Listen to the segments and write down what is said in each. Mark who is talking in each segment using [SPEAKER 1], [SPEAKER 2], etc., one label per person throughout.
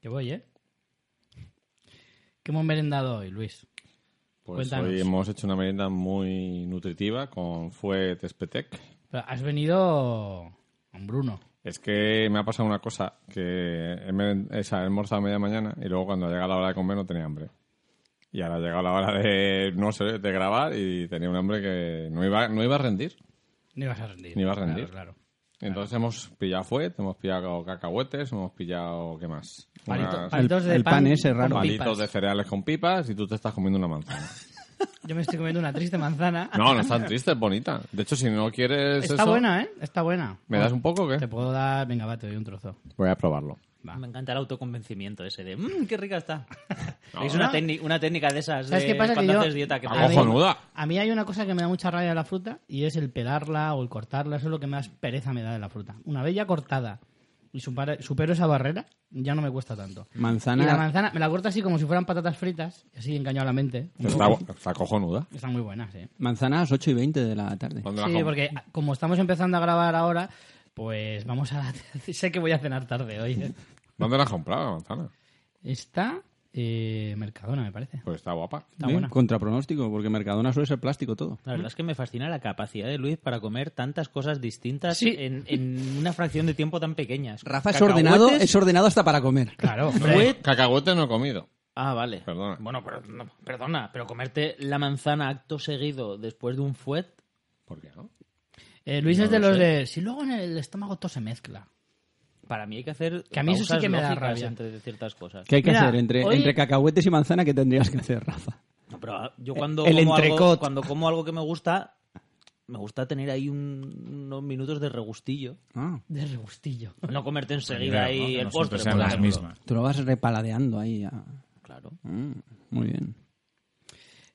[SPEAKER 1] Que voy, ¿eh? ¿Qué hemos merendado hoy, Luis?
[SPEAKER 2] Pues
[SPEAKER 1] Cuéntanos.
[SPEAKER 2] hoy hemos hecho una merienda muy nutritiva con Fuet Espetec.
[SPEAKER 1] Pero has venido con Bruno.
[SPEAKER 2] Es que me ha pasado una cosa, que he, meren- o sea, he almorzado a media mañana y luego cuando llega la hora de comer no tenía hambre. Y ahora ha llegado la hora de, no sé, de grabar y tenía un hambre que no iba, no iba a rendir.
[SPEAKER 1] No ibas a rendir.
[SPEAKER 2] No iba a rendir.
[SPEAKER 1] Claro, claro.
[SPEAKER 2] Entonces hemos pillado fuet, hemos pillado cacahuetes, hemos pillado, ¿qué más?
[SPEAKER 1] Palito-
[SPEAKER 2] Unas-
[SPEAKER 1] palitos de
[SPEAKER 3] el
[SPEAKER 1] pan,
[SPEAKER 3] pan ese
[SPEAKER 1] con
[SPEAKER 3] raro.
[SPEAKER 1] pipas.
[SPEAKER 2] palitos de cereales con pipas y tú te estás comiendo una manzana.
[SPEAKER 1] Yo me estoy comiendo una triste manzana.
[SPEAKER 2] No, no es tan triste, es bonita. De hecho, si no quieres
[SPEAKER 1] Está
[SPEAKER 2] eso, ¿Eh?
[SPEAKER 1] buena, ¿eh? Está buena.
[SPEAKER 2] ¿me das un poco o qué?
[SPEAKER 1] Te puedo dar... Venga, va, te doy un trozo.
[SPEAKER 2] Voy a probarlo.
[SPEAKER 1] Va.
[SPEAKER 4] Me encanta el autoconvencimiento ese de mmm, qué rica está. es
[SPEAKER 1] No.
[SPEAKER 4] una, técnica una técnica de esas
[SPEAKER 1] ¿Sabes
[SPEAKER 4] de
[SPEAKER 1] qué pasa? Que
[SPEAKER 4] cuando
[SPEAKER 1] yo-
[SPEAKER 4] haces dieta que
[SPEAKER 2] A
[SPEAKER 4] te-
[SPEAKER 1] A mí-
[SPEAKER 2] cojonuda.
[SPEAKER 1] A mí hay una cosa que me da mucha rabia de la fruta y es el pelarla o el cortarla. Eso es lo que más pereza me da de la fruta. Una vez ya cortada y supara- supero esa barrera, ya no me cuesta tanto.
[SPEAKER 3] Manzana.
[SPEAKER 1] Y la manzana me la corto así como si fueran patatas fritas, y así engaño a la mente.
[SPEAKER 2] Está, bu- está cojonuda.
[SPEAKER 1] Están muy buenas, ¿eh?
[SPEAKER 3] Manzana a las 8 y 20 de la tarde.
[SPEAKER 2] ¿Dónde la
[SPEAKER 1] Sí,
[SPEAKER 2] comes?
[SPEAKER 1] porque como estamos empezando a grabar ahora, pues vamos a... sé que voy a cenar tarde hoy. ¿eh?
[SPEAKER 2] ¿Dónde la has comprado la manzana?
[SPEAKER 1] Está eh, Mercadona, me parece.
[SPEAKER 2] Pues está guapa.
[SPEAKER 1] Está
[SPEAKER 3] Bien,
[SPEAKER 1] buena.
[SPEAKER 3] ¿Eh? Contra pronóstico, porque Mercadona suele ser plástico todo.
[SPEAKER 4] La verdad es que me fascina la capacidad de Luis para comer tantas cosas distintas
[SPEAKER 1] Sí.
[SPEAKER 4] en, en una fracción de tiempo tan pequeña.
[SPEAKER 3] Rafa es
[SPEAKER 4] Cacahuetes-
[SPEAKER 3] ordenado, es ordenado hasta para comer.
[SPEAKER 1] Claro, hombre.
[SPEAKER 4] Fuet-
[SPEAKER 2] Cacahuete no he comido.
[SPEAKER 4] Ah, vale.
[SPEAKER 2] Perdona.
[SPEAKER 4] Bueno, pero, no, perdona, pero comerte la manzana acto seguido después de un fuet.
[SPEAKER 2] ¿Por qué no?
[SPEAKER 1] Eh, Luis es
[SPEAKER 4] No
[SPEAKER 1] de
[SPEAKER 4] lo
[SPEAKER 1] los
[SPEAKER 4] sé.
[SPEAKER 1] de... Si luego en el estómago todo se mezcla.
[SPEAKER 4] Para mí hay que hacer
[SPEAKER 1] Que a mí eso sí
[SPEAKER 4] pausas
[SPEAKER 1] que me da
[SPEAKER 4] lógicas
[SPEAKER 1] rabia.
[SPEAKER 4] entre ciertas cosas.
[SPEAKER 3] ¿Qué hay que
[SPEAKER 1] Mira,
[SPEAKER 3] hacer? Entre,
[SPEAKER 1] hoy-
[SPEAKER 3] entre cacahuetes y manzana, ¿qué tendrías que hacer, Rafa?
[SPEAKER 4] No, pero ah, yo
[SPEAKER 1] Eh,
[SPEAKER 4] cuando
[SPEAKER 3] El
[SPEAKER 4] como algo,
[SPEAKER 3] entrecot.
[SPEAKER 4] cuando como algo que me gusta, me gusta tener ahí un- unos minutos de regustillo.
[SPEAKER 3] Ah.
[SPEAKER 1] De regustillo.
[SPEAKER 4] No comerte
[SPEAKER 5] Claro,
[SPEAKER 4] enseguida
[SPEAKER 5] ¿no?
[SPEAKER 4] ahí
[SPEAKER 5] Que
[SPEAKER 4] el
[SPEAKER 5] no
[SPEAKER 4] postre.
[SPEAKER 5] siempre sean
[SPEAKER 4] por
[SPEAKER 5] las
[SPEAKER 4] ejemplo.
[SPEAKER 5] mismas.
[SPEAKER 3] Tú lo vas repaladeando ahí. a-
[SPEAKER 4] Claro.
[SPEAKER 3] Mm, muy bien.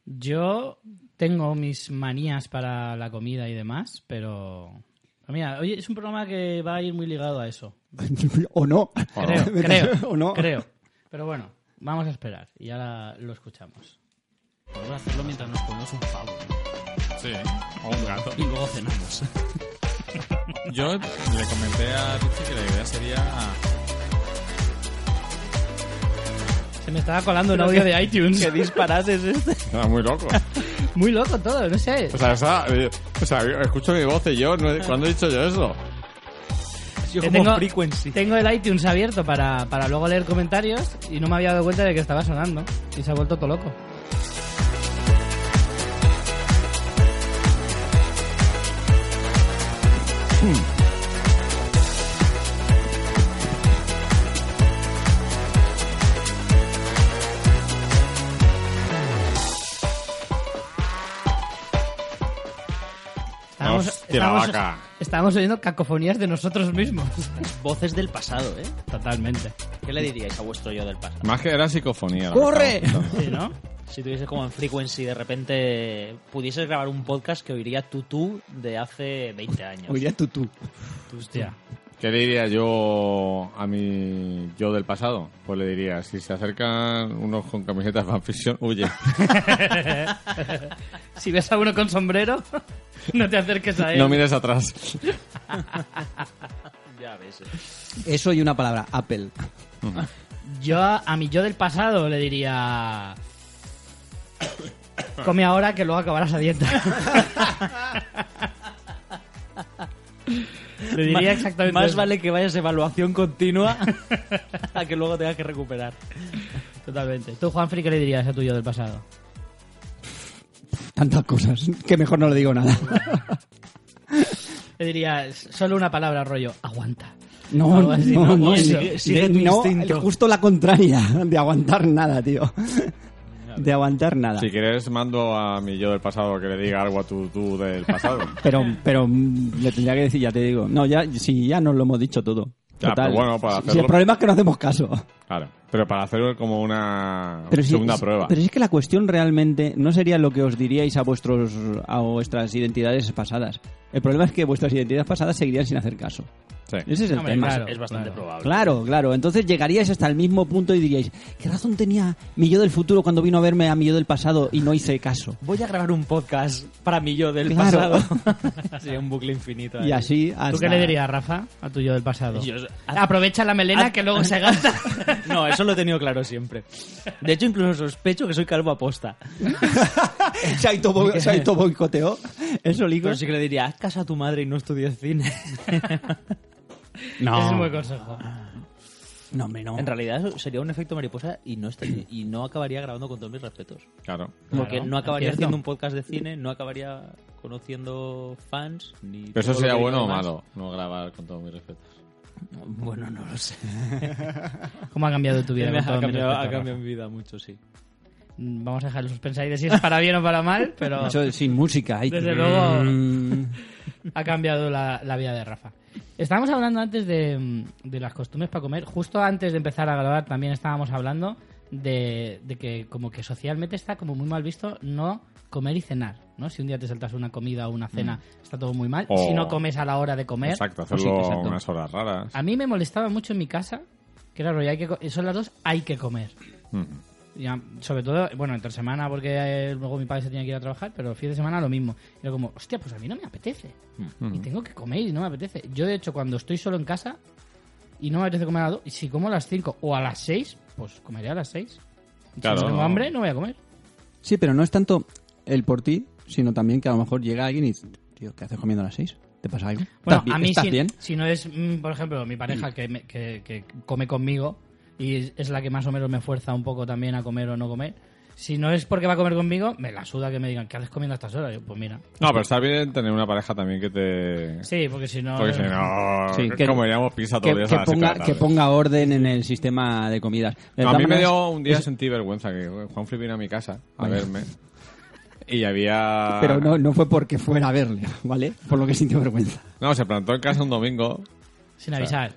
[SPEAKER 1] Yo tengo mis manías para la comida y demás, pero... pero Mira, hoy es un programa que va a ir muy ligado a eso.
[SPEAKER 3] o no.
[SPEAKER 1] Creo, creo,
[SPEAKER 3] o no.
[SPEAKER 1] creo. Pero bueno, vamos a esperar y ahora lo escuchamos.
[SPEAKER 4] Podemos hacerlo mientras nos comemos un pavo
[SPEAKER 5] Sí, o un gato.
[SPEAKER 4] y luego cenamos.
[SPEAKER 5] Yo le comenté a Richie que la idea sería
[SPEAKER 1] Se me estaba colando un audio de iTunes.
[SPEAKER 4] ¿Qué disparas es este?
[SPEAKER 2] Está muy loco.
[SPEAKER 1] Muy loco todo, no sé.
[SPEAKER 2] O sea, está- o sea, escucho mi voz y yo, no he- ¿cuándo he dicho yo eso?
[SPEAKER 4] Yo
[SPEAKER 1] Que
[SPEAKER 4] como
[SPEAKER 1] tengo-
[SPEAKER 4] frequency.
[SPEAKER 1] Tengo el iTunes abierto para, para luego leer comentarios y no me había dado cuenta de que estaba sonando. Y se ha vuelto todo loco. Estábamos-
[SPEAKER 2] Hostia, la
[SPEAKER 1] estábamos-
[SPEAKER 2] vaca.
[SPEAKER 1] estábamos oyendo cacofonías de nosotros mismos.
[SPEAKER 4] Voces del pasado, ¿eh?
[SPEAKER 1] Totalmente.
[SPEAKER 4] ¿Qué le diríais a vuestro yo del pasado?
[SPEAKER 2] Más que era psicofonía. la
[SPEAKER 3] ¡Corre!
[SPEAKER 2] verdad.
[SPEAKER 1] Sí, ¿no?
[SPEAKER 4] Si tuviese como en frequency de repente pudieses grabar un podcast que oiría tú tú de hace 20 años.
[SPEAKER 3] Oiría tú, tú.
[SPEAKER 1] Hostia.
[SPEAKER 2] ¿Qué le diría yo a mi yo del pasado? Pues le diría, si se acercan unos con camisetas fanfiction, huye.
[SPEAKER 1] Si ves a uno con sombrero, no te acerques a él.
[SPEAKER 2] No mires atrás.
[SPEAKER 4] Ya ves. eh.
[SPEAKER 3] Eso y una palabra, Apple.
[SPEAKER 1] Yo a a mi yo del pasado le diría... Come ahora que luego acabarás a dieta. le diría
[SPEAKER 4] Ma-
[SPEAKER 1] exactamente
[SPEAKER 4] Más
[SPEAKER 1] eso.
[SPEAKER 4] vale que vayas evaluación continua a que luego tengas que recuperar.
[SPEAKER 1] Totalmente. ¿Tú, Juanfri, qué le dirías a tu yo del pasado?
[SPEAKER 3] Tantas cosas. Que mejor no le digo nada.
[SPEAKER 1] Le diría solo una palabra, rollo. Aguanta.
[SPEAKER 3] No,
[SPEAKER 1] Algo
[SPEAKER 3] no,
[SPEAKER 1] así,
[SPEAKER 3] no.
[SPEAKER 1] ¿no? Sigue-
[SPEAKER 3] De-
[SPEAKER 4] sigue tu
[SPEAKER 3] no,
[SPEAKER 4] instinto.
[SPEAKER 3] justo la contraria. De aguantar nada, tío. De aguantar nada.
[SPEAKER 2] Si quieres, mando a mi yo del pasado que le diga algo a tu tú del pasado.
[SPEAKER 3] Pero, pero mm, le tendría que decir, ya te digo. No, ya, si ya nos lo hemos dicho todo.
[SPEAKER 2] Ya, pero bueno, para
[SPEAKER 3] Si- si
[SPEAKER 2] hacerlo-
[SPEAKER 3] el problema es que no hacemos caso.
[SPEAKER 2] Claro. Pero para hacer como una
[SPEAKER 3] Pero si-
[SPEAKER 2] segunda
[SPEAKER 3] si-
[SPEAKER 2] prueba.
[SPEAKER 3] Pero es que la cuestión realmente no sería lo que os diríais a vuestros a vuestras identidades pasadas. El problema es que vuestras identidades pasadas seguirían sin hacer caso.
[SPEAKER 2] Sí.
[SPEAKER 3] Ese es el
[SPEAKER 1] Hombre,
[SPEAKER 3] tema.
[SPEAKER 1] claro,
[SPEAKER 4] es bastante
[SPEAKER 1] claro.
[SPEAKER 4] probable.
[SPEAKER 3] Claro, claro. Entonces llegaríais hasta el mismo punto y diríais, ¿qué razón tenía mi yo del futuro cuando vino a verme a mi yo del pasado y no hice caso?
[SPEAKER 4] Voy a grabar un podcast para mi yo del
[SPEAKER 3] Claro.
[SPEAKER 4] pasado. Sería un bucle infinito. ahí.
[SPEAKER 3] Y así hasta...
[SPEAKER 1] ¿Tú qué le dirías, Rafa, a tu yo del pasado?
[SPEAKER 4] Yo-
[SPEAKER 1] Aprovecha la melena que luego se gasta.
[SPEAKER 4] No, Eso lo he tenido claro siempre. De hecho, incluso sospecho que soy calvo aposta.
[SPEAKER 3] se auto- se autoboicoteó. Eso,
[SPEAKER 4] Pero
[SPEAKER 1] Pues
[SPEAKER 3] Lico.
[SPEAKER 4] sí que le diría, haz caso a tu madre y no estudies cine.
[SPEAKER 1] Ese es un buen consejo.
[SPEAKER 3] No, hombre, no.
[SPEAKER 4] En realidad eso sería un efecto mariposa y no, estaría- y no acabaría grabando con todos mis respetos.
[SPEAKER 2] Claro.
[SPEAKER 4] Porque
[SPEAKER 1] Claro,
[SPEAKER 4] no acabaría
[SPEAKER 1] es cierto.
[SPEAKER 4] haciendo un podcast de cine, no acabaría conociendo fans. Ni
[SPEAKER 2] Pero eso
[SPEAKER 4] todo lo
[SPEAKER 2] sería
[SPEAKER 4] que
[SPEAKER 2] bueno o
[SPEAKER 4] digo
[SPEAKER 2] malo, no grabar con todo mi respeto.
[SPEAKER 4] más. Bueno, no lo sé.
[SPEAKER 1] ¿Cómo ha cambiado tu vida? con
[SPEAKER 4] Ha
[SPEAKER 1] todo mi
[SPEAKER 4] cambiado,
[SPEAKER 1] respeto,
[SPEAKER 4] ha cambiado mi vida mucho, sí.
[SPEAKER 1] Rafa? Mm, Vamos a dejar el suspense ahí de si es para bien o para mal, pero
[SPEAKER 3] Eso es sin música. ahí.
[SPEAKER 1] Desde luego.
[SPEAKER 3] Mm.
[SPEAKER 1] ha cambiado la, la vida de Rafa. Estábamos hablando antes de, mm, de las costumbres para comer. Justo antes de empezar a grabar también estábamos hablando de, de que como que socialmente está como muy mal visto no comer y cenar, ¿no? Si un día te saltas una comida o una cena, está todo muy mal.
[SPEAKER 2] Mm. O-
[SPEAKER 1] Si no comes a la hora de comer,
[SPEAKER 2] Exacto,
[SPEAKER 3] Pues sí,
[SPEAKER 2] hacerlo
[SPEAKER 3] exacto.
[SPEAKER 2] unas horas raras.
[SPEAKER 1] A mí me molestaba mucho en mi casa, que era rollo, hay que co- son las dos, hay que comer.
[SPEAKER 3] Ah.
[SPEAKER 2] Ujú.
[SPEAKER 1] Ya, sobre todo, bueno, entre semana, porque eh, luego mi padre se tenía que ir a trabajar, pero el fin de semana lo mismo. Era como, hostia, pues a mí no me apetece. Y tengo que comer y no me apetece. Yo, de hecho, cuando estoy solo en casa y no me apetece comer a las dos, y si como a las 5 o a las 6, pues comeré a las 6.
[SPEAKER 2] Claro,
[SPEAKER 1] si no tengo
[SPEAKER 2] no.
[SPEAKER 1] hambre, no voy a comer.
[SPEAKER 3] Sí, pero no es tanto el por ti, sino también que a lo mejor llega alguien y tío, ¿qué haces comiendo a las seis? ¿Te pasa algo?
[SPEAKER 1] Bueno,
[SPEAKER 3] ¿Estás bi-
[SPEAKER 1] a mí
[SPEAKER 3] ¿Estás
[SPEAKER 1] si,
[SPEAKER 3] bien?
[SPEAKER 1] si no es, mm, por ejemplo, mi pareja que, me- que- que come conmigo y es- es la que más o menos me fuerza un poco también a comer o no comer. Si no es porque va a comer conmigo, me la suda que me digan, ¿qué haces comiendo a estas horas? Yo, pues mira.
[SPEAKER 2] No, pero está bien tener una pareja también que te...
[SPEAKER 1] Sí, porque si no...
[SPEAKER 2] Porque si no,
[SPEAKER 3] Sí, que-
[SPEAKER 2] comeríamos pizza
[SPEAKER 3] Que,
[SPEAKER 2] todos los días
[SPEAKER 3] que
[SPEAKER 2] a las siete de
[SPEAKER 3] ponga,
[SPEAKER 2] la tarde.
[SPEAKER 3] que ponga orden en el sistema de comidas. De
[SPEAKER 2] A
[SPEAKER 3] todas
[SPEAKER 2] mí me
[SPEAKER 3] maneras-
[SPEAKER 2] dio un día sentí vergüenza que Juan Flip vino a mi casa a verme y había...
[SPEAKER 3] Pero no, no fue porque fuera a verle, ¿vale? Por lo que sintió vergüenza.
[SPEAKER 2] No, se plantó en casa un domingo
[SPEAKER 1] Sin avisar.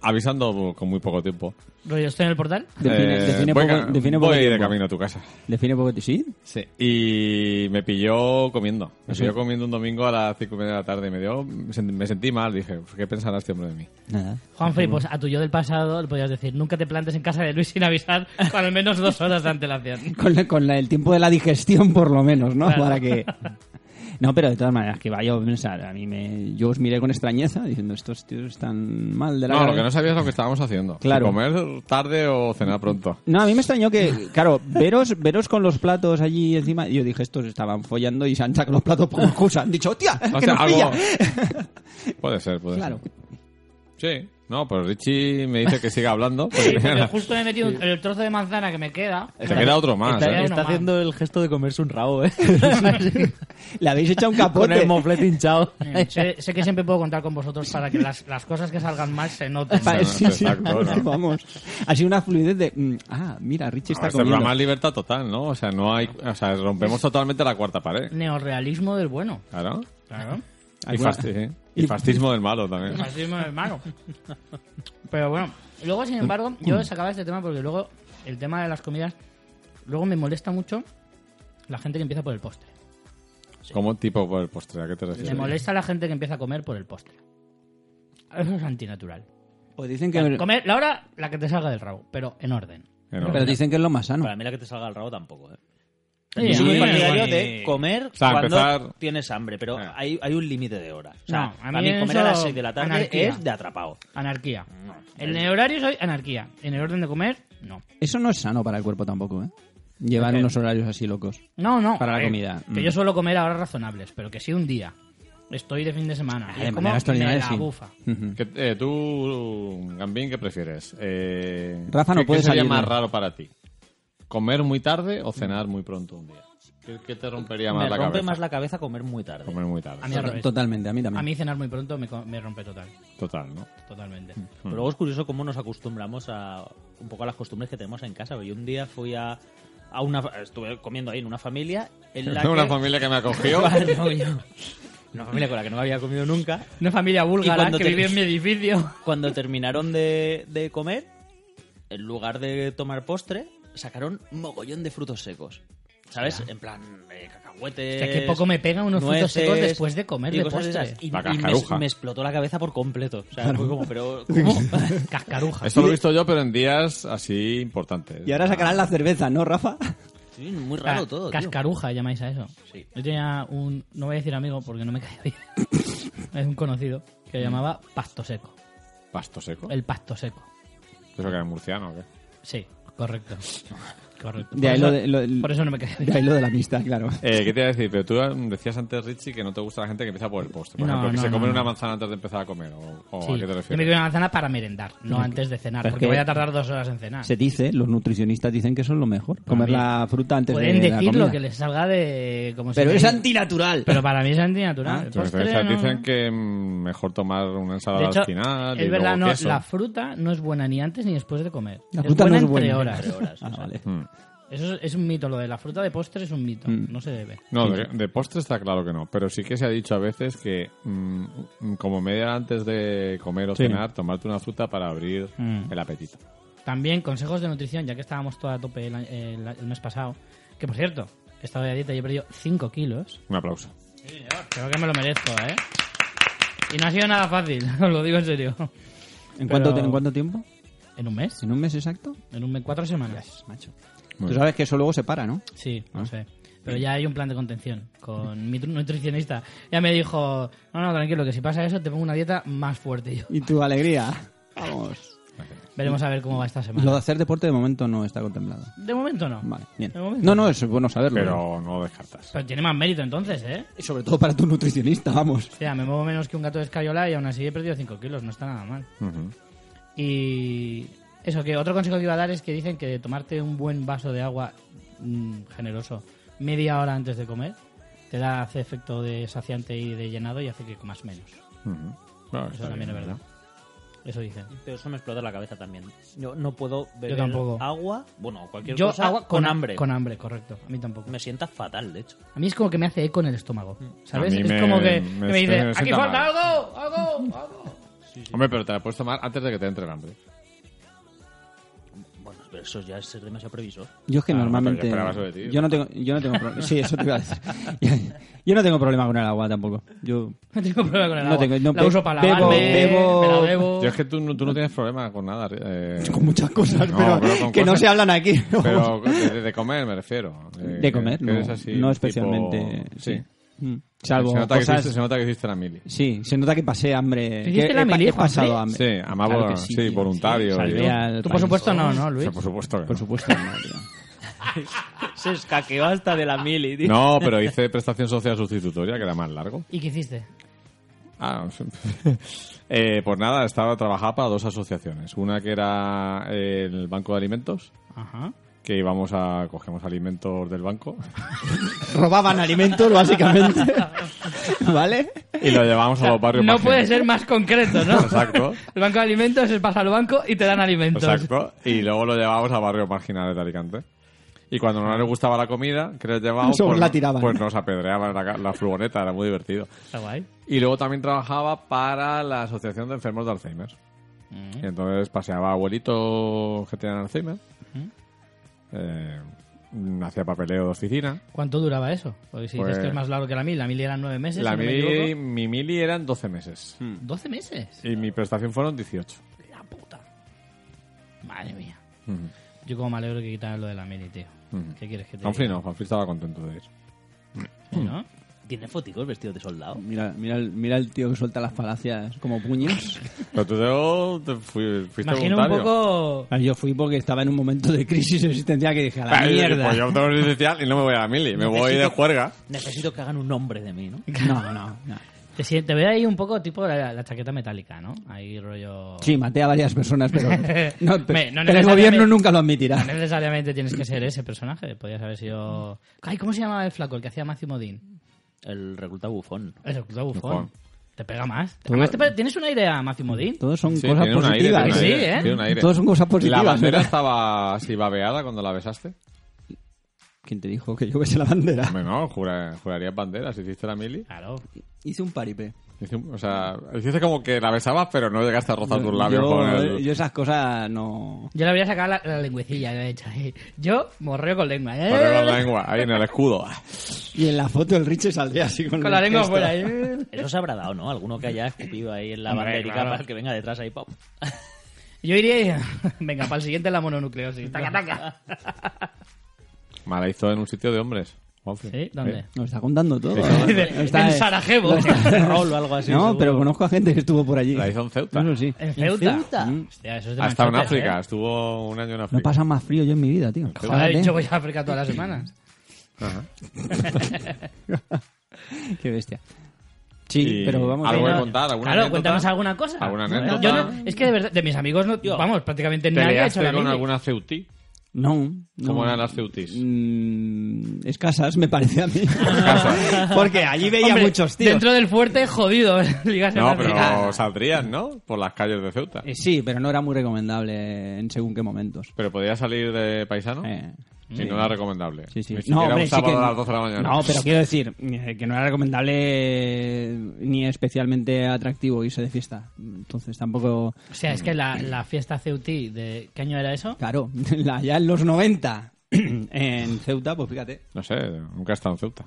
[SPEAKER 2] avisando con muy poco tiempo.
[SPEAKER 1] Rollo, estoy en el portal.
[SPEAKER 3] Define,
[SPEAKER 2] Eh,
[SPEAKER 3] define
[SPEAKER 2] voy
[SPEAKER 3] poco,
[SPEAKER 2] ca-
[SPEAKER 3] define
[SPEAKER 2] voy
[SPEAKER 3] poco
[SPEAKER 2] de
[SPEAKER 3] tiempo.
[SPEAKER 2] camino a tu casa.
[SPEAKER 3] Define poco ti- ¿Sí?
[SPEAKER 2] Sí. Y me pilló comiendo. Me pilló comiendo un domingo a las 5 y media de la tarde y me dio... Me sentí, me sentí mal, dije, ¿qué pensará este hombre de mí?
[SPEAKER 3] Nada.
[SPEAKER 1] Juanfe, pues a tu yo del pasado le podías decir, nunca te plantes en casa de Luis sin avisar con al menos dos horas de antelación.
[SPEAKER 3] Con, la- con la- el tiempo de la digestión, por lo menos, ¿no?
[SPEAKER 1] Claro.
[SPEAKER 3] Para que... No, pero de todas maneras, que vaya a pensar. A mí me... Yo os miré con extrañeza diciendo, estos tíos están mal de la
[SPEAKER 2] No, lo
[SPEAKER 3] cabeza".
[SPEAKER 2] que no sabía es lo que estábamos haciendo. Si
[SPEAKER 3] Claro.
[SPEAKER 2] Comer tarde o cenar pronto.
[SPEAKER 3] No, a mí me extrañó que, claro, veros, veros con los platos allí encima. y Yo dije, estos estaban follando y se han sacado los platos por excusa. Han dicho, ¡hostia!
[SPEAKER 2] O
[SPEAKER 3] que
[SPEAKER 2] sea,
[SPEAKER 3] nos
[SPEAKER 2] algo-
[SPEAKER 3] pilla".
[SPEAKER 2] Puede ser, puede
[SPEAKER 3] Claro.
[SPEAKER 2] ser. Sí. No, pero Richie me dice que siga hablando.
[SPEAKER 1] Sí,
[SPEAKER 2] porque-
[SPEAKER 1] porque justo me he metido un- el trozo de manzana que me queda.
[SPEAKER 2] Te queda otro más,
[SPEAKER 1] Estaría
[SPEAKER 2] ¿eh?
[SPEAKER 4] Está,
[SPEAKER 1] uno
[SPEAKER 4] está
[SPEAKER 1] más.
[SPEAKER 4] haciendo el gesto de comerse un rabo, ¿eh?
[SPEAKER 3] Le habéis echado un capote.
[SPEAKER 4] Con el moflete hinchado.
[SPEAKER 1] Eh, sé, sé que siempre puedo contar con vosotros para que las, las cosas que salgan mal se noten.
[SPEAKER 3] Pa-
[SPEAKER 2] No, no,
[SPEAKER 3] sí,
[SPEAKER 2] no,
[SPEAKER 3] sí,
[SPEAKER 2] exacto,
[SPEAKER 3] sí,
[SPEAKER 2] no.
[SPEAKER 3] vamos. Ha sido una fluidez de. mm, Ah, mira, Richie está
[SPEAKER 2] Este
[SPEAKER 3] comiendo.
[SPEAKER 2] programa es libertad total, ¿no? O sea, no hay... O sea, rompemos totalmente la cuarta pared.
[SPEAKER 1] Neorrealismo del bueno.
[SPEAKER 2] Claro.
[SPEAKER 1] Claro.
[SPEAKER 2] Y,
[SPEAKER 3] Alguna-
[SPEAKER 2] fasti- sí. Y fascismo del malo también.
[SPEAKER 1] Fascismo del malo. Pero bueno, luego, sin embargo, yo sacaba este tema porque luego el tema de las comidas, luego me molesta mucho la gente que empieza por el postre.
[SPEAKER 2] Como tipo por el postre, ¿a qué te refieres?
[SPEAKER 1] Me molesta la gente que empieza a comer por el postre. Eso es antinatural.
[SPEAKER 3] O Pues dicen que.
[SPEAKER 1] Comer la hora, la que te salga del rabo, pero en orden.
[SPEAKER 2] Enorme.
[SPEAKER 3] Pero dicen que es lo más sano.
[SPEAKER 4] Para mí la que te salga al rabo tampoco, ¿eh?
[SPEAKER 1] Sí,
[SPEAKER 4] Yo soy
[SPEAKER 1] a mí
[SPEAKER 4] muy
[SPEAKER 1] me
[SPEAKER 4] partidario
[SPEAKER 1] igual.
[SPEAKER 4] de comer
[SPEAKER 2] sea,
[SPEAKER 4] cuando
[SPEAKER 2] empezar-
[SPEAKER 4] tienes hambre, pero
[SPEAKER 2] Ah.
[SPEAKER 4] hay, hay un límite de hora. O sea,
[SPEAKER 1] No, a
[SPEAKER 4] a
[SPEAKER 1] mí
[SPEAKER 4] mí, comer a
[SPEAKER 1] eso-
[SPEAKER 4] las 6 de la tarde
[SPEAKER 1] anarquía.
[SPEAKER 4] es de atrapado.
[SPEAKER 1] Anarquía. En el horario soy anarquía. En el orden de comer, no.
[SPEAKER 3] Eso no es sano para el cuerpo tampoco, ¿eh? Llevar unos horarios así locos.
[SPEAKER 1] No, no.
[SPEAKER 3] Para la
[SPEAKER 1] a ver,
[SPEAKER 3] comida.
[SPEAKER 1] Que
[SPEAKER 3] Mm.
[SPEAKER 1] yo suelo comer a horas razonables, pero que si un día estoy de fin de semana y
[SPEAKER 3] de
[SPEAKER 1] como
[SPEAKER 3] manera
[SPEAKER 1] me
[SPEAKER 3] extraordinaria,
[SPEAKER 1] la
[SPEAKER 3] sí.
[SPEAKER 1] bufa.
[SPEAKER 3] Ujú.
[SPEAKER 2] ¿Qué- eh, tú, Gambín, ¿qué prefieres? Eh,
[SPEAKER 3] Rafa no
[SPEAKER 2] ¿qué,
[SPEAKER 3] puede
[SPEAKER 2] ¿Qué sería
[SPEAKER 3] salir,
[SPEAKER 2] más
[SPEAKER 3] ¿no?
[SPEAKER 2] raro para ti? ¿Comer muy tarde o cenar muy pronto un día? ¿Qué, qué te rompería más
[SPEAKER 4] Me
[SPEAKER 2] la
[SPEAKER 4] rompe
[SPEAKER 2] cabeza?
[SPEAKER 4] más la cabeza comer muy tarde.
[SPEAKER 2] Comer muy tarde.
[SPEAKER 1] A mí al revés.
[SPEAKER 3] Totalmente, a mí también.
[SPEAKER 1] A mí cenar muy pronto me, co- me rompe total.
[SPEAKER 2] Total, ¿no?
[SPEAKER 1] Totalmente.
[SPEAKER 4] Pero luego es curioso cómo nos acostumbramos a un poco a las costumbres que tenemos en casa. Yo un día fui a, a una... Estuve comiendo ahí en una familia en la
[SPEAKER 2] Una
[SPEAKER 4] que...
[SPEAKER 2] familia que me acogió.
[SPEAKER 4] Vale, no, yo- Una familia con la que no había comido nunca.
[SPEAKER 1] Una familia búlgara
[SPEAKER 4] cuando
[SPEAKER 1] que
[SPEAKER 4] te-
[SPEAKER 1] vive en mi edificio.
[SPEAKER 4] Cuando terminaron de, de comer, en lugar de tomar postre, sacaron mogollón de frutos secos. ¿Sabes? En plan, eh, cacahuetes.
[SPEAKER 1] Hostia, qué poco me pega unos frutos
[SPEAKER 4] nueces
[SPEAKER 1] secos después de comer
[SPEAKER 4] y
[SPEAKER 1] de
[SPEAKER 4] cosas
[SPEAKER 1] postre.
[SPEAKER 4] esas. Y,
[SPEAKER 2] La
[SPEAKER 4] y me-
[SPEAKER 2] cascaruja.
[SPEAKER 4] me, explotó la cabeza por completo. O sea, fue como, pero. ¿cómo?
[SPEAKER 1] Cascaruja.
[SPEAKER 2] Eso lo he visto yo, pero en días así importantes.
[SPEAKER 3] Y ahora sacarán la cerveza, ¿no, Rafa?
[SPEAKER 4] Sí, muy
[SPEAKER 1] Ca-
[SPEAKER 4] raro todo. tío.
[SPEAKER 1] Cascaruja llamáis a eso.
[SPEAKER 4] Sí.
[SPEAKER 1] Yo tenía un, no voy a decir amigo porque no me cae bien. es un conocido
[SPEAKER 3] Mm.
[SPEAKER 1] que llamaba pasto seco.
[SPEAKER 2] ¿Pasto seco?
[SPEAKER 1] El pasto seco.
[SPEAKER 2] ¿Eso que era murciano o qué?
[SPEAKER 1] Sí, correcto. correcto.
[SPEAKER 3] De
[SPEAKER 1] por,
[SPEAKER 3] ahí
[SPEAKER 1] eso,
[SPEAKER 3] lo de- lo-
[SPEAKER 1] por eso no me cae bien.
[SPEAKER 3] De ahí lo de la amistad, claro.
[SPEAKER 2] Eh, ¿Qué te iba a decir? Pero tú mm, decías antes, Richie, que no te gusta la gente que empieza por el postre. Por
[SPEAKER 1] No,
[SPEAKER 2] ejemplo, que
[SPEAKER 1] no,
[SPEAKER 2] se
[SPEAKER 1] no,
[SPEAKER 2] comen
[SPEAKER 1] no.
[SPEAKER 2] una manzana antes de empezar a comer. ¿O, o
[SPEAKER 1] Sí,
[SPEAKER 2] a qué te
[SPEAKER 1] Yo me
[SPEAKER 2] refieres?
[SPEAKER 1] quiero una manzana para merendar, no antes de cenar,
[SPEAKER 3] pero es
[SPEAKER 1] porque
[SPEAKER 3] que-
[SPEAKER 1] voy a tardar dos horas en cenar.
[SPEAKER 3] Se dice, los nutricionistas dicen que eso es lo mejor,
[SPEAKER 1] Para Ah.
[SPEAKER 3] comer
[SPEAKER 1] mí.
[SPEAKER 3] la fruta antes
[SPEAKER 1] Pueden
[SPEAKER 3] de
[SPEAKER 1] decir
[SPEAKER 3] la
[SPEAKER 1] lo
[SPEAKER 3] comida.
[SPEAKER 1] que les salga de... Como si
[SPEAKER 3] Pero
[SPEAKER 1] me-
[SPEAKER 3] es antinatural.
[SPEAKER 1] Pero para mí es antinatural.
[SPEAKER 3] Ah,
[SPEAKER 1] El
[SPEAKER 2] Tus
[SPEAKER 1] postre
[SPEAKER 2] referencias
[SPEAKER 1] no-
[SPEAKER 2] Pues dicen que mm, mejor tomar una
[SPEAKER 1] De
[SPEAKER 2] ensalada
[SPEAKER 1] hecho,
[SPEAKER 2] al final. y
[SPEAKER 1] es verdad,
[SPEAKER 2] luego
[SPEAKER 1] no,
[SPEAKER 2] queso.
[SPEAKER 1] la fruta no es buena ni antes ni después de comer.
[SPEAKER 3] La
[SPEAKER 1] es
[SPEAKER 3] fruta no
[SPEAKER 1] buena
[SPEAKER 3] es
[SPEAKER 1] entre
[SPEAKER 3] buena.
[SPEAKER 1] horas.
[SPEAKER 4] Entre horas,
[SPEAKER 3] Ah,
[SPEAKER 4] o sea.
[SPEAKER 3] vale.
[SPEAKER 2] Mm.
[SPEAKER 1] Eso es, es un mito, lo de la fruta de postre es un mito,
[SPEAKER 3] Mm.
[SPEAKER 1] no se debe.
[SPEAKER 2] No, de, de postre está claro que no, pero sí que se ha dicho a veces que mm, mm, como media hora antes de comer o
[SPEAKER 3] Sí.
[SPEAKER 2] cenar, tomarte una fruta para abrir
[SPEAKER 1] Mm.
[SPEAKER 2] el apetito.
[SPEAKER 1] También consejos de nutrición, ya que estábamos todo a tope el, a- el- el mes pasado. Que por cierto, he estado de dieta y he perdido 5 kilos.
[SPEAKER 2] Un aplauso.
[SPEAKER 1] Creo que me lo merezco, ¿eh? Y no ha sido nada fácil, os lo digo en serio.
[SPEAKER 3] ¿En, cuánto,
[SPEAKER 1] Pero-
[SPEAKER 3] ¿En cuánto tiempo?
[SPEAKER 1] ¿En un mes?
[SPEAKER 3] ¿En un mes exacto?
[SPEAKER 1] ¿En un mes? ¿Cuatro semanas?
[SPEAKER 3] Macho.
[SPEAKER 2] Muy
[SPEAKER 3] Tú
[SPEAKER 2] bien.
[SPEAKER 3] sabes que eso luego se para, ¿no?
[SPEAKER 1] Sí, no sé. Pero ya hay un plan de contención con mi tru- nutricionista. Ya me dijo, no, no, tranquilo, que si pasa eso te pongo una dieta más fuerte. Y yo,
[SPEAKER 3] Y tu alegría. Vamos.
[SPEAKER 1] veremos a ver cómo va esta
[SPEAKER 3] Lo de
[SPEAKER 1] semana.
[SPEAKER 3] hacer deporte de momento no está contemplado.
[SPEAKER 1] De momento no.
[SPEAKER 3] Vale, bien.
[SPEAKER 1] De momento
[SPEAKER 3] No, no, es bueno saberlo.
[SPEAKER 2] Pero no lo descartas.
[SPEAKER 1] Pero tiene más mérito entonces, ¿eh?
[SPEAKER 3] ¿eh? Sobre todo para tu nutricionista, vamos.
[SPEAKER 1] O sea, me muevo menos que un gato de escayola y aún así he perdido 5 kilos, no está nada mal.
[SPEAKER 2] Ujú.
[SPEAKER 1] Y eso, que otro consejo que iba a dar es que dicen que tomarte un buen vaso de agua mm, generoso media hora antes de comer te da hace efecto de saciante y de llenado y hace que comas menos.
[SPEAKER 2] Ujú. Bueno,
[SPEAKER 1] Eso
[SPEAKER 2] está
[SPEAKER 1] también
[SPEAKER 2] bien,
[SPEAKER 1] es verdad. Eso dicen.
[SPEAKER 4] Pero eso me explota la cabeza también. Yo no puedo beber
[SPEAKER 1] tampoco.
[SPEAKER 4] agua, bueno, cualquier
[SPEAKER 1] Yo
[SPEAKER 4] cosa
[SPEAKER 1] agua
[SPEAKER 4] con,
[SPEAKER 1] ha-
[SPEAKER 4] hambre.
[SPEAKER 1] Con hambre, correcto. A mí tampoco.
[SPEAKER 4] Me sienta fatal, de hecho.
[SPEAKER 1] A mí es como que me hace eco en el estómago. ¿Sabes?
[SPEAKER 2] A mí
[SPEAKER 1] Es
[SPEAKER 2] me-
[SPEAKER 1] como que que
[SPEAKER 2] me
[SPEAKER 1] me, dice,
[SPEAKER 2] estoy- me
[SPEAKER 1] aquí
[SPEAKER 2] sienta
[SPEAKER 1] falta
[SPEAKER 2] mal".
[SPEAKER 1] algo, algo, algo.
[SPEAKER 2] Hombre, pero te la puedes tomar antes de que te entre el hambre.
[SPEAKER 4] Bueno, pero eso ya es ser demasiado previsor.
[SPEAKER 3] Yo es que
[SPEAKER 2] Ah,
[SPEAKER 3] normalmente.
[SPEAKER 2] pero yo esperaba eso de ti.
[SPEAKER 3] Yo no tengo, yo no tengo pro- Sí, eso te iba a decir. Yo no tengo problema con el agua tampoco. Yo
[SPEAKER 1] No tengo problema con el
[SPEAKER 3] No
[SPEAKER 1] agua.
[SPEAKER 3] tengo- no,
[SPEAKER 1] la
[SPEAKER 3] be-
[SPEAKER 1] uso para
[SPEAKER 3] bebo-
[SPEAKER 1] lavarme,
[SPEAKER 3] bebo-
[SPEAKER 1] me la bebo.
[SPEAKER 2] Yo es que tú, no- tú no tienes problema con nada. eh,
[SPEAKER 3] con muchas cosas,
[SPEAKER 2] No,
[SPEAKER 3] pero,
[SPEAKER 2] pero con
[SPEAKER 3] que no
[SPEAKER 2] cosas-
[SPEAKER 3] se hablan aquí. ¿no?
[SPEAKER 2] Pero de, de comer me refiero. Eh,
[SPEAKER 3] de comer,
[SPEAKER 2] que
[SPEAKER 3] no,
[SPEAKER 2] eres así,
[SPEAKER 3] no
[SPEAKER 2] tipo-
[SPEAKER 3] especialmente. Sí.
[SPEAKER 2] Sí.
[SPEAKER 3] Mm. Salvo
[SPEAKER 2] se, nota que
[SPEAKER 3] cosas.
[SPEAKER 2] hiciste, se nota que hiciste la mili.
[SPEAKER 3] Sí, se nota que pasé hambre.
[SPEAKER 1] ¿Tú hiciste
[SPEAKER 3] que
[SPEAKER 1] la
[SPEAKER 3] he pa-
[SPEAKER 1] mili,
[SPEAKER 3] he pasado
[SPEAKER 1] Juanfre?
[SPEAKER 3] hambre.
[SPEAKER 2] Sí, amaba,
[SPEAKER 3] Claro que
[SPEAKER 2] sí,
[SPEAKER 3] tío,
[SPEAKER 2] voluntario.
[SPEAKER 3] Salvé
[SPEAKER 2] y-
[SPEAKER 3] al
[SPEAKER 1] Tú por
[SPEAKER 3] país.
[SPEAKER 1] supuesto no, ¿no,
[SPEAKER 2] O
[SPEAKER 1] Luis?
[SPEAKER 2] sea, por supuesto que no.
[SPEAKER 3] Por supuesto, no, tío.
[SPEAKER 4] Se escaqueó hasta de la mili, tío.
[SPEAKER 2] No, pero hice prestación social sustitutoria, que era más largo.
[SPEAKER 1] ¿Y qué hiciste?
[SPEAKER 2] Ah, no sé. Eh, pues nada, estaba trabajaba para dos asociaciones. Una que era eh, el Banco de Alimentos,
[SPEAKER 1] Ajá.
[SPEAKER 2] que íbamos a cogemos alimentos del banco
[SPEAKER 3] Robaban alimentos, básicamente. ¿Vale?
[SPEAKER 2] y lo llevábamos a los barrios.
[SPEAKER 1] No
[SPEAKER 2] más
[SPEAKER 1] puede
[SPEAKER 2] gente.
[SPEAKER 1] ser más concreto, ¿no?
[SPEAKER 2] Exacto.
[SPEAKER 1] El banco de alimentos se pasa al banco y te dan alimentos.
[SPEAKER 2] Exacto. Y luego lo llevábamos a barrios marginales de Alicante. Y cuando no les gustaba la comida que les llevábamos,
[SPEAKER 3] Eso
[SPEAKER 2] pues,
[SPEAKER 3] la tiraban.
[SPEAKER 2] pues nos apedreaban la, ca- la furgoneta, era muy divertido.
[SPEAKER 1] Está guay.
[SPEAKER 2] Y luego también trabajaba para la Asociación de Enfermos de Alzheimer.
[SPEAKER 1] Mm.
[SPEAKER 2] Y entonces paseaba a abuelitos que tenían Alzheimer.
[SPEAKER 1] Mm.
[SPEAKER 2] Eh, mm, hacía papeleo de oficina.
[SPEAKER 1] ¿Cuánto duraba eso? Porque si
[SPEAKER 2] Pues-
[SPEAKER 1] dices que es más largo que la mil, la mil eran nueve meses.
[SPEAKER 2] La
[SPEAKER 1] si no me
[SPEAKER 2] mili,
[SPEAKER 1] equivoco. Mm.
[SPEAKER 2] mi mili eran 12 meses.
[SPEAKER 1] ¿Doce meses?
[SPEAKER 2] Y mi prestación fueron 18.
[SPEAKER 1] La puta. Madre mía. Yo como me alegro que quitaran lo de la mili, tío.
[SPEAKER 2] Ujú.
[SPEAKER 1] ¿Qué quieres que te
[SPEAKER 2] Juanfri
[SPEAKER 1] diga?
[SPEAKER 2] Mm. no, Mm. Juanfri estaba contento de ir.
[SPEAKER 1] ¿No?
[SPEAKER 4] Tiene foticos vestidos de soldado.
[SPEAKER 3] Mira, mira, el- mira el tío que suelta las falacias como puños.
[SPEAKER 2] Pero tú Teo, te fui- fuiste
[SPEAKER 1] Imagino un
[SPEAKER 2] voluntario.
[SPEAKER 1] poco...
[SPEAKER 3] Ah, Yo fui porque estaba en un momento de crisis existencial que dije, a la
[SPEAKER 2] Ay,
[SPEAKER 3] mierda.
[SPEAKER 2] Pues yo tengo licencial y no me voy a la mili, me voy de
[SPEAKER 4] Necesito-
[SPEAKER 2] juerga.
[SPEAKER 4] Necesito que hagan un nombre de mí, ¿no?
[SPEAKER 3] No, no, no.
[SPEAKER 1] Te, sien- te veo ahí un poco tipo la, la chaqueta metálica, ¿no? Ahí rollo...
[SPEAKER 3] Sí, maté a varias personas, pero, no, pe-
[SPEAKER 1] Me- no
[SPEAKER 3] pero el
[SPEAKER 1] necesariamente-
[SPEAKER 3] gobierno nunca lo
[SPEAKER 1] No
[SPEAKER 3] admitirá.
[SPEAKER 1] necesariamente tienes que ser ese personaje. Podrías haber sido... Ay, ¿cómo se llamaba el flaco? El que hacía Máximo Dean.
[SPEAKER 4] El recluta bufón.
[SPEAKER 1] El Club Bufón.
[SPEAKER 2] Bufón.
[SPEAKER 1] Te pega más. Además, te pe- tienes una idea, Máximo Dean.
[SPEAKER 3] Todos son
[SPEAKER 2] Sí,
[SPEAKER 3] cosas
[SPEAKER 2] tiene un aire,
[SPEAKER 3] positivas.
[SPEAKER 2] tiene un
[SPEAKER 1] Sí,
[SPEAKER 2] aire,
[SPEAKER 1] ¿eh?
[SPEAKER 2] tiene un aire.
[SPEAKER 3] Todos son cosas positivas.
[SPEAKER 2] La bandera
[SPEAKER 3] ¿verdad?
[SPEAKER 2] estaba así babeada cuando la besaste.
[SPEAKER 3] ¿Quién te dijo que yo besé la bandera?
[SPEAKER 2] Hombre, no, jura- jurarías bandera si hiciste la mili.
[SPEAKER 1] Claro.
[SPEAKER 3] Hice un paripé.
[SPEAKER 2] Hice un- O sea, hiciste como que la besabas, pero no llegaste a rozar tus labios
[SPEAKER 3] yo, eh,
[SPEAKER 2] con el...
[SPEAKER 3] yo esas cosas no...
[SPEAKER 1] Yo le habría sacado la, la lengüecilla que he hecho ahí. Yo morreo con lengua. ¿eh?
[SPEAKER 2] Correr la lengua, ahí en el escudo.
[SPEAKER 3] Y en la foto el Richie saldría así con,
[SPEAKER 1] Con la
[SPEAKER 3] el
[SPEAKER 1] lengua
[SPEAKER 3] gesto.
[SPEAKER 1] fuera. ¿eh?
[SPEAKER 4] Eso se habrá dado, ¿no? Alguno que haya escupido ahí en la
[SPEAKER 1] Hombre,
[SPEAKER 4] banderica
[SPEAKER 1] claro.
[SPEAKER 4] para el que venga detrás ahí, pop.
[SPEAKER 1] Yo iría y... Venga, para el siguiente la mononucleosis. Taca, taca.
[SPEAKER 2] Me la hizo en un sitio de hombres. Juanfe.
[SPEAKER 1] ¿Sí? ¿Dónde?
[SPEAKER 2] Eh,
[SPEAKER 3] Nos está contando todo.
[SPEAKER 1] en Sarajevo.
[SPEAKER 4] Rol o algo así.
[SPEAKER 3] No,
[SPEAKER 4] seguro.
[SPEAKER 3] pero conozco a gente que estuvo por allí.
[SPEAKER 2] La hizo en Ceuta.
[SPEAKER 3] Eso sí.
[SPEAKER 1] En Ceuta.
[SPEAKER 4] Ceuta?
[SPEAKER 1] Mm. Hostia, eso es de
[SPEAKER 2] Ha estado en
[SPEAKER 1] machotes,
[SPEAKER 2] África,
[SPEAKER 1] ¿eh?
[SPEAKER 2] estuvo un año en
[SPEAKER 3] No
[SPEAKER 2] África.
[SPEAKER 3] pasa más frío yo en mi vida, tío.
[SPEAKER 1] Joder,
[SPEAKER 3] Joder, eh.
[SPEAKER 1] yo voy a África todas las semanas.
[SPEAKER 3] Qué bestia. Sí,
[SPEAKER 2] Y
[SPEAKER 3] pero vamos
[SPEAKER 2] algo
[SPEAKER 3] a
[SPEAKER 2] de
[SPEAKER 1] No,
[SPEAKER 2] contar, alguna
[SPEAKER 1] Claro,
[SPEAKER 2] anécdota.
[SPEAKER 1] cuéntanos alguna cosa.
[SPEAKER 2] ¿Alguna anécdota?
[SPEAKER 1] Yo no- es que de verdad, de mis amigos, no, vamos, prácticamente
[SPEAKER 2] ¿Te
[SPEAKER 1] nadie ha hecho
[SPEAKER 2] liaste
[SPEAKER 1] la
[SPEAKER 2] con
[SPEAKER 1] mili.
[SPEAKER 2] alguna ceutí?
[SPEAKER 3] No. no.
[SPEAKER 2] ¿Cómo eran las ceutis?
[SPEAKER 3] Mm, escasas, me parece a mí.
[SPEAKER 2] Escasas.
[SPEAKER 3] Porque allí veía
[SPEAKER 1] Hombre,
[SPEAKER 3] muchos tíos.
[SPEAKER 1] Dentro del fuerte, jodido. ligas en
[SPEAKER 2] No,
[SPEAKER 1] África.
[SPEAKER 2] pero saldrían, ¿no? Por las calles de Ceuta.
[SPEAKER 3] Eh, sí, pero no era muy recomendable en según qué momentos.
[SPEAKER 2] Pero podía salir de paisano
[SPEAKER 3] Eh,
[SPEAKER 2] y no era recomendable.
[SPEAKER 3] sí, sí.
[SPEAKER 2] Ni siquiera
[SPEAKER 3] hombre,
[SPEAKER 2] un
[SPEAKER 3] sí
[SPEAKER 2] sábado
[SPEAKER 3] que-
[SPEAKER 2] a las 12 de la mañana.
[SPEAKER 3] No, pero quiero decir eh, que no era recomendable eh, ni especialmente atractivo irse de fiesta. Entonces tampoco...
[SPEAKER 1] O sea, es que la, la fiesta Ceutí, de ¿qué año era eso?
[SPEAKER 3] Claro, la, ya en los 90 en Ceuta, pues fíjate.
[SPEAKER 2] No sé, nunca he estado en Ceuta.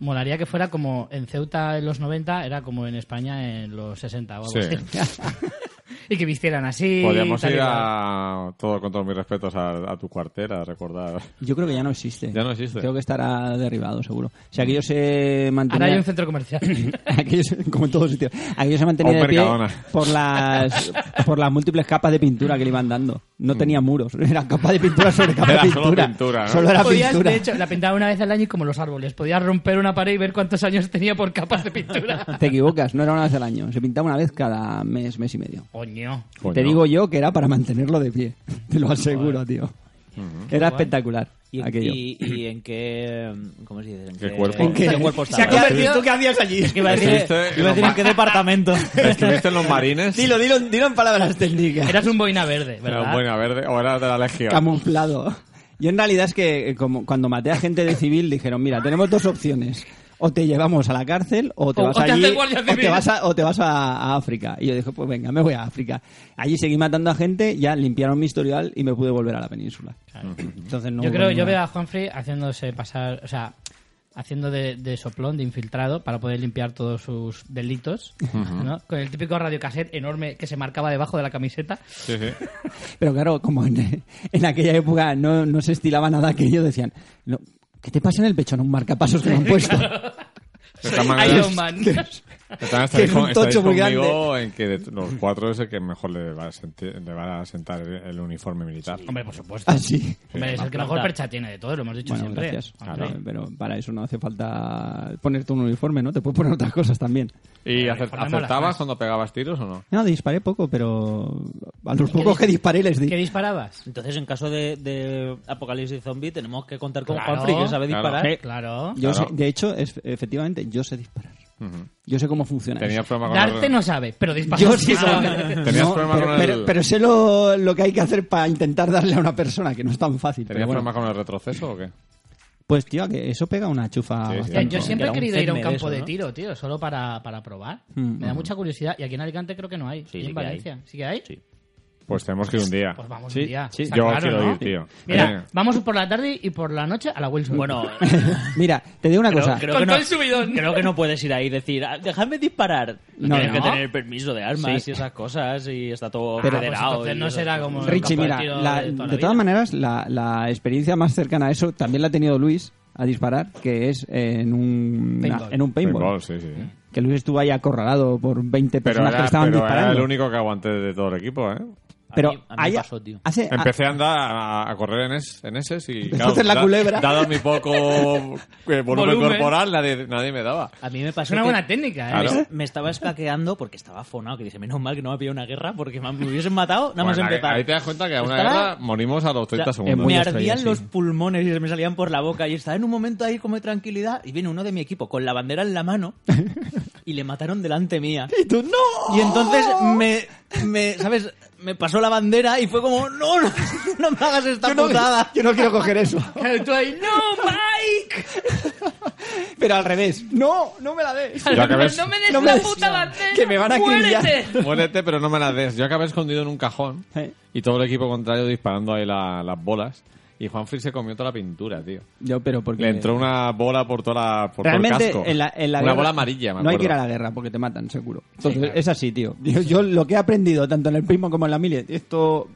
[SPEAKER 1] Molaría que fuera como en Ceuta en los 90, era como en España en los 60 o algo
[SPEAKER 2] Sí.
[SPEAKER 1] así. y que vistieran así.
[SPEAKER 2] Podríamos
[SPEAKER 1] tal y
[SPEAKER 2] ir
[SPEAKER 1] cual.
[SPEAKER 2] a todo, con todos mis respetos a, a tu cuartel a recordar.
[SPEAKER 3] Yo creo que ya no existe.
[SPEAKER 2] Ya no existe.
[SPEAKER 3] Creo que estará derribado, seguro. Si aquello se
[SPEAKER 1] Ahora hay
[SPEAKER 3] mantenía...
[SPEAKER 1] un centro comercial.
[SPEAKER 3] aquello se- como en todos sitios. Aquello se mantenía
[SPEAKER 2] O un
[SPEAKER 3] de pie
[SPEAKER 2] Mercadona.
[SPEAKER 3] por las, por las múltiples capas de pintura que le iban dando. No tenía muros. Era capa de pintura sobre capa
[SPEAKER 2] Mm. Era
[SPEAKER 3] de
[SPEAKER 2] solo
[SPEAKER 3] pintura.
[SPEAKER 2] pintura, ¿no?
[SPEAKER 3] Solo era
[SPEAKER 1] Podías,
[SPEAKER 3] pintura.
[SPEAKER 1] de hecho, la pintaba una vez al año y como los árboles. Podías romper una pared y ver cuántos años tenía por capas de pintura.
[SPEAKER 3] Te equivocas, no era una vez al año. Se pintaba una vez cada mes, mes y medio.
[SPEAKER 1] Coño.
[SPEAKER 2] Coño.
[SPEAKER 3] Te digo yo que era para mantenerlo de pie. Te lo aseguro, tío. Era espectacular
[SPEAKER 4] ¿Y,
[SPEAKER 3] aquello.
[SPEAKER 4] y- y en qué. em, ¿Cómo se dice? ¿En
[SPEAKER 2] ¿Qué cuerpo?
[SPEAKER 4] ¿En qué,
[SPEAKER 3] ¿En qué
[SPEAKER 4] cuerpo
[SPEAKER 3] se
[SPEAKER 1] Se ha
[SPEAKER 4] estaba?
[SPEAKER 1] convertido...
[SPEAKER 3] qué hacías allí?
[SPEAKER 4] Es que iba a decir,
[SPEAKER 2] Estuviste
[SPEAKER 4] iba a
[SPEAKER 2] en
[SPEAKER 4] decir
[SPEAKER 2] los
[SPEAKER 4] en qué departamento.
[SPEAKER 2] ¿Estuviste en los marines?
[SPEAKER 3] Dilo, dilo, dilo en palabras técnicas.
[SPEAKER 1] Eras un boina verde,
[SPEAKER 2] Era
[SPEAKER 1] ¿verdad?
[SPEAKER 2] un buena verde, o era de la legión.
[SPEAKER 3] camuflado. Yo en realidad es que eh, como cuando maté a gente de civil dijeron, mira, tenemos dos opciones. O te llevamos a la cárcel o te
[SPEAKER 1] O-
[SPEAKER 3] vas
[SPEAKER 1] o te
[SPEAKER 3] allí,
[SPEAKER 1] haces guardia
[SPEAKER 3] o
[SPEAKER 1] civil".
[SPEAKER 3] te vas, a, o te vas a, a África. Y yo dije, pues venga, me voy a África. Allí seguí matando a gente, ya limpiaron mi historial y me pude volver a la península. Entonces no
[SPEAKER 1] yo
[SPEAKER 3] hubo
[SPEAKER 1] creo, yo
[SPEAKER 3] ninguna-
[SPEAKER 1] veo a Juanfrey haciéndose pasar, o sea, haciendo de, de soplón, de infiltrado, para poder limpiar todos sus delitos, ¿no? Con el típico radiocassette enorme que se marcaba debajo de la camiseta.
[SPEAKER 2] Sí, sí.
[SPEAKER 3] Pero claro, como en, en aquella época no, no se estilaba nada aquello, decían, "No, ¿qué te pasa en el pecho? No, un marcapasos que me han puesto.
[SPEAKER 1] Soy
[SPEAKER 2] De todas maneras,
[SPEAKER 1] Iron Man.
[SPEAKER 2] Están
[SPEAKER 3] Tiene un
[SPEAKER 2] estáis
[SPEAKER 3] tocho muy
[SPEAKER 2] conmigo en que de los cuatro es el que mejor le va a, senti- le va a sentar el, el uniforme militar.
[SPEAKER 1] Hombre, por supuesto.
[SPEAKER 3] Así.
[SPEAKER 1] Hombre, es el que mejor percha tiene de todos, lo hemos dicho
[SPEAKER 3] Bueno,
[SPEAKER 1] siempre.
[SPEAKER 3] gracias.
[SPEAKER 1] Hombre.
[SPEAKER 3] Claro, pero para eso no hace falta ponerte un uniforme, ¿no? Te puedes poner otras cosas también. Eh,
[SPEAKER 2] ¿Y acer-
[SPEAKER 1] uniforme mola
[SPEAKER 2] acertabas
[SPEAKER 1] más.
[SPEAKER 2] cuando pegabas tiros o no?
[SPEAKER 3] No, disparé poco, pero a los
[SPEAKER 1] ¿Qué
[SPEAKER 3] pocos que
[SPEAKER 1] dis-
[SPEAKER 3] disparé les di.
[SPEAKER 1] ¿Qué disparabas?
[SPEAKER 4] Entonces, en caso de, de apocalipsis zombie, tenemos que contar con
[SPEAKER 1] Claro.
[SPEAKER 4] Juanfrey, que sabe
[SPEAKER 2] Claro.
[SPEAKER 4] disparar.
[SPEAKER 2] Sí.
[SPEAKER 1] Claro.
[SPEAKER 3] Yo
[SPEAKER 2] Claro.
[SPEAKER 3] sé- de hecho, es- efectivamente, yo sé disparar. Yo sé cómo funciona.
[SPEAKER 2] ¿Tenías
[SPEAKER 3] eso.
[SPEAKER 2] problema con
[SPEAKER 1] Darte
[SPEAKER 2] el-
[SPEAKER 1] no sabe, pero disparar
[SPEAKER 3] Yo
[SPEAKER 1] sí
[SPEAKER 3] sí sé.
[SPEAKER 1] sabe.
[SPEAKER 2] Ah, Tenías
[SPEAKER 3] No,
[SPEAKER 2] problema
[SPEAKER 3] pero,
[SPEAKER 2] con el-
[SPEAKER 3] pero- pero sé lo, lo que hay que hacer para intentar darle a una persona, que no es tan fácil.
[SPEAKER 2] ¿Tenías
[SPEAKER 3] pero bueno.
[SPEAKER 2] problemas con el retroceso o qué?
[SPEAKER 3] Pues, tío, que eso pega una chufa.
[SPEAKER 2] Sí, sí.
[SPEAKER 1] Hostia,
[SPEAKER 3] bastante.
[SPEAKER 1] yo
[SPEAKER 4] Tanto.
[SPEAKER 1] siempre he
[SPEAKER 4] Era un
[SPEAKER 1] querido ir a un
[SPEAKER 4] cisne de
[SPEAKER 1] campo
[SPEAKER 4] eso,
[SPEAKER 1] de
[SPEAKER 4] ¿no?
[SPEAKER 1] tiro, tío, solo para, para probar.
[SPEAKER 3] Mm,
[SPEAKER 1] Me da mucha curiosidad. Y aquí en Alicante creo que no hay.
[SPEAKER 4] Sí,
[SPEAKER 1] y
[SPEAKER 4] sí
[SPEAKER 1] en
[SPEAKER 4] que hay.
[SPEAKER 1] Valencia. ¿Sí que hay?
[SPEAKER 4] Sí.
[SPEAKER 2] Pues tenemos que ir un día.
[SPEAKER 1] Pues vamos
[SPEAKER 3] Sí,
[SPEAKER 1] un día.
[SPEAKER 3] sí.
[SPEAKER 1] Está
[SPEAKER 2] Yo
[SPEAKER 1] claro,
[SPEAKER 2] quiero
[SPEAKER 1] ¿no?
[SPEAKER 2] ir, tío.
[SPEAKER 1] Mira,
[SPEAKER 2] Eh,
[SPEAKER 1] vamos por la tarde y por la noche a la Wilson.
[SPEAKER 4] Bueno,
[SPEAKER 3] Mira, te digo una
[SPEAKER 4] creo,
[SPEAKER 3] cosa.
[SPEAKER 4] creo
[SPEAKER 1] Con
[SPEAKER 4] que
[SPEAKER 1] todo
[SPEAKER 4] no,
[SPEAKER 1] el subidón.
[SPEAKER 4] creo que no puedes ir ahí y decir, "Ah, dejadme disparar.
[SPEAKER 3] No,
[SPEAKER 4] Tienes
[SPEAKER 3] no.
[SPEAKER 4] que tener permiso de armas
[SPEAKER 3] Sí.
[SPEAKER 4] y esas cosas y está todo
[SPEAKER 1] Ah, pues
[SPEAKER 4] federado.
[SPEAKER 1] entonces
[SPEAKER 4] y
[SPEAKER 1] no
[SPEAKER 4] esas
[SPEAKER 1] será
[SPEAKER 4] cosas.
[SPEAKER 1] como el
[SPEAKER 3] Richie,
[SPEAKER 1] campo de
[SPEAKER 3] mira,
[SPEAKER 1] tiro de
[SPEAKER 3] la- de,
[SPEAKER 1] toda la vida.
[SPEAKER 3] todas maneras, la, la experiencia más cercana a eso también la ha tenido Luis a disparar, que es eh, en un
[SPEAKER 1] Paintball.
[SPEAKER 3] en un paintball.
[SPEAKER 2] paintball, sí, sí.
[SPEAKER 3] Que Luis estuvo ahí acorralado por 20
[SPEAKER 2] Pero,
[SPEAKER 3] personas que
[SPEAKER 2] era,
[SPEAKER 3] le estaban
[SPEAKER 2] pero era
[SPEAKER 3] disparando.
[SPEAKER 2] el único que aguanté de todo el equipo, ¿eh?
[SPEAKER 3] Pero
[SPEAKER 4] A mí- a mí me
[SPEAKER 3] ahí-
[SPEAKER 4] pasó, tío.
[SPEAKER 3] hace- a-
[SPEAKER 2] Empecé a andar a, a correr en, es- en ese y
[SPEAKER 3] Eh, ah. Empezaste en la culebra.
[SPEAKER 2] dado mi poco eh, volumen,
[SPEAKER 1] Volumen.
[SPEAKER 2] corporal, nadie, nadie me daba.
[SPEAKER 4] A mí me
[SPEAKER 1] Es
[SPEAKER 4] pasó
[SPEAKER 1] una
[SPEAKER 4] que-
[SPEAKER 1] buena técnica, ¿eh?
[SPEAKER 2] Claro.
[SPEAKER 4] Me- Me estaba escaqueando porque estaba fonado, que dije, menos mal que no me ha pillado una guerra porque me me hubiesen matado nada más
[SPEAKER 2] Bueno, ahí-
[SPEAKER 4] empezar.
[SPEAKER 2] Pues Ahí te das cuenta que a una
[SPEAKER 4] Estaba-
[SPEAKER 2] guerra morimos a los 30
[SPEAKER 4] o sea,
[SPEAKER 2] segundos.
[SPEAKER 3] muy
[SPEAKER 4] me
[SPEAKER 3] extraño,
[SPEAKER 4] ardían
[SPEAKER 3] sí.
[SPEAKER 4] los pulmones y se me salían por la boca y estaba en un momento ahí como de tranquilidad y viene uno de mi equipo con la bandera en la mano y le mataron delante mía.
[SPEAKER 3] Y tú, ¡no!
[SPEAKER 4] Y entonces me, me, ¿sabes? Me pasó la bandera y fue como, no, no, no me hagas esta
[SPEAKER 3] Yo no,
[SPEAKER 4] putada.
[SPEAKER 3] yo no quiero coger eso.
[SPEAKER 1] Claro, tú ahí, ¡no, Mike!
[SPEAKER 3] Pero al revés. ¡No! ¡No me la des!
[SPEAKER 2] Yo acabé-
[SPEAKER 1] ¡No me des
[SPEAKER 3] No me
[SPEAKER 1] la
[SPEAKER 3] des-
[SPEAKER 1] puta bandera!
[SPEAKER 3] que me van a
[SPEAKER 1] ¡Muérete!
[SPEAKER 3] acribillar.
[SPEAKER 2] Muérete, pero no me la des. Yo acabé escondido en un cajón
[SPEAKER 3] Eh,
[SPEAKER 2] y todo el equipo contrario disparando ahí la- las bolas. Y Juanfrey se comió toda la pintura, tío.
[SPEAKER 3] Yo, pero porque...
[SPEAKER 2] Le entró una bola por, toda la, por todo
[SPEAKER 3] Eh, Realmente,
[SPEAKER 2] el casco.
[SPEAKER 3] en la, en la
[SPEAKER 2] una
[SPEAKER 3] guerra-
[SPEAKER 2] bola amarilla, me
[SPEAKER 3] No hay
[SPEAKER 2] acuerdo.
[SPEAKER 3] que ir a la guerra porque te matan, seguro. Entonces,
[SPEAKER 1] claro.
[SPEAKER 3] es así, tío. Yo, yo lo que he aprendido, tanto en el primo como en la mili, esto.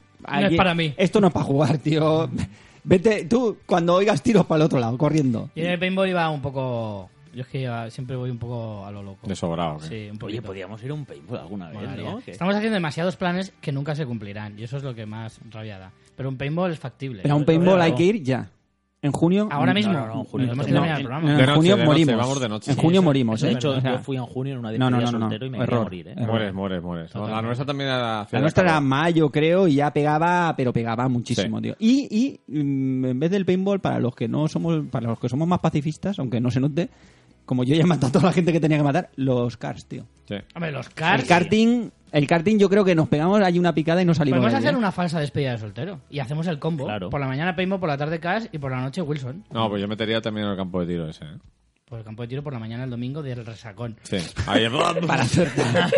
[SPEAKER 1] es para mí.
[SPEAKER 3] Esto no es para jugar, tío. Vete tú cuando oigas tiros para el otro lado, corriendo.
[SPEAKER 1] Y en el paintball iba un poco. Yo es que iba- siempre voy un poco a lo loco.
[SPEAKER 2] De sobrado. ¿qué?
[SPEAKER 1] Sí, un
[SPEAKER 4] Oye,
[SPEAKER 1] poquito.
[SPEAKER 4] podríamos ir a un paintball alguna vez,
[SPEAKER 1] Molaría.
[SPEAKER 4] ¿no? Que-
[SPEAKER 1] Estamos haciendo demasiados planes que nunca se cumplirán y eso es lo que más rabia da. Pero un paintball es factible.
[SPEAKER 3] Pero a un paintball hay que ir ya. En junio.
[SPEAKER 1] Ahora mismo.
[SPEAKER 4] No, no, no, en junio
[SPEAKER 1] Hemos
[SPEAKER 4] no.
[SPEAKER 1] terminado el
[SPEAKER 4] No,
[SPEAKER 1] programa.
[SPEAKER 2] De
[SPEAKER 3] En
[SPEAKER 2] noche,
[SPEAKER 3] junio
[SPEAKER 2] de noche,
[SPEAKER 3] morimos.
[SPEAKER 2] vamos de noche.
[SPEAKER 3] En
[SPEAKER 2] Sí,
[SPEAKER 3] junio
[SPEAKER 1] eso-
[SPEAKER 3] morimos,
[SPEAKER 4] De
[SPEAKER 3] ¿eh?
[SPEAKER 4] hecho,
[SPEAKER 3] O sea,
[SPEAKER 4] yo fui en junio en una
[SPEAKER 3] no,
[SPEAKER 4] despedida
[SPEAKER 3] no, no, no,
[SPEAKER 4] soltero y me
[SPEAKER 3] error,
[SPEAKER 4] quería morir, ¿eh?
[SPEAKER 3] error.
[SPEAKER 2] Mueres, mueres, mueres. No, La nuestra también era...
[SPEAKER 3] La nuestra era mayo, creo, y ya pegaba, pero pegaba muchísimo,
[SPEAKER 2] Sí.
[SPEAKER 3] tío. Y, y mm, en vez del paintball, para los que no somos, para los que somos más pacifistas, aunque no se note, como yo ya he matado a toda la gente que tenía que matar, los cars, tío.
[SPEAKER 2] Sí.
[SPEAKER 1] Hombre, los
[SPEAKER 3] El
[SPEAKER 1] cars.
[SPEAKER 3] karting, el karting yo creo que nos pegamos hay una picada y no salimos.
[SPEAKER 1] Podemos
[SPEAKER 3] de ahí,
[SPEAKER 1] Pues hacer
[SPEAKER 3] ¿eh?
[SPEAKER 1] una falsa despedida de soltero y hacemos el combo.
[SPEAKER 4] Claro.
[SPEAKER 1] Por la mañana paintball, por la tarde cars y por la noche Wilson.
[SPEAKER 2] No, pues yo metería también en el campo de tiro ese. ¿eh?
[SPEAKER 1] Por el campo de tiro, por la mañana el domingo del resacón.
[SPEAKER 2] Sí. Ahí...
[SPEAKER 3] ¿eh? Para acertar.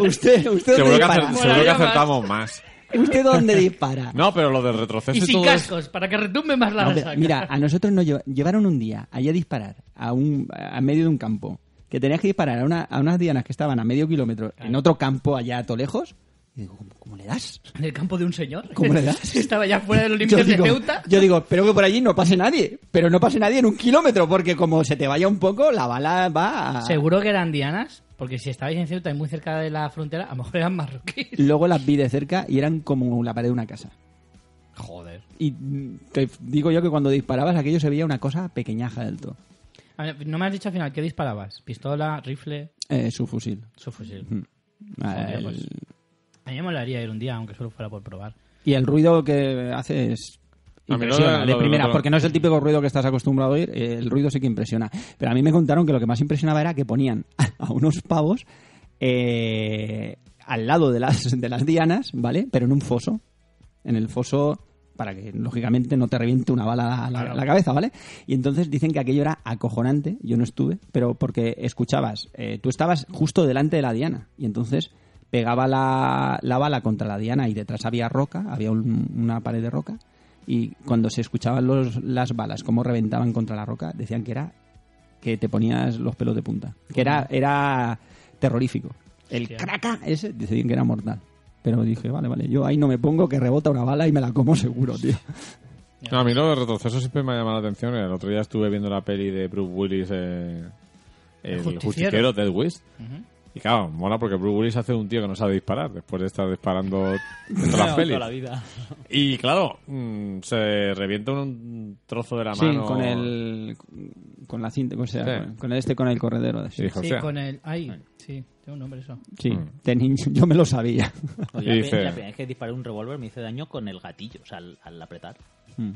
[SPEAKER 3] usted, usted
[SPEAKER 2] seguro, que
[SPEAKER 3] dónde dispara.
[SPEAKER 2] acer- seguro que
[SPEAKER 1] Molaría más.
[SPEAKER 2] acertamos más.
[SPEAKER 3] Usted dónde dispara.
[SPEAKER 2] No, pero lo del retroceso
[SPEAKER 1] Y
[SPEAKER 2] y,
[SPEAKER 1] sin
[SPEAKER 2] todo es-
[SPEAKER 1] cascos, para que retumbe más la
[SPEAKER 3] No, pero
[SPEAKER 1] resaca.
[SPEAKER 3] mira, a nosotros nos lleva- llevaron un día allí a disparar a un a medio de un campo que tenías que disparar a, una- a unas dianas que estaban a medio kilómetro en otro campo allá a to lejos. Y digo, ¿cómo, cómo le das?
[SPEAKER 1] En el campo de un señor.
[SPEAKER 3] ¿Cómo le das?
[SPEAKER 1] Estaba ya fuera de los
[SPEAKER 3] Yo
[SPEAKER 1] límites de
[SPEAKER 3] digo,
[SPEAKER 1] Ceuta.
[SPEAKER 3] yo digo, espero que por allí no pase nadie, pero no pase nadie en un kilómetro, porque como se te vaya un poco, la bala va a...
[SPEAKER 1] Seguro que eran dianas, porque si estabais en Ceuta y muy cerca de la frontera, a lo mejor eran marroquíes.
[SPEAKER 3] Luego las vi de cerca y eran como la pared de una casa.
[SPEAKER 1] Joder.
[SPEAKER 3] Y mm, te digo yo que cuando disparabas aquello se veía una cosa pequeñaja del todo.
[SPEAKER 1] A ver, no me has dicho al final qué disparabas. Pistola, rifle,
[SPEAKER 3] Eh, su fusil.
[SPEAKER 1] subfusil.
[SPEAKER 3] Ah,
[SPEAKER 1] Joder,
[SPEAKER 3] el-
[SPEAKER 1] pues. A mí me molaría ir un día, aunque solo fuera por probar.
[SPEAKER 3] Y el ruido que hace
[SPEAKER 2] A
[SPEAKER 3] es
[SPEAKER 2] mí lo
[SPEAKER 3] impresiona,
[SPEAKER 2] de- lo
[SPEAKER 3] de
[SPEAKER 2] del
[SPEAKER 3] primera,
[SPEAKER 2] otro-
[SPEAKER 3] porque no es el típico ruido que estás acostumbrado a oír, eh, el ruido sí que impresiona. Pero a mí me contaron que lo que más impresionaba era que ponían a unos pavos eh, al lado de las, de las dianas, ¿vale? Pero en un foso. En el foso para que, lógicamente, no te reviente una bala a la, la cabeza, ¿vale? Y entonces dicen que aquello era acojonante, yo no estuve, pero porque escuchabas, eh, tú estabas justo delante de la diana, y entonces pegaba la, la bala contra la diana y detrás había roca, había un- una pared de roca, y cuando se escuchaban los- las balas, cómo reventaban contra la roca, decían que era que te ponías los pelos de punta, que era, era terrorífico. El
[SPEAKER 1] Hostia.
[SPEAKER 3] craca ese, decían que era mortal. Pero dije, vale, vale, yo ahí no me pongo que rebota una bala y me la como seguro, tío.
[SPEAKER 2] No, a mí lo del retroceso siempre me ha llamado la atención. El otro día estuve viendo la peli de Bruce Willis, eh, el,
[SPEAKER 1] justiciero.
[SPEAKER 2] justiciero, Dead Wish.
[SPEAKER 1] Ujú.
[SPEAKER 2] Y claro, mola porque Bruce Willis hace un tío que no sabe disparar después de estar disparando en todas las
[SPEAKER 4] Toda
[SPEAKER 2] pelis.
[SPEAKER 4] la vida.
[SPEAKER 2] Y claro, mm, se revienta un trozo de la
[SPEAKER 3] Sí,
[SPEAKER 2] mano.
[SPEAKER 3] con el. Con la cinta, o sea,
[SPEAKER 2] Sí.
[SPEAKER 3] con- con el este, con el corredero.
[SPEAKER 2] Y
[SPEAKER 3] Sí,
[SPEAKER 2] dijo,
[SPEAKER 1] Sí,
[SPEAKER 2] "Hostia".
[SPEAKER 1] con el... Ay, sí, tiene un nombre eso.
[SPEAKER 3] sí.
[SPEAKER 2] Mm.
[SPEAKER 3] Tenin- yo me lo sabía.
[SPEAKER 4] Oye,
[SPEAKER 2] Y
[SPEAKER 4] la pe-
[SPEAKER 2] dice-
[SPEAKER 4] la primera vez que disparé un revólver me hice daño con el gatillo, o sea, al, al apretar.
[SPEAKER 3] Eh, Mm.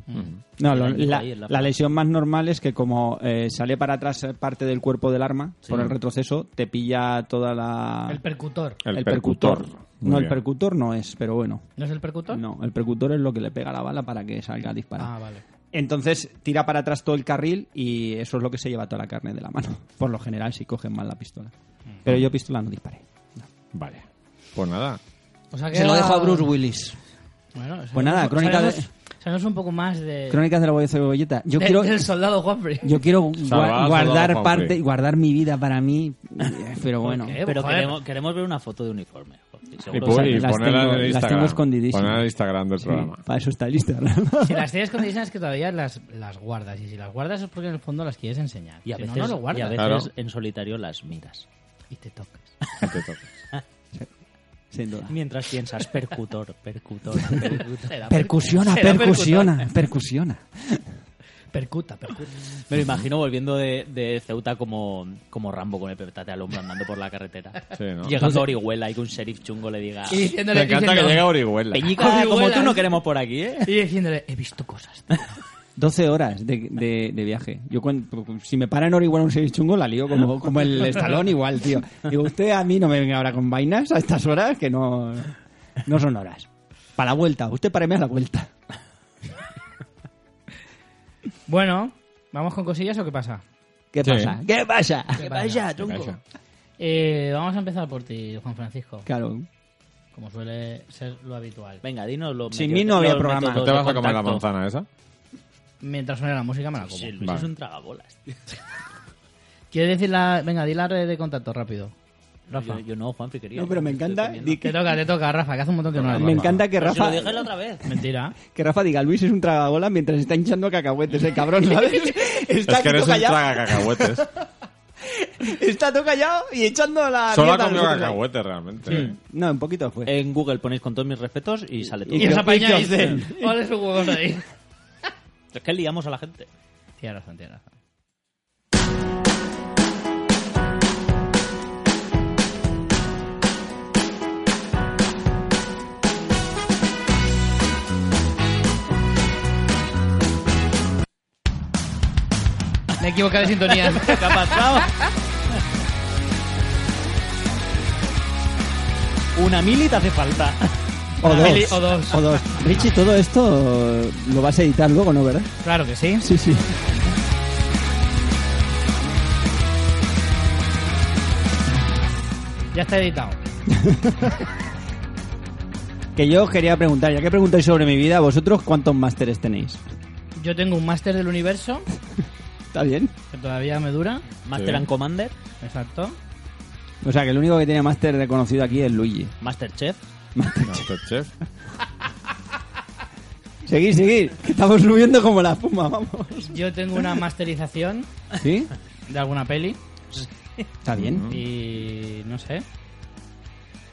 [SPEAKER 3] No, lo-
[SPEAKER 4] Ahí
[SPEAKER 3] la,
[SPEAKER 4] en la-
[SPEAKER 3] la lesión más normal es que como eh, sale para atrás parte del cuerpo del arma, por el retroceso, te pilla toda la...
[SPEAKER 1] El percutor.
[SPEAKER 2] El percutor. Muy
[SPEAKER 3] No, el
[SPEAKER 2] bien.
[SPEAKER 3] percutor no es, pero bueno.
[SPEAKER 1] ¿No es el percutor?
[SPEAKER 3] No, el percutor es lo que le pega la bala para que salga a disparar.
[SPEAKER 1] Ah, vale.
[SPEAKER 3] Entonces tira para atrás todo el carril y eso es lo que se lleva toda la carne de la mano. Por lo general, si cogen mal la pistola. Pero yo pistola no disparé.
[SPEAKER 2] Vale. Pues nada.
[SPEAKER 1] O sea que
[SPEAKER 3] Se lo
[SPEAKER 1] ahora-
[SPEAKER 3] dejo a Bruce Willis.
[SPEAKER 1] Bueno, sabemos-
[SPEAKER 3] Pues nada, crónica de-
[SPEAKER 1] sabemos, sabemos un poco más de...
[SPEAKER 3] Crónicas de la Boya Cebolleta. Yo
[SPEAKER 1] de-
[SPEAKER 3] quiero,
[SPEAKER 1] del soldado Humphrey.
[SPEAKER 3] yo quiero gua-
[SPEAKER 2] Salvado,
[SPEAKER 3] guardar
[SPEAKER 2] soldado
[SPEAKER 3] parte
[SPEAKER 2] Humphrey.
[SPEAKER 3] y guardar mi vida para mí, pero bueno.
[SPEAKER 1] qué? Eh,
[SPEAKER 4] Pero
[SPEAKER 1] joder.
[SPEAKER 4] queremos, queremos ver una foto de uniforme. Jorge,
[SPEAKER 2] Y,
[SPEAKER 4] seguro
[SPEAKER 2] pu-
[SPEAKER 3] sea,
[SPEAKER 2] y
[SPEAKER 3] que las
[SPEAKER 2] ponerla
[SPEAKER 3] tengo-
[SPEAKER 2] en el
[SPEAKER 3] las tengo
[SPEAKER 2] Instagram.
[SPEAKER 3] escondidísimas.
[SPEAKER 2] Ponerla en el Instagram del
[SPEAKER 3] Sí,
[SPEAKER 2] programa.
[SPEAKER 3] para eso está el Instagram.
[SPEAKER 1] Si las tienes condiciones es que todavía las, las guardas. Y si las guardas es porque en el fondo las quieres enseñar.
[SPEAKER 4] Y a
[SPEAKER 1] Si
[SPEAKER 4] veces,
[SPEAKER 1] no, no lo
[SPEAKER 4] y a
[SPEAKER 1] guardas.
[SPEAKER 4] veces
[SPEAKER 2] Claro.
[SPEAKER 4] en solitario las miras.
[SPEAKER 1] Y te tocas.
[SPEAKER 2] No te toques.
[SPEAKER 3] Sin duda.
[SPEAKER 4] Mientras piensas, percutor, percutor, percutor.
[SPEAKER 1] Será
[SPEAKER 3] Percusiona,
[SPEAKER 1] será percutor.
[SPEAKER 3] percusiona, percusiona.
[SPEAKER 1] Percuta, percuta.
[SPEAKER 4] Me lo imagino volviendo de, de Ceuta como, como Rambo con el petate al hombro andando por la carretera.
[SPEAKER 2] Sí, ¿no?
[SPEAKER 4] Llegando a Orihuela y que un sheriff chungo le
[SPEAKER 3] Ah,
[SPEAKER 4] diga...
[SPEAKER 1] Y diciéndole,
[SPEAKER 2] Me encanta que
[SPEAKER 1] diciendo-
[SPEAKER 2] llega Orihuela.
[SPEAKER 4] Peñica, como
[SPEAKER 1] Orihuela".
[SPEAKER 4] tú no queremos por aquí, ¿eh?
[SPEAKER 1] Y diciéndole, he visto cosas. tío".
[SPEAKER 3] 12 horas de, de- de viaje. Yo cuan- si me para en Orihuela un seis chungo, la lío como, como el estalón igual, tío. Digo, usted a mí no me venga ahora con vainas a estas horas que no, no son horas. Para la vuelta, usted páreme a la vuelta.
[SPEAKER 1] Bueno, ¿vamos con cosillas o qué pasa?
[SPEAKER 3] ¿Qué
[SPEAKER 2] Sí.
[SPEAKER 3] pasa? ¿Qué pasa?
[SPEAKER 1] ¿Qué pasa?
[SPEAKER 2] Calla.
[SPEAKER 1] Eh, vamos a empezar por ti, Juan Francisco.
[SPEAKER 3] Claro.
[SPEAKER 1] Como suele ser lo habitual.
[SPEAKER 4] Venga, dinos los
[SPEAKER 3] Sin
[SPEAKER 4] métodos-
[SPEAKER 3] mí no había
[SPEAKER 4] los
[SPEAKER 3] programa.
[SPEAKER 4] métodos
[SPEAKER 2] ¿No te
[SPEAKER 4] de
[SPEAKER 2] vas a comer la
[SPEAKER 4] contacto.
[SPEAKER 2] manzana esa?
[SPEAKER 1] Mientras suena la música me la como.
[SPEAKER 4] Sí, Luis
[SPEAKER 2] Vale.
[SPEAKER 4] es un tragabolas. tío.
[SPEAKER 1] ¿Quieres decir la... Venga, di la red de contacto rápido. Rafa.
[SPEAKER 4] Yo, yo no, Juanfi, quería.
[SPEAKER 3] No, pero me
[SPEAKER 4] Estoy
[SPEAKER 3] encanta
[SPEAKER 4] comiendo.
[SPEAKER 3] di
[SPEAKER 1] Te toca, te toca, Rafa, que hace un montón que no
[SPEAKER 3] Me
[SPEAKER 1] hablas.
[SPEAKER 3] encanta que
[SPEAKER 4] Pero si
[SPEAKER 3] Rafa,
[SPEAKER 4] lo dije la otra vez.
[SPEAKER 1] Mentira.
[SPEAKER 3] que Rafa diga Luis es un tragabola mientras está hinchando cacahuetes, el cabrón, ¿sabes? Está
[SPEAKER 2] es que
[SPEAKER 3] aquí
[SPEAKER 2] eres un
[SPEAKER 3] tocallado-
[SPEAKER 2] traga cacahuetes.
[SPEAKER 3] Está todo callado y echando la.
[SPEAKER 2] Solo ha
[SPEAKER 3] mierda a
[SPEAKER 2] comido
[SPEAKER 3] nosotros.
[SPEAKER 2] cacahuetes realmente.
[SPEAKER 3] No, un poquito fue.
[SPEAKER 4] En Google ponéis con todos mis respetos y sale todo.
[SPEAKER 3] Y
[SPEAKER 1] Y os
[SPEAKER 3] que-
[SPEAKER 1] apañáis
[SPEAKER 3] y que-
[SPEAKER 1] de Ole su huevos ahí.
[SPEAKER 4] Es que liamos a la gente.
[SPEAKER 1] Tienes razón, tienes razón. Me he equivocado de sintonía.
[SPEAKER 4] ¿Qué ha pasado? Una mili te hace falta.
[SPEAKER 3] O
[SPEAKER 1] Una
[SPEAKER 3] dos.
[SPEAKER 1] mili Ah, o dos.
[SPEAKER 3] O dos. Richie, todo esto lo vas a editar luego, ¿no? ¿Verdad?
[SPEAKER 1] Claro que sí.
[SPEAKER 3] Sí, sí.
[SPEAKER 1] Ya está editado.
[SPEAKER 3] Que yo quería preguntar, ya que preguntáis sobre mi vida, ¿vosotros cuántos másteres tenéis?
[SPEAKER 1] Yo tengo un máster del universo,
[SPEAKER 3] ¿Está bien?
[SPEAKER 1] que todavía me dura.
[SPEAKER 4] Master and Commander,
[SPEAKER 1] Exacto.
[SPEAKER 3] O sea, que el único que tiene máster reconocido aquí es Luigi.
[SPEAKER 4] Masterchef.
[SPEAKER 2] Masterchef.
[SPEAKER 3] Seguir, seguir. que Estamos subiendo como la espuma, vamos.
[SPEAKER 1] Yo tengo una masterización
[SPEAKER 3] ¿Sí?
[SPEAKER 1] de alguna peli
[SPEAKER 3] ¿Está bien?
[SPEAKER 1] y no sé.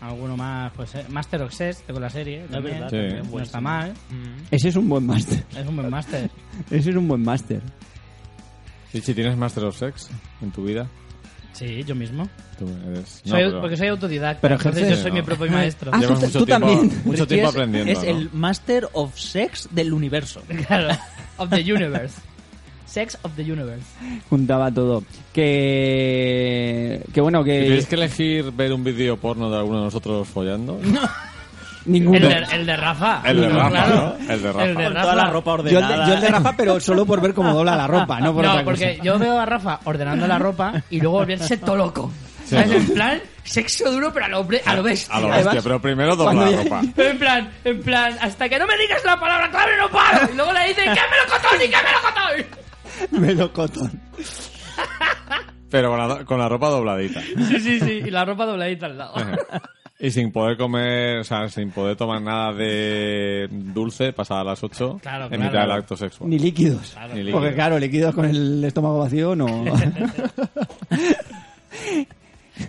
[SPEAKER 1] Alguno más, pues eh, Master of Sex, tengo la serie, también.
[SPEAKER 4] verdad,
[SPEAKER 2] Sí.
[SPEAKER 4] también,
[SPEAKER 1] no está
[SPEAKER 4] buenísimo.
[SPEAKER 1] mal,
[SPEAKER 3] Ese es un buen máster.
[SPEAKER 1] es un buen máster.
[SPEAKER 3] Ese es un buen máster.
[SPEAKER 2] ¿Y si tienes Master of Sex en tu vida?
[SPEAKER 1] Sí, yo mismo.
[SPEAKER 2] Tú eres...
[SPEAKER 1] Soy-
[SPEAKER 2] pero
[SPEAKER 1] Porque soy autodidacta,
[SPEAKER 3] Pero
[SPEAKER 1] entonces
[SPEAKER 3] ejerces-
[SPEAKER 1] yo soy
[SPEAKER 2] no.
[SPEAKER 1] mi propio maestro.
[SPEAKER 3] Ah,
[SPEAKER 2] Llevas
[SPEAKER 3] tú-
[SPEAKER 2] mucho
[SPEAKER 3] tú
[SPEAKER 2] tiempo,
[SPEAKER 3] también.
[SPEAKER 2] mucho
[SPEAKER 4] Richie
[SPEAKER 2] tiempo
[SPEAKER 4] Pues es-
[SPEAKER 2] aprendiendo.
[SPEAKER 4] Es
[SPEAKER 2] ¿no?
[SPEAKER 4] el Master of Sex del universo.
[SPEAKER 1] Claro, of the universe. Sex of the universe.
[SPEAKER 3] Juntaba todo. Que... Que bueno,
[SPEAKER 2] Si
[SPEAKER 3] que...
[SPEAKER 2] ¿Tienes que elegir ver un vídeo porno de alguno de nosotros follando?
[SPEAKER 1] El
[SPEAKER 3] Ninguno.
[SPEAKER 1] de, el de Rafa.
[SPEAKER 2] El de Rafa,
[SPEAKER 1] Claro.
[SPEAKER 2] ¿no? El de Rafa.
[SPEAKER 1] El de
[SPEAKER 4] Con
[SPEAKER 1] Rafa.
[SPEAKER 4] toda la ropa
[SPEAKER 3] Yo el, de,
[SPEAKER 4] ordenada.
[SPEAKER 3] yo el de Rafa, pero solo por ver cómo dobla la ropa, no por
[SPEAKER 1] no,
[SPEAKER 3] otra
[SPEAKER 1] porque
[SPEAKER 3] cosa.
[SPEAKER 1] yo veo a Rafa ordenando la ropa y luego volverse todo loco.
[SPEAKER 2] Sí.
[SPEAKER 1] ¿Sabes? En plan, sexo duro, pero a lo, bre- a lo bestia.
[SPEAKER 2] A lo bestia,
[SPEAKER 3] Además,
[SPEAKER 2] pero primero dobla
[SPEAKER 3] cuando
[SPEAKER 2] la
[SPEAKER 3] ya-
[SPEAKER 2] ropa.
[SPEAKER 1] En plan, en plan, hasta que no me digas la palabra clave no paro. Y luego le dicen, ¡qué melocotón y qué melocotón!
[SPEAKER 3] Melocotón.
[SPEAKER 2] Pero con la, con la ropa dobladita.
[SPEAKER 1] Sí, sí, sí, y la ropa dobladita al lado.
[SPEAKER 2] Y sin poder comer, o sea, sin poder tomar nada de dulce pasadas las 8
[SPEAKER 1] Claro,
[SPEAKER 2] en
[SPEAKER 1] claro.
[SPEAKER 2] mitad del acto sexual.
[SPEAKER 3] Ni líquidos.
[SPEAKER 2] Ni líquido.
[SPEAKER 3] Porque claro, líquidos con el estómago vacío no.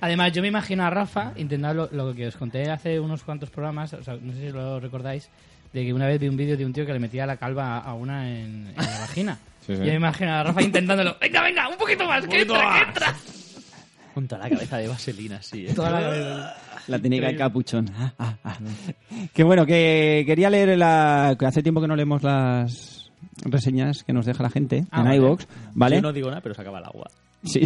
[SPEAKER 1] Además, yo me imagino a Rafa intentando lo, lo que os conté hace unos cuantos programas, o sea, no sé si lo recordáis, de que una vez vi un vídeo de un tío que le metía la calva a- a una en, en la vagina.
[SPEAKER 2] Sí, sí.
[SPEAKER 1] Yo me imagino a Rafa intentándolo. Venga, venga, un poquito más, que entra, que entra.
[SPEAKER 4] Junto a la cabeza de vaselina, sí. ¿eh?
[SPEAKER 1] Toda la-
[SPEAKER 3] La técnica del capuchón. Ah, ah, ah. Que bueno, que quería leer la. que hace tiempo que no leemos las reseñas que nos deja la gente
[SPEAKER 1] Ah,
[SPEAKER 3] en
[SPEAKER 1] vale.
[SPEAKER 3] iVoox, ¿vale?
[SPEAKER 4] Yo no digo nada, pero se acaba el agua.
[SPEAKER 3] Sí.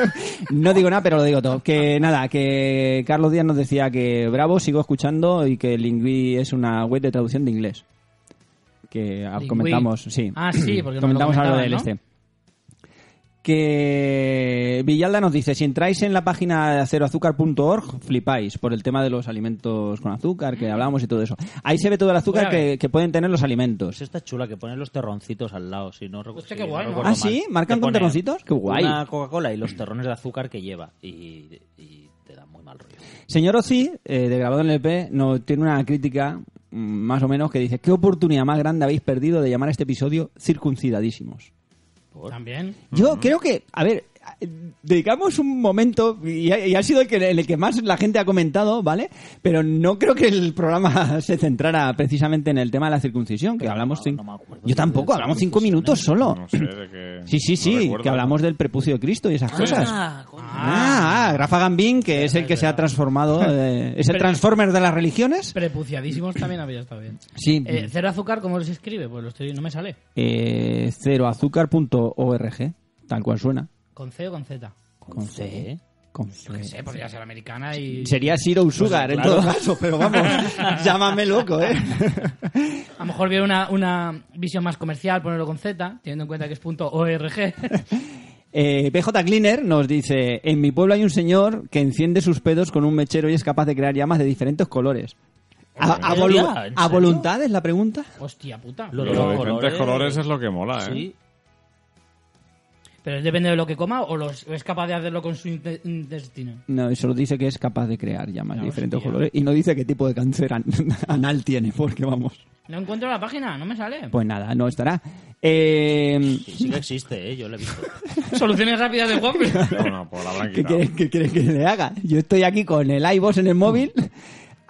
[SPEAKER 3] no digo nada, pero lo digo todo. Que nada, que Carlos Díaz nos decía que bravo, sigo escuchando y que Lingui es una web de traducción de inglés. Que ah,
[SPEAKER 1] Lingui.
[SPEAKER 3] comentamos, sí.
[SPEAKER 1] Ah, sí, porque nos lo
[SPEAKER 3] comentamos algo
[SPEAKER 1] comentaban,
[SPEAKER 3] del
[SPEAKER 1] ¿no?
[SPEAKER 3] este. Que Villalda nos dice, si entráis en la página de aceroazúcar.org, flipáis por el tema de los alimentos con azúcar, que hablábamos y todo eso. Ahí se ve todo el azúcar
[SPEAKER 1] Voy a ver.
[SPEAKER 3] que, que pueden tener los alimentos.
[SPEAKER 4] Pues esta es chula que ponen los terroncitos al lado, si no recu-
[SPEAKER 1] Hostia,
[SPEAKER 4] si
[SPEAKER 1] qué guay, ¿no?
[SPEAKER 4] recuerdo
[SPEAKER 3] Ah,
[SPEAKER 4] mal.
[SPEAKER 3] sí, marcan
[SPEAKER 4] Te
[SPEAKER 3] con
[SPEAKER 4] ponen
[SPEAKER 3] terroncitos, qué guay.
[SPEAKER 4] Una Coca-Cola y los terrones de azúcar que lleva. Y, y te da muy mal rollo.
[SPEAKER 3] Señor Ozzy, eh, de Grabado en el P, no, tiene una crítica mm, más o menos que dice, ¿qué oportunidad más grande habéis perdido de llamar a este episodio circuncidadísimos?
[SPEAKER 1] También.
[SPEAKER 3] Yo creo que, a ver, a- dedicamos un momento, y ha, y ha sido el que, el que más la gente ha comentado, ¿vale? Pero no creo que el programa se centrara precisamente en el tema de la circuncisión, que
[SPEAKER 4] Pero
[SPEAKER 3] hablamos...
[SPEAKER 4] no,
[SPEAKER 3] cin-
[SPEAKER 4] no me acuerdo
[SPEAKER 3] yo
[SPEAKER 4] de
[SPEAKER 3] tampoco,
[SPEAKER 4] ¿eh?
[SPEAKER 3] hablamos cinco minutos solo.
[SPEAKER 2] No sé, de qué.
[SPEAKER 3] Sí, sí,
[SPEAKER 2] no
[SPEAKER 3] sí,
[SPEAKER 2] recuerdo.
[SPEAKER 3] que hablamos del prepucio de Cristo y esas cosas.
[SPEAKER 4] Ah, coño.
[SPEAKER 3] Ah, ah, Rafa Gambín, que es el que se ha transformado, eh, es el Transformer de las religiones.
[SPEAKER 1] Prepuciadísimos también había estado bien.
[SPEAKER 3] Sí.
[SPEAKER 1] Eh, cero azúcar, ¿cómo se escribe? Pues lo estoy, no me sale.
[SPEAKER 3] Eh, ceroazúcar.org, tal cual suena.
[SPEAKER 1] ¿Con C o con Z?
[SPEAKER 3] Con C. Con
[SPEAKER 1] Yo qué
[SPEAKER 3] C.
[SPEAKER 1] sé, podría ser americana y...
[SPEAKER 3] Sería Zero Sugar en
[SPEAKER 4] claro.
[SPEAKER 3] todo caso, pero vamos, llámame loco, ¿eh?
[SPEAKER 1] A lo mejor viene una, una visión más comercial, ponerlo con Z, teniendo en cuenta que es punto .org.
[SPEAKER 3] Eh, BJ Cleaner nos dice, en mi pueblo hay un señor que enciende sus pedos con un mechero y es capaz de crear llamas de diferentes colores. ¿A, a
[SPEAKER 4] Hombre,
[SPEAKER 3] volu-
[SPEAKER 4] ya, ¿en
[SPEAKER 3] a
[SPEAKER 4] serio?
[SPEAKER 3] voluntad es la pregunta?
[SPEAKER 1] Hostia puta.
[SPEAKER 4] Lo-
[SPEAKER 2] Lo de
[SPEAKER 4] Los
[SPEAKER 2] diferentes
[SPEAKER 4] colores.
[SPEAKER 2] colores es lo que mola, ¿eh?
[SPEAKER 4] Sí.
[SPEAKER 1] Pero él depende de lo que coma o, los, o es capaz de hacerlo con su inte- intestino.
[SPEAKER 3] No, y solo dice que es capaz de crear llamas
[SPEAKER 1] No,
[SPEAKER 3] de diferentes
[SPEAKER 1] hostia.
[SPEAKER 3] colores. Y no dice qué tipo de cáncer an- anal tiene, porque vamos.
[SPEAKER 1] No encuentro la página, no me sale.
[SPEAKER 3] Pues nada, no estará. Eh,
[SPEAKER 4] Sí, sí que existe, ¿eh? yo lo he visto.
[SPEAKER 1] Soluciones rápidas de Juan.
[SPEAKER 2] Bueno, pues la habrán
[SPEAKER 3] ¿Qué
[SPEAKER 2] quitado.
[SPEAKER 3] quieres, qué quieres que le haga? Yo estoy aquí con el iVox en el móvil.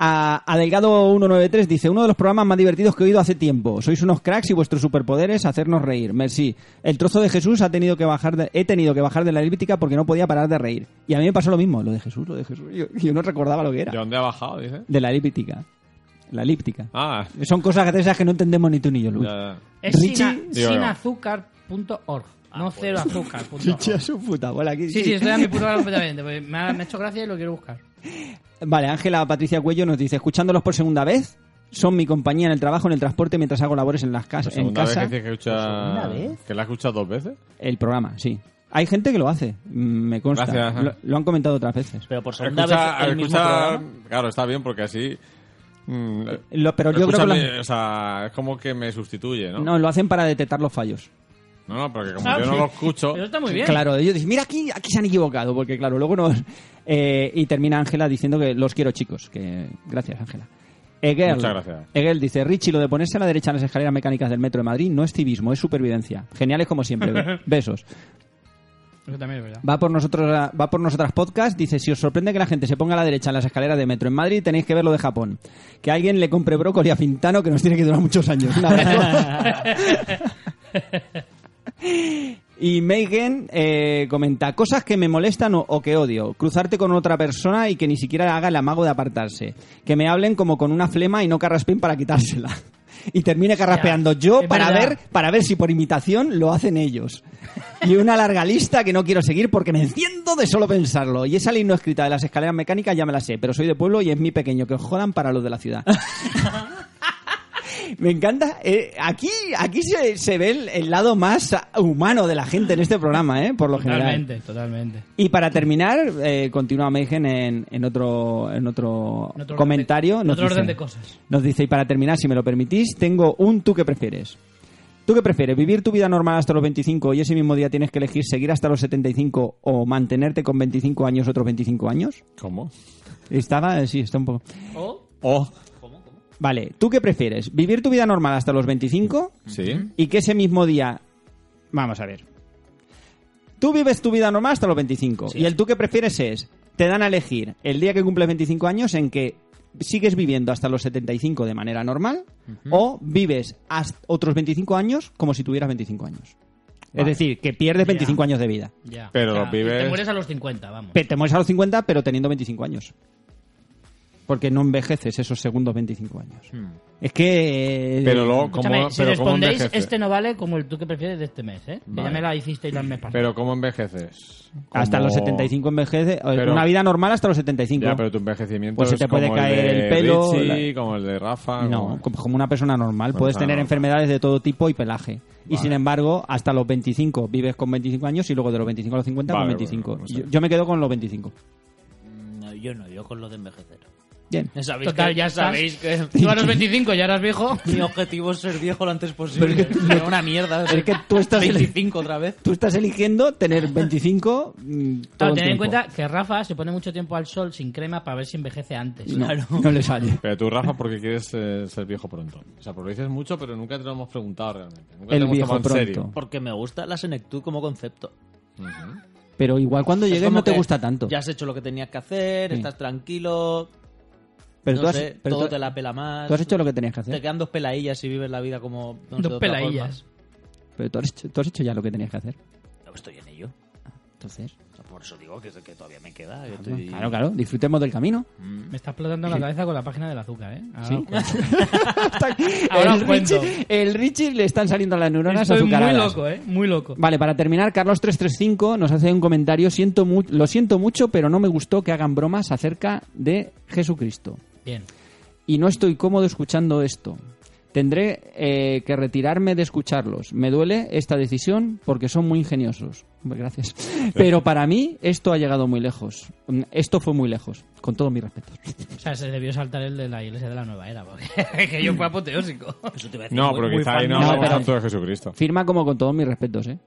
[SPEAKER 3] A, a Delgado193 dice: Uno de los programas más divertidos que he oído hace tiempo. Sois unos cracks y vuestros superpoderes hacernos reír. Merci. El trozo de Jesús ha tenido que bajar de- he tenido que bajar de la elíptica porque no podía parar de reír. Y a mí me pasó lo mismo, lo de Jesús, lo de Jesús. Yo, yo no recordaba lo que
[SPEAKER 2] ¿De
[SPEAKER 3] era.
[SPEAKER 2] dónde ha bajado, dice?
[SPEAKER 3] De la elíptica. La elíptica.
[SPEAKER 2] Ah,
[SPEAKER 3] Son cosas de esas que no entendemos ni tú ni yo, Luis.
[SPEAKER 2] ya, ya.
[SPEAKER 1] Es sin,
[SPEAKER 3] Richie- Ah, pues.
[SPEAKER 1] a-
[SPEAKER 2] Digo
[SPEAKER 1] sin
[SPEAKER 2] yo.
[SPEAKER 1] azúcar.org. No cero azúcar. punto org.
[SPEAKER 3] Chicha su puta bola, aquí-
[SPEAKER 1] Sí, sí, estoy a mi puta completamente. porque Me ha, me ha hecho gracia y lo quiero buscar.
[SPEAKER 3] Vale, Ángela Patricia Cuello nos dice, escuchándolos por segunda vez, son mi compañía en el trabajo, en el transporte, mientras hago labores en, las
[SPEAKER 2] ¿La
[SPEAKER 3] casas Pues en
[SPEAKER 2] segunda
[SPEAKER 3] casa. Pues
[SPEAKER 2] vez que dices que escucha... ¿Que la has escuchado dos veces?
[SPEAKER 3] El programa, sí. Hay gente que lo hace, mm, me consta.
[SPEAKER 2] Gracias, ajá.
[SPEAKER 3] Lo, lo han comentado otras veces.
[SPEAKER 4] Pero por segunda
[SPEAKER 2] Escucha,
[SPEAKER 4] vez el mismo
[SPEAKER 2] escucha-
[SPEAKER 4] programa.
[SPEAKER 2] claro, está bien porque así... mm,
[SPEAKER 3] Lo- pero yo creo que lo-
[SPEAKER 2] escúchame, O sea, es como que me sustituye, ¿no?
[SPEAKER 3] No, lo hacen para detectar los fallos.
[SPEAKER 2] No, no, porque como
[SPEAKER 1] Ah,
[SPEAKER 2] yo no lo escucho...
[SPEAKER 1] Pero está muy bien.
[SPEAKER 3] Claro, ellos dicen, mira aquí, aquí se han equivocado, porque claro, luego nos... eh, y termina Ángela diciendo que los quiero chicos, que gracias Ángela. Egel,
[SPEAKER 2] Muchas gracias.
[SPEAKER 3] Egel dice, Richie, lo de ponerse a la derecha en las escaleras mecánicas del metro de Madrid no es civismo, es supervivencia. Geniales como siempre. be- Besos.
[SPEAKER 1] Eso también es verdad.
[SPEAKER 3] Va por nosotros, va por nosotras podcast. Dice, si os sorprende que la gente se ponga a la derecha en las escaleras de metro en Madrid, tenéis que ver lo de Japón. Que alguien le compre brócoli a Fintano, que nos tiene que durar muchos años. Un abrazo. Y Megan eh, comenta, cosas que me molestan o, o que odio. Cruzarte con otra persona y que ni siquiera haga el amago de apartarse. Que me hablen como con una flema y no carraspen para quitársela. Y termine carraspeando
[SPEAKER 1] Ya,
[SPEAKER 3] yo
[SPEAKER 1] es
[SPEAKER 3] para
[SPEAKER 1] verdad.
[SPEAKER 3] ver para ver si por imitación lo hacen ellos. Y una larga lista que no quiero seguir porque me enciendo de solo pensarlo. Y esa ley no escrita de las escaleras mecánicas ya me la sé, pero soy de pueblo y es mi pequeño, que os jodan para los de la ciudad. Me encanta. eh, aquí aquí se, se ve el, el lado más humano de la gente en este programa, ¿eh? por lo general.
[SPEAKER 1] Totalmente, totalmente.
[SPEAKER 3] Y para terminar, eh, continúa Meigen en, en otro, en otro,
[SPEAKER 1] En otro orden
[SPEAKER 3] comentario.
[SPEAKER 1] de- en
[SPEAKER 3] nos
[SPEAKER 1] otro orden
[SPEAKER 3] dice-
[SPEAKER 1] de cosas.
[SPEAKER 3] Nos dice, y para terminar, si me lo permitís, tengo un tú que prefieres. ¿Tú qué prefieres? ¿Vivir tu vida normal hasta los 25 y ese mismo día tienes que elegir seguir hasta los 75 o mantenerte con 25 años otros 25 años?
[SPEAKER 2] ¿Cómo?
[SPEAKER 3] Estaba, eh, sí, está un poco.
[SPEAKER 1] O
[SPEAKER 2] Oh,
[SPEAKER 3] Vale, ¿tú qué prefieres? ¿Vivir tu vida normal hasta los 25
[SPEAKER 2] sí.
[SPEAKER 3] y que ese mismo día... Vamos a ver. Tú vives tu vida normal hasta los 25 y el tú que prefieres es, te dan a elegir el día que cumples 25 años en que sigues viviendo hasta los 75 de manera normal o vives hasta otros 25 años como si tuvieras 25 años. Es decir, que pierdes 25 años de vida.
[SPEAKER 1] ya.
[SPEAKER 2] Pero
[SPEAKER 1] O sea,
[SPEAKER 2] los pibes-
[SPEAKER 1] Te mueres a los 50, vamos.
[SPEAKER 3] Pe- Te mueres a los 50 pero teniendo 25 años. Porque no envejeces esos segundos 25 años.
[SPEAKER 4] Hmm,
[SPEAKER 3] Es que... eh,
[SPEAKER 2] Pero luego, ¿cómo,
[SPEAKER 1] Escúchame, si
[SPEAKER 2] pero ¿cómo
[SPEAKER 1] respondéis,
[SPEAKER 2] envejeces?
[SPEAKER 1] este no vale como el tú que prefieres de este mes, ¿eh? Que
[SPEAKER 2] Vale.
[SPEAKER 1] ya me la hiciste y la me pasó.
[SPEAKER 2] Pero ¿cómo envejeces?
[SPEAKER 3] Hasta
[SPEAKER 2] Como-
[SPEAKER 3] los 75 envejece. eh,
[SPEAKER 2] Pero-
[SPEAKER 3] una vida normal hasta los 75.
[SPEAKER 2] Ya, pero tu envejecimiento
[SPEAKER 3] Pues se
[SPEAKER 2] es
[SPEAKER 3] te puede
[SPEAKER 2] como
[SPEAKER 3] caer
[SPEAKER 2] el,
[SPEAKER 3] el
[SPEAKER 2] de
[SPEAKER 3] pelo,
[SPEAKER 2] Richie, como el de Rafa.
[SPEAKER 3] no,
[SPEAKER 2] como-
[SPEAKER 3] como como una persona normal.
[SPEAKER 2] ah, Bueno,
[SPEAKER 3] Puedes
[SPEAKER 2] está
[SPEAKER 3] tener
[SPEAKER 2] normal.
[SPEAKER 3] enfermedades de todo tipo y pelaje. Y
[SPEAKER 2] Vale.
[SPEAKER 3] sin embargo, hasta los 25 vives con 25 años y luego de los 25 a los 50
[SPEAKER 2] Vale,
[SPEAKER 3] con 25.
[SPEAKER 2] bueno, pues no sé.
[SPEAKER 3] yo, yo me quedo con los 25.
[SPEAKER 4] No, yo no, yo con lo de envejecer.
[SPEAKER 3] Bien.
[SPEAKER 4] ¿Sabéis
[SPEAKER 1] Total,
[SPEAKER 4] que-
[SPEAKER 1] ya estás.
[SPEAKER 4] sabéis que
[SPEAKER 1] Tú a los 25 ya eras viejo.
[SPEAKER 4] mi objetivo es ser viejo lo antes posible. Era una mierda.
[SPEAKER 3] Es que tú estás-
[SPEAKER 4] 25 otra vez.
[SPEAKER 3] Tú estás eligiendo tener 25 mm, todo
[SPEAKER 1] Claro,
[SPEAKER 3] el
[SPEAKER 1] ten en
[SPEAKER 3] tiempo.
[SPEAKER 1] cuenta que Rafa se pone mucho tiempo al sol sin crema para ver si envejece antes.
[SPEAKER 3] No, no le sale.
[SPEAKER 2] Pero tú, Rafa, porque quieres eh, ser viejo pronto. O sea, porque lo dices mucho, pero nunca te lo hemos preguntado realmente. Nunca te
[SPEAKER 3] El
[SPEAKER 2] lo hemos
[SPEAKER 3] viejo
[SPEAKER 2] tomado en
[SPEAKER 3] pronto.
[SPEAKER 2] serio.
[SPEAKER 4] Porque me gusta la senectud como concepto.
[SPEAKER 3] Pero igual cuando
[SPEAKER 4] Es
[SPEAKER 3] llegues
[SPEAKER 4] como
[SPEAKER 3] no te
[SPEAKER 4] que
[SPEAKER 3] gusta tanto.
[SPEAKER 4] Ya has hecho lo que tenías que hacer,
[SPEAKER 3] Sí.
[SPEAKER 4] estás tranquilo.
[SPEAKER 3] pero
[SPEAKER 4] no
[SPEAKER 3] tú has,
[SPEAKER 4] sé,
[SPEAKER 3] pero
[SPEAKER 4] todo
[SPEAKER 3] tú-
[SPEAKER 4] te la pela más.
[SPEAKER 3] tú has hecho lo que tenías que
[SPEAKER 4] Te
[SPEAKER 3] hacer.
[SPEAKER 4] quedan dos pelaillas si vives la vida como. no sé, de
[SPEAKER 1] Dos
[SPEAKER 4] otra
[SPEAKER 1] pelaillas.
[SPEAKER 3] Pero tú has, hecho, tú has hecho ya lo que tenías que hacer.
[SPEAKER 4] forma. No, estoy en ello.
[SPEAKER 3] Entonces,
[SPEAKER 4] O sea, por eso digo que, que todavía me queda. que estoy- Mm.
[SPEAKER 3] claro, claro, disfrutemos del camino.
[SPEAKER 1] Me está explotando la cabeza con la página del azúcar, ¿eh? Ahora
[SPEAKER 3] Sí.
[SPEAKER 1] os cuento.
[SPEAKER 3] Está-
[SPEAKER 1] Ahora
[SPEAKER 3] el,
[SPEAKER 1] os cuento.
[SPEAKER 3] Richie, el Richie le están saliendo las neuronas
[SPEAKER 1] Estoy muy
[SPEAKER 3] azucaradas.
[SPEAKER 1] loco, ¿eh? Muy loco.
[SPEAKER 3] Vale, para terminar, Carlos335 nos hace un comentario. Siento mu- lo siento mucho, pero no me gustó que hagan bromas acerca de Jesucristo.
[SPEAKER 1] Bien.
[SPEAKER 3] Y no estoy cómodo escuchando esto. Tendré eh, que retirarme de escucharlos. Me duele esta decisión porque son muy ingeniosos. Hombre, Gracias. Pero para mí esto ha llegado muy lejos. Mm, Esto fue muy lejos, con todo mi respeto.
[SPEAKER 1] O sea, se debió saltar el de la iglesia de la nueva era, porque que yo fue apoteósico.
[SPEAKER 4] Eso te iba a decir,
[SPEAKER 2] No,
[SPEAKER 4] muy-
[SPEAKER 2] pero
[SPEAKER 4] muy
[SPEAKER 2] quizá
[SPEAKER 4] fan
[SPEAKER 2] ahí no
[SPEAKER 3] No,
[SPEAKER 2] hablamos
[SPEAKER 3] pero-
[SPEAKER 2] tanto de Jesucristo.
[SPEAKER 3] Firma como con todos mis respetos, ¿eh?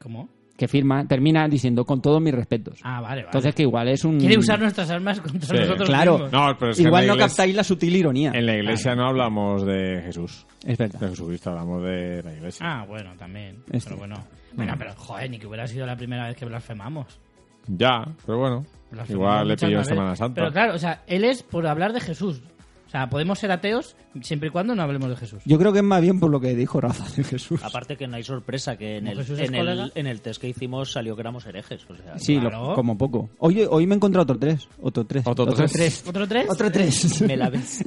[SPEAKER 1] ¿Cómo?
[SPEAKER 3] que firma, termina diciendo con todos mis respetos.
[SPEAKER 1] Ah, vale, vale.
[SPEAKER 3] Entonces que igual es un...
[SPEAKER 1] Quiere usar nuestras armas contra
[SPEAKER 2] Sí,
[SPEAKER 1] nosotros
[SPEAKER 3] Claro,
[SPEAKER 1] mismos.
[SPEAKER 2] No, pero es Pues que
[SPEAKER 3] igual
[SPEAKER 2] en la
[SPEAKER 3] no
[SPEAKER 2] iglesia-
[SPEAKER 3] captáis la sutil ironía.
[SPEAKER 2] En Pues la iglesia no hablamos de Jesús,
[SPEAKER 3] Es
[SPEAKER 2] de
[SPEAKER 3] verdad.
[SPEAKER 2] Jesucristo, hablamos de la iglesia.
[SPEAKER 1] Ah, bueno, también.
[SPEAKER 3] Es
[SPEAKER 1] pero
[SPEAKER 3] cierto.
[SPEAKER 1] bueno. Bueno, pero joder, ni que hubiera sido la primera vez que blasfemamos.
[SPEAKER 2] Ya, pero bueno.
[SPEAKER 1] Blasfemamos
[SPEAKER 2] Igual le
[SPEAKER 1] muchas
[SPEAKER 2] pilló en
[SPEAKER 1] más
[SPEAKER 2] Semana
[SPEAKER 1] veces.
[SPEAKER 2] Santa.
[SPEAKER 1] Pero claro, o sea, él es por hablar de Jesús. O sea, podemos ser ateos siempre y cuando no hablemos de Jesús.
[SPEAKER 3] Yo creo que es más bien por lo que dijo Rafa de Jesús.
[SPEAKER 4] Aparte que no hay sorpresa, que en
[SPEAKER 1] Como
[SPEAKER 4] el,
[SPEAKER 1] Jesús es
[SPEAKER 4] en, el,
[SPEAKER 1] colega.
[SPEAKER 4] en el test que hicimos salió que éramos herejes. O sea,
[SPEAKER 3] Sí, lo-
[SPEAKER 1] Claro.
[SPEAKER 3] como poco. Hoy, hoy me he encontrado otro tres. Otro tres.
[SPEAKER 2] Otro tres.
[SPEAKER 1] ¿Otro tres?
[SPEAKER 3] Otro tres.
[SPEAKER 4] me la ves.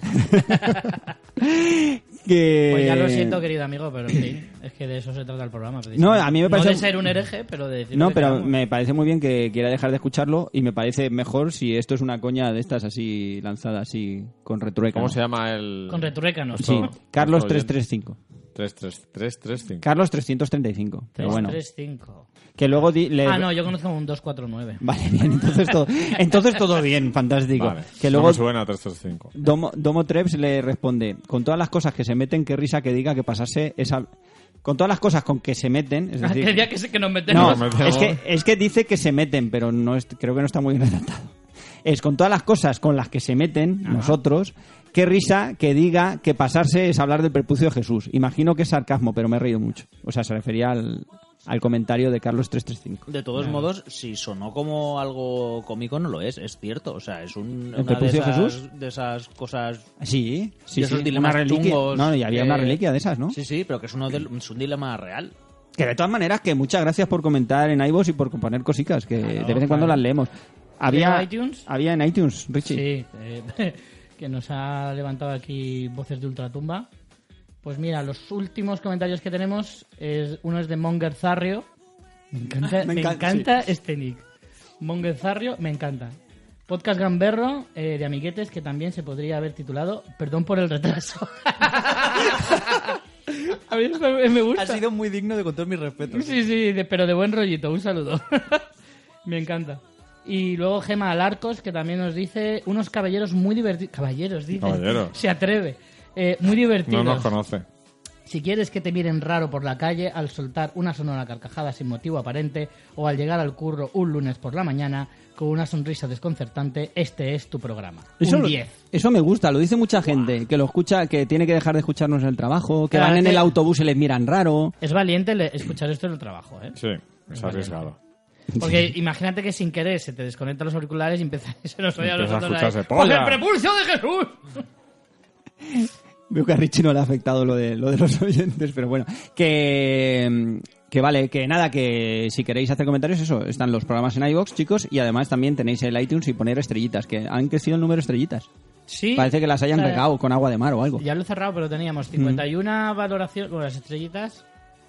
[SPEAKER 3] que...
[SPEAKER 1] Pues ya lo siento, querido amigo, pero en fin, es que de eso se trata el programa.
[SPEAKER 3] Eh, No, a mí me parece-
[SPEAKER 1] No de ser un hereje, pero de decir. lo
[SPEAKER 3] No,
[SPEAKER 1] que
[SPEAKER 3] pero
[SPEAKER 1] queramos.
[SPEAKER 3] me parece muy bien que quiera dejar de escucharlo y me parece mejor si esto es una coña de estas así lanzada, así con retrueca.
[SPEAKER 2] ¿Cómo
[SPEAKER 3] ¿no?
[SPEAKER 2] se llama el...?
[SPEAKER 1] Con retruécanos.
[SPEAKER 3] Sí,
[SPEAKER 2] Nuestro-
[SPEAKER 3] Carlos
[SPEAKER 2] nuestro oyente.
[SPEAKER 3] 335.
[SPEAKER 2] 33335.
[SPEAKER 3] Carlos 335. Pero
[SPEAKER 1] Tres,
[SPEAKER 3] bueno,
[SPEAKER 1] tres, cinco.
[SPEAKER 3] que luego di- le...
[SPEAKER 1] Ah, no, yo conozco un 249.
[SPEAKER 3] Vale, bien, entonces todo, entonces todo bien, fantástico.
[SPEAKER 2] Vale.
[SPEAKER 3] Que
[SPEAKER 2] No
[SPEAKER 3] luego
[SPEAKER 2] me suena a 335.
[SPEAKER 3] Domo, Domo Treps le responde, con todas las cosas que se meten, qué risa que diga que pasase esa... Con todas las cosas con que se meten, es decir...
[SPEAKER 1] Aquel día que, se- que nos metemos.
[SPEAKER 3] No,
[SPEAKER 2] Nos metemos.
[SPEAKER 3] es que, es que dice que se meten, pero no es- creo que no está muy bien adaptado. Es con todas las cosas con las que se meten nosotros, qué risa que diga que pasarse es hablar del prepucio de Jesús. Imagino que es sarcasmo, pero me he reído mucho. O sea, se refería al, al comentario de Carlos 335.
[SPEAKER 4] De todos modos, si sonó como algo cómico, no lo es, es cierto. O sea, es un, una de
[SPEAKER 3] ¿El prepucio de
[SPEAKER 4] esas,
[SPEAKER 3] Jesús?
[SPEAKER 4] de esas cosas...
[SPEAKER 3] Sí, sí,
[SPEAKER 4] de
[SPEAKER 3] sí,
[SPEAKER 4] esos dilemas
[SPEAKER 3] una reliquia.
[SPEAKER 4] chungos
[SPEAKER 3] No, y había
[SPEAKER 4] que-
[SPEAKER 3] una reliquia de esas, ¿no?
[SPEAKER 4] Sí, sí, pero que es, uno del- es un dilema real.
[SPEAKER 3] Que de todas maneras, que muchas gracias por comentar en iVoox y por poner cositas, que de vez en cuando las leemos. Había,
[SPEAKER 1] ¿En iTunes?
[SPEAKER 3] había en iTunes, Richie.
[SPEAKER 1] Sí, eh, que nos ha levantado aquí voces de ultratumba. Pues mira, los últimos comentarios que tenemos, es, uno es de Monger Zarrio. Me encanta,
[SPEAKER 3] Me
[SPEAKER 1] me
[SPEAKER 3] encanta,
[SPEAKER 1] encanta este nick. Monger Zarrio, me encanta. Podcast Gamberro eh, de Amiguetes, que también se podría haber titulado Perdón por el retraso. A mí eso me me gusta.
[SPEAKER 4] muy digno de con todos mis respetos.
[SPEAKER 1] Sí, sí, de- pero de buen rollito, un saludo. Me encanta. Y luego Gema Alarcos, que también nos dice unos caballeros muy divertidos. Caballeros, dice.
[SPEAKER 2] Caballeros.
[SPEAKER 1] Se atreve. Eh, muy
[SPEAKER 2] No
[SPEAKER 1] divertidos.
[SPEAKER 2] nos conoce.
[SPEAKER 1] si quieres que te miren raro por la calle al soltar una sonora carcajada sin motivo aparente o al llegar al curro un lunes por la mañana con una sonrisa desconcertante, este es tu programa. un
[SPEAKER 3] lo-
[SPEAKER 1] 10.
[SPEAKER 3] eso me gusta, lo dice mucha gente, que lo escucha, que tiene que dejar de escucharnos en el trabajo, que
[SPEAKER 1] Claro,
[SPEAKER 3] van en
[SPEAKER 1] que-
[SPEAKER 3] el autobús y les miran raro.
[SPEAKER 1] Es valiente le- escuchar esto en el trabajo, ¿eh?
[SPEAKER 2] Sí, es arriesgado.
[SPEAKER 1] Porque imagínate que sin querer se te desconectan los auriculares y empieza, se nos oye a los
[SPEAKER 2] Empieza a
[SPEAKER 1] otros.
[SPEAKER 2] escucharse,
[SPEAKER 1] ahí,
[SPEAKER 2] "Polla".
[SPEAKER 1] ¡Pues el prepulso de Jesús!
[SPEAKER 3] Veo que a Richie no le ha afectado lo de, lo de los oyentes, pero bueno, que... mm, Que vale, que nada, que si queréis hacer comentarios, eso, están los programas en iVoox, chicos, y además también tenéis el iTunes y poner estrellitas, que han crecido el número de estrellitas.
[SPEAKER 1] Sí.
[SPEAKER 3] Parece que las hayan
[SPEAKER 1] o sea,
[SPEAKER 3] regado Mm. con agua de mar o algo.
[SPEAKER 1] Ya lo he cerrado, pero teníamos 51 valoraciones. Bueno, las estrellitas.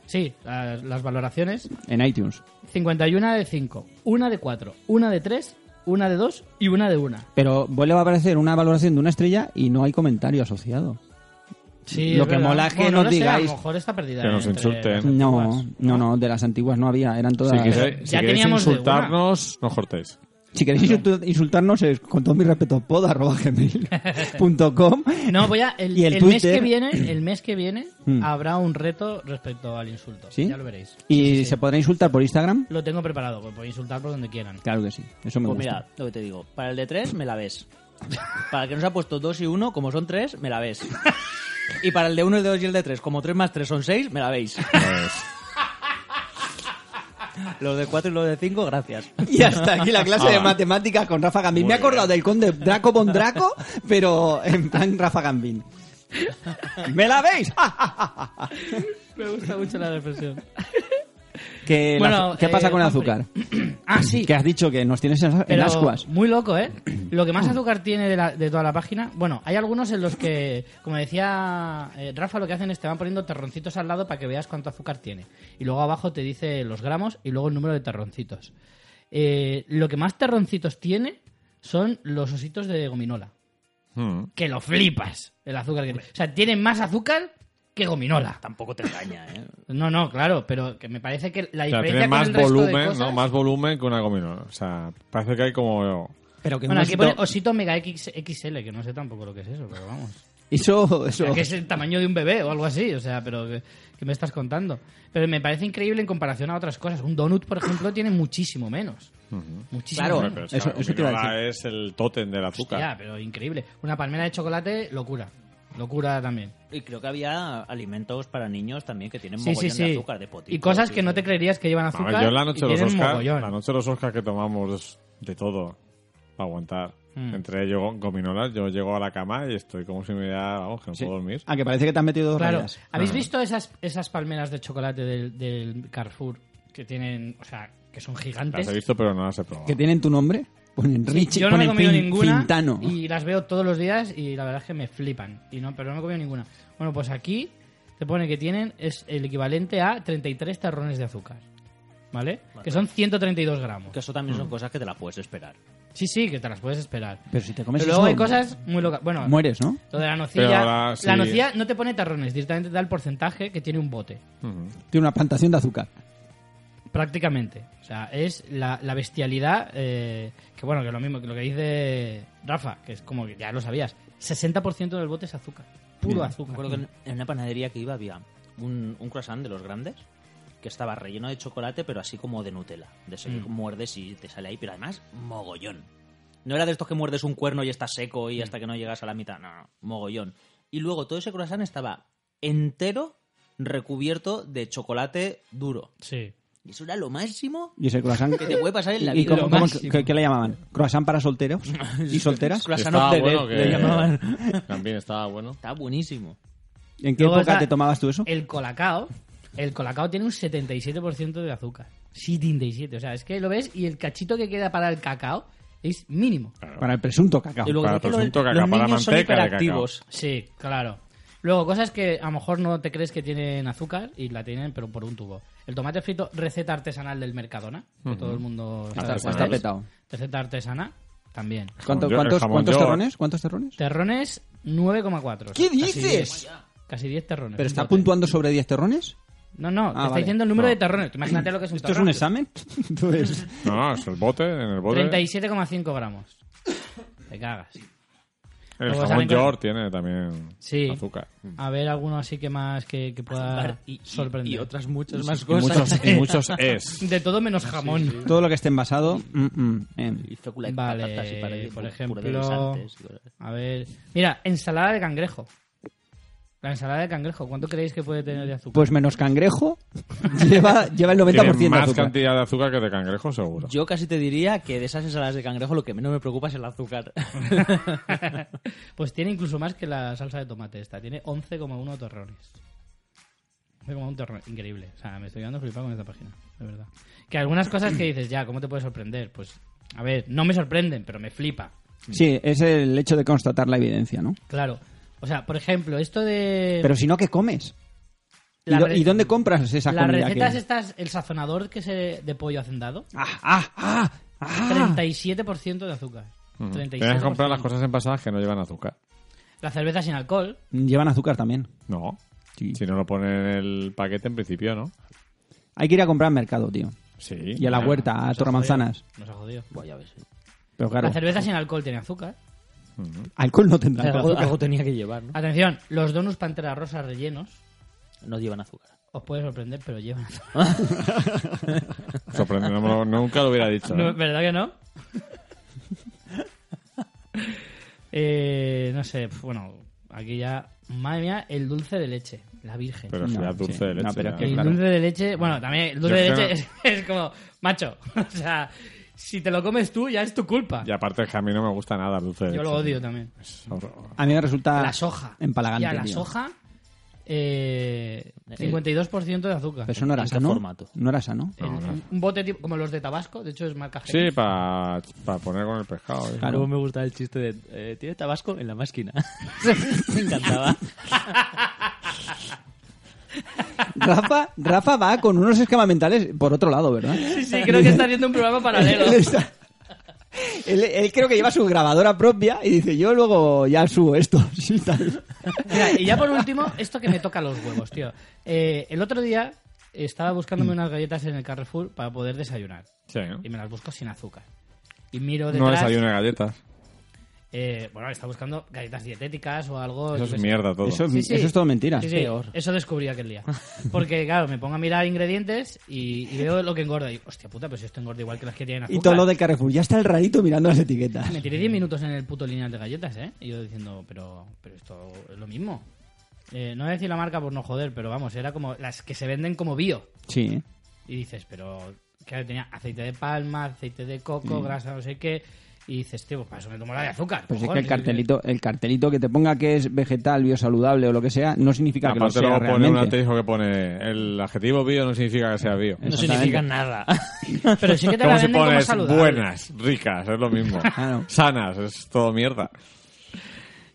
[SPEAKER 1] Sí, las, las valoraciones.
[SPEAKER 3] En iTunes.
[SPEAKER 1] 51 de 5, una de 4, una de 3, una de 2 y una de 1.
[SPEAKER 3] Pero vuelve a aparecer una valoración de una estrella y es verdad. Bueno, no lo sé, a lo mejor está perdida, ¿eh? y no hay comentario asociado.
[SPEAKER 1] Sí,
[SPEAKER 3] Lo
[SPEAKER 1] es
[SPEAKER 3] que
[SPEAKER 1] verdad.
[SPEAKER 3] mola es que
[SPEAKER 1] Bueno,
[SPEAKER 3] nos
[SPEAKER 1] no lo sé,
[SPEAKER 3] digáis-
[SPEAKER 1] a lo mejor está perdida.
[SPEAKER 2] Que
[SPEAKER 1] eh,
[SPEAKER 2] nos
[SPEAKER 1] entre
[SPEAKER 2] insulten.
[SPEAKER 1] las
[SPEAKER 3] No,
[SPEAKER 1] antiguas.
[SPEAKER 3] no, no, de las antiguas no había, eran todas...
[SPEAKER 2] Si queréis, si
[SPEAKER 1] ya
[SPEAKER 2] queréis
[SPEAKER 1] teníamos de
[SPEAKER 2] insultarnos, no cortéis.
[SPEAKER 3] Si queréis insultu- insultarnos, es con todo mi respeto, pod.gmail.com.
[SPEAKER 1] No, voy a. El,
[SPEAKER 3] Y el
[SPEAKER 1] el mes
[SPEAKER 3] Twitter.
[SPEAKER 1] que viene, el mes que viene
[SPEAKER 3] Mm.
[SPEAKER 1] habrá un reto respecto al insulto.
[SPEAKER 3] ¿Sí?
[SPEAKER 1] Ya lo veréis.
[SPEAKER 3] Y
[SPEAKER 1] Sí, sí, sí.
[SPEAKER 3] se podrá insultar por Instagram.
[SPEAKER 1] Lo tengo preparado, pues podéis insultar por donde quieran.
[SPEAKER 3] Claro que sí, eso me
[SPEAKER 4] Pues
[SPEAKER 3] gusta.
[SPEAKER 4] mira, lo que te digo, para el de tres me la ves. Para el que nos ha puesto dos y uno, como son tres, me la ves. Y para el de uno, el de dos y el de tres, como tres más tres son seis, me la veis.
[SPEAKER 2] Pues,
[SPEAKER 4] Los de cuatro y los de cinco, gracias.
[SPEAKER 3] Y hasta aquí la clase
[SPEAKER 1] Ah.
[SPEAKER 3] de matemáticas con Rafa Gambín. Me he acordado del conde Draco von Draco, pero en plan Rafa Gambín. ¿Me la veis? ¡Ah!
[SPEAKER 1] Me gusta mucho la reflexión.
[SPEAKER 3] Que la-
[SPEAKER 1] Bueno,
[SPEAKER 3] ¿Qué pasa
[SPEAKER 1] eh,
[SPEAKER 3] con el
[SPEAKER 1] Humphrey.
[SPEAKER 3] azúcar?
[SPEAKER 1] ah, sí.
[SPEAKER 3] Que has dicho que nos tienes en, en
[SPEAKER 1] Pero
[SPEAKER 3] ascuas.
[SPEAKER 1] Muy loco, ¿eh? Lo que más azúcar tiene de, la- de toda la página. Bueno, hay algunos en los que, como decía eh, Rafa, lo que hacen es te van poniendo terroncitos al lado para que veas cuánto azúcar tiene. Y luego abajo te dice los gramos y luego el número de terroncitos. Eh, lo que más terroncitos tiene son los ositos de gominola.
[SPEAKER 2] Hmm.
[SPEAKER 1] Que lo flipas, el azúcar que tiene. O sea, tienen más azúcar que gominola.
[SPEAKER 4] Tampoco te engaña, ¿eh?
[SPEAKER 1] No, no, claro, pero que me parece que la
[SPEAKER 2] O sea,
[SPEAKER 1] diferencia
[SPEAKER 2] tiene más
[SPEAKER 1] con el resto de
[SPEAKER 2] volumen,
[SPEAKER 1] cosas-
[SPEAKER 2] ¿no? Más volumen que una gominola. O sea, parece que hay como...
[SPEAKER 3] Pero que
[SPEAKER 1] Bueno,
[SPEAKER 3] un
[SPEAKER 1] aquí
[SPEAKER 3] osito-
[SPEAKER 1] pone osito mega X- XL, que no sé tampoco lo que es eso, pero vamos.
[SPEAKER 3] Eso, eso.
[SPEAKER 1] O sea, que es el tamaño de un bebé o algo así, o sea, pero ¿qué, qué me estás contando? Pero me parece increíble en comparación a otras cosas. Un donut, por ejemplo, tiene muchísimo menos. Muchísimo
[SPEAKER 3] Claro.
[SPEAKER 1] menos.
[SPEAKER 2] Pero es
[SPEAKER 3] Eso-
[SPEAKER 2] que la
[SPEAKER 3] eso te iba a
[SPEAKER 2] gominola es el tótem del azúcar.
[SPEAKER 1] Ya, pero increíble. Una palmera de chocolate, locura. Locura también.
[SPEAKER 4] Y creo que había alimentos para niños también que tienen
[SPEAKER 1] Sí, sí,
[SPEAKER 4] mogollón
[SPEAKER 1] sí.
[SPEAKER 4] de azúcar, de potitos
[SPEAKER 1] y cosas que no te creerías que llevan
[SPEAKER 2] Vamos,
[SPEAKER 1] azúcar.
[SPEAKER 2] yo en la noche
[SPEAKER 1] y
[SPEAKER 2] de los
[SPEAKER 1] tienen
[SPEAKER 2] Oscar,
[SPEAKER 1] mogollón.
[SPEAKER 2] la noche de los Oscar que tomamos de todo para aguantar.
[SPEAKER 1] Mm.
[SPEAKER 2] Entre ellos gominolas, yo llego a la cama y estoy como si me hubiera, vamos, que no
[SPEAKER 3] Sí.
[SPEAKER 2] puedo dormir.
[SPEAKER 3] Ah, que parece que te han metido dos
[SPEAKER 1] Claro.
[SPEAKER 3] rayas.
[SPEAKER 1] ¿Habéis visto esas, esas palmeras de chocolate del, del Carrefour que tienen, o sea, que son gigantes?
[SPEAKER 2] Las he visto, pero no las he probado.
[SPEAKER 3] Que tienen tu nombre. Ponen Richie.
[SPEAKER 1] Yo no me he
[SPEAKER 3] ponen
[SPEAKER 1] comido
[SPEAKER 3] Fin-
[SPEAKER 1] ninguna
[SPEAKER 3] Fintano.
[SPEAKER 1] y las veo todos los días y la verdad es que me flipan. Y no, pero no me he comido ninguna. Bueno, pues aquí te pone que tienen es el equivalente a 33 tarrones de azúcar. ¿Vale? Que son 132 gramos.
[SPEAKER 4] Que eso también
[SPEAKER 1] Mm.
[SPEAKER 4] son cosas que te la puedes esperar.
[SPEAKER 1] Sí, sí, que te las puedes esperar.
[SPEAKER 3] Pero si te comes
[SPEAKER 1] Pero luego
[SPEAKER 3] eso,
[SPEAKER 1] hay cosas muy locas. Bueno,
[SPEAKER 3] Mueres, ¿no?
[SPEAKER 1] lo de la nocilla.
[SPEAKER 2] Pero la-
[SPEAKER 1] La,
[SPEAKER 2] sí.
[SPEAKER 1] nocilla no te pone tarrones, directamente te da el porcentaje que tiene un bote.
[SPEAKER 2] Ujú.
[SPEAKER 3] Tiene una plantación de azúcar.
[SPEAKER 1] Prácticamente. O sea, es la, la bestialidad. eh, que bueno, que es lo mismo que lo que dice Rafa, que es como que ya lo sabías. 60% del bote es azúcar. Puro
[SPEAKER 4] Me
[SPEAKER 1] azúcar.
[SPEAKER 4] acuerdo que en- en una panadería que iba había un, un croissant de los grandes que estaba relleno de chocolate, pero así como de Nutella. De ese
[SPEAKER 3] Mm.
[SPEAKER 4] que muerdes y te sale ahí, pero además, mogollón. No era de estos que muerdes un cuerno y está seco
[SPEAKER 3] Mm.
[SPEAKER 4] y hasta que no llegas a la mitad. No, no, mogollón. Y luego todo ese croissant estaba entero recubierto de chocolate duro.
[SPEAKER 1] Sí.
[SPEAKER 4] Y eso era lo máximo
[SPEAKER 3] Y ese croissant.
[SPEAKER 4] que te puede pasar en la
[SPEAKER 3] ¿Y
[SPEAKER 4] vida.
[SPEAKER 3] cómo,
[SPEAKER 1] Lo
[SPEAKER 3] cómo-
[SPEAKER 1] máximo.
[SPEAKER 3] qué, qué le llamaban? ¿Croissant para solteros y solteras?
[SPEAKER 4] Croissant
[SPEAKER 2] Estaba
[SPEAKER 4] of the
[SPEAKER 2] bueno
[SPEAKER 4] dead,
[SPEAKER 2] que-
[SPEAKER 4] le llamaban.
[SPEAKER 2] También estaba bueno.
[SPEAKER 4] Está buenísimo.
[SPEAKER 3] ¿En qué
[SPEAKER 1] Luego
[SPEAKER 3] época
[SPEAKER 1] está-
[SPEAKER 3] te tomabas tú eso?
[SPEAKER 1] El colacao. El colacao tiene un 77% de azúcar. 77. O sea, es que lo ves y el cachito que queda para el cacao es mínimo.
[SPEAKER 3] Para el presunto cacao.
[SPEAKER 4] Y luego
[SPEAKER 2] Para
[SPEAKER 4] es que
[SPEAKER 2] presunto,
[SPEAKER 4] los,
[SPEAKER 2] cacao,
[SPEAKER 4] los
[SPEAKER 2] para
[SPEAKER 4] niños son
[SPEAKER 2] manteca de cacao.
[SPEAKER 4] hiperactivos.
[SPEAKER 1] Sí, claro. Luego, cosas que a lo mejor no te crees que tienen azúcar y la tienen, pero por un tubo. El tomate frito, receta artesanal del Mercadona, que todo el mundo sabe
[SPEAKER 2] Artesanal.
[SPEAKER 1] cuál es.
[SPEAKER 3] Está petado.
[SPEAKER 1] Receta artesana, también.
[SPEAKER 3] ¿Cuánto-
[SPEAKER 2] Yo- el
[SPEAKER 3] ¿Cuántos,
[SPEAKER 2] jamón
[SPEAKER 3] cuántos
[SPEAKER 2] york.
[SPEAKER 3] terrones? ¿Cuántos terrones?
[SPEAKER 1] Terrones, 9,4.
[SPEAKER 3] ¿Qué
[SPEAKER 1] Casi
[SPEAKER 3] dices?
[SPEAKER 1] 10. Casi 10 terrones.
[SPEAKER 3] ¿Pero
[SPEAKER 1] un
[SPEAKER 3] está
[SPEAKER 1] bote.
[SPEAKER 3] puntuando sobre 10 terrones?
[SPEAKER 1] No, no, te está
[SPEAKER 3] vale.
[SPEAKER 1] diciendo el número
[SPEAKER 2] No.
[SPEAKER 1] de terrones. Imagínate lo que es un
[SPEAKER 3] ¿Esto es
[SPEAKER 1] terrón.
[SPEAKER 3] un examen? Entonces,
[SPEAKER 2] No, no, es el bote, en el bote.
[SPEAKER 1] 37,5 gramos. Te cagas.
[SPEAKER 2] El
[SPEAKER 1] Luego
[SPEAKER 2] jamón
[SPEAKER 1] salen con-
[SPEAKER 2] york tiene también
[SPEAKER 1] Sí.
[SPEAKER 2] azúcar.
[SPEAKER 1] A ver, alguno así que más que, que pueda
[SPEAKER 4] Y- y-
[SPEAKER 1] sorprender.
[SPEAKER 4] Y otras muchas más
[SPEAKER 3] y
[SPEAKER 4] cosas.
[SPEAKER 3] muchos-
[SPEAKER 2] Y muchos es.
[SPEAKER 1] De todo
[SPEAKER 4] Ah,
[SPEAKER 1] menos jamón.
[SPEAKER 3] todo lo que esté envasado. mm, mm, eh.
[SPEAKER 4] Y fécula de
[SPEAKER 1] Vale,
[SPEAKER 4] patatas y para-
[SPEAKER 1] por
[SPEAKER 4] pu-
[SPEAKER 1] ejemplo-
[SPEAKER 4] puré de guisantes y cosas.
[SPEAKER 1] A ver. Mira, ensalada de cangrejo. La ensalada de cangrejo, ¿cuánto creéis que puede tener de azúcar?
[SPEAKER 3] Pues menos cangrejo lleva, lleva el 90%
[SPEAKER 2] Tiene
[SPEAKER 3] de
[SPEAKER 2] más
[SPEAKER 3] azúcar.
[SPEAKER 2] cantidad de azúcar que de cangrejo, seguro.
[SPEAKER 4] Yo casi te diría que de esas ensaladas de cangrejo lo que menos me preocupa es el azúcar.
[SPEAKER 1] pues tiene incluso más que la salsa de tomate esta. Tiene 11,1 torrones. 11,1 torrones. Increíble. O sea, me estoy quedando flipado con esta página. De verdad. Que algunas cosas que dices, ya, ¿cómo te puede sorprender? Pues, a ver, no me sorprenden, pero me flipa.
[SPEAKER 3] Sí, es el hecho de constatar la evidencia, ¿no?
[SPEAKER 1] Claro. O sea, por ejemplo, esto de...
[SPEAKER 3] Pero si no, ¿qué comes?
[SPEAKER 1] Eh,
[SPEAKER 3] ¿Y,
[SPEAKER 1] La
[SPEAKER 3] do-
[SPEAKER 1] re-
[SPEAKER 3] y dónde compras esa
[SPEAKER 1] las
[SPEAKER 3] comida?
[SPEAKER 1] recetas
[SPEAKER 3] que-
[SPEAKER 1] estas, el sazonador que se de pollo hacendado,
[SPEAKER 3] ¡Ah, ah, ah! ah! Mm.
[SPEAKER 1] 37% de azúcar.
[SPEAKER 2] Ujú.
[SPEAKER 1] 37%.
[SPEAKER 2] Tienes que comprar las cosas envasadas que no llevan azúcar.
[SPEAKER 1] La cerveza sin alcohol.
[SPEAKER 3] Mm, Llevan azúcar también.
[SPEAKER 2] No.
[SPEAKER 3] Sí.
[SPEAKER 2] Si no lo ponen en el paquete, en principio, ¿no?
[SPEAKER 3] Hay que ir a comprar al mercado, tíío.
[SPEAKER 2] Sí. Eh,
[SPEAKER 3] Y a la
[SPEAKER 2] Bueno,
[SPEAKER 3] huerta, a
[SPEAKER 1] Nos ha
[SPEAKER 3] Torremanzanas.
[SPEAKER 1] jodido, Nos ha jodido.
[SPEAKER 4] Buah, ya ves.
[SPEAKER 3] Pero claro,
[SPEAKER 1] La cerveza sin alcohol tiene azúcar.
[SPEAKER 3] alcohol no tendrá.
[SPEAKER 4] Algo,
[SPEAKER 3] azúcar.
[SPEAKER 4] algo tenía que llevar, ¿no?
[SPEAKER 1] Atención, los donuts pantera rosa rellenos
[SPEAKER 4] No llevan azúcar.
[SPEAKER 1] os puede sorprender, pero llevan azúcar.
[SPEAKER 2] Sorprende, no me lo- nunca lo hubiera dicho. ¿eh?
[SPEAKER 1] No, ¿Verdad que no? Eh, no sé, pf, bueno, aquí ya. Madre mía, el dulce de leche, la virgen.
[SPEAKER 2] Pero si
[SPEAKER 3] No,
[SPEAKER 2] ya es dulce
[SPEAKER 3] sí.
[SPEAKER 2] de leche.
[SPEAKER 3] No, pero
[SPEAKER 2] ya.
[SPEAKER 3] que-
[SPEAKER 1] el
[SPEAKER 3] claro.
[SPEAKER 1] dulce de leche, bueno, también el dulce
[SPEAKER 2] Yo
[SPEAKER 1] de
[SPEAKER 2] es que
[SPEAKER 1] leche es, es como, macho, o sea, si te lo comes tú ya es tu culpa.
[SPEAKER 2] Y aparte es que a mí no me gusta nada el dulce de
[SPEAKER 1] Yo
[SPEAKER 2] leche.
[SPEAKER 1] lo odio también.
[SPEAKER 2] Es horror-
[SPEAKER 3] A mí me resulta
[SPEAKER 1] La soja.
[SPEAKER 3] empalagante.
[SPEAKER 1] Ya, la
[SPEAKER 3] Ah, tío.
[SPEAKER 1] soja, eh, 52% de azúcar.
[SPEAKER 3] Pero eso no era
[SPEAKER 4] ¿En qué
[SPEAKER 3] sano.
[SPEAKER 4] formato?
[SPEAKER 3] No era sano.
[SPEAKER 1] El- Un bote tipo, como los de Tabasco, de hecho es marca Heinz.
[SPEAKER 2] Sí, para poner con el pescado. ¿eh?
[SPEAKER 3] Claro.
[SPEAKER 4] Luego me gusta el chiste de... eh, Tiene tabasco en la máquina. me encantaba.
[SPEAKER 3] Rafa, Rafa va con unos esquemas mentales por otro lado, ¿verdad?
[SPEAKER 1] Sí, sí, creo que está haciendo un programa paralelo.
[SPEAKER 3] Él, está- él- él creo que lleva su grabadora propia y dice, yo luego ya subo esto. Sí, tal.
[SPEAKER 1] Mira, y ya por último, esto que me toca los huevos, tío. Eh, el otro día estaba
[SPEAKER 3] Mm.
[SPEAKER 1] buscándome unas galletas en el Carrefour para poder desayunar.
[SPEAKER 2] Sí, ¿no?
[SPEAKER 1] Y me las busco sin azúcar. Y miro
[SPEAKER 2] No
[SPEAKER 1] detrás...
[SPEAKER 2] desayuno galletas.
[SPEAKER 1] eh, bueno, está buscando galletas dietéticas o algo.
[SPEAKER 2] Eso
[SPEAKER 1] yo qué
[SPEAKER 2] es
[SPEAKER 1] sé.
[SPEAKER 2] mierda todo.
[SPEAKER 3] Eso,
[SPEAKER 1] Sí, sí.
[SPEAKER 3] eso es todo mentira.
[SPEAKER 1] Sí, sí, eso descubrí aquel día. Porque, claro, me pongo a mirar ingredientes y, y veo lo que engorda. Y, digo, hostia puta, pero si esto engorda igual que las que tienen azúcar.
[SPEAKER 3] Y todo lo del Carrefour. Ya está el radito mirando las etiquetas.
[SPEAKER 1] Me tiré 10 minutos en el puto lineal de galletas, ¿eh? Y yo diciendo, pero, pero esto es lo mismo. Eh, no voy a decir la marca por no joder, pero vamos, era como las que se venden como bio.
[SPEAKER 3] Sí. ¿eh?
[SPEAKER 1] Y dices, pero claro, tenía aceite de palma, aceite de coco, grasa, no sé qué. Y dices, tío, pues para eso me tomo la de azúcar.
[SPEAKER 3] Mm. Pues es que
[SPEAKER 1] cojones.
[SPEAKER 3] el cartelito, el cartelito que te ponga que es vegetal, biosaludable o lo que sea, no significa que lo
[SPEAKER 2] Aparte
[SPEAKER 3] sea
[SPEAKER 2] luego pone un
[SPEAKER 3] realmente.
[SPEAKER 2] atejo que pone el adjetivo bio no significa que sea bio.
[SPEAKER 4] No
[SPEAKER 3] Exactamente.
[SPEAKER 4] significa nada.
[SPEAKER 1] Pero sí que te la
[SPEAKER 2] Como si
[SPEAKER 1] venden como,
[SPEAKER 2] pones
[SPEAKER 1] saludable.
[SPEAKER 2] buenas, ricas, es lo mismo.
[SPEAKER 3] Claro.
[SPEAKER 2] Sanas, es todo mierda.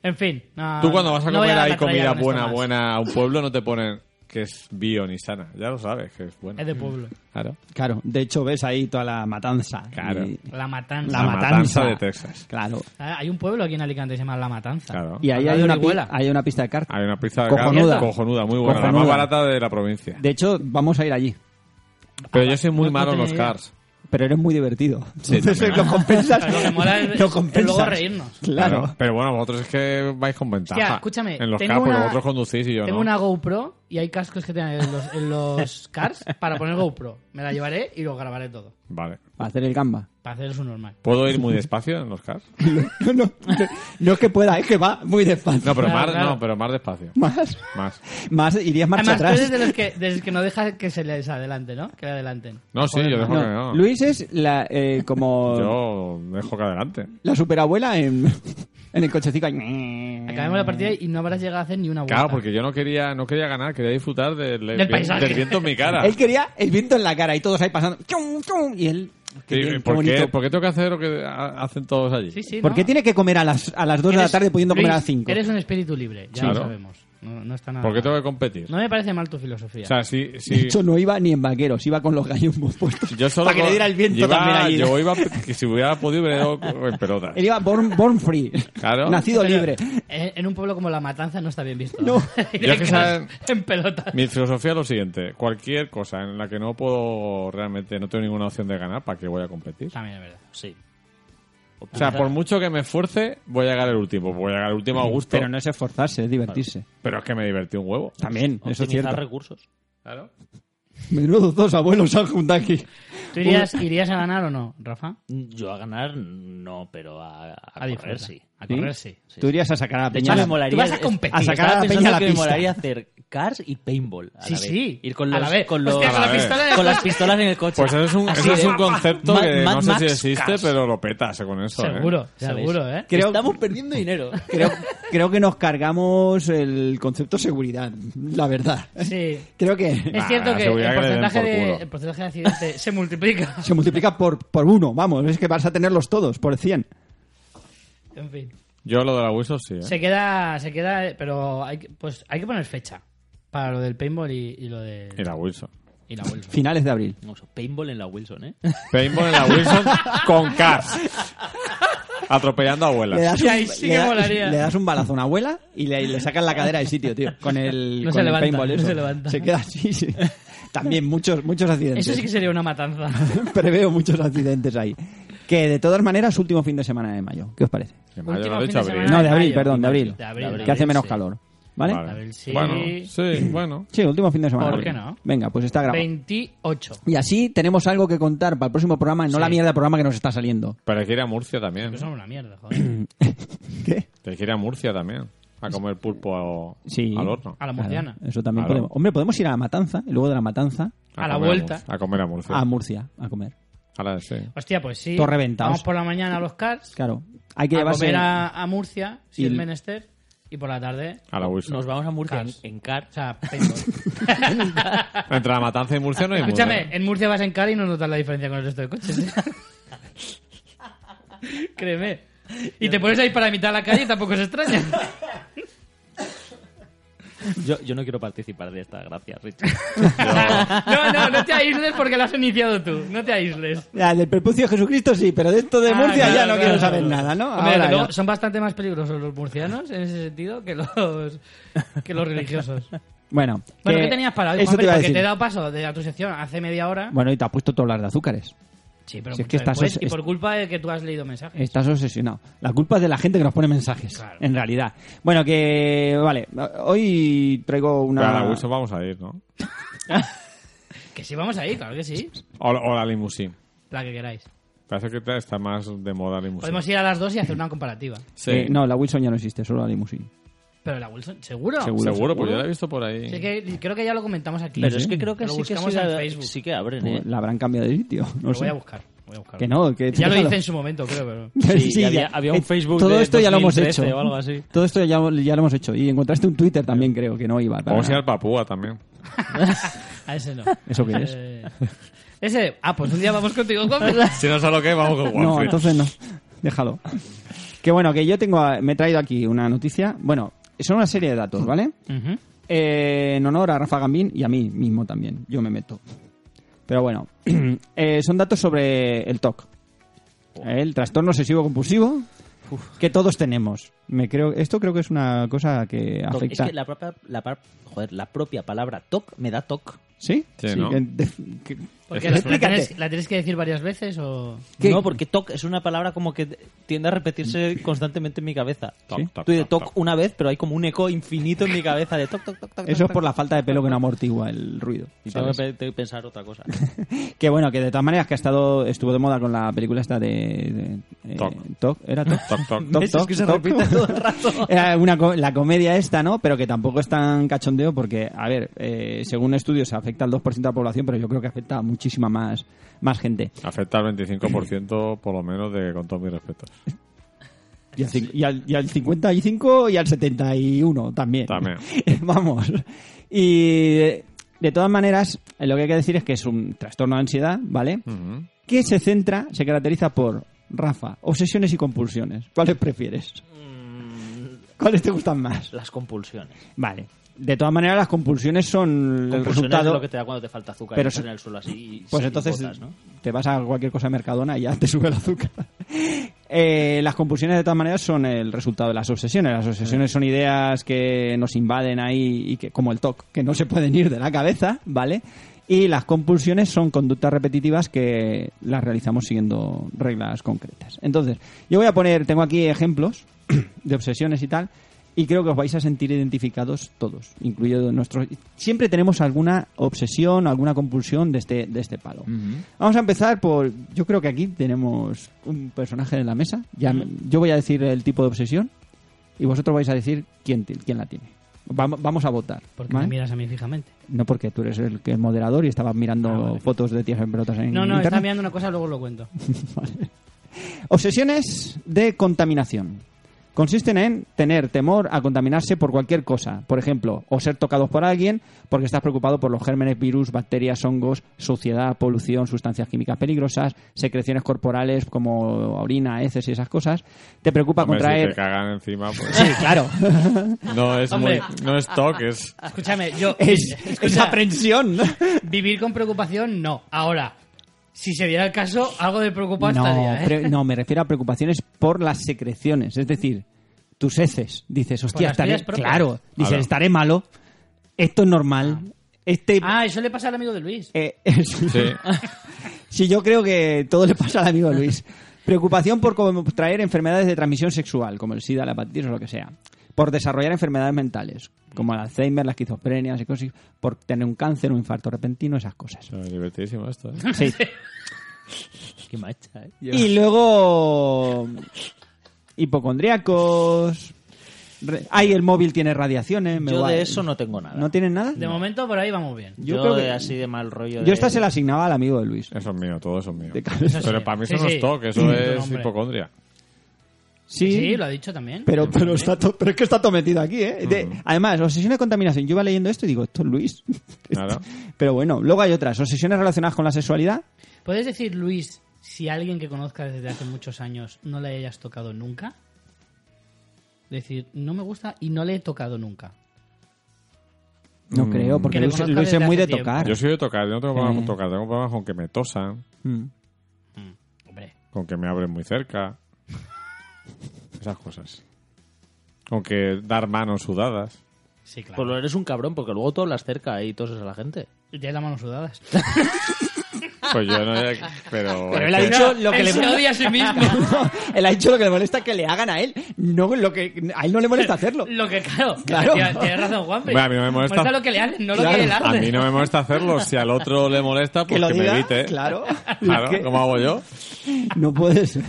[SPEAKER 1] En fin. no-
[SPEAKER 2] Tú cuando vas a
[SPEAKER 1] Ah, no voy
[SPEAKER 2] comer
[SPEAKER 1] dar
[SPEAKER 2] ahí
[SPEAKER 1] la tralla
[SPEAKER 2] comida
[SPEAKER 1] con esto
[SPEAKER 2] buena,
[SPEAKER 1] más.
[SPEAKER 2] buena a un pueblo, no te ponen que es bio ni sana. Ya lo sabes que es buena.
[SPEAKER 1] Es de pueblo.
[SPEAKER 2] Claro.
[SPEAKER 3] Claro, de hecho ves ahí toda la matanza.
[SPEAKER 2] Claro.
[SPEAKER 3] Y-
[SPEAKER 1] La Matanza.
[SPEAKER 3] La, matanza.
[SPEAKER 2] de Texas.
[SPEAKER 3] Claro.
[SPEAKER 1] Ah, Hay un pueblo aquí en Alicante que se llama La Matanza.
[SPEAKER 2] Claro.
[SPEAKER 3] Y ahí
[SPEAKER 1] Habla
[SPEAKER 3] hay
[SPEAKER 1] de
[SPEAKER 3] una, pi-
[SPEAKER 1] Orihuela.
[SPEAKER 3] hay una pista de karting.
[SPEAKER 2] Hay una pizza de
[SPEAKER 3] Cojonuda.
[SPEAKER 2] carne cojonuda, muy buena, la
[SPEAKER 3] Cojonuda.
[SPEAKER 2] más barata de la provincia.
[SPEAKER 3] De hecho, vamos a ir allí.
[SPEAKER 2] Pero yo soy muy
[SPEAKER 1] No- no
[SPEAKER 2] malo en
[SPEAKER 1] tenía
[SPEAKER 2] los
[SPEAKER 1] idea.
[SPEAKER 2] cars.
[SPEAKER 3] Pero eres muy divertido.
[SPEAKER 2] Sí,
[SPEAKER 3] Entonces lo compensas.
[SPEAKER 1] Lo que mola es-
[SPEAKER 3] lo
[SPEAKER 1] es
[SPEAKER 3] compensas.
[SPEAKER 1] luego reírnos.
[SPEAKER 3] Claro.
[SPEAKER 2] Pero bueno, vosotros es que vais con ventaja.
[SPEAKER 1] Hostia, escúchame,
[SPEAKER 2] En los
[SPEAKER 1] tengo
[SPEAKER 2] cars, porque
[SPEAKER 1] una-
[SPEAKER 2] vosotros conducís y yo
[SPEAKER 1] Tengo
[SPEAKER 2] no.
[SPEAKER 1] una GoPro y hay cascos que tienen en los, en los cars para poner GoPro. Me la llevaré y lo grabaré todo.
[SPEAKER 2] Vale.
[SPEAKER 3] Para hacer el gamba.
[SPEAKER 1] Para hacer su normal.
[SPEAKER 2] ¿Puedo ir muy despacio en los cars?
[SPEAKER 3] No, no, no es que pueda, es que va muy despacio.
[SPEAKER 2] No, pero
[SPEAKER 1] Claro,
[SPEAKER 2] más,
[SPEAKER 1] claro.
[SPEAKER 2] no, pero más despacio.
[SPEAKER 3] Más,
[SPEAKER 2] Más.
[SPEAKER 3] más irías marcha
[SPEAKER 1] Además, tú
[SPEAKER 3] atrás.
[SPEAKER 1] eres de los, que, de los que no deja que se les adelante, ¿no? Que le adelanten.
[SPEAKER 2] No, sí, yo dejo
[SPEAKER 3] No,
[SPEAKER 2] que no.
[SPEAKER 3] Luis es la, eh, como
[SPEAKER 2] Yo dejo que adelante.
[SPEAKER 3] la superabuela en, en el cochecito. ahí.
[SPEAKER 1] Acabemos la partida y no habrás llegado a hacer ni una vuelta.
[SPEAKER 2] Claro, porque yo no quería, no quería ganar, quería disfrutar del,
[SPEAKER 1] Del paisaje.
[SPEAKER 2] del viento en mi cara.
[SPEAKER 3] Él quería el viento en la cara y todos ahí pasando. chum, chum, Y él. qué
[SPEAKER 2] Sí,
[SPEAKER 3] bien, qué
[SPEAKER 2] ¿por, qué,
[SPEAKER 3] bonito.
[SPEAKER 2] ¿Por qué tengo que hacer lo que ha- hacen todos allí?
[SPEAKER 1] Sí, sí,
[SPEAKER 3] ¿Por
[SPEAKER 1] ¿no?
[SPEAKER 3] qué tiene que comer a las, a las 2 de la
[SPEAKER 1] Eres-
[SPEAKER 3] tarde pudiendo comer a las
[SPEAKER 1] Luis,
[SPEAKER 3] 5?
[SPEAKER 1] Eres un espíritu libre, ya
[SPEAKER 2] Sí.
[SPEAKER 1] lo
[SPEAKER 2] Claro.
[SPEAKER 1] sabemos. No, no está nada.
[SPEAKER 2] ¿Por qué
[SPEAKER 1] mal.
[SPEAKER 2] tengo que competir?
[SPEAKER 1] No me parece mal tu filosofía.
[SPEAKER 2] O sea, si,
[SPEAKER 3] De
[SPEAKER 2] si
[SPEAKER 3] hecho, no iba ni en vaqueros, iba con los gallumbos puestos.
[SPEAKER 2] yo solo
[SPEAKER 3] Para que
[SPEAKER 2] con-
[SPEAKER 3] le diera el viento
[SPEAKER 2] iba-
[SPEAKER 3] también allí.
[SPEAKER 2] Yo iba, que si hubiera podido, hubiera ido en pelotas.
[SPEAKER 3] Él iba born, born free.
[SPEAKER 2] Claro.
[SPEAKER 3] Nacido
[SPEAKER 1] Pero
[SPEAKER 3] libre.
[SPEAKER 1] En, en un pueblo como La Matanza no está bien visto.
[SPEAKER 3] No.
[SPEAKER 1] Ir
[SPEAKER 2] Yo
[SPEAKER 1] en
[SPEAKER 2] que
[SPEAKER 1] cars
[SPEAKER 2] saben-
[SPEAKER 1] En pelotas.
[SPEAKER 2] Mi filosofía es lo siguiente: cualquier cosa en la que no puedo realmente, no tengo ninguna opción de ganar, ¿para qué voy a competir?
[SPEAKER 1] También es verdad.
[SPEAKER 4] Sí.
[SPEAKER 2] O sea, por mucho que me esfuerce, voy a llegar el último. Pues Voy a llegar el último a gusto.
[SPEAKER 3] Pero no es esforzarse, es divertirse.
[SPEAKER 2] Pero es que me divertí un huevo.
[SPEAKER 3] También, eso es
[SPEAKER 4] Optimizar
[SPEAKER 3] cierto.
[SPEAKER 4] recursos.
[SPEAKER 2] Claro.
[SPEAKER 3] Menudo dos abuelos se han juntado aquí.
[SPEAKER 1] ¿Tú irías, irías a ganar o no, Rafa?
[SPEAKER 4] Mm, Yo a ganar no, pero a, a
[SPEAKER 1] A
[SPEAKER 4] correr
[SPEAKER 1] disfrutar.
[SPEAKER 4] sí.
[SPEAKER 1] A correr sí.
[SPEAKER 4] Sí.
[SPEAKER 3] Tú irías a sacar a la
[SPEAKER 4] De
[SPEAKER 3] peña.
[SPEAKER 4] hecho, me
[SPEAKER 3] a la-
[SPEAKER 4] molaría.
[SPEAKER 1] Tú vas a competir.
[SPEAKER 3] A sacar
[SPEAKER 4] estaba
[SPEAKER 3] a la peña
[SPEAKER 4] pensando
[SPEAKER 3] a la
[SPEAKER 4] que
[SPEAKER 3] pista.
[SPEAKER 4] Me molaría hacer cars y paintball. A la
[SPEAKER 1] Sí,
[SPEAKER 4] vez.
[SPEAKER 1] sí.
[SPEAKER 4] Ir con
[SPEAKER 1] A
[SPEAKER 4] los,
[SPEAKER 1] la vez.
[SPEAKER 4] Con, los,
[SPEAKER 1] Hostia, con la
[SPEAKER 2] A la vez.
[SPEAKER 1] pistola en el
[SPEAKER 4] con las
[SPEAKER 1] coche.
[SPEAKER 4] pistolas en el coche.
[SPEAKER 2] Pues eso es un,
[SPEAKER 4] Así
[SPEAKER 2] eso es
[SPEAKER 4] de-
[SPEAKER 2] un concepto
[SPEAKER 4] Mad-
[SPEAKER 2] que
[SPEAKER 4] Mad
[SPEAKER 2] no sé
[SPEAKER 4] Max
[SPEAKER 2] si existe,
[SPEAKER 4] Cars.
[SPEAKER 2] pero lo petas con eso. ¿eh?
[SPEAKER 1] Seguro,
[SPEAKER 4] Ya ves.
[SPEAKER 1] seguro, ¿eh?
[SPEAKER 3] Creo-
[SPEAKER 4] Estamos perdiendo dinero.
[SPEAKER 3] Creo, creo que nos cargamos el concepto seguridad, la verdad.
[SPEAKER 1] Sí.
[SPEAKER 3] Creo que
[SPEAKER 1] Es cierto
[SPEAKER 2] la
[SPEAKER 1] que
[SPEAKER 2] seguridad
[SPEAKER 1] el
[SPEAKER 2] que le den
[SPEAKER 1] porcentaje,
[SPEAKER 2] por
[SPEAKER 1] de,
[SPEAKER 2] culo.
[SPEAKER 1] el porcentaje de accidente se multiplica.
[SPEAKER 3] se multiplica por, por uno, vamos, es que vas a tenerlos todos, por 100.
[SPEAKER 1] En fin.
[SPEAKER 2] Yo lo de la Wiso sí. ¿eh?
[SPEAKER 1] Se queda, se queda, eh, pero hay, que- pues hay que poner fecha para lo del paintball y, y lo de
[SPEAKER 2] Y la Wilson.
[SPEAKER 1] y la Wilson.
[SPEAKER 3] Finales de abril.
[SPEAKER 4] No, eso, paintball en la Wilson, ¿eh?
[SPEAKER 2] Paintball en la Wilson con Cars. Atropellando
[SPEAKER 3] Le
[SPEAKER 2] abuelas.
[SPEAKER 3] das,
[SPEAKER 1] Y
[SPEAKER 3] un,
[SPEAKER 1] ahí sí
[SPEAKER 3] le
[SPEAKER 1] que
[SPEAKER 3] das-
[SPEAKER 1] molaría.
[SPEAKER 3] le das un balazo a una abuela y le, y le sacas la cadera del sitio, tío. Con el,
[SPEAKER 1] No
[SPEAKER 3] con
[SPEAKER 1] se
[SPEAKER 3] el
[SPEAKER 1] levanta,
[SPEAKER 3] paintball
[SPEAKER 1] no
[SPEAKER 3] eso.
[SPEAKER 1] se levanta.
[SPEAKER 3] queda así, sí. También muchos, muchos accidentes.
[SPEAKER 1] Eso sí que sería una matanza.
[SPEAKER 3] Preveo muchos accidentes ahí. Que de todas maneras, último fin de semana de mayo. ¿Qué os parece?
[SPEAKER 2] Que mayo
[SPEAKER 1] Último
[SPEAKER 2] lo he
[SPEAKER 1] fin
[SPEAKER 2] dicho
[SPEAKER 1] Ah, de
[SPEAKER 2] abril.
[SPEAKER 1] semana.
[SPEAKER 3] No, de
[SPEAKER 1] mayo,
[SPEAKER 3] abril, perdón, de abril.
[SPEAKER 1] de abril,
[SPEAKER 4] de
[SPEAKER 3] que hace
[SPEAKER 4] abril,
[SPEAKER 3] menos
[SPEAKER 4] sí.
[SPEAKER 3] calor. ¿Vale?
[SPEAKER 1] Abril sí.
[SPEAKER 2] Bueno, sí, bueno.
[SPEAKER 3] Sí, último fin de semana.
[SPEAKER 1] ¿Por
[SPEAKER 3] de
[SPEAKER 1] qué
[SPEAKER 3] abril.
[SPEAKER 1] no?
[SPEAKER 3] Venga, pues está grabado.
[SPEAKER 1] 28.
[SPEAKER 3] Y así tenemos algo que contar para el próximo programa, no la mierda de programa que nos está saliendo.
[SPEAKER 2] Pero hay que ir a Murcia también.
[SPEAKER 1] Que son una mierda, joder.
[SPEAKER 3] ¿Qué?
[SPEAKER 2] Hay que ir a Murcia también. A comer pulpo a-
[SPEAKER 3] Sí.
[SPEAKER 2] al horno.
[SPEAKER 1] A la murciana.
[SPEAKER 3] eso también
[SPEAKER 2] Claro.
[SPEAKER 3] podemos. Hombre, podemos ir a la matanza y luego de la matanza
[SPEAKER 1] a la
[SPEAKER 2] comer
[SPEAKER 1] vuelta.
[SPEAKER 2] Murcia. A comer a Murcia.
[SPEAKER 3] a Murcia a comer.
[SPEAKER 2] A la- sí.
[SPEAKER 1] Hostia, pues sí.
[SPEAKER 3] Todo reventados.
[SPEAKER 1] Vamos por la mañana a los cars,
[SPEAKER 3] Claro. Hay que
[SPEAKER 1] a
[SPEAKER 3] llevarse.
[SPEAKER 1] comer a, a Murcia, si
[SPEAKER 3] Y
[SPEAKER 1] es
[SPEAKER 3] el-
[SPEAKER 1] menester, y por la tarde,
[SPEAKER 2] A la Wilson.
[SPEAKER 4] Nos vamos a Murcia en,
[SPEAKER 1] Cars.
[SPEAKER 4] en car.
[SPEAKER 1] o sea, paintball.
[SPEAKER 2] Entre la matanza y Murcia no hay
[SPEAKER 1] Escúchame,
[SPEAKER 2] Murcia.
[SPEAKER 1] en Murcia vas en car y no notas la diferencia con el resto de coches. ¿eh? Créeme. Y te pones ahí para imitar la calle y tampoco es extraña.
[SPEAKER 4] Yo, yo no quiero participar de esta, gracias, Richard.
[SPEAKER 1] No, no, no te aísles porque lo has iniciado tú. No te aísles.
[SPEAKER 3] La Ah, del prepucio de Jesucristo sí, pero de esto de
[SPEAKER 1] Ah,
[SPEAKER 3] Murcia
[SPEAKER 1] claro,
[SPEAKER 3] ya no
[SPEAKER 1] claro,
[SPEAKER 3] quiero
[SPEAKER 1] claro.
[SPEAKER 3] saber nada, ¿no?
[SPEAKER 1] Hombre,
[SPEAKER 3] Ahora
[SPEAKER 1] que luego
[SPEAKER 3] ya.
[SPEAKER 1] son bastante más peligrosos los murcianos en ese sentido que los, que los religiosos.
[SPEAKER 3] Bueno,
[SPEAKER 1] Bueno,
[SPEAKER 3] que-
[SPEAKER 1] ¿qué tenías para hoy,
[SPEAKER 3] Eso
[SPEAKER 1] Juanfer?
[SPEAKER 3] te iba a
[SPEAKER 1] Porque
[SPEAKER 3] decir.
[SPEAKER 1] te he dado paso de a tu sección hace media hora.
[SPEAKER 3] Bueno, y te has puesto todo hablar de azúcares.
[SPEAKER 1] Sí, pero
[SPEAKER 3] Si es
[SPEAKER 1] mucho
[SPEAKER 3] que estás
[SPEAKER 1] después,
[SPEAKER 3] es-
[SPEAKER 1] y por culpa de que tú has leído mensajes.
[SPEAKER 3] Estás obsesionado. La culpa es de la gente que nos pone mensajes,
[SPEAKER 1] Claro.
[SPEAKER 3] en realidad. Bueno, que vale, hoy traigo una...
[SPEAKER 2] Pero a la Wilson vamos a ir, ¿no?
[SPEAKER 1] Que sí, vamos ahí, claro que sí.
[SPEAKER 3] Pues,
[SPEAKER 2] O, o la limusín.
[SPEAKER 1] La que queráis.
[SPEAKER 2] Parece que está- está más de moda la limusín.
[SPEAKER 1] Podemos ir a las dos y hacer una comparativa.
[SPEAKER 2] Sí.
[SPEAKER 3] Eh, no, la Wilson ya no existe, solo la limusina.
[SPEAKER 1] Pero la Wilson, ¿seguro?
[SPEAKER 3] Seguro.
[SPEAKER 2] Seguro, porque yo la he visto por ahí.
[SPEAKER 1] Sí, que, creo que ya lo comentamos aquí.
[SPEAKER 4] Pero
[SPEAKER 3] Sí,
[SPEAKER 4] es
[SPEAKER 3] sí.
[SPEAKER 4] que creo que
[SPEAKER 1] Lo
[SPEAKER 4] sí que,
[SPEAKER 1] buscamos
[SPEAKER 4] sí
[SPEAKER 1] en
[SPEAKER 4] la-
[SPEAKER 1] Facebook.
[SPEAKER 4] sí que abren, ¿eh?
[SPEAKER 3] Pues la habrán cambiado de sitio, no
[SPEAKER 1] lo
[SPEAKER 3] sé.
[SPEAKER 1] voy a buscar. Voy a buscar.
[SPEAKER 3] Que no, que...
[SPEAKER 1] Ya lo hice
[SPEAKER 3] déjalo.
[SPEAKER 1] en su momento, creo, pero...
[SPEAKER 4] Sí,
[SPEAKER 3] Sí,
[SPEAKER 4] había,
[SPEAKER 3] ya.
[SPEAKER 4] había un
[SPEAKER 3] Eh,
[SPEAKER 4] Facebook
[SPEAKER 3] Todo
[SPEAKER 4] de
[SPEAKER 3] esto ya lo hemos
[SPEAKER 4] 2013
[SPEAKER 3] hecho.
[SPEAKER 4] o algo así.
[SPEAKER 3] Todo esto ya, ya lo hemos hecho. Y encontraste un Twitter también, creo, que no iba. para-
[SPEAKER 2] Vamos a ir al Papúa también.
[SPEAKER 1] A ese no.
[SPEAKER 3] ¿Eso qué es?
[SPEAKER 1] Eh, Ese... Ah, pues un día vamos contigo, Juanfe.
[SPEAKER 2] Si no sabes lo que es, vamos con Juanfe.
[SPEAKER 3] No, entonces no. Déjalo. Que bueno, que yo tengo... a- Me he traído aquí una noticia. Bueno, son una serie de datos, ¿vale?
[SPEAKER 1] Ujú.
[SPEAKER 3] Eh, en honor a Rafa Gambín y a mí mismo también. Yo me meto. Pero bueno, eh, son datos sobre el TOC. eh, El trastorno obsesivo compulsivo que todos tenemos. Me creo, esto creo que es una cosa que
[SPEAKER 4] Toc.
[SPEAKER 3] afecta.
[SPEAKER 4] Es que la propia, la, par- joder, la propia palabra toc me da toc.
[SPEAKER 3] ¿Sí?
[SPEAKER 2] Sí, ¿no?
[SPEAKER 3] que- de- que-
[SPEAKER 1] Porque la, la
[SPEAKER 3] Explícate.
[SPEAKER 1] tienes, la tienes que decir varias veces o...
[SPEAKER 3] ¿Qué?
[SPEAKER 4] No, porque toc es una palabra como que tiende a repetirse constantemente en mi cabeza.
[SPEAKER 2] Toc,
[SPEAKER 3] Sí.
[SPEAKER 2] toc,
[SPEAKER 4] Tú de
[SPEAKER 2] toc,
[SPEAKER 4] toc
[SPEAKER 2] toc.
[SPEAKER 4] una vez, pero hay como un eco infinito en mi cabeza de toc, toc, toc, toc.
[SPEAKER 3] Eso
[SPEAKER 4] toc,
[SPEAKER 3] es
[SPEAKER 4] toc.
[SPEAKER 3] por la falta de pelo que no amortigua el ruido.
[SPEAKER 4] Y tengo
[SPEAKER 3] ¿sabes?
[SPEAKER 4] que pe- tengo que pensar otra cosa.
[SPEAKER 3] Que bueno, que de todas maneras que ha estado estuvo de moda con la película esta de, de- eh,
[SPEAKER 2] Toc.
[SPEAKER 3] Toc, era Toc.
[SPEAKER 2] Toc, toc.
[SPEAKER 3] Toc,
[SPEAKER 4] ¿Ves?
[SPEAKER 3] toc,
[SPEAKER 4] Es que se
[SPEAKER 3] toc.
[SPEAKER 4] repite todo el rato.
[SPEAKER 3] Era una co- la comedia esta, ¿no? Pero que tampoco es tan cachondeo porque, a ver, eh, según estudios afecta al 2% de la población, pero yo creo que afecta a muchísima más, más gente.
[SPEAKER 2] Afecta al 25% por lo menos de con todos mis respetos.
[SPEAKER 3] Y al, cin- y al- y al 55 y al 71 también.
[SPEAKER 2] También.
[SPEAKER 3] Vamos. Y de, de todas maneras, eh, lo que hay que decir es que es un trastorno de ansiedad, ¿vale?
[SPEAKER 2] Ujú.
[SPEAKER 3] Que se centra, se caracteriza por, Rafa, obsesiones y compulsiones. ¿Cuáles prefieres? ¿Cuáles te gustan más?
[SPEAKER 4] Mm, Las compulsiones.
[SPEAKER 3] Vale. De todas maneras, las compulsiones son el
[SPEAKER 4] Compulsiones
[SPEAKER 3] resultado.
[SPEAKER 4] es lo que te da cuando te falta azúcar
[SPEAKER 3] Pero
[SPEAKER 4] y estás
[SPEAKER 3] so-
[SPEAKER 4] en el suelo así. y-
[SPEAKER 3] Pues
[SPEAKER 4] y
[SPEAKER 3] entonces
[SPEAKER 4] botas, ¿no?
[SPEAKER 3] te vas a cualquier cosa de Mercadona y ya te sube el azúcar. Eh, las compulsiones, de todas maneras, son el resultado de las obsesiones. Las obsesiones son ideas que nos invaden ahí y que, como el TOC, que no se pueden ir de la cabeza, ¿vale? Y las compulsiones son conductas repetitivas que las realizamos siguiendo reglas concretas. Entonces, yo voy a poner, tengo aquí ejemplos de obsesiones y tal, y creo que os vais a sentir identificados todos, incluido nuestros. Siempre tenemos alguna obsesión, alguna compulsión de este, de este palo. Vamos a empezar por. Yo creo que aquí tenemos un personaje en la mesa. Ya, me- Yo voy a decir el tipo de obsesión y vosotros vais a decir quién, ti- quién la tiene. Vam- Vamos a votar.
[SPEAKER 1] Porque
[SPEAKER 3] ¿vale?
[SPEAKER 1] me miras a mí fijamente.
[SPEAKER 3] No porque tú eres el que es moderador y estabas mirando
[SPEAKER 1] Ah, vale.
[SPEAKER 3] fotos de tías en pelotas en
[SPEAKER 1] No, no, está
[SPEAKER 3] internet.
[SPEAKER 1] mirando una cosa, luego lo cuento.
[SPEAKER 3] Obsesiones de contaminación. Consisten en tener temor a contaminarse por cualquier cosa, por ejemplo, o ser tocados por alguien porque estás preocupado por los gérmenes, virus, bacterias, hongos, suciedad, polución, sustancias químicas peligrosas, secreciones corporales como orina, heces y esas cosas. Te preocupa
[SPEAKER 2] Hombre, si
[SPEAKER 3] contraer...
[SPEAKER 2] te cagan encima, pues...
[SPEAKER 3] Sí, claro.
[SPEAKER 2] No es, muy,
[SPEAKER 1] Hombre.
[SPEAKER 2] no es toc, es...
[SPEAKER 1] Escúchame, yo...
[SPEAKER 3] es,
[SPEAKER 1] escucha,
[SPEAKER 3] es aprensión.
[SPEAKER 1] vivir con preocupación, no. Ahora, si se diera el caso, algo de preocupado
[SPEAKER 3] No,
[SPEAKER 1] estaría, ¿eh?
[SPEAKER 3] pre- no, me refiero a preocupaciones por las secreciones, es decir, tus heces. Dices, hostia,
[SPEAKER 1] las
[SPEAKER 3] estaré.
[SPEAKER 1] tuyas propias.
[SPEAKER 3] Claro, dices,
[SPEAKER 2] Ala.
[SPEAKER 3] estaré malo. Esto es normal. Este.
[SPEAKER 1] Ah, eso le pasa al amigo de Luis.
[SPEAKER 3] eh, es-
[SPEAKER 2] Sí.
[SPEAKER 3] si yo creo que todo le pasa al amigo Luis. Preocupación por contraer enfermedades de transmisión sexual, como el SIDA, la hepatitis o lo que sea. Por desarrollar enfermedades mentales, como el Alzheimer, la esquizofrenia, psicosis, por tener un cáncer, un infarto repentino, esas cosas.
[SPEAKER 2] Está Divertidísimo esto, ¿eh?
[SPEAKER 3] Sí.
[SPEAKER 4] Qué macha, ¿eh?
[SPEAKER 3] Y luego. Hipocondríacos. re- Ay, el móvil tiene radiaciones. Me
[SPEAKER 4] Yo
[SPEAKER 3] guay.
[SPEAKER 4] de eso no tengo nada.
[SPEAKER 3] ¿No tienen nada?
[SPEAKER 1] De momento, por ahí vamos bien.
[SPEAKER 4] Yo,
[SPEAKER 3] Yo creo
[SPEAKER 4] de
[SPEAKER 3] que-
[SPEAKER 4] así de mal rollo.
[SPEAKER 3] Yo
[SPEAKER 4] de-
[SPEAKER 3] esta se la asignaba al amigo de Luis.
[SPEAKER 2] Eso es mío, todo eso es mío.
[SPEAKER 3] De cabeza.
[SPEAKER 2] Pero
[SPEAKER 1] sí.
[SPEAKER 2] para mí eso
[SPEAKER 1] Sí,
[SPEAKER 2] no
[SPEAKER 1] sí.
[SPEAKER 2] es toc,
[SPEAKER 1] Sí,
[SPEAKER 2] eso es
[SPEAKER 1] hombre.
[SPEAKER 2] hipocondria.
[SPEAKER 3] Sí,
[SPEAKER 1] Sí, lo ha dicho también.
[SPEAKER 3] pero, pero, está to- pero es que está todo metido aquí, ¿eh? De-
[SPEAKER 2] Mm.
[SPEAKER 3] Además, obsesión de contaminación. Yo iba leyendo esto y digo, esto es Luis.
[SPEAKER 2] Claro.
[SPEAKER 3] Pero bueno, luego hay otras. Obsesiones relacionadas con la sexualidad.
[SPEAKER 1] ¿Puedes decir, Luis, si alguien que conozcas desde hace muchos años no le hayas tocado nunca? Decir, no me gusta y no le he tocado nunca.
[SPEAKER 3] No
[SPEAKER 2] Mm.
[SPEAKER 3] creo, porque
[SPEAKER 1] Que le
[SPEAKER 3] Luis,
[SPEAKER 1] conozca
[SPEAKER 3] Luis es
[SPEAKER 1] desde
[SPEAKER 3] muy de
[SPEAKER 1] hace
[SPEAKER 3] tocar.
[SPEAKER 2] Yo soy de tocar, yo no tengo
[SPEAKER 3] Sí.
[SPEAKER 2] problemas con tocar, tengo problemas con que me tosan,
[SPEAKER 3] Mm.
[SPEAKER 1] Hombre,
[SPEAKER 2] con que me abren muy cerca, esas cosas. Con que dar manos sudadas.
[SPEAKER 1] sí, claro.
[SPEAKER 4] Pues lo eres un cabrón porque luego tú hablas cerca y toses a la gente.
[SPEAKER 1] Ya las manos sudadas.
[SPEAKER 2] Pues yo no... Pero...
[SPEAKER 3] Pero él ha dicho lo que
[SPEAKER 1] él
[SPEAKER 3] le
[SPEAKER 1] se odia a sí mismo.
[SPEAKER 3] él ha dicho lo que le molesta que le hagan a él, no lo que a él no le molesta hacerlo.
[SPEAKER 1] Lo que, claro,
[SPEAKER 3] Claro.
[SPEAKER 1] Tienes, tienes razón, Juan.
[SPEAKER 2] Hombre, a mí no me molesta.
[SPEAKER 1] lo que le hacen, no
[SPEAKER 3] Claro.
[SPEAKER 1] lo que le
[SPEAKER 2] A
[SPEAKER 1] hacen.
[SPEAKER 2] mí no me molesta hacerlo. Si al otro le molesta,
[SPEAKER 3] Que
[SPEAKER 2] pues
[SPEAKER 3] lo
[SPEAKER 2] que, me
[SPEAKER 3] diga,
[SPEAKER 2] evite.
[SPEAKER 3] claro.
[SPEAKER 2] Claro,
[SPEAKER 3] Es que
[SPEAKER 2] ¿cómo hago yo?
[SPEAKER 3] No puede ser.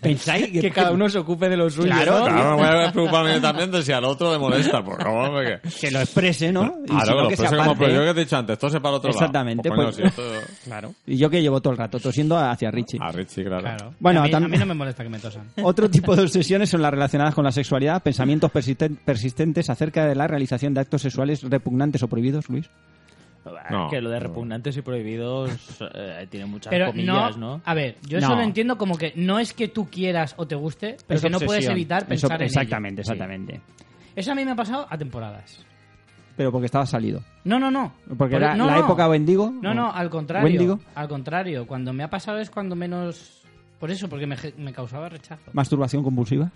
[SPEAKER 3] Pensáis que,
[SPEAKER 1] Que cada uno se ocupe de lo suyo.
[SPEAKER 3] Claro,
[SPEAKER 1] ¿no?
[SPEAKER 2] Claro, me voy a preocuparme yo también de si al otro le molesta. Pues cómo me que...
[SPEAKER 3] que lo exprese, ¿no? Y
[SPEAKER 2] Claro,
[SPEAKER 3] si
[SPEAKER 2] que
[SPEAKER 3] no,
[SPEAKER 2] ¿eh? lo
[SPEAKER 3] que se
[SPEAKER 2] puse como
[SPEAKER 3] aparte.
[SPEAKER 2] ah,
[SPEAKER 3] ¿eh?
[SPEAKER 2] pero yo que te he dicho antes, esto se para otro
[SPEAKER 3] Exactamente,
[SPEAKER 2] lado. Pues, coño,
[SPEAKER 3] pues-
[SPEAKER 2] si esto-
[SPEAKER 1] Claro.
[SPEAKER 3] Y yo que llevo todo el rato tosiendo hacia Richie.
[SPEAKER 2] A Richie, claro.
[SPEAKER 1] Claro.
[SPEAKER 3] Bueno,
[SPEAKER 1] a mí,
[SPEAKER 3] tam-
[SPEAKER 1] a mí no me molesta que me tosan.
[SPEAKER 3] Otro tipo de obsesiones son las relacionadas con la sexualidad, pensamientos persisten- persistentes acerca de la realización de actos sexuales repugnantes o prohibidos, Luis.
[SPEAKER 2] No,
[SPEAKER 4] que lo de
[SPEAKER 2] no.
[SPEAKER 4] repugnantes y prohibidos eh, tiene muchas
[SPEAKER 1] Pero
[SPEAKER 4] comillas,
[SPEAKER 1] no,
[SPEAKER 4] ¿no?
[SPEAKER 1] A ver, yo
[SPEAKER 3] No.
[SPEAKER 1] eso lo entiendo como que no es que tú quieras o te guste, pero
[SPEAKER 3] Es
[SPEAKER 1] que no puedes
[SPEAKER 3] obsesión.
[SPEAKER 1] evitar
[SPEAKER 3] Es
[SPEAKER 1] pensar
[SPEAKER 3] ob-
[SPEAKER 1] en ello.
[SPEAKER 3] Exactamente,
[SPEAKER 1] Sí.
[SPEAKER 3] exactamente.
[SPEAKER 1] Eso a mí me ha pasado a temporadas.
[SPEAKER 3] Pero porque estaba salido.
[SPEAKER 1] No, no, no.
[SPEAKER 3] Porque era
[SPEAKER 1] no,
[SPEAKER 3] la
[SPEAKER 1] no.
[SPEAKER 3] época Bendigo.
[SPEAKER 1] No, no, al contrario.
[SPEAKER 3] Wendigo.
[SPEAKER 1] Al contrario. Cuando me ha pasado es cuando menos... Por eso, porque me, ge- me causaba rechazo.
[SPEAKER 3] Masturbación compulsiva.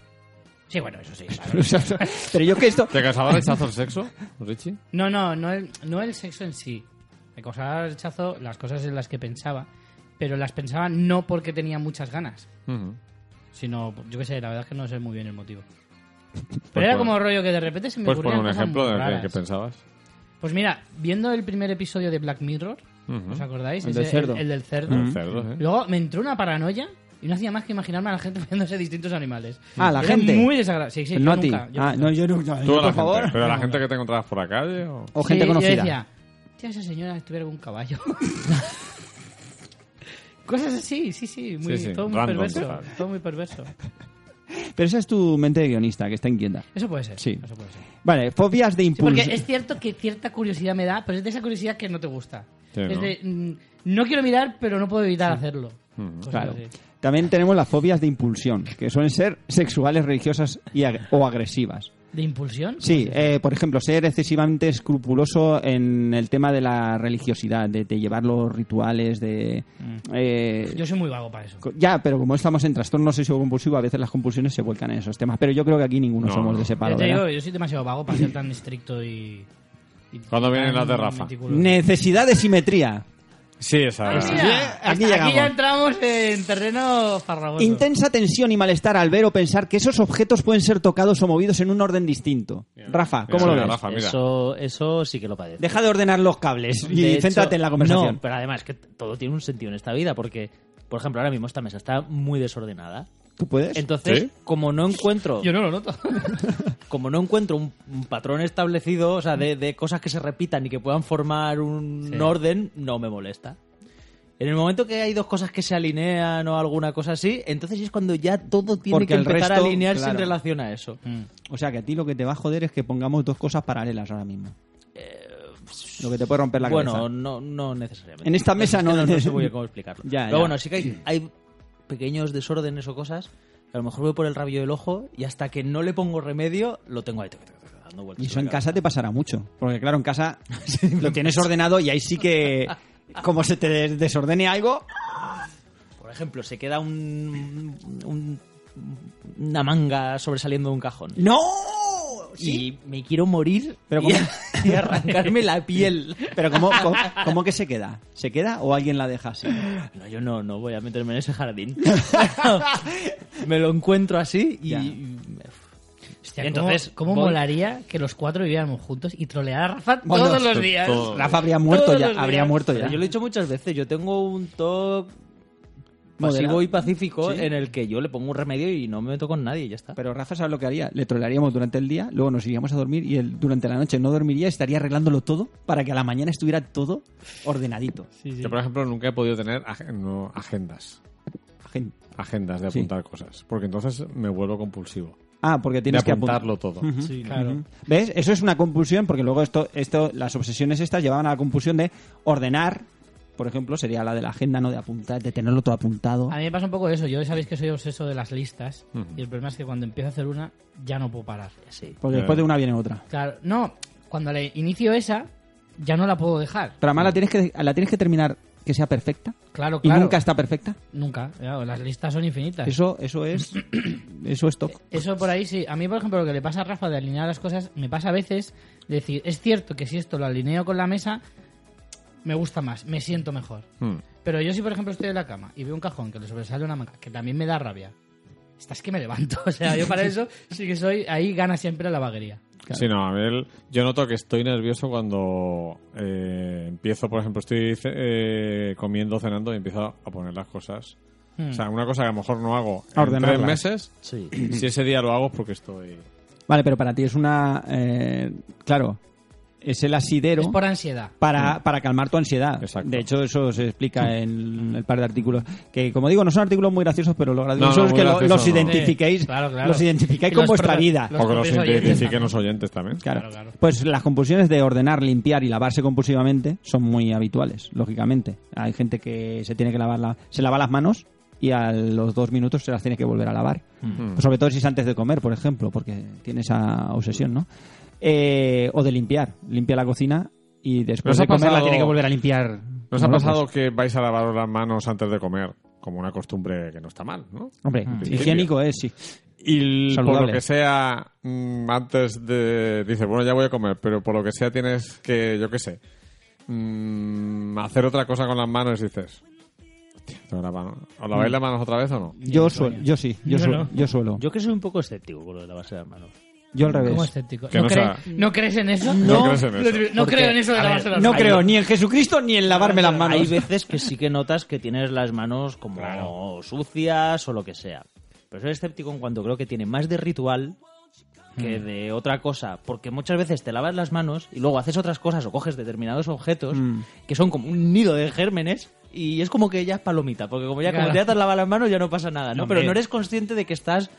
[SPEAKER 1] Sí, bueno, eso sí. claro.
[SPEAKER 3] Pero yo que esto.
[SPEAKER 2] ¿Te causaba rechazo el sexo, Richie?
[SPEAKER 1] No, no, no el, no el sexo en sí. Me causaba rechazo las cosas en las que pensaba, pero las pensaba no porque tenía muchas ganas, sino, yo qué sé, la verdad es que no sé muy bien el motivo. Pero
[SPEAKER 2] Pues
[SPEAKER 1] era
[SPEAKER 2] por-
[SPEAKER 1] como rollo que de repente se me
[SPEAKER 2] Pues
[SPEAKER 1] ocurrían
[SPEAKER 2] poner un
[SPEAKER 1] cosas
[SPEAKER 2] ejemplo
[SPEAKER 1] muy
[SPEAKER 2] de lo que-
[SPEAKER 1] raras.
[SPEAKER 2] que pensabas.
[SPEAKER 1] Pues mira, viendo el primer episodio de Black Mirror,
[SPEAKER 2] Ujú.
[SPEAKER 1] ¿os acordáis?
[SPEAKER 3] El
[SPEAKER 1] Ese-
[SPEAKER 3] del cerdo.
[SPEAKER 1] El, del cerdo.
[SPEAKER 2] El cerdo, ¿eh?
[SPEAKER 1] Luego me entró una paranoia y no hacía más que imaginarme a la gente poniéndose distintos animales.
[SPEAKER 3] Ah, la
[SPEAKER 1] Era
[SPEAKER 3] gente.
[SPEAKER 1] Muy desagradable. Sí, sí,
[SPEAKER 3] Pero
[SPEAKER 1] yo
[SPEAKER 3] no a ti.
[SPEAKER 1] nunca, yo
[SPEAKER 3] Ah,
[SPEAKER 1] nunca.
[SPEAKER 3] no, yo nunca.
[SPEAKER 2] Tú a la
[SPEAKER 3] Yo, por
[SPEAKER 2] gente,
[SPEAKER 3] favor.
[SPEAKER 2] pero a la gente que te encontrabas por la calle o...
[SPEAKER 3] O gente
[SPEAKER 1] Sí,
[SPEAKER 3] conocida.
[SPEAKER 1] Yo decía, "Tía, esa señora tuviera un caballo. Cosas así, sí, sí, muy,
[SPEAKER 2] Sí, sí,
[SPEAKER 1] todo muy
[SPEAKER 2] random,
[SPEAKER 1] perverso.
[SPEAKER 2] total.
[SPEAKER 1] Todo muy perverso.
[SPEAKER 3] Pero esa es tu mente de guionista, que está inquieta.
[SPEAKER 1] Eso puede ser.
[SPEAKER 3] Sí.
[SPEAKER 1] Eso puede ser.
[SPEAKER 3] Vale, fobias de
[SPEAKER 1] Sí,
[SPEAKER 2] Pues
[SPEAKER 3] impulso.
[SPEAKER 1] porque es cierto que cierta curiosidad me da, pero es de esa curiosidad que no te gusta.
[SPEAKER 2] Sí,
[SPEAKER 1] es
[SPEAKER 2] ¿no?
[SPEAKER 1] de, mm, no quiero mirar, pero no puedo evitar hacerlo.
[SPEAKER 2] Mm,
[SPEAKER 1] Cosas
[SPEAKER 3] Claro.
[SPEAKER 1] así.
[SPEAKER 3] También tenemos las fobias de impulsión, que suelen ser sexuales, religiosas y ag- o agresivas.
[SPEAKER 1] ¿De impulsión?
[SPEAKER 3] Sí, eh, por ejemplo, ser excesivamente escrupuloso en el tema de la religiosidad, de, de llevar los rituales, de... eh,
[SPEAKER 1] Mm. Yo soy muy vago para eso.
[SPEAKER 3] co- ya, pero como estamos en trastorno obsesivo compulsivo, a veces las compulsiones se vuelcan en esos temas. Pero yo creo que aquí ninguno
[SPEAKER 2] No,
[SPEAKER 3] somos
[SPEAKER 2] no.
[SPEAKER 3] de ese
[SPEAKER 1] Ya
[SPEAKER 3] palo.
[SPEAKER 1] te
[SPEAKER 3] ¿verdad?
[SPEAKER 1] digo, yo soy demasiado vago para ser tan estricto y... y
[SPEAKER 2] ¿Cuándo vienen
[SPEAKER 1] tan
[SPEAKER 2] las de Rafa?
[SPEAKER 1] meticuloso.
[SPEAKER 3] Necesidad de simetría.
[SPEAKER 2] Sí, esa
[SPEAKER 1] Ah,
[SPEAKER 2] era.
[SPEAKER 1] mira,
[SPEAKER 3] Aquí
[SPEAKER 1] hasta
[SPEAKER 3] llegamos.
[SPEAKER 1] ya entramos en terreno farragoso.
[SPEAKER 3] Intensa tensión y malestar al ver o pensar que esos objetos pueden ser tocados o movidos en un orden distinto. Rafa,
[SPEAKER 2] Mira,
[SPEAKER 3] ¿cómo lo
[SPEAKER 2] mira,
[SPEAKER 3] ves?
[SPEAKER 2] Rafa, mira.
[SPEAKER 4] Eso, eso sí que lo padece.
[SPEAKER 3] Deja de ordenar los cables y
[SPEAKER 4] De hecho,
[SPEAKER 3] céntrate en la conversación.
[SPEAKER 4] No, pero además que t- todo tiene un sentido en esta vida porque, por ejemplo, ahora mismo esta mesa está muy desordenada.
[SPEAKER 3] ¿Tú puedes?
[SPEAKER 4] Entonces,
[SPEAKER 2] ¿Sí?
[SPEAKER 4] como no encuentro,
[SPEAKER 1] Yo no lo noto.
[SPEAKER 4] como no encuentro un, un patrón establecido, o sea, de, de cosas que se repitan y que puedan formar un
[SPEAKER 1] Sí.
[SPEAKER 4] orden, no me molesta. En el momento que hay dos cosas que se alinean o alguna cosa así, entonces es cuando ya todo tiene
[SPEAKER 3] Porque
[SPEAKER 4] que
[SPEAKER 3] el
[SPEAKER 4] empezar a
[SPEAKER 3] resto,
[SPEAKER 4] alinearse
[SPEAKER 3] claro. Mm.
[SPEAKER 4] en relación a eso.
[SPEAKER 3] O sea que a ti lo que te va a joder es que pongamos dos cosas paralelas ahora mismo. Eh, lo que te puede romper la
[SPEAKER 4] bueno,
[SPEAKER 3] cabeza.
[SPEAKER 4] no, no necesariamente.
[SPEAKER 3] En esta
[SPEAKER 4] No,
[SPEAKER 3] mesa
[SPEAKER 4] es que
[SPEAKER 3] no-
[SPEAKER 4] no, no sé muy bien cómo explicarlo.
[SPEAKER 3] Ya,
[SPEAKER 4] Pero
[SPEAKER 3] ya.
[SPEAKER 4] bueno, sí que hay, hay pequeños desórdenes o cosas que a lo mejor voy por el rabio del ojo y hasta que no le pongo remedio lo tengo ahí tac, tac, tac, tac, dando vueltas.
[SPEAKER 3] Y eso
[SPEAKER 4] por
[SPEAKER 3] en
[SPEAKER 4] la cabeza.
[SPEAKER 3] casa te pasará mucho. Porque claro, en casa lo tienes ordenado y ahí sí que como se te des- desordene algo...
[SPEAKER 4] Por ejemplo, se queda un, un- una manga sobresaliendo de un cajón.
[SPEAKER 3] ¡No!
[SPEAKER 4] Y me quiero morir
[SPEAKER 3] Pero
[SPEAKER 4] y,
[SPEAKER 3] ¿cómo?
[SPEAKER 4] y arrancarme la piel.
[SPEAKER 3] Pero ¿cómo, cómo, cómo que se queda? ¿Se queda o alguien la deja así?
[SPEAKER 4] No, yo no, no voy a meterme en ese jardín. me lo encuentro así y...
[SPEAKER 3] Ya.
[SPEAKER 1] Hostia,
[SPEAKER 4] Y entonces,
[SPEAKER 1] ¿cómo, cómo
[SPEAKER 4] voy-
[SPEAKER 1] molaría que los cuatro viviéramos juntos y trolear a Rafa
[SPEAKER 3] Bueno,
[SPEAKER 1] todos
[SPEAKER 2] to-
[SPEAKER 1] los días?
[SPEAKER 2] todo.
[SPEAKER 3] Rafa habría muerto
[SPEAKER 1] Todos
[SPEAKER 3] ya.
[SPEAKER 1] los
[SPEAKER 3] Habría
[SPEAKER 1] días.
[SPEAKER 3] muerto
[SPEAKER 4] Pero
[SPEAKER 3] ya.
[SPEAKER 4] yo lo he dicho muchas veces, yo tengo un toque
[SPEAKER 3] Moderado.
[SPEAKER 4] pasivo y pacífico
[SPEAKER 3] Sí.
[SPEAKER 4] en el que yo le pongo un remedio y no me meto con nadie y ya está.
[SPEAKER 3] Pero Rafa, ¿sabes lo que haría? Le trolearíamos durante el día, luego nos iríamos a dormir y él durante la noche no dormiría, estaría arreglándolo todo para que a la mañana estuviera todo ordenadito.
[SPEAKER 2] Yo, por ejemplo, nunca he podido tener ag- no, agendas.
[SPEAKER 3] Agen-
[SPEAKER 2] Agendas de
[SPEAKER 3] Sí.
[SPEAKER 2] apuntar cosas. Porque entonces me vuelvo compulsivo.
[SPEAKER 3] Ah, porque
[SPEAKER 2] De
[SPEAKER 3] tienes que apuntar.
[SPEAKER 2] apuntarlo todo.
[SPEAKER 1] Sí, claro.
[SPEAKER 3] ¿Ves? Eso es una compulsión porque luego esto, esto, las obsesiones estas llevaban a la compulsión de ordenar, por ejemplo, sería la de la agenda, no de apuntar, de tenerlo todo apuntado.
[SPEAKER 1] A mí me pasa un poco eso. Yo sabéis que soy obseso de las listas y el problema es que cuando empiezo a hacer una ya no puedo parar.
[SPEAKER 4] Sí.
[SPEAKER 3] Porque después de una viene otra.
[SPEAKER 1] Claro, no, cuando le inicio esa ya no la puedo dejar.
[SPEAKER 3] Pero además la tienes que, la tienes que terminar que sea perfecta.
[SPEAKER 1] Claro,
[SPEAKER 3] Y
[SPEAKER 1] claro.
[SPEAKER 3] nunca está perfecta.
[SPEAKER 1] Nunca. Claro, las listas son infinitas.
[SPEAKER 3] Eso, eso es. Eso es top.
[SPEAKER 1] Eso por ahí sí. A mí, por ejemplo, lo que le pasa a Rafa de alinear las cosas, me pasa a veces de decir, es cierto que si esto lo alineo con la mesa, me gusta más, me siento mejor.
[SPEAKER 2] Hmm.
[SPEAKER 1] Pero yo si, por ejemplo, estoy en la cama y veo un cajón que le sobresale una manga, que también me da rabia, estás que me levanto. O sea, yo para eso sí que soy... Ahí gana siempre la vaguería.
[SPEAKER 2] Sí, no, a mí el- yo noto que estoy nervioso cuando eh, empiezo, por ejemplo, estoy eh, comiendo, cenando y empiezo a poner las cosas.
[SPEAKER 1] Hmm.
[SPEAKER 2] O sea, una cosa que a lo mejor no hago
[SPEAKER 3] A
[SPEAKER 2] en tres
[SPEAKER 3] ordenarlas.
[SPEAKER 2] meses,
[SPEAKER 4] Sí.
[SPEAKER 2] si ese día lo hago es porque estoy...
[SPEAKER 3] Vale, pero para ti es una... eh, claro, es el asidero...
[SPEAKER 1] Es por Mm. ansiedad.
[SPEAKER 3] para, para calmar tu ansiedad.
[SPEAKER 2] Exacto.
[SPEAKER 3] De hecho, eso se explica en el par de artículos. Que, como digo, no son artículos muy graciosos, pero lo gracioso
[SPEAKER 2] No, no,
[SPEAKER 3] es
[SPEAKER 2] muy
[SPEAKER 3] que lo-
[SPEAKER 2] gracioso,
[SPEAKER 3] los
[SPEAKER 2] no.
[SPEAKER 3] identifiquéis,
[SPEAKER 1] Sí, claro, claro.
[SPEAKER 3] los identificáis
[SPEAKER 1] Y
[SPEAKER 3] con
[SPEAKER 1] los
[SPEAKER 3] vuestra
[SPEAKER 1] pro-
[SPEAKER 3] vida.
[SPEAKER 1] los-
[SPEAKER 2] O que los
[SPEAKER 1] propios oyentes
[SPEAKER 2] identifiquen
[SPEAKER 1] también.
[SPEAKER 2] los oyentes también.
[SPEAKER 3] Claro.
[SPEAKER 1] Claro, claro.
[SPEAKER 3] Pues las compulsiones de ordenar, limpiar y lavarse compulsivamente son muy habituales, lógicamente. Hay gente que se tiene que lavar la- se lava las manos y a los dos minutos se las tiene que volver a lavar.
[SPEAKER 2] Hmm.
[SPEAKER 3] Pues sobre todo si es antes de comer, por ejemplo, porque tiene esa obsesión, ¿no? Eh, o de limpiar. Limpia la cocina y después
[SPEAKER 2] ¿Nos ha
[SPEAKER 3] de comer la
[SPEAKER 2] pasado-
[SPEAKER 3] tiene que volver a limpiar.
[SPEAKER 2] ¿Nos ha
[SPEAKER 3] Bueno, pues,
[SPEAKER 2] pasado que vais a lavaros las manos antes de comer? Como una costumbre que no está mal, ¿no?
[SPEAKER 3] Hombre,
[SPEAKER 2] principio.
[SPEAKER 3] higiénico es, sí.
[SPEAKER 2] Y l- por
[SPEAKER 3] Saludable.
[SPEAKER 2] lo que sea, mm, antes de. Dice, bueno, ya voy a comer, pero por lo que sea tienes que, yo qué sé, mm, hacer otra cosa con las manos y dices. "Hostia, tengo la mano". ¿Os laváis las manos otra vez o no?
[SPEAKER 3] Yo, suelo, yo sí,
[SPEAKER 1] Yo
[SPEAKER 3] yo, suelo,
[SPEAKER 1] no.
[SPEAKER 3] yo suelo. Yo,
[SPEAKER 4] Yo que soy un poco escéptico con lo de lavarse las manos.
[SPEAKER 3] al
[SPEAKER 1] Como
[SPEAKER 3] revés.
[SPEAKER 1] escéptico.
[SPEAKER 2] Que
[SPEAKER 1] ¿No,
[SPEAKER 2] no
[SPEAKER 1] cre-
[SPEAKER 2] sea-
[SPEAKER 1] ¿No crees en eso?
[SPEAKER 2] No crees en eso.
[SPEAKER 1] No
[SPEAKER 4] Porque,
[SPEAKER 1] creo en eso de
[SPEAKER 4] a ver,
[SPEAKER 1] lavarse las
[SPEAKER 3] No
[SPEAKER 1] manos.
[SPEAKER 3] creo ni en Jesucristo ni en lavarme las manos.
[SPEAKER 4] Hay veces que sí que notas que tienes las manos como sucias o lo que sea. Pero soy escéptico en cuanto creo que tiene más de ritual que de otra cosa. Porque muchas veces te lavas las manos y luego haces otras cosas o coges determinados objetos que son como un nido de gérmenes y es como que ya es palomita. Porque como ya, como
[SPEAKER 1] Claro.
[SPEAKER 4] ya te has lavado las manos ya no pasa nada, ¿no?
[SPEAKER 1] No,
[SPEAKER 4] Pero
[SPEAKER 1] hombre.
[SPEAKER 4] no eres consciente de que estás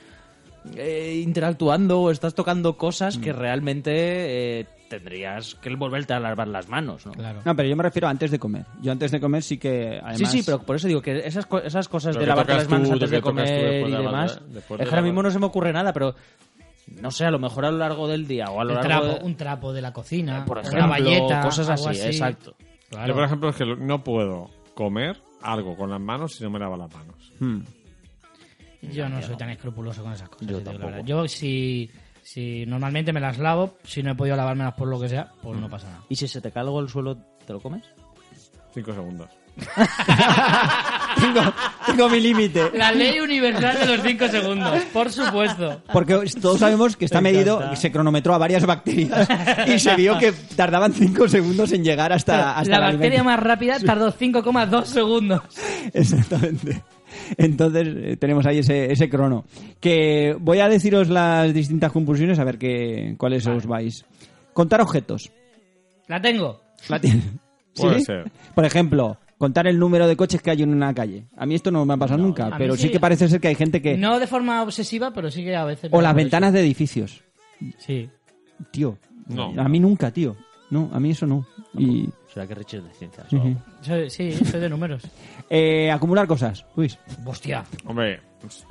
[SPEAKER 4] eh, interactuando o estás tocando cosas que realmente eh, tendrías que volverte a lavar las manos, ¿no?
[SPEAKER 1] Claro.
[SPEAKER 3] No, pero yo me refiero a antes de comer. Yo antes de comer sí que, además...
[SPEAKER 4] sí, sí, pero por eso digo que esas, co- esas cosas
[SPEAKER 2] Lo
[SPEAKER 4] de
[SPEAKER 2] que
[SPEAKER 4] lavarte
[SPEAKER 2] tocas
[SPEAKER 4] las manos
[SPEAKER 2] tú,
[SPEAKER 4] antes
[SPEAKER 2] lo
[SPEAKER 4] de
[SPEAKER 2] que tocas tú
[SPEAKER 4] comer y
[SPEAKER 2] después de lavar-
[SPEAKER 4] demás,
[SPEAKER 2] después de
[SPEAKER 4] es que ahora mismo
[SPEAKER 2] lavar.
[SPEAKER 4] no se me ocurre nada, pero no sé, a lo mejor a lo largo del día o a lo
[SPEAKER 1] El
[SPEAKER 4] largo
[SPEAKER 1] trapo,
[SPEAKER 4] de-
[SPEAKER 1] un trapo de la cocina,
[SPEAKER 4] por
[SPEAKER 1] una
[SPEAKER 4] ejemplo,
[SPEAKER 1] valleta,
[SPEAKER 4] cosas así,
[SPEAKER 1] algo
[SPEAKER 4] exacto.
[SPEAKER 1] Claro.
[SPEAKER 2] Yo, por ejemplo, es que lo- no puedo comer algo con las manos si no me lavo las manos.
[SPEAKER 3] Hmm.
[SPEAKER 1] Yo no soy tan escrupuloso con esas cosas.
[SPEAKER 4] Yo
[SPEAKER 1] si te digo la
[SPEAKER 4] tampoco.
[SPEAKER 1] verdad. Yo si, si normalmente me las lavo, si no he podido lavármelas por lo que sea, pues no pasa nada.
[SPEAKER 4] ¿Y si se te cae algo al suelo, te lo comes?
[SPEAKER 2] Cinco segundos.
[SPEAKER 3] tengo, tengo mi límite.
[SPEAKER 1] La ley universal de los 5 segundos, por supuesto.
[SPEAKER 3] Porque todos sabemos que está
[SPEAKER 4] Me
[SPEAKER 3] medido,
[SPEAKER 4] encanta.
[SPEAKER 3] se cronometró a varias bacterias y se vio que tardaban 5 segundos en llegar hasta, hasta
[SPEAKER 1] la
[SPEAKER 3] el
[SPEAKER 1] bacteria
[SPEAKER 3] alimento.
[SPEAKER 1] más rápida tardó 5,2 segundos.
[SPEAKER 3] Exactamente. Entonces eh, tenemos ahí ese, ese crono. Que voy a deciros las distintas compulsiones a ver qué, cuáles os vais. Contar objetos.
[SPEAKER 1] La tengo.
[SPEAKER 3] La ti-
[SPEAKER 2] Puede ser.
[SPEAKER 3] Por ejemplo, contar el número de coches que hay en una calle. A mí esto no me ha pasado nunca,
[SPEAKER 1] mí
[SPEAKER 3] pero sí.
[SPEAKER 1] sí.
[SPEAKER 3] que parece ser que hay gente que...
[SPEAKER 1] No de forma obsesiva, pero sí que a veces...
[SPEAKER 3] o las ventanas de edificios.
[SPEAKER 1] Sí.
[SPEAKER 3] Tío.
[SPEAKER 2] No.
[SPEAKER 3] A mí nunca, tío. No, a mí eso no. Y
[SPEAKER 4] ¿Será que Richie es de ciencias? o
[SPEAKER 3] Ujú.
[SPEAKER 4] algo?
[SPEAKER 1] Soy- sí, soy de números.
[SPEAKER 3] eh, acumular cosas, Luis.
[SPEAKER 1] Hostia.
[SPEAKER 2] Hombre, pues,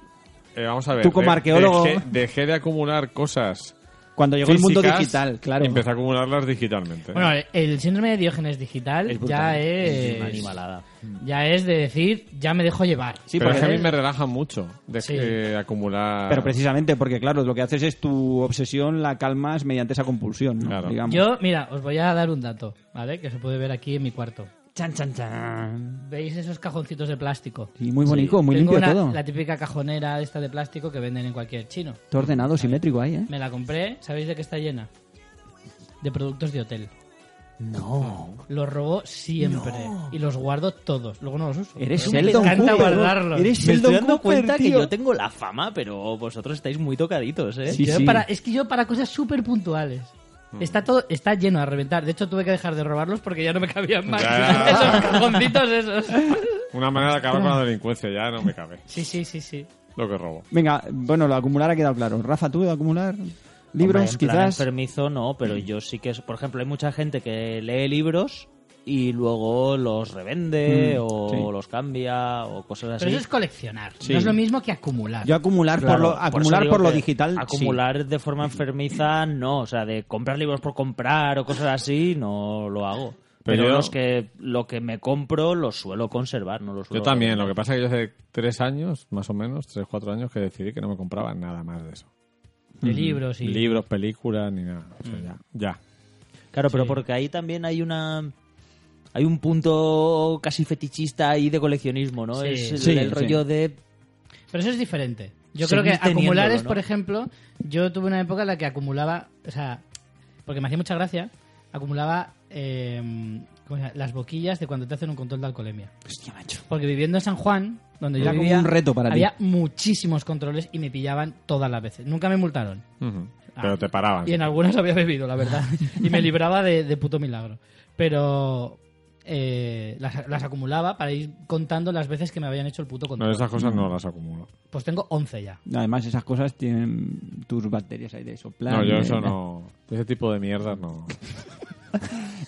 [SPEAKER 2] eh, vamos a ver.
[SPEAKER 3] Tú como
[SPEAKER 2] de-
[SPEAKER 3] arqueólogo-
[SPEAKER 2] Dejé, dejé de acumular cosas.
[SPEAKER 3] Cuando llegó el mundo
[SPEAKER 2] físicas
[SPEAKER 3] digital, claro.
[SPEAKER 2] y Empecé a acumularlas digitalmente.
[SPEAKER 1] Bueno, el síndrome de Diógenes digital
[SPEAKER 3] Es brutal.
[SPEAKER 1] ya
[SPEAKER 4] Es una
[SPEAKER 1] Ah, es...
[SPEAKER 4] animalada.
[SPEAKER 1] Ya es de decir, ya me dejo llevar.
[SPEAKER 3] Sí,
[SPEAKER 2] pero
[SPEAKER 3] porque-
[SPEAKER 2] es que a mí me relaja mucho de
[SPEAKER 1] Sí.
[SPEAKER 2] eh, acumular.
[SPEAKER 3] Pero precisamente porque, claro, lo que haces es tu obsesión la calmas mediante esa compulsión, ¿no?
[SPEAKER 2] Claro.
[SPEAKER 3] Digamos.
[SPEAKER 1] Yo, mira, os voy a dar un dato, ¿vale? Que se puede ver aquí en mi cuarto.
[SPEAKER 3] Chan, chan, chan.
[SPEAKER 1] ¿Veis esos cajoncitos de plástico?
[SPEAKER 3] Ah, Sí, muy bonito, muy
[SPEAKER 1] Tengo
[SPEAKER 3] limpio
[SPEAKER 1] una-
[SPEAKER 3] todo.
[SPEAKER 1] La típica cajonera esta de plástico que venden en cualquier chino.
[SPEAKER 3] Todo ordenado, simétrico ahí, ¿eh?
[SPEAKER 1] Me la compré, ¿sabéis de qué está llena? De productos de hotel.
[SPEAKER 4] No.
[SPEAKER 1] Los robo siempre y los guardo todos. Luego no los uso.
[SPEAKER 3] Eres
[SPEAKER 1] Pero
[SPEAKER 3] Sheldon
[SPEAKER 1] Me encanta
[SPEAKER 3] Cooper, ¿no?
[SPEAKER 1] guardarlos.
[SPEAKER 3] Eres
[SPEAKER 4] Me estoy
[SPEAKER 3] Sheldon
[SPEAKER 4] dando
[SPEAKER 3] Cooper,
[SPEAKER 4] cuenta que
[SPEAKER 3] tío.
[SPEAKER 4] yo tengo la fama, pero vosotros estáis muy tocaditos, ¿eh?
[SPEAKER 3] Sí,
[SPEAKER 1] Yo
[SPEAKER 3] sí. Mm.
[SPEAKER 1] para- es que yo para cosas súper puntuales. Está todo, está lleno a reventar. De hecho, tuve que dejar de robarlos porque ya no me cabían más.
[SPEAKER 2] Ya.
[SPEAKER 1] esos cajoncitos esos.
[SPEAKER 2] Una manera de acabar con la delincuencia, ya no me cabe.
[SPEAKER 1] Sí, sí, sí, sí.
[SPEAKER 2] Lo que robo.
[SPEAKER 3] Venga, bueno, lo de acumular ha quedado claro. Rafa, tú de acumular libros,
[SPEAKER 4] Hombre, en plan
[SPEAKER 3] quizás.
[SPEAKER 4] enfermizo no, pero yo sí que es. Por ejemplo, hay mucha gente que lee libros y luego los revende
[SPEAKER 3] Mm,
[SPEAKER 4] o
[SPEAKER 3] sí.
[SPEAKER 4] los cambia o cosas
[SPEAKER 1] Pero
[SPEAKER 4] así.
[SPEAKER 1] eso es coleccionar.
[SPEAKER 3] Sí.
[SPEAKER 1] No es lo mismo que acumular.
[SPEAKER 3] Yo acumular
[SPEAKER 4] Claro,
[SPEAKER 3] por lo,
[SPEAKER 4] por eso
[SPEAKER 3] acumular por,
[SPEAKER 4] digo
[SPEAKER 3] lo
[SPEAKER 4] que
[SPEAKER 3] digital.
[SPEAKER 4] Acumular de forma enfermiza, no. O sea, de comprar libros por comprar o cosas así, no lo hago.
[SPEAKER 2] Pero
[SPEAKER 4] Pero,
[SPEAKER 2] yo-
[SPEAKER 4] los que, lo que me compro lo suelo conservar, no lo
[SPEAKER 2] Yo
[SPEAKER 4] suelo.
[SPEAKER 2] también, lo que pasa es que yo hace tres años, más o menos, tres, cuatro años, que decidí que no me compraba nada más de eso.
[SPEAKER 1] De
[SPEAKER 3] Mm.
[SPEAKER 1] libros y...
[SPEAKER 2] Libros, películas, ni nada. O sea, ya. ya.
[SPEAKER 4] Claro, pero
[SPEAKER 1] Sí.
[SPEAKER 4] porque ahí también hay una hay un punto casi fetichista ahí de coleccionismo, ¿no?
[SPEAKER 1] Sí.
[SPEAKER 4] es el,
[SPEAKER 3] Sí,
[SPEAKER 4] el
[SPEAKER 3] sí.
[SPEAKER 4] rollo de...
[SPEAKER 1] Pero eso es diferente. Yo creo
[SPEAKER 4] Seguir
[SPEAKER 1] que
[SPEAKER 4] teniéndolo,
[SPEAKER 1] acumulares,
[SPEAKER 4] ¿no?
[SPEAKER 1] por ejemplo, yo tuve una época en la que acumulaba, o sea, porque me hacía mucha gracia, acumulaba eh, ¿cómo se llama? las boquillas de cuando te hacen un control de alcoholemia.
[SPEAKER 3] Hostia, macho.
[SPEAKER 1] Porque viviendo en San Juan, donde yo
[SPEAKER 3] Era como
[SPEAKER 1] vivía,
[SPEAKER 3] un reto para ti.
[SPEAKER 1] había muchísimos controles y me pillaban todas las veces. Nunca me multaron.
[SPEAKER 2] Ujú.
[SPEAKER 1] Ah.
[SPEAKER 2] Pero te paraban.
[SPEAKER 1] Y en algunas había bebido, la verdad. Y me libraba de, de puto milagro. Pero eh, las, las acumulaba para ir contando las veces que me habían hecho el puto
[SPEAKER 2] No,
[SPEAKER 1] control.
[SPEAKER 2] esas cosas
[SPEAKER 3] Mm.
[SPEAKER 2] no las acumulo.
[SPEAKER 1] Pues tengo 11 ya.
[SPEAKER 3] Además, esas cosas tienen tus baterías ahí de soplar.
[SPEAKER 2] No, yo
[SPEAKER 3] de-
[SPEAKER 2] eso no. Ese tipo de mierdas no.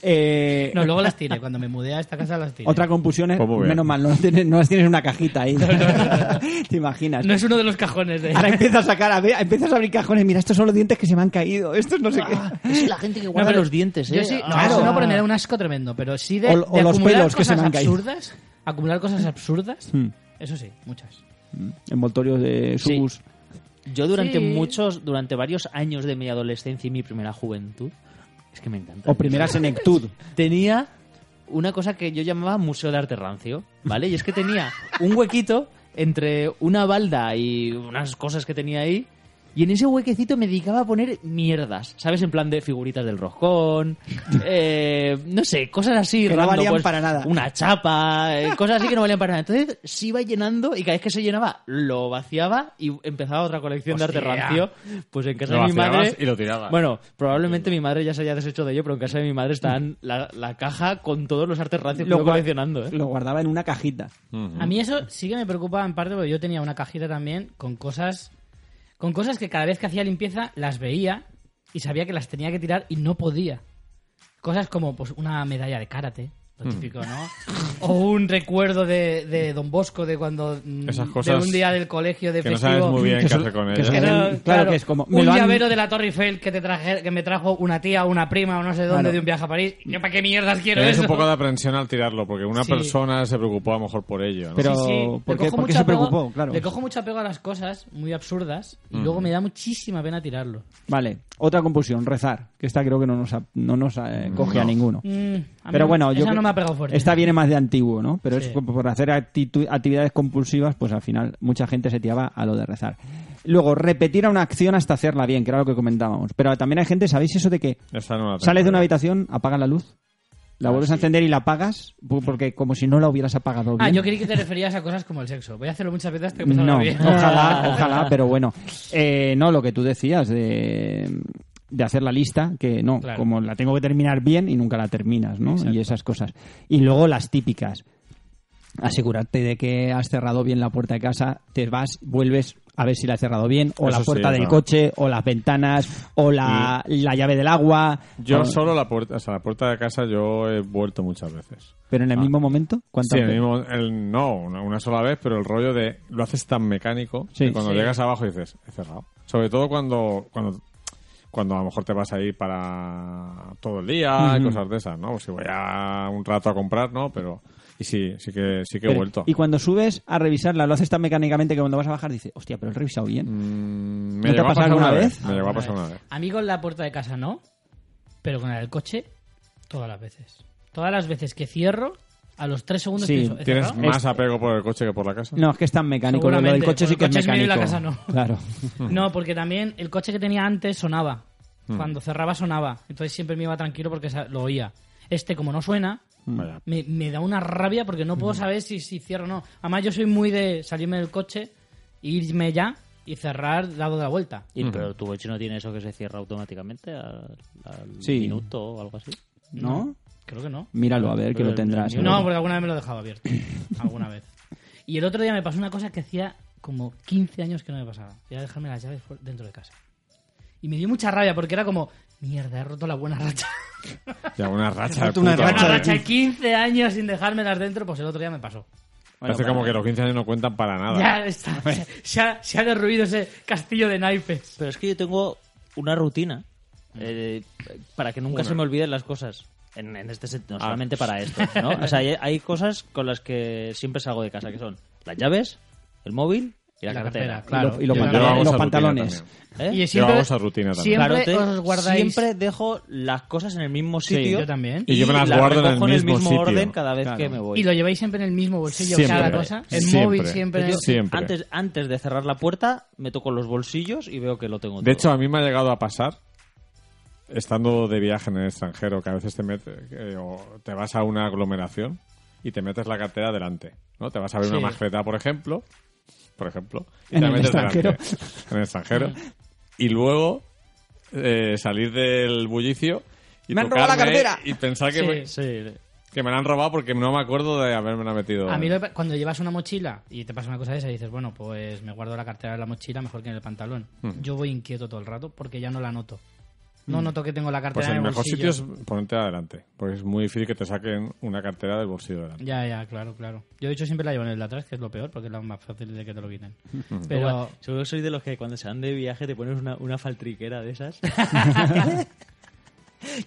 [SPEAKER 3] Eh,
[SPEAKER 1] No, luego las tiré. Cuando me mudé a esta casa las tiré.
[SPEAKER 3] Otra compusión es,
[SPEAKER 2] Pues muy bien.
[SPEAKER 3] menos mal, no, las tienes, no las tienes en una cajita ahí. ¿Te imaginas?
[SPEAKER 1] No es uno de los cajones de...
[SPEAKER 3] Ahora empiezas a sacar, a ver, empiezas a abrir cajones. Mira, estos son los dientes que se me han caído. Estos no sé qué.
[SPEAKER 4] Es la gente que guarda
[SPEAKER 1] pero
[SPEAKER 4] los dientes, ¿eh?
[SPEAKER 1] Yo sí, no,
[SPEAKER 4] Ah,
[SPEAKER 1] eso no,
[SPEAKER 4] ah.
[SPEAKER 1] porque me da un asco tremendo. Pero sí de,
[SPEAKER 3] O- o
[SPEAKER 1] de
[SPEAKER 3] los
[SPEAKER 1] acumular
[SPEAKER 3] pelos que se
[SPEAKER 1] cosas
[SPEAKER 3] me han caído.
[SPEAKER 1] absurdas. Acumular cosas absurdas.
[SPEAKER 3] Hmm.
[SPEAKER 1] Eso sí, muchas.
[SPEAKER 3] Envoltorios de
[SPEAKER 4] Sí.
[SPEAKER 3] subus.
[SPEAKER 4] Yo durante
[SPEAKER 1] Sí.
[SPEAKER 4] muchos, durante varios años de mi adolescencia y mi primera juventud, es que me encanta.
[SPEAKER 3] O primera senectud.
[SPEAKER 4] tenía una cosa que yo llamaba Museo de Arte Rancio, ¿vale? Y es que tenía un huequito entre una balda y unas cosas que tenía ahí. Y en ese huequecito me dedicaba a poner mierdas, ¿sabes? En plan de figuritas del roscón, eh, no sé, cosas así. pues,
[SPEAKER 3] Que no valían para nada.
[SPEAKER 4] Una chapa, eh, cosas así que no valían para nada. Entonces se iba llenando y cada vez que se llenaba lo vaciaba y empezaba otra colección de
[SPEAKER 1] Hostia.
[SPEAKER 4] arte rancio. Pues en casa
[SPEAKER 2] Lo
[SPEAKER 4] de mi
[SPEAKER 2] vaciabas
[SPEAKER 4] madre...
[SPEAKER 2] y lo tirabas.
[SPEAKER 4] Bueno, probablemente mi madre ya se haya deshecho de ello, pero en casa de mi madre está la, la caja con todos los artes rancios que
[SPEAKER 3] Lo
[SPEAKER 4] iba
[SPEAKER 3] gua-
[SPEAKER 4] coleccionando, ¿eh?
[SPEAKER 3] Lo guardaba en una cajita.
[SPEAKER 2] Ujú.
[SPEAKER 1] A mí eso sí que me preocupaba en parte porque yo tenía una cajita también con cosas con cosas que cada vez que hacía limpieza las veía y sabía que las tenía que tirar y no podía. Cosas como pues una medalla de karate, lo típico, ¿no? o un recuerdo de, de Don Bosco de cuando mm,
[SPEAKER 2] Esas cosas
[SPEAKER 1] de un día del colegio de
[SPEAKER 2] que no
[SPEAKER 1] festivo.
[SPEAKER 2] sabes muy bien
[SPEAKER 3] Que
[SPEAKER 2] qué
[SPEAKER 3] son-
[SPEAKER 2] hacer con
[SPEAKER 3] que
[SPEAKER 2] ellas.
[SPEAKER 3] son-
[SPEAKER 1] Que no,
[SPEAKER 3] Claro, que es como, me
[SPEAKER 1] un
[SPEAKER 3] lo han-
[SPEAKER 1] llavero de la Torre Eiffel que te traje, que me trajo una tía, una prima o no sé dónde
[SPEAKER 3] Claro.
[SPEAKER 1] de un viaje a París. ¿Yo para qué mierdas quiero
[SPEAKER 2] Tienes
[SPEAKER 1] eso?
[SPEAKER 2] un poco de aprensión al tirarlo, porque una
[SPEAKER 1] Sí.
[SPEAKER 2] persona se preocupó a lo mejor por ello. ¿no?
[SPEAKER 3] Pero-
[SPEAKER 1] Sí, sí.
[SPEAKER 3] ¿por
[SPEAKER 1] Le
[SPEAKER 3] qué-
[SPEAKER 1] cojo
[SPEAKER 3] por qué
[SPEAKER 1] mucho
[SPEAKER 3] se
[SPEAKER 1] apego-
[SPEAKER 3] preocupó? Claro. Mm.
[SPEAKER 1] Le cojo mucho apego a las cosas muy absurdas y luego me da muchísima pena tirarlo.
[SPEAKER 3] Vale, otra confusión, rezar. Que esta creo que no nos, ha- no nos eh, coge a
[SPEAKER 2] No.
[SPEAKER 3] ninguno.
[SPEAKER 1] Mm, a mí
[SPEAKER 3] Pero
[SPEAKER 1] no-
[SPEAKER 3] bueno, yo
[SPEAKER 1] esa
[SPEAKER 3] creo-
[SPEAKER 1] no me ha pegado fuerte.
[SPEAKER 3] Esta viene más de antiguo, ¿no? Pero
[SPEAKER 1] Sí.
[SPEAKER 3] es por hacer actitu- actividades compulsivas, pues al final mucha gente se tiraba a lo de rezar. Luego, repetir una acción hasta hacerla bien, que era lo que comentábamos. Pero también hay gente, ¿sabéis eso de que
[SPEAKER 2] Esa no Ah, la tengo.
[SPEAKER 3] sales de una habitación, apagas la luz, la vuelves a encender y la apagas? Pu- Porque como si no la hubieras apagado
[SPEAKER 1] Ah,
[SPEAKER 3] bien.
[SPEAKER 1] yo creí que te referías a cosas como el sexo. Voy a hacerlo muchas veces hasta que me salga
[SPEAKER 3] No,
[SPEAKER 1] bien.
[SPEAKER 3] ojalá, ojalá, pero bueno. Eh, no, lo que tú decías de, de hacer la lista, que no,
[SPEAKER 1] Claro.
[SPEAKER 3] como la tengo que terminar bien y nunca la terminas, ¿no? Y esas cosas. Y luego las típicas. Asegurarte de que has cerrado bien la puerta de casa, te vas, vuelves a ver si la has cerrado bien, o
[SPEAKER 2] Eso
[SPEAKER 3] la
[SPEAKER 2] sí,
[SPEAKER 3] puerta del
[SPEAKER 2] claro.
[SPEAKER 3] coche, o las ventanas, o la, la llave del agua. Ah,
[SPEAKER 2] Yo
[SPEAKER 3] o-
[SPEAKER 2] solo la puerta, o sea, la puerta de casa yo he vuelto muchas veces.
[SPEAKER 3] Pero en el mismo momento, ¿cuántas
[SPEAKER 2] Ah. Sí, el
[SPEAKER 3] veces?
[SPEAKER 2] mismo, el- no, una, una sola vez, pero el rollo de lo haces tan mecánico
[SPEAKER 3] Sí.
[SPEAKER 2] que cuando
[SPEAKER 1] Sí.
[SPEAKER 2] llegas abajo dices, he cerrado. Sobre todo cuando, cuando, cuando a lo mejor te vas a ir para todo el día y
[SPEAKER 3] Ujú.
[SPEAKER 2] cosas de esas, ¿no? Pues si voy a un rato a comprar, ¿no? Pero, y sí, sí que, sí que he
[SPEAKER 3] Pero-
[SPEAKER 2] vuelto.
[SPEAKER 3] Y cuando subes a revisarla, lo haces tan mecánicamente que cuando vas a bajar dices, hostia, pero he revisado bien.
[SPEAKER 2] Mm,
[SPEAKER 3] te ha
[SPEAKER 2] llegó a
[SPEAKER 3] pasado
[SPEAKER 2] pasar
[SPEAKER 3] alguna
[SPEAKER 2] una
[SPEAKER 3] vez?
[SPEAKER 2] Me llegó a pasar una vez.
[SPEAKER 1] Ah, A mí con la puerta de casa no, pero con el coche todas las veces. Todas las veces que cierro, a los tres segundos
[SPEAKER 3] Sí,
[SPEAKER 1] pienso, ¿he
[SPEAKER 2] ¿Tienes
[SPEAKER 1] cerrado?
[SPEAKER 2] más apego por el coche que por la casa?
[SPEAKER 3] No, es que es tan mecánico. Lo del
[SPEAKER 1] Seguramente,
[SPEAKER 3] coche sí que
[SPEAKER 1] porque
[SPEAKER 3] es
[SPEAKER 1] el coche es mío
[SPEAKER 3] mecánico.
[SPEAKER 1] y la casa no.
[SPEAKER 3] Claro.
[SPEAKER 1] No, porque también el coche que tenía antes sonaba.
[SPEAKER 3] Mm.
[SPEAKER 1] Cuando cerraba sonaba. Entonces siempre me iba tranquilo porque sa- lo oía. Este, como no suena,
[SPEAKER 2] Vaya.
[SPEAKER 1] me, me da una rabia porque no puedo saber si, si cierro o no. Además, yo soy muy de salirme del coche, irme ya y cerrar dado la vuelta.
[SPEAKER 4] Y- pero tu coche no tiene eso que se cierra automáticamente al, al
[SPEAKER 3] Sí.
[SPEAKER 4] minuto o algo así.
[SPEAKER 3] ¿No?
[SPEAKER 1] Creo que no.
[SPEAKER 3] Míralo, a ver, que lo tendrás.
[SPEAKER 1] No, porque alguna vez me lo dejaba abierto. alguna vez. Y el otro día me pasó una cosa que hacía como 15 años que no me pasaba. Era dejarme las llaves fu- dentro de casa. Y me dio mucha rabia porque era como, mierda, he roto la buena racha.
[SPEAKER 2] Ya, una racha. de
[SPEAKER 3] Una
[SPEAKER 2] puta
[SPEAKER 1] Una
[SPEAKER 3] racha
[SPEAKER 2] madre.
[SPEAKER 1] racha de 15 años sin dejármelas dentro, pues el otro día me pasó.
[SPEAKER 2] Parece como que los 15 años no cuentan para nada.
[SPEAKER 1] Ya está, se, se ha, se ha derruido ese castillo de naipes.
[SPEAKER 4] Pero es que yo tengo una rutina eh, para que nunca se me olviden las cosas. En, en este sentido, no
[SPEAKER 2] Ah.
[SPEAKER 4] solamente para esto. ¿no? O sea, hay, hay cosas con las que siempre salgo de casa, que son las llaves, el móvil Y la, cartera.
[SPEAKER 1] claro.
[SPEAKER 3] y
[SPEAKER 1] Yo
[SPEAKER 3] los, y los
[SPEAKER 1] la
[SPEAKER 3] pantal-
[SPEAKER 1] cartera.
[SPEAKER 2] Llevábamos
[SPEAKER 3] los
[SPEAKER 2] a rutina
[SPEAKER 3] pantalones.
[SPEAKER 2] también.
[SPEAKER 4] ¿Eh?
[SPEAKER 1] Y
[SPEAKER 2] Llevábamos a
[SPEAKER 1] siempre,
[SPEAKER 2] rutina también.
[SPEAKER 1] siempre
[SPEAKER 4] Claro, te-
[SPEAKER 1] os guardáis...
[SPEAKER 4] siempre dejo las cosas en el mismo
[SPEAKER 3] Sí,
[SPEAKER 4] sitio.
[SPEAKER 1] Yo también.
[SPEAKER 2] Y yo me las guardo en el
[SPEAKER 4] recojo
[SPEAKER 2] mismo sitio.
[SPEAKER 4] orden cada vez
[SPEAKER 3] Claro.
[SPEAKER 4] que me voy.
[SPEAKER 1] Y lo lleváis siempre en el mismo bolsillo
[SPEAKER 2] Siempre.
[SPEAKER 1] cada cosa. El
[SPEAKER 2] Siempre.
[SPEAKER 1] móvil siempre. en el-
[SPEAKER 4] Yo
[SPEAKER 2] Siempre.
[SPEAKER 4] Antes, antes de cerrar la puerta, me toco los bolsillos y veo que lo tengo
[SPEAKER 2] De
[SPEAKER 4] todo.
[SPEAKER 2] hecho, a mí me ha llegado a pasar, estando de viaje en el extranjero, que a veces te, metes, eh, o te vas a una aglomeración y te metes la cartera delante. ¿no? Te vas a ver
[SPEAKER 1] Sí.
[SPEAKER 2] una mascleta, por ejemplo, por ejemplo y te
[SPEAKER 3] En
[SPEAKER 2] la
[SPEAKER 3] el
[SPEAKER 2] metes
[SPEAKER 3] extranjero.
[SPEAKER 2] delante. En el extranjero. y luego eh, salir del bullicio y
[SPEAKER 3] Me han robado la
[SPEAKER 2] tocarme
[SPEAKER 3] cartera.
[SPEAKER 2] Y pensar que,
[SPEAKER 1] Sí.
[SPEAKER 2] me, que me la han robado porque no me acuerdo de haberme la metido.
[SPEAKER 1] A mí lo que pa- cuando llevas una mochila y te pasa una cosa de esa y dices, bueno, pues me guardo la cartera en la mochila mejor que en el pantalón.
[SPEAKER 2] Hmm.
[SPEAKER 1] Yo voy inquieto todo el rato porque ya no la noto. No noto que tengo la cartera
[SPEAKER 2] Pues el
[SPEAKER 1] en el
[SPEAKER 2] mejor
[SPEAKER 1] bolsillo.
[SPEAKER 2] sitio es ponerte adelante, porque es muy difícil que te saquen una cartera del bolsillo delante.
[SPEAKER 1] Ya, ya, claro, claro. Yo de hecho siempre la llevo en el de atrás, que es lo peor, porque es la más fácil de que te lo quiten. Pero
[SPEAKER 2] Hmm.
[SPEAKER 4] Pero seguro que soy de los que cuando se van de viaje te pones una, una faltriquera de esas.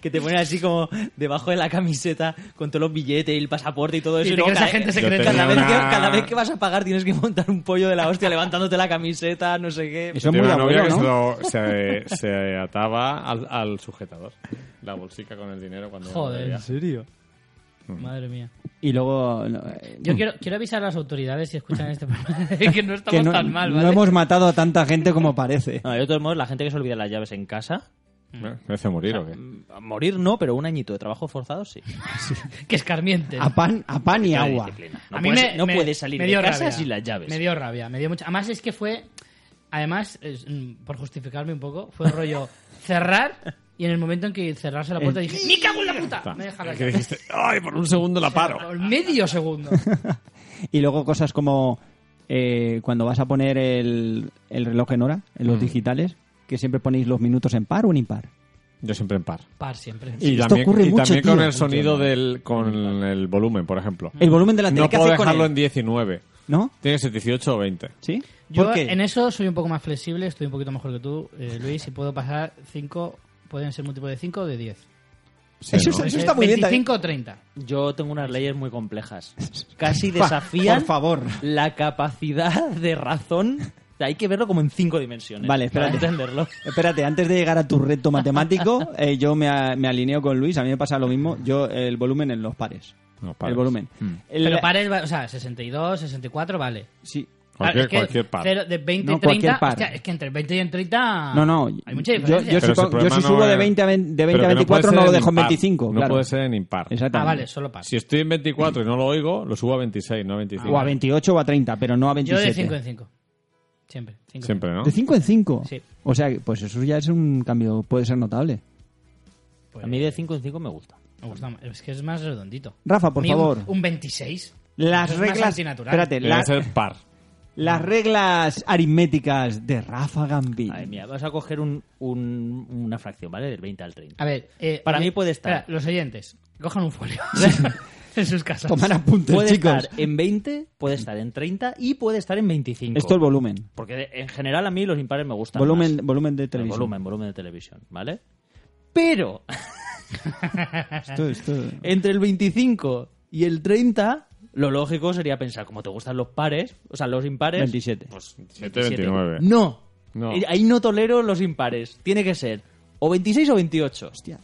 [SPEAKER 4] que te ponen así como debajo de la camiseta con todos los billetes y el pasaporte y todo
[SPEAKER 1] Y
[SPEAKER 4] eso.
[SPEAKER 1] te
[SPEAKER 4] luego
[SPEAKER 1] crees
[SPEAKER 4] cada-
[SPEAKER 1] agente
[SPEAKER 4] eh,
[SPEAKER 1] secreto.
[SPEAKER 2] Yo
[SPEAKER 4] Cada,
[SPEAKER 2] tenía
[SPEAKER 4] vez que,
[SPEAKER 2] una-
[SPEAKER 4] cada vez que vas a pagar tienes que montar un pollo de la hostia levantándote la camiseta, no sé qué.
[SPEAKER 3] Eso es muy
[SPEAKER 2] Tiene
[SPEAKER 3] de
[SPEAKER 2] una novia
[SPEAKER 3] abuelo,
[SPEAKER 2] que
[SPEAKER 3] ¿no?
[SPEAKER 2] se, lo- se- se ataba al, al sujetador. La bolsica con el dinero cuando...
[SPEAKER 1] Joder.
[SPEAKER 2] iba de viaje.
[SPEAKER 4] serio?
[SPEAKER 1] Madre mía.
[SPEAKER 3] Y luego... no, eh,
[SPEAKER 1] Yo quiero, quiero avisar a las autoridades si escuchan este programa de que no estamos
[SPEAKER 3] que no,
[SPEAKER 1] tan mal,
[SPEAKER 3] no
[SPEAKER 1] ¿vale?
[SPEAKER 3] hemos matado a tanta gente como parece.
[SPEAKER 4] No, de todos modos, la gente que se olvida las llaves en casa,
[SPEAKER 2] ¿Me hace morir o qué?
[SPEAKER 4] mm, a morir no, pero un añito de trabajo forzado sí.
[SPEAKER 1] Que escarmienten.
[SPEAKER 3] A pan, a pan y
[SPEAKER 4] Hay
[SPEAKER 3] agua.
[SPEAKER 4] disciplina. No,
[SPEAKER 1] A mí
[SPEAKER 4] puedes,
[SPEAKER 1] me-
[SPEAKER 4] no
[SPEAKER 1] me-
[SPEAKER 4] puedes salir
[SPEAKER 1] me dio
[SPEAKER 4] de casa
[SPEAKER 1] rabia.
[SPEAKER 4] sin las llaves.
[SPEAKER 1] Me dio rabia, me dio mucha. Además, es que fue. Además, es, mm, por justificarme un poco, fue rollo cerrar y en el momento en que cerrase la
[SPEAKER 4] Eh,
[SPEAKER 1] puerta dije: ¡Me cago en la puta! Me deja la
[SPEAKER 2] Que
[SPEAKER 1] llave.
[SPEAKER 2] dijiste, ¡ay, por un segundo la paro!
[SPEAKER 1] Por medio segundo.
[SPEAKER 3] Y luego cosas como eh, cuando vas a poner el, el reloj en hora, en los digitales, que siempre ponéis los minutos en par o en impar.
[SPEAKER 2] Yo siempre en par.
[SPEAKER 1] Par siempre.
[SPEAKER 2] Y
[SPEAKER 3] Esto
[SPEAKER 2] también,
[SPEAKER 3] ocurre
[SPEAKER 2] y
[SPEAKER 3] mucho,
[SPEAKER 2] también
[SPEAKER 3] tío.
[SPEAKER 2] con el sonido del... con el volumen, por
[SPEAKER 1] Mm.
[SPEAKER 2] ejemplo.
[SPEAKER 3] El volumen de la tele,
[SPEAKER 2] No
[SPEAKER 3] ¿qué
[SPEAKER 2] puedo
[SPEAKER 3] haces con
[SPEAKER 2] dejarlo
[SPEAKER 3] él?
[SPEAKER 2] en 19.
[SPEAKER 3] ¿No?
[SPEAKER 2] Tiene que ser 18 o 20.
[SPEAKER 3] ¿Sí?
[SPEAKER 1] Yo
[SPEAKER 3] ¿Por qué?
[SPEAKER 1] en eso soy un poco más flexible, estoy un poquito mejor que tú, eh, Luis, y puedo pasar 5, pueden ser múltiplos de 5 o de 10.
[SPEAKER 2] Sí,
[SPEAKER 3] Eso
[SPEAKER 2] ¿no?
[SPEAKER 3] es- Eso está muy bien,
[SPEAKER 1] 25 o 30.
[SPEAKER 4] Yo tengo unas leyes muy complejas. Casi
[SPEAKER 3] Pa,
[SPEAKER 4] desafían
[SPEAKER 3] Por favor.
[SPEAKER 4] la capacidad de razón. O sea, hay que verlo como en cinco dimensiones.
[SPEAKER 3] Vale,
[SPEAKER 4] para
[SPEAKER 3] espérate.
[SPEAKER 4] entenderlo.
[SPEAKER 3] Espérate, antes de llegar a tu reto matemático, eh, yo me, a- me alineo con Luis, a mí me pasa lo mismo. Yo eh, el volumen en los pares.
[SPEAKER 2] Los pares. Hmm.
[SPEAKER 3] El volumen. El-
[SPEAKER 1] Pero pares, va- o sea, 62, 64, vale.
[SPEAKER 3] Sí.
[SPEAKER 1] Claro,
[SPEAKER 2] Cualquier,
[SPEAKER 1] Ah, es que
[SPEAKER 2] cualquier par.
[SPEAKER 1] cero- de 20 y 30.
[SPEAKER 3] No, cualquier par.
[SPEAKER 1] hostia, es que entre 20 y 30.
[SPEAKER 3] No, no.
[SPEAKER 1] Ah, Hay mucha
[SPEAKER 3] yo-
[SPEAKER 1] diferencia.
[SPEAKER 3] Yo,
[SPEAKER 2] Pero
[SPEAKER 3] si,
[SPEAKER 2] ese
[SPEAKER 3] con- yo
[SPEAKER 2] problema
[SPEAKER 3] si
[SPEAKER 2] no
[SPEAKER 3] subo de
[SPEAKER 2] es-
[SPEAKER 3] 20 a, ven- de 20
[SPEAKER 2] Pero
[SPEAKER 3] a
[SPEAKER 2] que no puede
[SPEAKER 3] 24 no,
[SPEAKER 2] ser
[SPEAKER 3] lo dejo en
[SPEAKER 2] impar.
[SPEAKER 3] 25.
[SPEAKER 2] No
[SPEAKER 3] claro.
[SPEAKER 2] puede ser en impar.
[SPEAKER 1] ah,
[SPEAKER 3] Exactamente.
[SPEAKER 1] vale, solo par.
[SPEAKER 2] Si estoy en 24 y no lo oigo, lo subo a 26, no a 25.
[SPEAKER 3] O a 28 o a 30, pero no a
[SPEAKER 1] Yo
[SPEAKER 3] 27.
[SPEAKER 1] de 5 en 5. Siempre. cinco en
[SPEAKER 2] Siempre, ¿no?
[SPEAKER 3] ¿De 5 en 5?
[SPEAKER 1] Sí.
[SPEAKER 3] O sea, que, pues eso ya es un cambio, puede ser notable.
[SPEAKER 1] cinco. Pues
[SPEAKER 4] A mí de cinco en cinco me gusta.
[SPEAKER 1] me gusta más. Es que es más redondito.
[SPEAKER 3] Rafa, por
[SPEAKER 1] A mí un-
[SPEAKER 3] favor.
[SPEAKER 1] Un 26.
[SPEAKER 3] Las
[SPEAKER 1] Es más
[SPEAKER 3] reglas.
[SPEAKER 1] antinatural.
[SPEAKER 3] Espérate,
[SPEAKER 2] Debe
[SPEAKER 3] la-
[SPEAKER 2] ser par.
[SPEAKER 1] Ah.
[SPEAKER 3] las reglas aritméticas de Rafa Gambino.
[SPEAKER 4] Madre mía, vas a coger un- un- una fracción, ¿vale? Del 20 al 30.
[SPEAKER 1] A ver. eh,
[SPEAKER 4] Para
[SPEAKER 1] oye,
[SPEAKER 4] mí puede estar.
[SPEAKER 1] espera, los oyentes, cojan un folio. en sus casas.
[SPEAKER 3] Tomar apuntes,
[SPEAKER 4] Puede
[SPEAKER 3] chicos.
[SPEAKER 4] estar en 20, puede estar en 30 y puede estar en 25.
[SPEAKER 3] Esto es volumen.
[SPEAKER 4] Porque en general a mí los impares me gustan.
[SPEAKER 3] Volumen,
[SPEAKER 4] más.
[SPEAKER 3] volumen de
[SPEAKER 4] El
[SPEAKER 3] televisión.
[SPEAKER 4] Volumen, volumen de televisión, ¿vale? Pero
[SPEAKER 3] Esto, esto-
[SPEAKER 4] entre el 25 y el 30, lo lógico sería pensar, como te gustan los pares, o sea, los impares.
[SPEAKER 3] 27.
[SPEAKER 4] Pues
[SPEAKER 2] 27, 29.
[SPEAKER 4] No.
[SPEAKER 2] No.
[SPEAKER 4] Eh, Ahí no tolero los impares. Tiene que ser o 26 o 28.
[SPEAKER 3] Hostia.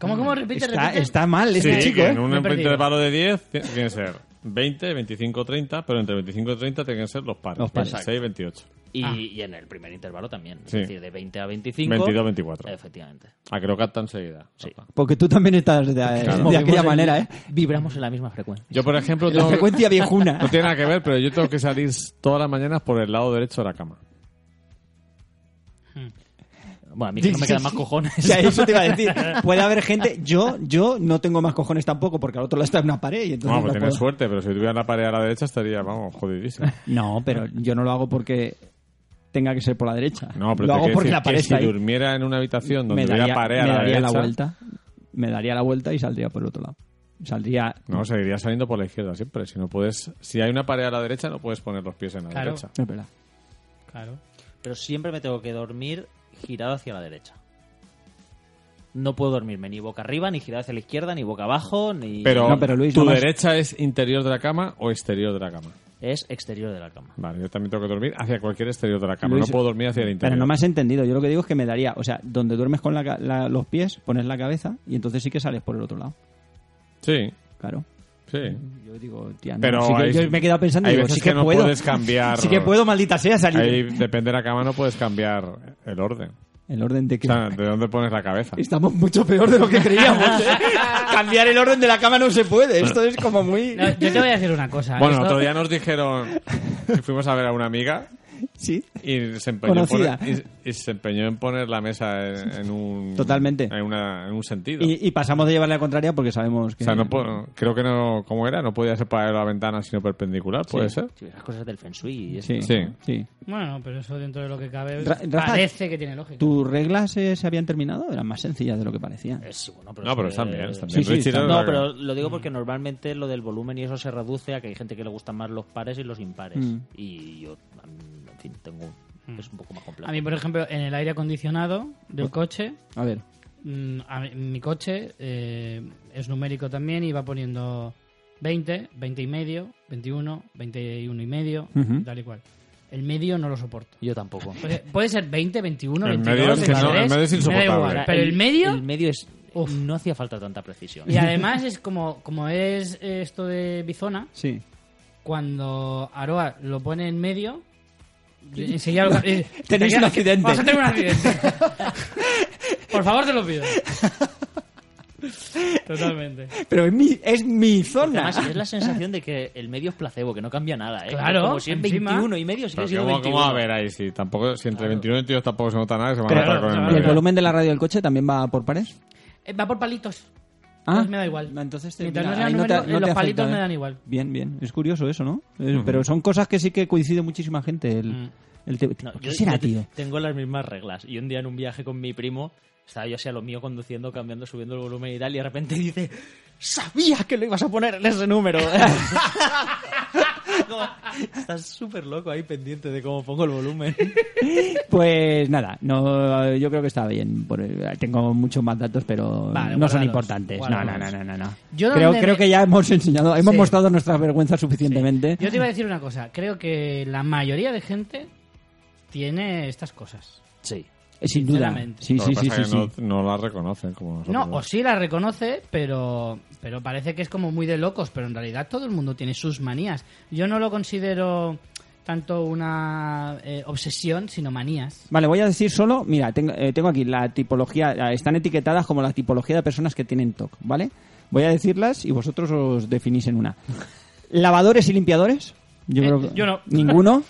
[SPEAKER 1] ¿Cómo, cómo? Repite,
[SPEAKER 3] Está,
[SPEAKER 1] repite.
[SPEAKER 3] está mal
[SPEAKER 2] Sí,
[SPEAKER 3] este chico,
[SPEAKER 2] que
[SPEAKER 3] ¿eh?
[SPEAKER 2] en un
[SPEAKER 1] Me he perdido.
[SPEAKER 2] intervalo de 10 tiene que ser 20, 25, 30, pero entre 25 y 30 tienen que ser los pares.
[SPEAKER 3] Los pares.
[SPEAKER 2] 26, 28.
[SPEAKER 4] Y,
[SPEAKER 1] Ah.
[SPEAKER 4] y en el primer intervalo también. Es
[SPEAKER 2] Sí.
[SPEAKER 4] decir, de 20 a 25.
[SPEAKER 2] 22, 24.
[SPEAKER 4] Efectivamente.
[SPEAKER 2] A Ah, que lo captan enseguida.
[SPEAKER 4] Sí.
[SPEAKER 3] Porque tú también estás de, de
[SPEAKER 4] Movemos
[SPEAKER 3] aquella
[SPEAKER 4] el-
[SPEAKER 3] manera, ¿eh?
[SPEAKER 4] Vibramos en la misma frecuencia.
[SPEAKER 2] Yo, por ejemplo,
[SPEAKER 3] La
[SPEAKER 2] tengo...
[SPEAKER 3] frecuencia viejuna.
[SPEAKER 2] no tiene nada que ver, pero yo tengo que salir todas las mañanas por el lado derecho de la cama.
[SPEAKER 4] Bueno, a mí es que no me quedan más cojones.
[SPEAKER 3] O sea, eso te iba a decir.
[SPEAKER 2] Eh.
[SPEAKER 3] Puede haber gente. Yo, yo no tengo más cojones tampoco, porque al otro lado está una pared y entonces.
[SPEAKER 2] Vamos, pues
[SPEAKER 3] no
[SPEAKER 2] tienes
[SPEAKER 3] puedo.
[SPEAKER 2] suerte, pero si tuviera la pared a la derecha estaría, vamos, jodidísimo.
[SPEAKER 3] No, pero yo no lo hago porque tenga que ser por la derecha.
[SPEAKER 2] No, pero
[SPEAKER 3] lo
[SPEAKER 2] te
[SPEAKER 3] hago
[SPEAKER 2] quiero
[SPEAKER 3] porque
[SPEAKER 2] decir
[SPEAKER 3] la pared
[SPEAKER 2] que
[SPEAKER 3] está
[SPEAKER 2] si
[SPEAKER 3] ahí.
[SPEAKER 2] durmiera en una habitación donde
[SPEAKER 3] Me
[SPEAKER 2] hubiera
[SPEAKER 3] daría,
[SPEAKER 2] pared a
[SPEAKER 3] me
[SPEAKER 2] la
[SPEAKER 3] daría
[SPEAKER 2] derecha...
[SPEAKER 3] la vuelta. Me daría la vuelta y saldría por el otro lado. Saldría.
[SPEAKER 2] No, seguiría saliendo por la izquierda siempre. Si no puedes, si hay una pared a la derecha, no puedes poner los pies en la
[SPEAKER 1] Claro.
[SPEAKER 2] derecha.
[SPEAKER 3] Es verdad.
[SPEAKER 1] Claro.
[SPEAKER 4] Pero siempre me tengo que dormir girado hacia la derecha. No puedo dormirme ni boca arriba, ni girado hacia la izquierda, ni boca abajo, ni.
[SPEAKER 2] Pero,
[SPEAKER 3] No, pero Luis,
[SPEAKER 2] ¿tu
[SPEAKER 3] no más-
[SPEAKER 2] derecha es interior de la cama o exterior de la cama?
[SPEAKER 4] es exterior de la cama.
[SPEAKER 2] Vale, yo también tengo que dormir hacia cualquier exterior de la cama.
[SPEAKER 3] Luis,
[SPEAKER 2] no puedo dormir hacia el interior.
[SPEAKER 3] Pero no me has entendido. Yo lo que digo es que me daría, o sea, donde duermes con la ca- la- los pies, pones la cabeza y entonces sí que sales por el otro lado.
[SPEAKER 2] Sí,
[SPEAKER 3] Claro.
[SPEAKER 2] sí.
[SPEAKER 3] Yo digo, tía, no.
[SPEAKER 2] Pero
[SPEAKER 3] sí que
[SPEAKER 2] hay-
[SPEAKER 3] yo me he quedado pensando y
[SPEAKER 2] hay
[SPEAKER 3] digo,
[SPEAKER 2] veces
[SPEAKER 3] sí que,
[SPEAKER 2] que no
[SPEAKER 3] puedo.
[SPEAKER 2] puedes cambiar-
[SPEAKER 3] Sí que puedo, maldita sea, salir.
[SPEAKER 2] Ahí, depende de la cama, no puedes cambiar el orden.
[SPEAKER 3] El orden de
[SPEAKER 2] O
[SPEAKER 3] que.
[SPEAKER 2] sea, ¿de dónde pones la cabeza?
[SPEAKER 3] Estamos mucho peor de lo que creíamos. ¿eh? Cambiar el orden de la cama no se puede. Esto es como muy.
[SPEAKER 1] No, yo te voy a decir una cosa.
[SPEAKER 2] Bueno,
[SPEAKER 1] Esto-
[SPEAKER 2] otro día nos dijeron que fuimos a ver a una amiga
[SPEAKER 3] Sí.
[SPEAKER 2] y se empeñó, en
[SPEAKER 3] Conocida.
[SPEAKER 2] poner, y- y se empeñó en poner la mesa en, en un...
[SPEAKER 3] Totalmente.
[SPEAKER 2] En, una- en un sentido.
[SPEAKER 3] Y, y pasamos de llevarle la contraria porque sabemos
[SPEAKER 2] O
[SPEAKER 3] que.
[SPEAKER 2] sea, no po- creo que no... ¿Cómo era? No podía ser para la ventana sino perpendicular, ¿puede ser?
[SPEAKER 4] Sí, esas cosas del feng shui. y eso.
[SPEAKER 3] Sí.
[SPEAKER 2] Sí.
[SPEAKER 3] sí.
[SPEAKER 1] Bueno, pero eso dentro de lo que cabe
[SPEAKER 3] Ra- Rafa,
[SPEAKER 1] parece que tiene lógica.
[SPEAKER 3] ¿Tus reglas eh, se habían terminado? Eran más sencillas de lo que parecían.
[SPEAKER 4] Eh, sí, bueno, pero
[SPEAKER 2] No,
[SPEAKER 4] es
[SPEAKER 2] pero
[SPEAKER 4] que-
[SPEAKER 2] están bien, están
[SPEAKER 3] Sí,
[SPEAKER 2] bien.
[SPEAKER 3] sí,
[SPEAKER 2] Richie
[SPEAKER 3] están-
[SPEAKER 2] era
[SPEAKER 4] No,
[SPEAKER 2] la-
[SPEAKER 4] pero lo digo porque normalmente lo del volumen y eso se reduce a que hay gente que le gustan más los pares y los impares.
[SPEAKER 3] Mm.
[SPEAKER 4] Y yo, a mí, en fin, tengo. Es un poco más complejo.
[SPEAKER 1] Mm. A mí, por ejemplo, en el aire acondicionado del coche,
[SPEAKER 3] A ver.
[SPEAKER 1] mm, a mí- mi coche eh, es numérico también y va poniendo 20, 20 y medio, 21, 21 y medio,
[SPEAKER 3] Ujú.
[SPEAKER 1] tal y cual. El medio no lo soporto.
[SPEAKER 4] Yo tampoco.
[SPEAKER 1] Puede- Puede ser 20, 21,
[SPEAKER 2] El
[SPEAKER 1] 22,
[SPEAKER 2] medio es que no,
[SPEAKER 1] 23,
[SPEAKER 2] el medio es
[SPEAKER 1] me da
[SPEAKER 2] insoportable.
[SPEAKER 1] igual. Pero el medio...
[SPEAKER 4] El medio es.
[SPEAKER 1] Uf.
[SPEAKER 4] No hacía falta tanta precisión.
[SPEAKER 1] Y además es como, como es esto de Bizona,
[SPEAKER 3] Sí.
[SPEAKER 1] cuando Aroa lo pone en medio, enseguida lo... eh,
[SPEAKER 3] Tenéis un accidente.
[SPEAKER 1] Vas a tener un accidente. Por favor, te lo pido. Totalmente.
[SPEAKER 3] Pero es mi, es mi zona.
[SPEAKER 4] Además, es la sensación de que el medio es placebo, que no cambia nada, ¿eh?
[SPEAKER 1] Claro,
[SPEAKER 4] Como si es
[SPEAKER 1] encima.
[SPEAKER 4] 21 y medio, sigue
[SPEAKER 2] Pero
[SPEAKER 4] siendo
[SPEAKER 2] ¿cómo,
[SPEAKER 4] 21.
[SPEAKER 2] cómo va a ver ahí? Si, tampoco, si entre 21 y 22 tampoco se nota nada, se van
[SPEAKER 3] Pero-
[SPEAKER 2] a notar con el
[SPEAKER 1] claro,
[SPEAKER 3] ¿El
[SPEAKER 2] medio.
[SPEAKER 3] volumen de la radio del coche también va por pares?
[SPEAKER 1] Eh, Va por palitos.
[SPEAKER 3] Ah,
[SPEAKER 1] Pues me da igual.
[SPEAKER 3] Entonces te-
[SPEAKER 1] Mientras
[SPEAKER 3] mira,
[SPEAKER 1] no sea
[SPEAKER 3] ahí
[SPEAKER 1] número-
[SPEAKER 3] te-
[SPEAKER 1] los
[SPEAKER 3] te afecta,
[SPEAKER 1] palitos
[SPEAKER 3] ¿eh?
[SPEAKER 1] me dan igual.
[SPEAKER 3] Bien, bien. Es curioso eso, ¿no? Eh, Pero son cosas que sí que coincide muchísima gente. El,
[SPEAKER 1] Mm.
[SPEAKER 3] el te-
[SPEAKER 4] No,
[SPEAKER 3] ¿Por ¿Qué
[SPEAKER 4] yo-
[SPEAKER 3] será,
[SPEAKER 4] yo te-
[SPEAKER 3] tío?
[SPEAKER 4] Tengo las mismas reglas. Y un día en un viaje con mi primo, estaba yo así a lo mío conduciendo, cambiando, subiendo el volumen y tal, y de repente dice: ¡Sabía que lo ibas a poner en ese número! Como, Estás súper loco ahí pendiente de cómo pongo el volumen.
[SPEAKER 3] Pues nada, no, yo creo que está bien. por- tengo muchos más datos, pero
[SPEAKER 1] Vale,
[SPEAKER 3] no son
[SPEAKER 1] guárdalos,
[SPEAKER 3] importantes. No, no, no,
[SPEAKER 1] guárdalos.
[SPEAKER 3] no, no, no.
[SPEAKER 1] Yo
[SPEAKER 3] creo,
[SPEAKER 1] donde
[SPEAKER 3] creo
[SPEAKER 1] me-
[SPEAKER 3] que ya hemos enseñado, hemos
[SPEAKER 1] Sí.
[SPEAKER 3] mostrado nuestras vergüenzas suficientemente.
[SPEAKER 1] Yo te iba a decir una cosa. Creo que la mayoría de gente tiene estas cosas.
[SPEAKER 4] Sí.
[SPEAKER 3] Eh, Sin duda.
[SPEAKER 1] sinceramente.
[SPEAKER 3] Sí,
[SPEAKER 2] Lo que
[SPEAKER 3] sí,
[SPEAKER 2] pasa
[SPEAKER 3] sí,
[SPEAKER 2] es
[SPEAKER 3] sí,
[SPEAKER 2] que
[SPEAKER 3] sí.
[SPEAKER 2] no- No, la reconocen como nosotros.
[SPEAKER 1] No, o sí la reconoce, pero, pero parece que es como muy de locos, pero en realidad todo el mundo tiene sus manías. Yo no lo considero tanto una eh, obsesión, sino manías.
[SPEAKER 3] Vale, voy a decir solo, mira, tengo, eh, tengo aquí la tipología, eh, están etiquetadas como la tipología de personas que tienen TOC, ¿vale? Voy a decirlas y vosotros os definís en una. Lavadores y limpiadores. Yo,
[SPEAKER 1] Eh,
[SPEAKER 3] creo que
[SPEAKER 1] yo no.
[SPEAKER 3] Ninguno.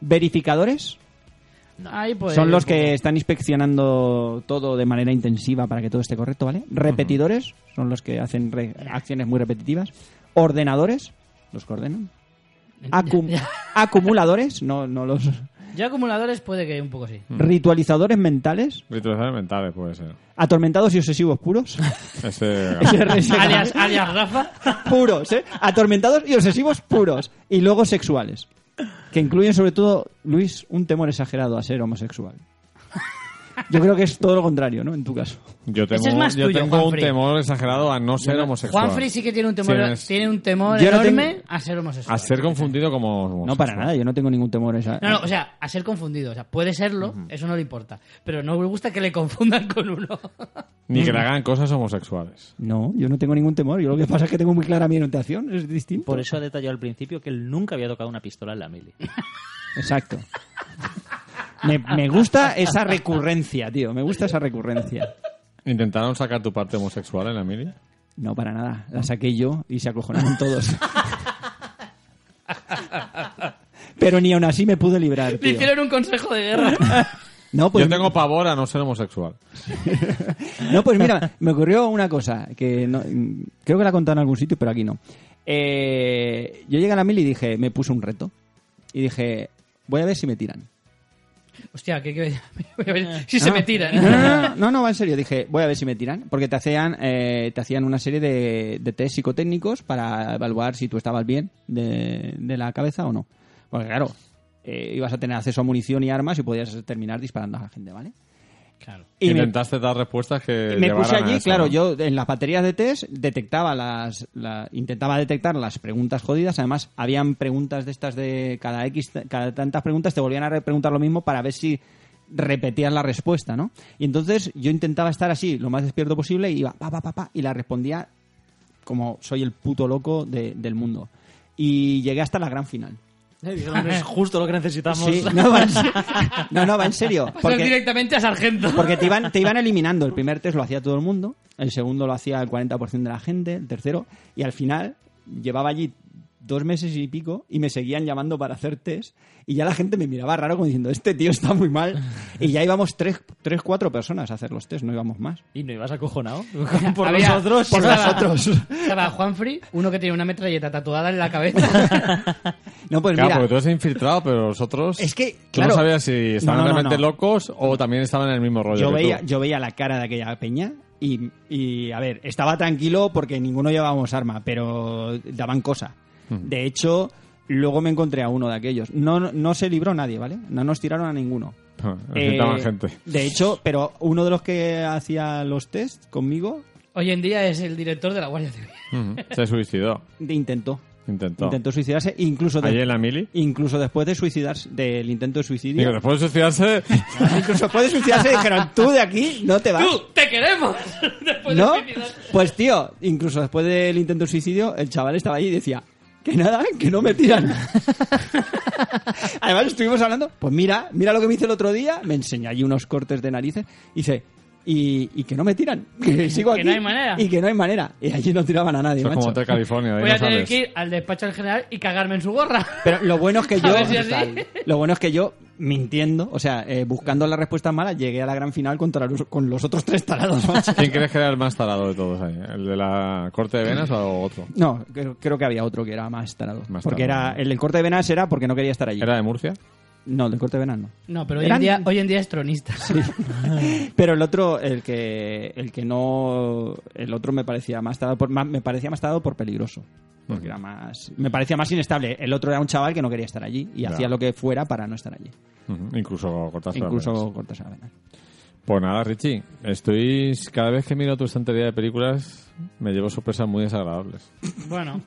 [SPEAKER 3] Verificadores.
[SPEAKER 1] Ahí, pues,
[SPEAKER 3] son los
[SPEAKER 1] un poco.
[SPEAKER 3] que están inspeccionando todo de manera intensiva para que todo esté correcto, ¿vale? Repetidores son los que hacen re- acciones muy repetitivas. Ordenadores, los que ordenan. Acum- acumuladores, no, no los.
[SPEAKER 1] Ya acumuladores puede que un poco sí.
[SPEAKER 3] Ritualizadores mentales.
[SPEAKER 2] Rituales mentales puede ser.
[SPEAKER 3] Atormentados y obsesivos puros.
[SPEAKER 2] Ese...
[SPEAKER 1] alias, alias Rafa.
[SPEAKER 3] puros, ¿eh? Atormentados y obsesivos puros. Y luego sexuales. Que incluyen sobre todo, Luis, un temor exagerado a ser homosexual. Yo creo que es todo lo contrario, ¿no? En tu caso.
[SPEAKER 2] Yo
[SPEAKER 1] Ese
[SPEAKER 2] tengo,
[SPEAKER 1] es más
[SPEAKER 2] yo
[SPEAKER 1] tuyo,
[SPEAKER 2] tengo un
[SPEAKER 1] Juanfri.
[SPEAKER 2] temor exagerado a no ser homosexual.
[SPEAKER 1] Juanfri sí que tiene un temor,
[SPEAKER 2] Tienes-
[SPEAKER 1] tiene un temor
[SPEAKER 3] Yo no
[SPEAKER 1] enorme
[SPEAKER 3] tengo-
[SPEAKER 1] a ser homosexual.
[SPEAKER 2] A ser confundido como homosexual.
[SPEAKER 3] No, para nada, yo no tengo ningún temor esa.
[SPEAKER 1] No, no, o sea, a ser confundido. O sea, puede serlo, eso no le importa. Pero no le gusta que le confundan con uno.
[SPEAKER 2] Ni
[SPEAKER 1] Mm.
[SPEAKER 2] que le hagan cosas homosexuales.
[SPEAKER 3] No, yo no tengo ningún temor. Yo lo que pasa es que tengo muy clara mi orientación, es distinto.
[SPEAKER 4] Por eso ha detallado al principio que él nunca había tocado una pistola en la mili.
[SPEAKER 3] Exacto. Me, me gusta esa recurrencia, tío. Me gusta esa recurrencia.
[SPEAKER 2] ¿Intentaron sacar tu parte homosexual en la mili?
[SPEAKER 3] No, para nada. La saqué yo y se acojonaron todos. Pero ni aún así me pude librar.
[SPEAKER 1] Le
[SPEAKER 3] Tío.
[SPEAKER 1] hicieron un consejo de guerra.
[SPEAKER 3] No, pues,
[SPEAKER 2] yo tengo pavor a no ser homosexual.
[SPEAKER 3] no, pues mira, me ocurrió una cosa que no- creo que la he contado en algún sitio, pero aquí no. Eh, yo llegué a la mil y dije, me puse un reto. Y dije, voy a ver si me tiran.
[SPEAKER 1] Hostia, ¿qué, qué- si se
[SPEAKER 3] No,
[SPEAKER 1] me
[SPEAKER 3] No, no,
[SPEAKER 1] tiran.
[SPEAKER 3] no, no, no, no, va en serio. Dije, voy a ver si me tiran. Porque te hacían, eh, te hacían una serie de, de test psicotécnicos para evaluar si tú estabas bien de, de la cabeza o no. Porque claro, eh, ibas a tener acceso a munición y armas y podías terminar disparando a la gente, ¿vale?
[SPEAKER 1] Claro.
[SPEAKER 3] Y me,
[SPEAKER 2] Intentaste dar respuestas que.
[SPEAKER 3] me
[SPEAKER 2] eh, llevaran
[SPEAKER 3] puse
[SPEAKER 2] a
[SPEAKER 3] allí,
[SPEAKER 2] eso,
[SPEAKER 3] claro,
[SPEAKER 2] ¿no?
[SPEAKER 3] yo en las baterías de test detectaba las, la- intentaba detectar las preguntas jodidas. Además, habían preguntas de estas de cada X, cada tantas preguntas te volvían a re- preguntar lo mismo para ver si repetías la respuesta, ¿no? Y entonces yo intentaba estar así, lo más despierto posible, y iba pa pa pa pa y la respondía como soy el puto loco de- del mundo. Y llegué hasta la gran final. Ah.
[SPEAKER 4] Es justo lo que necesitamos.
[SPEAKER 3] Sí, no, va en se- no, no, va en serio.
[SPEAKER 1] Pasas
[SPEAKER 3] Porque,
[SPEAKER 1] directamente a sargento.
[SPEAKER 3] porque te, iban, te iban eliminando. El primer test lo hacía todo el mundo, el segundo lo hacía el 40% de la gente, el tercero, y al final llevaba allí dos meses y pico y me seguían llamando para hacer test y ya la gente me miraba raro como diciendo este tío está muy mal y ya íbamos tres, tres cuatro personas a hacer los test no íbamos más
[SPEAKER 4] ¿Y no ibas acojonado?
[SPEAKER 1] Por
[SPEAKER 3] nosotros, por nosotros.
[SPEAKER 1] Estaba Juanfrey, uno que tenía una metralleta tatuada en la cabeza.
[SPEAKER 3] no pues
[SPEAKER 2] Claro,
[SPEAKER 3] mira
[SPEAKER 2] porque tú eres infiltrado, pero los otros.
[SPEAKER 3] Es que,
[SPEAKER 2] tú
[SPEAKER 3] claro.
[SPEAKER 2] no sabías si estaban
[SPEAKER 3] No, no, no,
[SPEAKER 2] realmente
[SPEAKER 3] no.
[SPEAKER 2] locos o también estaban en el mismo rollo.
[SPEAKER 3] yo
[SPEAKER 2] que
[SPEAKER 3] veía,
[SPEAKER 2] tú.
[SPEAKER 3] yo veía la cara de aquella peña y, y, a ver, estaba tranquilo porque ninguno llevábamos arma, pero daban cosa.
[SPEAKER 2] Hmm.
[SPEAKER 3] De hecho, luego me encontré a uno de aquellos. No, no se libró nadie, ¿vale? No nos tiraron a ninguno.
[SPEAKER 2] Necesitaban
[SPEAKER 3] Eh,
[SPEAKER 2] gente.
[SPEAKER 3] De hecho, pero uno de los que hacía los test conmigo
[SPEAKER 1] Hoy en día es el director de la Guardia Civil.
[SPEAKER 2] Ujú. Se suicidó.
[SPEAKER 3] de- intentó.
[SPEAKER 2] Intentó.
[SPEAKER 3] Intentó suicidarse, incluso, de-
[SPEAKER 2] Allí en la mili.
[SPEAKER 3] incluso después de suicidarse, del intento de
[SPEAKER 2] Digo,
[SPEAKER 3] suicidio.
[SPEAKER 2] después de suicidarse.
[SPEAKER 3] incluso después de suicidarse dijeron, tú de aquí no te vas.
[SPEAKER 1] ¡Tú! ¡Te queremos! Después de
[SPEAKER 3] ¿No?
[SPEAKER 1] suicidar.
[SPEAKER 3] Pues tío, incluso después del intento de suicidio, el chaval estaba allí y decía, que nada, que no me tiran. Además estuvimos hablando, pues mira, mira lo que me hice el otro día, me enseñó allí unos cortes de narices, y dice, y, y que no me tiran, que sigo
[SPEAKER 1] Que
[SPEAKER 3] aquí.
[SPEAKER 1] no hay manera.
[SPEAKER 3] Y que no hay manera. Y allí no tiraban a nadie,
[SPEAKER 2] Eso es como
[SPEAKER 3] macho.
[SPEAKER 2] Hotel California. de ahí
[SPEAKER 1] Voy a
[SPEAKER 2] no
[SPEAKER 1] tener
[SPEAKER 2] sales.
[SPEAKER 1] que ir al despacho del general y cagarme en su gorra.
[SPEAKER 3] Pero lo bueno es que
[SPEAKER 1] A
[SPEAKER 3] yo,
[SPEAKER 1] ver si así.
[SPEAKER 3] lo bueno es que yo, mintiendo, o sea, eh, buscando las respuestas malas, llegué a la gran final contra los- con los otros tres tarados, macho.
[SPEAKER 2] ¿Quién crees que era el más tarado de todos ahí? ¿El de la corte de venas o otro?
[SPEAKER 3] No, creo, creo que había otro que era más tarado.
[SPEAKER 2] Más
[SPEAKER 3] porque
[SPEAKER 2] tarado.
[SPEAKER 3] era el del corte de venas era porque no quería estar allí.
[SPEAKER 2] ¿Era de Murcia?
[SPEAKER 3] No, el del corte de venas no.
[SPEAKER 1] No, pero hoy,
[SPEAKER 3] Eran-
[SPEAKER 1] en, día, hoy en día es tronista.
[SPEAKER 3] Pero el otro, el que, el que no, el otro me parecía más tarado, por, más- me parecía más tarado por peligroso. Porque era más, me parecía más inestable. El otro era un chaval que no quería estar allí y
[SPEAKER 2] Ya.
[SPEAKER 3] hacía lo que fuera para no estar allí.
[SPEAKER 2] Ujú, Incluso cortaste las venas.
[SPEAKER 3] Incluso cortarse la vena.
[SPEAKER 2] Pues nada, Richie. Estoy. Cada vez que miro tu estantería de películas, me llevo sorpresas muy desagradables.
[SPEAKER 1] Bueno,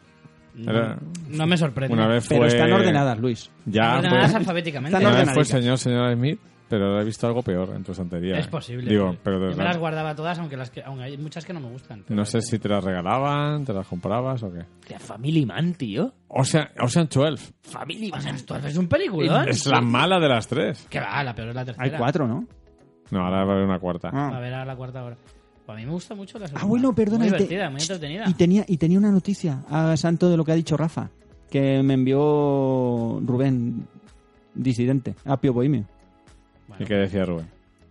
[SPEAKER 1] no,
[SPEAKER 2] Era-
[SPEAKER 3] Mm.
[SPEAKER 1] no me sorprende.
[SPEAKER 2] Una vez fue.
[SPEAKER 3] Pero están ordenadas, Luis.
[SPEAKER 2] Ya,
[SPEAKER 1] Ordenadas
[SPEAKER 2] pues,
[SPEAKER 1] alfabéticamente.
[SPEAKER 3] Están
[SPEAKER 2] Una vez
[SPEAKER 3] ordenadas.
[SPEAKER 2] fue señor, señora Smith, pero ahora he visto algo peor en tu estantería.
[SPEAKER 1] Es
[SPEAKER 2] ¿eh?
[SPEAKER 1] posible.
[SPEAKER 2] Digo, pero de
[SPEAKER 1] Yo me
[SPEAKER 2] verdad,
[SPEAKER 1] las guardaba todas, aunque, las que, aunque hay muchas que no me gustan. pero-
[SPEAKER 2] no sé si te las regalaban, te las comprabas o qué.
[SPEAKER 4] La Family Man, tío.
[SPEAKER 2] Ocean, Ocean 12.
[SPEAKER 4] Family
[SPEAKER 1] O
[SPEAKER 4] Man.
[SPEAKER 1] sea, esto es un película.
[SPEAKER 2] Es la mala de las tres.
[SPEAKER 1] Que va, la peor es la tercera.
[SPEAKER 3] Hay cuatro, ¿no?
[SPEAKER 2] No, ahora va a haber una cuarta.
[SPEAKER 3] Ah.
[SPEAKER 1] A ver, ahora la cuarta hora. Pues a mí me gusta mucho la segunda.
[SPEAKER 3] Ah, bueno, perdona. y
[SPEAKER 1] Muy
[SPEAKER 3] te-
[SPEAKER 1] divertida, muy entretenida.
[SPEAKER 3] Y tenía, y tenía una noticia a santo de lo que ha dicho Rafa, que me envió Rubén, disidente, apio bohemio.
[SPEAKER 2] ¿Y qué decía Rubén?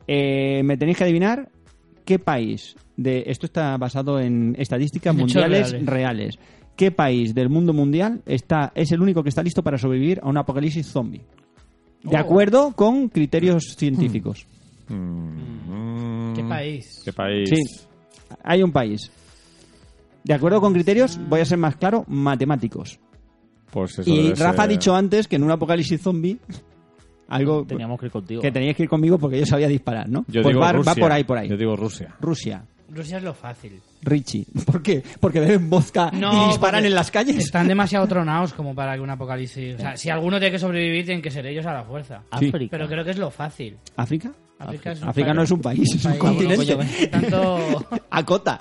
[SPEAKER 3] Eh, me tenéis que adivinar qué país de esto está basado en estadísticas
[SPEAKER 1] En hechos
[SPEAKER 3] mundiales reales.
[SPEAKER 1] reales.
[SPEAKER 3] ¿Qué país del mundo mundial está es el único que está listo para sobrevivir a un apocalipsis zombie? De
[SPEAKER 1] Oh.
[SPEAKER 3] acuerdo con criterios científicos.
[SPEAKER 2] Mm,
[SPEAKER 1] ¿Qué país?
[SPEAKER 2] ¿Qué país?
[SPEAKER 3] Sí. Hay un país. De acuerdo con criterios, voy a ser más claro, matemáticos.
[SPEAKER 2] Pues eso
[SPEAKER 3] Y
[SPEAKER 2] debe
[SPEAKER 3] Rafa ha
[SPEAKER 2] ser-
[SPEAKER 3] dicho antes que en un apocalipsis zombie algo
[SPEAKER 4] Teníamos que ir contigo.
[SPEAKER 3] que teníais que ir conmigo porque yo sabía disparar, ¿no?
[SPEAKER 2] Yo
[SPEAKER 3] pues
[SPEAKER 2] digo
[SPEAKER 3] va, va
[SPEAKER 2] Rusia.
[SPEAKER 3] por ahí, por ahí.
[SPEAKER 2] Yo digo Rusia.
[SPEAKER 3] Rusia.
[SPEAKER 1] Rusia es lo fácil.
[SPEAKER 3] Richie. ¿Por qué? Porque beben vodka y disparan
[SPEAKER 1] porque
[SPEAKER 3] en las calles.
[SPEAKER 1] Están demasiado tronados como para que un apocalipsis. O sea, si alguno tiene que sobrevivir, tienen que ser ellos a la fuerza.
[SPEAKER 4] África.
[SPEAKER 1] Pero creo que es lo fácil.
[SPEAKER 3] ¿África?
[SPEAKER 1] África, es un
[SPEAKER 3] África
[SPEAKER 1] país-
[SPEAKER 3] no es un país, es un
[SPEAKER 1] país-
[SPEAKER 3] continente.
[SPEAKER 1] Bueno, coño, pues, tanto...
[SPEAKER 3] Acota.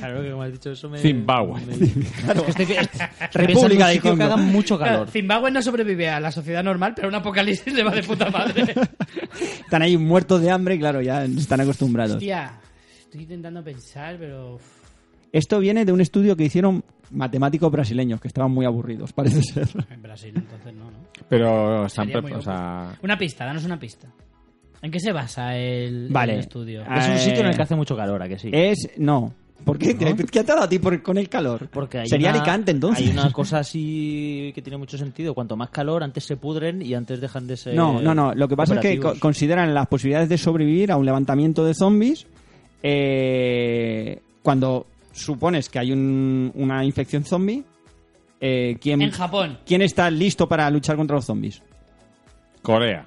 [SPEAKER 4] Claro que como has dicho eso me...
[SPEAKER 2] Zimbabue.
[SPEAKER 3] Claro.
[SPEAKER 4] República
[SPEAKER 3] República de
[SPEAKER 4] que haga
[SPEAKER 3] Congo.
[SPEAKER 4] mucho
[SPEAKER 1] Claro,
[SPEAKER 4] calor.
[SPEAKER 1] Zimbabue no sobrevive a la sociedad normal, pero un apocalipsis le va de puta madre.
[SPEAKER 3] Están ahí muertos de hambre, claro, ya están acostumbrados.
[SPEAKER 1] Hostia, estoy intentando pensar, pero... uf,
[SPEAKER 3] Esto viene de un estudio que hicieron matemáticos brasileños, que estaban muy aburridos, parece ser.
[SPEAKER 1] En Brasil, entonces no, ¿no?
[SPEAKER 2] Pero están
[SPEAKER 1] Sería
[SPEAKER 2] prep-
[SPEAKER 1] muy
[SPEAKER 2] o sea,
[SPEAKER 1] Una pista, danos una pista. ¿En qué se basa el,
[SPEAKER 3] Vale.
[SPEAKER 1] el estudio?
[SPEAKER 3] Ah,
[SPEAKER 4] Es un sitio en el que
[SPEAKER 3] Eh,
[SPEAKER 4] hace mucho calor, ¿a que sí?
[SPEAKER 3] Es... no. ¿Por qué? ¿Qué- ¿Qué ha dado a ti por- con el calor?
[SPEAKER 4] Porque hay
[SPEAKER 3] Sería
[SPEAKER 4] una-
[SPEAKER 3] Alicante, entonces.
[SPEAKER 4] Hay una cosa así que tiene mucho sentido. Cuanto más calor, antes se pudren y antes dejan de ser.
[SPEAKER 3] No, no, no. Lo que pasa es que co-
[SPEAKER 4] operativos.
[SPEAKER 3] consideran las posibilidades de sobrevivir a un levantamiento de zombies eh, cuando supones que hay un- una infección zombie. eh, ¿quién,
[SPEAKER 1] En Japón.
[SPEAKER 3] ¿Quién está listo para luchar contra los zombies?
[SPEAKER 2] Corea.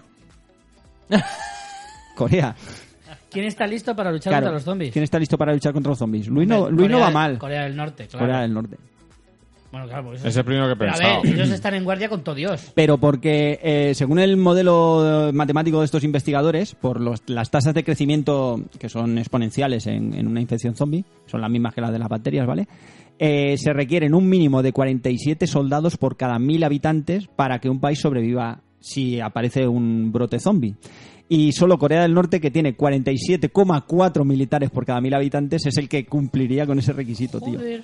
[SPEAKER 3] Corea.
[SPEAKER 1] ¿Quién está listo para luchar
[SPEAKER 3] Claro,
[SPEAKER 1] contra los zombies?
[SPEAKER 3] ¿Quién está listo para luchar contra los zombies? Luis no,
[SPEAKER 1] Hombre,
[SPEAKER 3] Luis no
[SPEAKER 1] Corea-
[SPEAKER 3] va mal. Corea,
[SPEAKER 1] Corea del Norte, claro.
[SPEAKER 3] del Norte.
[SPEAKER 1] Bueno, claro, por eso.
[SPEAKER 2] Es el primero que he
[SPEAKER 1] Pero a
[SPEAKER 2] pensado.
[SPEAKER 1] ver, ellos están en guardia con todo Dios.
[SPEAKER 3] Pero porque, eh, según el modelo eh, matemático de estos investigadores, por los- las tasas de crecimiento que son exponenciales en, en una infección zombie, son las mismas que las de las bacterias, ¿vale? Eh, se requieren un mínimo de 47 soldados por cada mil habitantes para que un país sobreviva si aparece un brote zombie. Y solo Corea del Norte, que tiene 47,4 militares por cada mil habitantes, es el que cumpliría con ese requisito, tío.
[SPEAKER 1] Joder.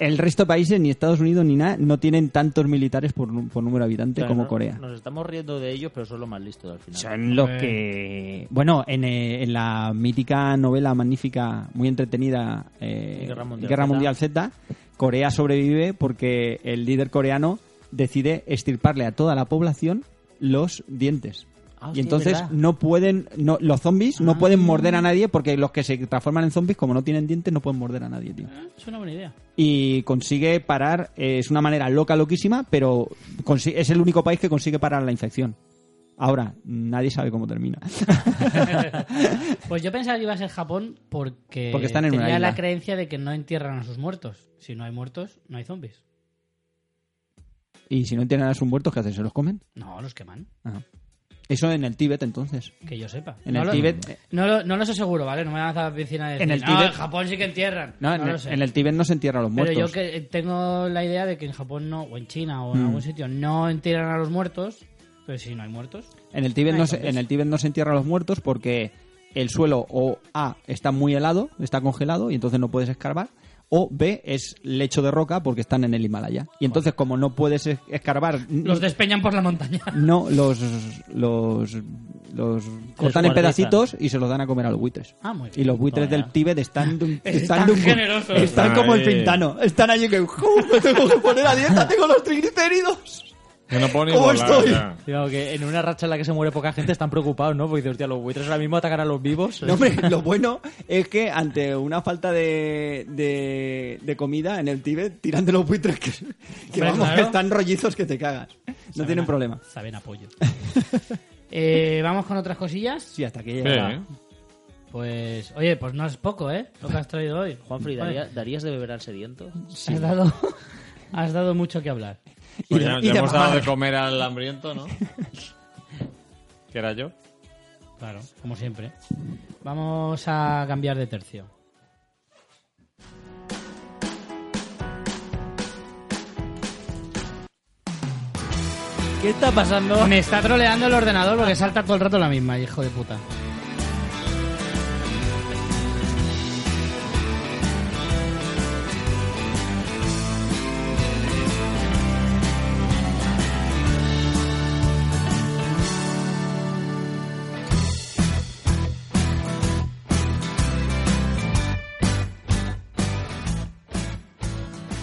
[SPEAKER 3] El resto de países, ni Estados Unidos ni nada, no tienen tantos militares por, nu- por número de habitantes como
[SPEAKER 4] no-
[SPEAKER 3] Corea.
[SPEAKER 4] Nos estamos riendo de ellos, pero son los más listos al final. Ah,
[SPEAKER 3] Son los que... Bueno, en, eh, en la mítica novela magnífica, muy entretenida, eh,
[SPEAKER 4] Guerra Mundial Z.
[SPEAKER 3] Z, Corea sobrevive porque el líder coreano decide extirparle a toda la población los dientes.
[SPEAKER 4] Ah,
[SPEAKER 3] y
[SPEAKER 4] hostia,
[SPEAKER 3] entonces
[SPEAKER 4] ¿verdad?
[SPEAKER 3] no pueden, no, los zombies no
[SPEAKER 4] Ah.
[SPEAKER 3] pueden morder a nadie porque los que se transforman en zombies, como no tienen dientes, no pueden morder a nadie, tío
[SPEAKER 1] Ah, Es una buena idea.
[SPEAKER 3] y consigue parar, eh, es una manera loca, loquísima, pero consi- es el único país que consigue parar la infección. Ahora, nadie sabe cómo termina.
[SPEAKER 1] Pues yo pensaba que iba a ser Japón porque,
[SPEAKER 3] Porque están en una
[SPEAKER 1] tenía la
[SPEAKER 3] isla.
[SPEAKER 1] creencia de que no entierran a sus muertos. Si no hay muertos, no hay zombies.
[SPEAKER 3] y si no tienen a sus muertos, ¿qué hacen? ¿Se los comen?
[SPEAKER 1] No, los queman,
[SPEAKER 3] Ah. Eso en el Tíbet, entonces.
[SPEAKER 1] que yo sepa.
[SPEAKER 3] En
[SPEAKER 1] no
[SPEAKER 3] el
[SPEAKER 1] lo-
[SPEAKER 3] Tíbet... eh.
[SPEAKER 1] No, lo, no los aseguro, ¿vale? No me van a lanzar a la piscina de decir,
[SPEAKER 3] En el
[SPEAKER 1] "No,
[SPEAKER 3] Tíbet-
[SPEAKER 1] en Japón sí que entierran.
[SPEAKER 3] No,
[SPEAKER 1] No,
[SPEAKER 3] en,
[SPEAKER 1] lo
[SPEAKER 3] el,
[SPEAKER 1] sé.
[SPEAKER 3] en el Tíbet no se entierran a los
[SPEAKER 1] Pero
[SPEAKER 3] muertos.
[SPEAKER 1] yo que tengo la idea de que en Japón no, o en China o en
[SPEAKER 3] Mm.
[SPEAKER 1] algún sitio, no entierran a los muertos. Pero si no hay muertos,
[SPEAKER 3] En el Tíbet,
[SPEAKER 1] Ah,
[SPEAKER 3] no se,
[SPEAKER 1] entonces.
[SPEAKER 3] en el Tíbet no se entierra a los muertos porque el suelo o A está muy helado, está congelado y entonces no puedes escarbar. O B es lecho de roca porque están en el Himalaya. Y entonces como no puedes es- escarbar...
[SPEAKER 1] los despeñan por la montaña.
[SPEAKER 3] No, los, los, los cortan en
[SPEAKER 4] guarditan.
[SPEAKER 3] pedacitos y se los dan a comer a los buitres.
[SPEAKER 1] Ah, muy bien.
[SPEAKER 3] Y los buitres
[SPEAKER 4] Toma
[SPEAKER 3] del
[SPEAKER 4] ya.
[SPEAKER 3] Tíbet están, de un-
[SPEAKER 1] Están
[SPEAKER 3] de un-
[SPEAKER 1] generosos.
[SPEAKER 3] Están
[SPEAKER 2] Ahí.
[SPEAKER 3] como el pintano. Están allí que... "Uf, me tengo que poner a dieta, tengo los triglicéridos.
[SPEAKER 2] Yo no puedo ni
[SPEAKER 3] ¿Cómo
[SPEAKER 2] volar
[SPEAKER 3] estoy?
[SPEAKER 2] ya.
[SPEAKER 6] Cuidado, que en una racha en la que se muere poca gente están preocupados, ¿no? Porque dices, hostia, los buitres ahora mismo atacan a los vivos.
[SPEAKER 3] No, hombre, lo bueno es que ante una falta de, de, de comida en el Tíbet tiran de los buitres que, que,
[SPEAKER 1] Hombre,
[SPEAKER 3] vamos,
[SPEAKER 1] claro.
[SPEAKER 3] están rollizos que te cagas. No tienen
[SPEAKER 1] a-
[SPEAKER 3] problema.
[SPEAKER 1] Saben apoyo. Eh, Vamos con otras cosillas.
[SPEAKER 3] Sí, hasta que
[SPEAKER 2] Sí,
[SPEAKER 3] llega.
[SPEAKER 2] ¿eh?
[SPEAKER 1] Pues, oye, pues no es poco, ¿eh? Lo que has traído hoy.
[SPEAKER 4] Juanfrey,
[SPEAKER 1] Joder,
[SPEAKER 4] ¿daría- ¿darías de beber al sediento?
[SPEAKER 1] Has dado, has dado mucho que hablar.
[SPEAKER 3] Y
[SPEAKER 2] Pues
[SPEAKER 3] de-
[SPEAKER 2] ya,
[SPEAKER 3] y
[SPEAKER 2] ya
[SPEAKER 3] de
[SPEAKER 2] hemos dado
[SPEAKER 3] mamar.
[SPEAKER 2] de comer al hambriento, ¿no? que era yo.
[SPEAKER 1] Claro, como siempre. Vamos a cambiar de tercio.
[SPEAKER 6] ¿Qué está pasando?
[SPEAKER 1] Me está troleando el ordenador porque salta todo el rato la misma, hijo de puta.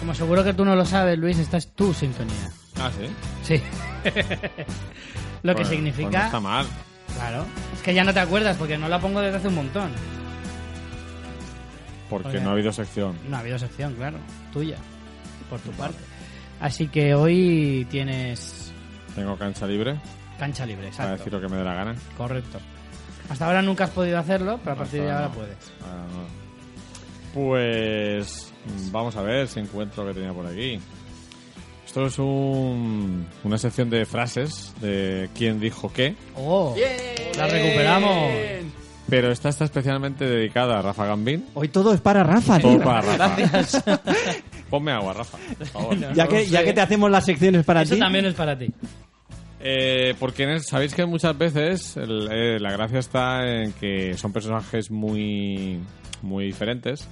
[SPEAKER 1] Como seguro que tú no lo sabes, Luis, esta es tu sintonía.
[SPEAKER 2] Ah, sí.
[SPEAKER 1] Sí. Lo que
[SPEAKER 2] Pues-
[SPEAKER 1] significa...
[SPEAKER 2] pues no está mal.
[SPEAKER 1] Claro. Es que ya no te acuerdas porque no la pongo desde hace un montón.
[SPEAKER 2] Porque
[SPEAKER 1] Porque-
[SPEAKER 2] no ha habido sección.
[SPEAKER 1] No ha habido sección, claro. Tuya. Por tu parte. Así que hoy tienes
[SPEAKER 2] Tengo cancha libre
[SPEAKER 1] cancha libre,
[SPEAKER 2] para
[SPEAKER 1] exacto.
[SPEAKER 2] decir lo que me dé la gana.
[SPEAKER 1] Correcto. Hasta ahora nunca has podido hacerlo, pero a partir de
[SPEAKER 2] Hasta
[SPEAKER 1] ahora
[SPEAKER 2] no.
[SPEAKER 1] puedes.
[SPEAKER 2] Ah, no. Pues mm, vamos a ver si encuentro que tenía por aquí. Esto es un- una sección de frases de quién dijo qué,
[SPEAKER 1] ¡Oh! ¡La recuperamos!
[SPEAKER 2] pero esta está especialmente dedicada a Rafa Gambín.
[SPEAKER 3] Hoy todo es para Rafa, tío.
[SPEAKER 2] Todo para Rafa. Ponme agua, Rafa, por favor.
[SPEAKER 3] Ya que, ya que te hacemos las secciones para
[SPEAKER 1] Eso
[SPEAKER 3] ti.
[SPEAKER 1] también es para ti.
[SPEAKER 2] Eh, porque en el- sabéis que muchas veces el- eh, la gracia está en que son personajes muy, muy diferentes,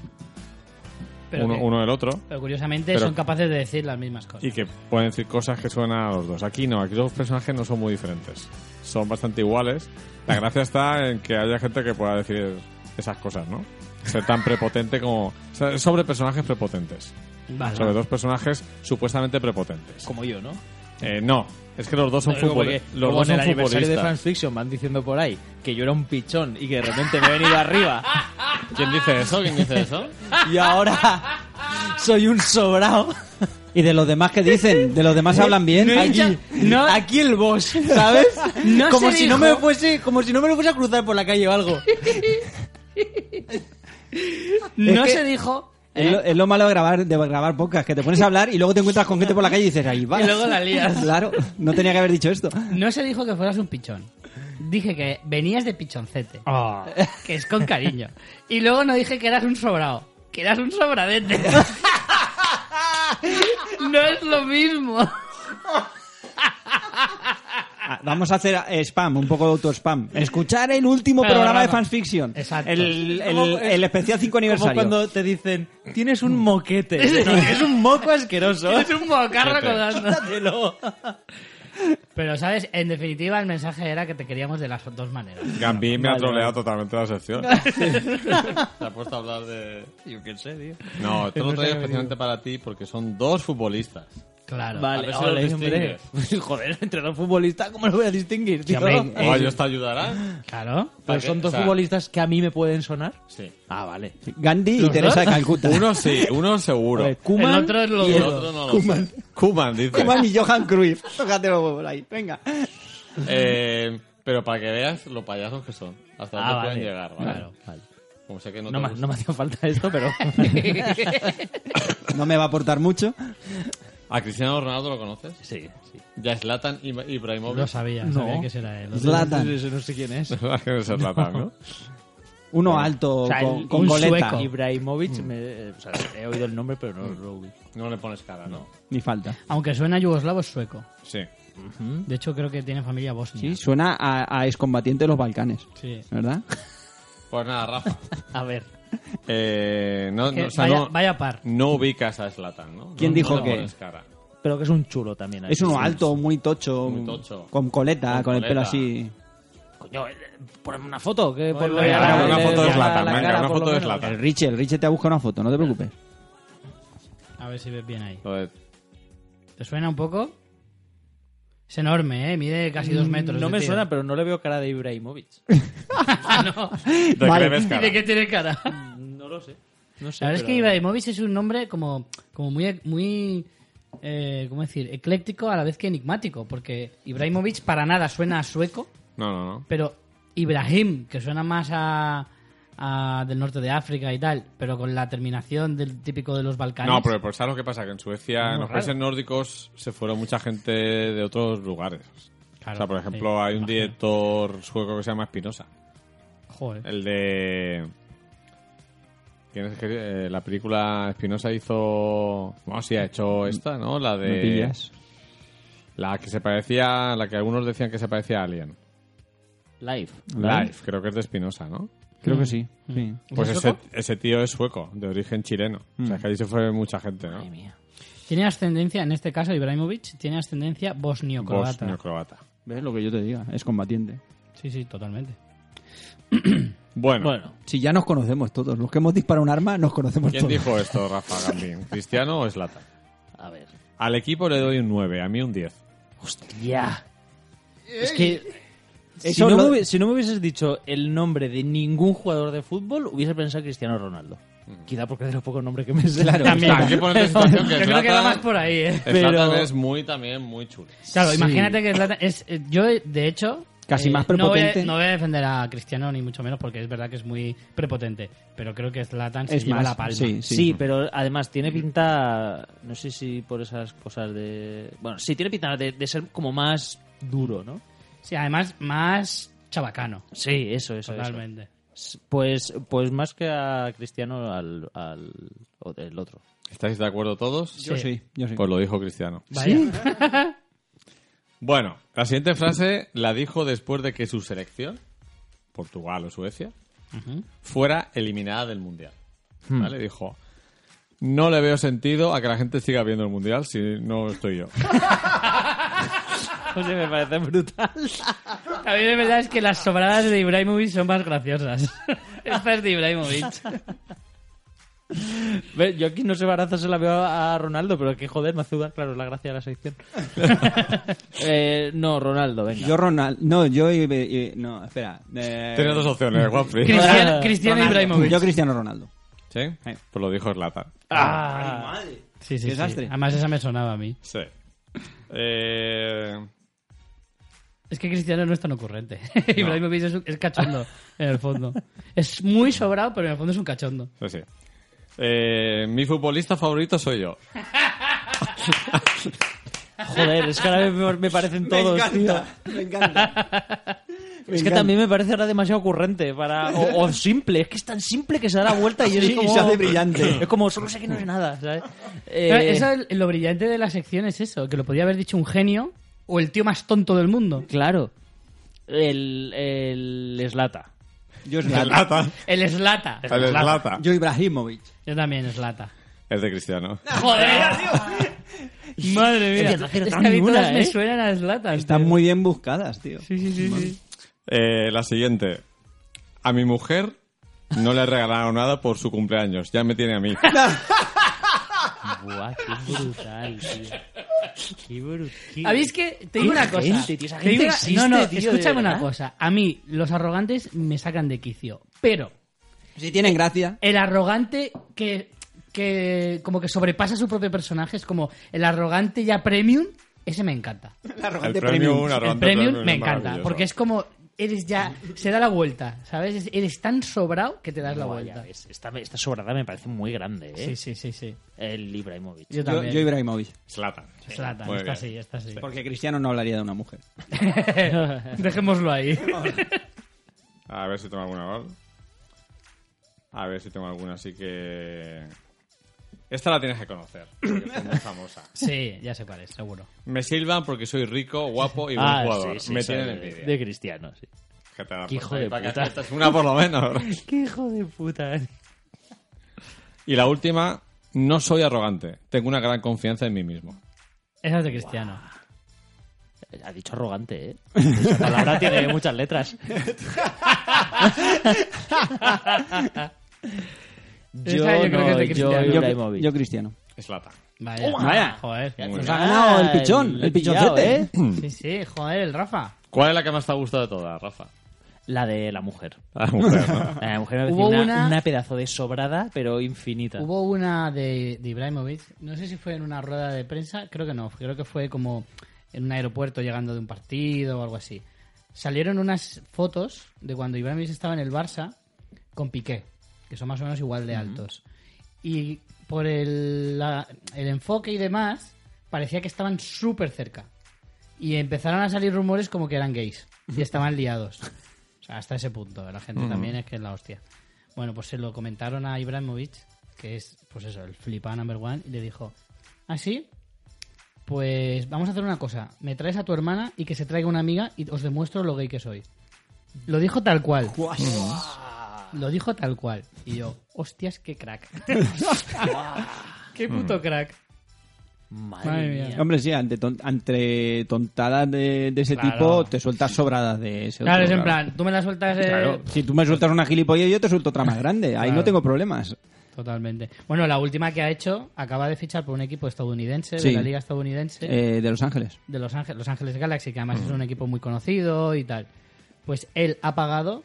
[SPEAKER 1] Pero,
[SPEAKER 2] uno,
[SPEAKER 1] que-
[SPEAKER 2] uno del otro,
[SPEAKER 1] pero curiosamente
[SPEAKER 2] pero-
[SPEAKER 1] son capaces de decir las mismas cosas.
[SPEAKER 2] y que pueden decir cosas que suenan a los dos. Aquí no, aquí los personajes no son muy diferentes, son bastante iguales. La gracia está en que haya gente que pueda decir esas cosas, ¿no? Ser tan prepotente como... ser Sobre personajes prepotentes.
[SPEAKER 1] Vale.
[SPEAKER 2] Sobre dos personajes supuestamente prepotentes.
[SPEAKER 6] Como yo, ¿no?
[SPEAKER 2] Eh, no, es que los dos son,
[SPEAKER 6] Como
[SPEAKER 2] futboli-
[SPEAKER 6] que-
[SPEAKER 2] los
[SPEAKER 6] como
[SPEAKER 2] dos
[SPEAKER 6] en el
[SPEAKER 2] eh. son
[SPEAKER 6] aniversario de
[SPEAKER 2] futbolistas.
[SPEAKER 6] Fans Fiction van diciendo por ahí que yo era un pichón y que de repente me he venido arriba
[SPEAKER 2] ¿Quién dice eso? ¿Quién dice eso?
[SPEAKER 6] y ahora soy un sobrado.
[SPEAKER 3] Y de los demás que dicen, de los demás hablan bien.
[SPEAKER 1] No he dicho-
[SPEAKER 6] Aquí,
[SPEAKER 1] No-
[SPEAKER 6] aquí el boss, ¿sabes?
[SPEAKER 1] No
[SPEAKER 6] como
[SPEAKER 1] se
[SPEAKER 6] si
[SPEAKER 1] dijo.
[SPEAKER 6] no me fuese, como si no me lo fuese a cruzar por la calle o algo.
[SPEAKER 1] No
[SPEAKER 3] que-
[SPEAKER 1] se dijo.
[SPEAKER 3] Es, lo, es lo malo de grabar, de grabar podcast, que te pones a hablar y luego te encuentras con gente por la calle y dices, ahí va.
[SPEAKER 1] Y luego la lías.
[SPEAKER 3] Claro, no tenía que haber dicho esto.
[SPEAKER 1] No se dijo que fueras un pichón. Dije que venías de pichoncete. Que es con cariño. Y luego no dije que eras un sobrado. Que eras un sobradete. No es lo mismo.
[SPEAKER 3] Ah, Vamos a hacer eh, spam, un poco de auto-spam. Escuchar el último
[SPEAKER 1] Pero,
[SPEAKER 3] programa de
[SPEAKER 1] Rafa.
[SPEAKER 3] Fans Fiction.
[SPEAKER 1] Exacto.
[SPEAKER 3] El, el- el especial 5
[SPEAKER 4] Como
[SPEAKER 3] aniversario.
[SPEAKER 4] cuando te dicen, tienes un moquete. No, es un moco asqueroso.
[SPEAKER 1] Es un mocarro colgando. Pero, ¿sabes? En definitiva, el mensaje era que te queríamos de las dos maneras.
[SPEAKER 6] Gambí me ha troleado totalmente la sección. Se ha puesto a hablar de...
[SPEAKER 4] Yo qué sé, tío.
[SPEAKER 6] No, te lo
[SPEAKER 4] No sé
[SPEAKER 6] traigo
[SPEAKER 4] qué
[SPEAKER 6] especialmente para ti porque son dos futbolistas.
[SPEAKER 1] Claro.
[SPEAKER 4] Vale,
[SPEAKER 6] ver si lo
[SPEAKER 4] ole, hombre. Joder, entre dos futbolistas, ¿cómo lo voy a distinguir, tío?
[SPEAKER 1] hombre,
[SPEAKER 6] Oh, Dios te ayudará.
[SPEAKER 1] Claro.
[SPEAKER 4] Pero son dos futbolistas que a mí me pueden sonar.
[SPEAKER 6] Sí.
[SPEAKER 4] Ah, vale.
[SPEAKER 3] Gandhi y Teresa de Calcuta.
[SPEAKER 6] Uno sí, uno seguro.
[SPEAKER 3] Vale, Koeman
[SPEAKER 1] el otro es lo
[SPEAKER 3] y
[SPEAKER 6] El
[SPEAKER 1] duro.
[SPEAKER 6] otro no lo sé. Koeman, dice.
[SPEAKER 3] Koeman y Johan Cruyff. Tócate los huevos ahí. Venga.
[SPEAKER 6] Eh, pero para que veas lo payasos que son.
[SPEAKER 4] Ah,
[SPEAKER 6] Hasta
[SPEAKER 1] Ah,
[SPEAKER 6] dónde pueden llegar, ¿vale?
[SPEAKER 1] Claro.
[SPEAKER 6] Como sé que no,
[SPEAKER 4] No,
[SPEAKER 6] te
[SPEAKER 4] me-
[SPEAKER 6] gusta.
[SPEAKER 4] no me hacía falta esto, pero...
[SPEAKER 3] No me va a aportar mucho.
[SPEAKER 6] ¿A Cristiano Ronaldo lo conoces?
[SPEAKER 4] sí, sí.
[SPEAKER 6] Ya es Latan Ibrahimovic.
[SPEAKER 1] Lo sabía, sabía que será él.
[SPEAKER 3] Zlatan.
[SPEAKER 4] Ese no sé quién es.
[SPEAKER 6] es Zlatan, ¿no?
[SPEAKER 3] Uno alto
[SPEAKER 4] O sea,
[SPEAKER 3] con,
[SPEAKER 4] el-
[SPEAKER 3] con
[SPEAKER 1] un
[SPEAKER 3] goleta.
[SPEAKER 1] sueco.
[SPEAKER 4] Ibrahimovic, me- o sea, he oído el nombre, pero
[SPEAKER 1] Mm.
[SPEAKER 4] no lo ubico.
[SPEAKER 6] No le pones cara, ¿no?
[SPEAKER 3] Ni falta.
[SPEAKER 1] Aunque suena yugoslavo, es sueco.
[SPEAKER 6] Sí.
[SPEAKER 1] De hecho, creo que tiene familia
[SPEAKER 3] Sí,
[SPEAKER 1] bosnia.
[SPEAKER 3] suena a, a excombatiente de los Balcanes.
[SPEAKER 1] Sí.
[SPEAKER 3] ¿Verdad?
[SPEAKER 6] Pues nada, Rafa.
[SPEAKER 1] A ver.
[SPEAKER 6] Eh, no,
[SPEAKER 1] Que
[SPEAKER 6] no, o sea,
[SPEAKER 1] vaya,
[SPEAKER 6] no,
[SPEAKER 1] vaya par.
[SPEAKER 6] no ubicas a Zlatan, ¿no?
[SPEAKER 3] ¿Quién
[SPEAKER 6] No-
[SPEAKER 3] dijo
[SPEAKER 6] no le
[SPEAKER 3] que-
[SPEAKER 6] pones cara.
[SPEAKER 4] Pero que es un chulo también. ahí.
[SPEAKER 3] Es uno alto, muy tocho.
[SPEAKER 6] Muy tocho.
[SPEAKER 3] Con coleta, con,
[SPEAKER 6] Con
[SPEAKER 3] el pelo
[SPEAKER 6] coleta.
[SPEAKER 3] así.
[SPEAKER 4] Coño, eh, ponme una foto. Que por lo
[SPEAKER 1] voy a
[SPEAKER 4] menos
[SPEAKER 1] dar una
[SPEAKER 4] le-
[SPEAKER 1] foto de
[SPEAKER 4] le-
[SPEAKER 6] Zlatan,
[SPEAKER 4] la
[SPEAKER 6] venga,
[SPEAKER 4] cara,
[SPEAKER 6] una
[SPEAKER 4] por lo
[SPEAKER 6] foto de
[SPEAKER 4] menos.
[SPEAKER 6] Zlatan.
[SPEAKER 3] El Richel, el Richel te ha buscado una foto, no te preocupes.
[SPEAKER 1] A ver si ves bien ahí.
[SPEAKER 6] Lo de-
[SPEAKER 1] ¿Te suena un poco? Es enorme, ¿eh? Mide casi dos metros.
[SPEAKER 4] Mm, No
[SPEAKER 1] de
[SPEAKER 4] me
[SPEAKER 1] tío.
[SPEAKER 4] suena, pero no le veo cara de Ibrahimovic.
[SPEAKER 1] Ah, no.
[SPEAKER 6] ¿De qué
[SPEAKER 3] Vale.
[SPEAKER 6] le ves
[SPEAKER 1] ¿Y
[SPEAKER 6] cara?
[SPEAKER 1] de qué tiene cara?
[SPEAKER 4] No lo sé. No sé.
[SPEAKER 1] La verdad es que
[SPEAKER 4] pero-
[SPEAKER 1] Ibrahimovic es un nombre como, como muy, muy eh, ¿cómo decir? Ecléctico a la vez que enigmático, porque Ibrahimovic para nada suena a sueco,
[SPEAKER 6] No, no, no.
[SPEAKER 1] pero Ibrahim, que suena más a, a del norte de África y tal, pero con la terminación del típico de los Balcanes.
[SPEAKER 6] No, pero, pero ¿sabes lo que pasa? Que en Suecia, en los
[SPEAKER 1] raro.
[SPEAKER 6] países nórdicos, se fueron mucha gente de otros lugares.
[SPEAKER 1] Claro,
[SPEAKER 6] o sea, por ejemplo,
[SPEAKER 1] sí,
[SPEAKER 6] hay un
[SPEAKER 1] imagino.
[SPEAKER 6] director sueco que se llama Espinosa.
[SPEAKER 1] Joder.
[SPEAKER 6] El de. ¿Quién es que, eh, la película Espinosa hizo. Bueno, sí, ha hecho esta, ¿no? La
[SPEAKER 3] Me
[SPEAKER 6] de.
[SPEAKER 3] pillas.
[SPEAKER 6] La que se parecía. La que algunos decían que se parecía a Alien.
[SPEAKER 4] Live.
[SPEAKER 6] Life, creo que es de Espinosa, ¿no?
[SPEAKER 3] Creo que sí. sí.
[SPEAKER 6] Pues
[SPEAKER 1] ¿Es
[SPEAKER 6] ese,
[SPEAKER 1] sueco?
[SPEAKER 6] ese tío es sueco, de origen chileno. O sea, que ahí se fue mucha gente, ¿no?
[SPEAKER 4] Madre mía.
[SPEAKER 1] Tiene ascendencia, en este caso Ibrahimovic, tiene ascendencia bosnio-croata.
[SPEAKER 6] Bosnio-croata.
[SPEAKER 3] ¿Ves lo que yo te diga? Es combatiente.
[SPEAKER 1] Sí, sí, totalmente.
[SPEAKER 6] Bueno,
[SPEAKER 4] Bueno,
[SPEAKER 3] Si ya nos conocemos todos, los que hemos disparado un arma, nos conocemos
[SPEAKER 6] ¿quién
[SPEAKER 3] todos.
[SPEAKER 6] dijo esto, Rafa Gambín? ¿Cristiano o Slatan?
[SPEAKER 4] a ver.
[SPEAKER 6] Al equipo le doy un 9, a mí un 10.
[SPEAKER 4] Hostia. Es que. Si
[SPEAKER 3] Eso
[SPEAKER 4] no,
[SPEAKER 3] lo-
[SPEAKER 4] me, hubi- si no me hubieses dicho el nombre de ningún jugador de fútbol, hubiese pensado Cristiano Ronaldo. Quizá porque es de los pocos nombres que me sé. Mm. Claro,
[SPEAKER 1] También.
[SPEAKER 6] Hay que ponerte en situación que
[SPEAKER 1] Yo creo que va
[SPEAKER 6] Zlatan-
[SPEAKER 1] más por ahí, ¿eh?
[SPEAKER 6] Zlatan
[SPEAKER 4] Pero-
[SPEAKER 6] es muy, también, muy chulo.
[SPEAKER 1] Claro,
[SPEAKER 4] Sí.
[SPEAKER 1] imagínate que Zlatan es eh, yo de hecho eh,
[SPEAKER 3] Casi más
[SPEAKER 1] no voy a-
[SPEAKER 3] prepotente.
[SPEAKER 1] No voy, a defender a Cristiano ni mucho menos porque es verdad que es muy prepotente, pero creo que Zlatan se
[SPEAKER 3] Es
[SPEAKER 1] lleva
[SPEAKER 3] más,
[SPEAKER 1] la palma.
[SPEAKER 3] sí,
[SPEAKER 4] Sí, pero además tiene pinta, no sé si por esas cosas de... Bueno, sí, tiene pinta de, de ser como más duro, ¿no?
[SPEAKER 1] Sí, además más chabacano,
[SPEAKER 4] Sí, eso, eso. eso.
[SPEAKER 1] totalmente.
[SPEAKER 4] S- Pues, pues más que a Cristiano, al, al o del otro.
[SPEAKER 6] ¿Estáis de acuerdo todos?
[SPEAKER 3] Yo sí, yo sí.
[SPEAKER 6] Pues lo dijo Cristiano.
[SPEAKER 1] Vaya.
[SPEAKER 6] Bueno, la siguiente frase la dijo después de que su selección, Portugal o Suecia, fuera eliminada del Mundial. ¿Vale? Dijo, no le veo sentido a que la gente siga viendo el Mundial si no estoy yo.
[SPEAKER 4] O sea, me parece brutal.
[SPEAKER 1] A mí de verdad es que las sobradas de Ibrahimovic son más graciosas. Esta es de Ibrahimovic.
[SPEAKER 4] Ve, Yo aquí no sé barazo se la veo a Ronaldo, pero que joder, me hace dudar, claro, es la gracia de la sección. Eh, no, Ronaldo, venga.
[SPEAKER 3] Yo Ronald, no, yo y- y- no, espera. Eh,
[SPEAKER 6] Tienes dos opciones, Juanfri.
[SPEAKER 1] Cristiano, Cristiano
[SPEAKER 3] Ronaldo.
[SPEAKER 1] Ibrahimovic.
[SPEAKER 3] Yo Cristiano Ronaldo.
[SPEAKER 6] ¿Sí? Pues lo dijo Zlatan.
[SPEAKER 4] Ah,
[SPEAKER 1] Sí, sí, sí.
[SPEAKER 3] Desastre.
[SPEAKER 1] Además esa me sonaba a mí.
[SPEAKER 6] Sí. Eh,
[SPEAKER 1] Es que Cristiano no es tan ocurrente. Ibrahimovic es, un- es cachondo, en el fondo. Es muy sobrado, pero en el fondo es un cachondo.
[SPEAKER 2] Sí, sí. Eh, mi futbolista favorito soy yo.
[SPEAKER 6] Joder, es que ahora me, me parecen todos, tío.
[SPEAKER 3] Me encanta.
[SPEAKER 6] Es que también me parece ahora demasiado ocurrente para, o, o simple. Es que es tan simple que se da la vuelta y es
[SPEAKER 3] Sí, y
[SPEAKER 6] como,
[SPEAKER 3] se hace brillante.
[SPEAKER 6] Es como, solo sé que no es nada, ¿sabes? Eh,
[SPEAKER 1] Claro, eso es- lo brillante de la sección es eso, que lo podía haber dicho un genio o el tío más tonto del mundo.
[SPEAKER 6] Claro. El, el Slata.
[SPEAKER 3] Yo,
[SPEAKER 2] La lata.
[SPEAKER 1] El Slata.
[SPEAKER 2] El lata.
[SPEAKER 3] Yo Ibrahimovic.
[SPEAKER 1] Yo también Slata.
[SPEAKER 2] Es de Cristiano.
[SPEAKER 1] ¡Joder, tío! Madre mía.
[SPEAKER 6] Hostia, no acierto
[SPEAKER 1] es que a mí
[SPEAKER 6] ninguna,
[SPEAKER 1] todas me
[SPEAKER 6] ¿eh?
[SPEAKER 1] suenan a Slata.
[SPEAKER 3] Están muy bien buscadas, tío.
[SPEAKER 1] Sí, sí, sí, sí.
[SPEAKER 2] Eh, la siguiente. A mi mujer no le regalaron nada por su cumpleaños. Ya me tiene a mí.
[SPEAKER 6] Buah, qué brutal, tío. Qué brutal.
[SPEAKER 1] ¿Habéis que te digo una cosa?
[SPEAKER 6] gente, tío, esa
[SPEAKER 1] Te
[SPEAKER 6] gente
[SPEAKER 1] digo una-
[SPEAKER 6] existe,
[SPEAKER 1] no, no,
[SPEAKER 6] tío, de
[SPEAKER 1] escúchame una
[SPEAKER 6] verdad.
[SPEAKER 1] cosa. A mí los arrogantes me sacan de quicio, pero
[SPEAKER 3] Si tienen gracia.
[SPEAKER 1] el arrogante que, que como que sobrepasa su propio personaje es como el arrogante ya premium, ese me encanta.
[SPEAKER 2] El premio, un
[SPEAKER 1] el
[SPEAKER 2] arrogante
[SPEAKER 1] premium
[SPEAKER 2] premium,
[SPEAKER 1] me
[SPEAKER 2] es
[SPEAKER 1] encanta,
[SPEAKER 2] maravilloso.
[SPEAKER 1] porque es como eres ya se da la vuelta, ¿sabes? Es- Eres tan sobrado que te das la
[SPEAKER 6] Buah, ya
[SPEAKER 1] vuelta.
[SPEAKER 6] ves, Esta, esta sobrada me parece muy grande, ¿eh?
[SPEAKER 1] Sí, sí, sí, sí.
[SPEAKER 6] El Ibrahimovic.
[SPEAKER 1] Yo
[SPEAKER 3] Yo,
[SPEAKER 1] también.
[SPEAKER 3] yo Ibrahimovic.
[SPEAKER 2] Zlatan.
[SPEAKER 1] Zlatan,
[SPEAKER 2] Muy
[SPEAKER 1] está
[SPEAKER 2] bien.
[SPEAKER 1] así, está así.
[SPEAKER 3] Porque Cristiano no hablaría de una mujer.
[SPEAKER 1] Dejémoslo ahí.
[SPEAKER 2] A ver si tengo alguna gol. A ver si tengo alguna, así que. Esta la tienes que conocer, porque es muy famosa.
[SPEAKER 1] Sí, ya sé cuál es, seguro.
[SPEAKER 2] Me silban porque soy rico, guapo y buen
[SPEAKER 6] Ah,
[SPEAKER 2] jugador.
[SPEAKER 6] sí, sí,
[SPEAKER 2] me
[SPEAKER 6] sí,
[SPEAKER 2] tienen
[SPEAKER 6] de,
[SPEAKER 2] envidia.
[SPEAKER 6] de Cristiano, sí.
[SPEAKER 2] Que te la
[SPEAKER 6] Qué hijo
[SPEAKER 2] pongo ahí
[SPEAKER 6] de
[SPEAKER 2] para que
[SPEAKER 6] puta.
[SPEAKER 2] aciertes Una por lo menos.
[SPEAKER 6] Qué hijo de puta.
[SPEAKER 2] Y la última, no soy arrogante. Tengo una gran confianza en mí mismo.
[SPEAKER 1] Esa es de Cristiano.
[SPEAKER 6] Ha dicho arrogante, ¿eh? Esa palabra tiene muchas letras. yo,
[SPEAKER 1] Esa yo creo
[SPEAKER 6] no,
[SPEAKER 1] que es de
[SPEAKER 6] yo,
[SPEAKER 1] Cristiano.
[SPEAKER 3] Yo,
[SPEAKER 6] Ibrahimovic.
[SPEAKER 3] yo Cristiano.
[SPEAKER 2] Slatan.
[SPEAKER 1] Vaya.
[SPEAKER 3] Vaya.
[SPEAKER 1] Joder.
[SPEAKER 2] Muy
[SPEAKER 3] Nos
[SPEAKER 2] bien.
[SPEAKER 3] ha ganado el
[SPEAKER 6] Ah,
[SPEAKER 3] pichón,
[SPEAKER 6] el
[SPEAKER 3] el
[SPEAKER 6] pillado,
[SPEAKER 3] pichoncete.
[SPEAKER 6] ¿eh?
[SPEAKER 1] Sí, sí, joder, el Rafa.
[SPEAKER 2] ¿Cuál es la que más te ha gustado de todas, Rafa?
[SPEAKER 6] La de la mujer.
[SPEAKER 2] La mujer, ¿no?
[SPEAKER 6] La mujer me
[SPEAKER 1] Hubo
[SPEAKER 6] pareció una,
[SPEAKER 1] una-
[SPEAKER 6] una pedazo de sobrada, pero infinita.
[SPEAKER 1] Hubo una de, de Ibrahimovic, no sé si fue en una rueda de prensa, creo que no, creo que fue como en un aeropuerto llegando de un partido o algo así. Salieron unas fotos de cuando Ibrahimovic estaba en el Barça con Piqué, que son más o menos igual de altos. Y por el, la- el enfoque y demás, parecía que estaban súper cerca. Y empezaron a salir rumores como que eran gays y estaban liados. O sea, hasta ese punto. La gente también es que es la hostia. Bueno, pues se lo comentaron a Ibrahimovic, que es, pues eso, el flipa number one, y le dijo, ¿ah, sí? Pues vamos a hacer una cosa. Me traes a tu hermana y que se traiga una amiga y os demuestro lo gay que soy. Lo dijo tal cual. Lo dijo tal cual. Y yo, hostias, qué crack. qué
[SPEAKER 3] Mm.
[SPEAKER 1] puto crack.
[SPEAKER 6] Madre,
[SPEAKER 1] Madre
[SPEAKER 6] mía.
[SPEAKER 1] mía.
[SPEAKER 3] Hombre, sí, ante, ton- ante tontadas de, de ese
[SPEAKER 1] Claro.
[SPEAKER 3] tipo, te sueltas sobradas de ese
[SPEAKER 1] Claro, es
[SPEAKER 3] otro,
[SPEAKER 1] en plan, tú me la sueltas... eh,
[SPEAKER 3] Claro. Si tú me sueltas una gilipollez, yo te suelto otra más grande. Ahí
[SPEAKER 1] Claro.
[SPEAKER 3] no tengo problemas.
[SPEAKER 1] Totalmente. Bueno, la última que ha hecho acaba de fichar por un equipo estadounidense,
[SPEAKER 3] Sí.
[SPEAKER 1] de la liga estadounidense.
[SPEAKER 3] Eh, de Los Ángeles.
[SPEAKER 1] de Los Ángeles, Los Ángeles Galaxy, que además es un equipo muy conocido y tal. Pues él ha pagado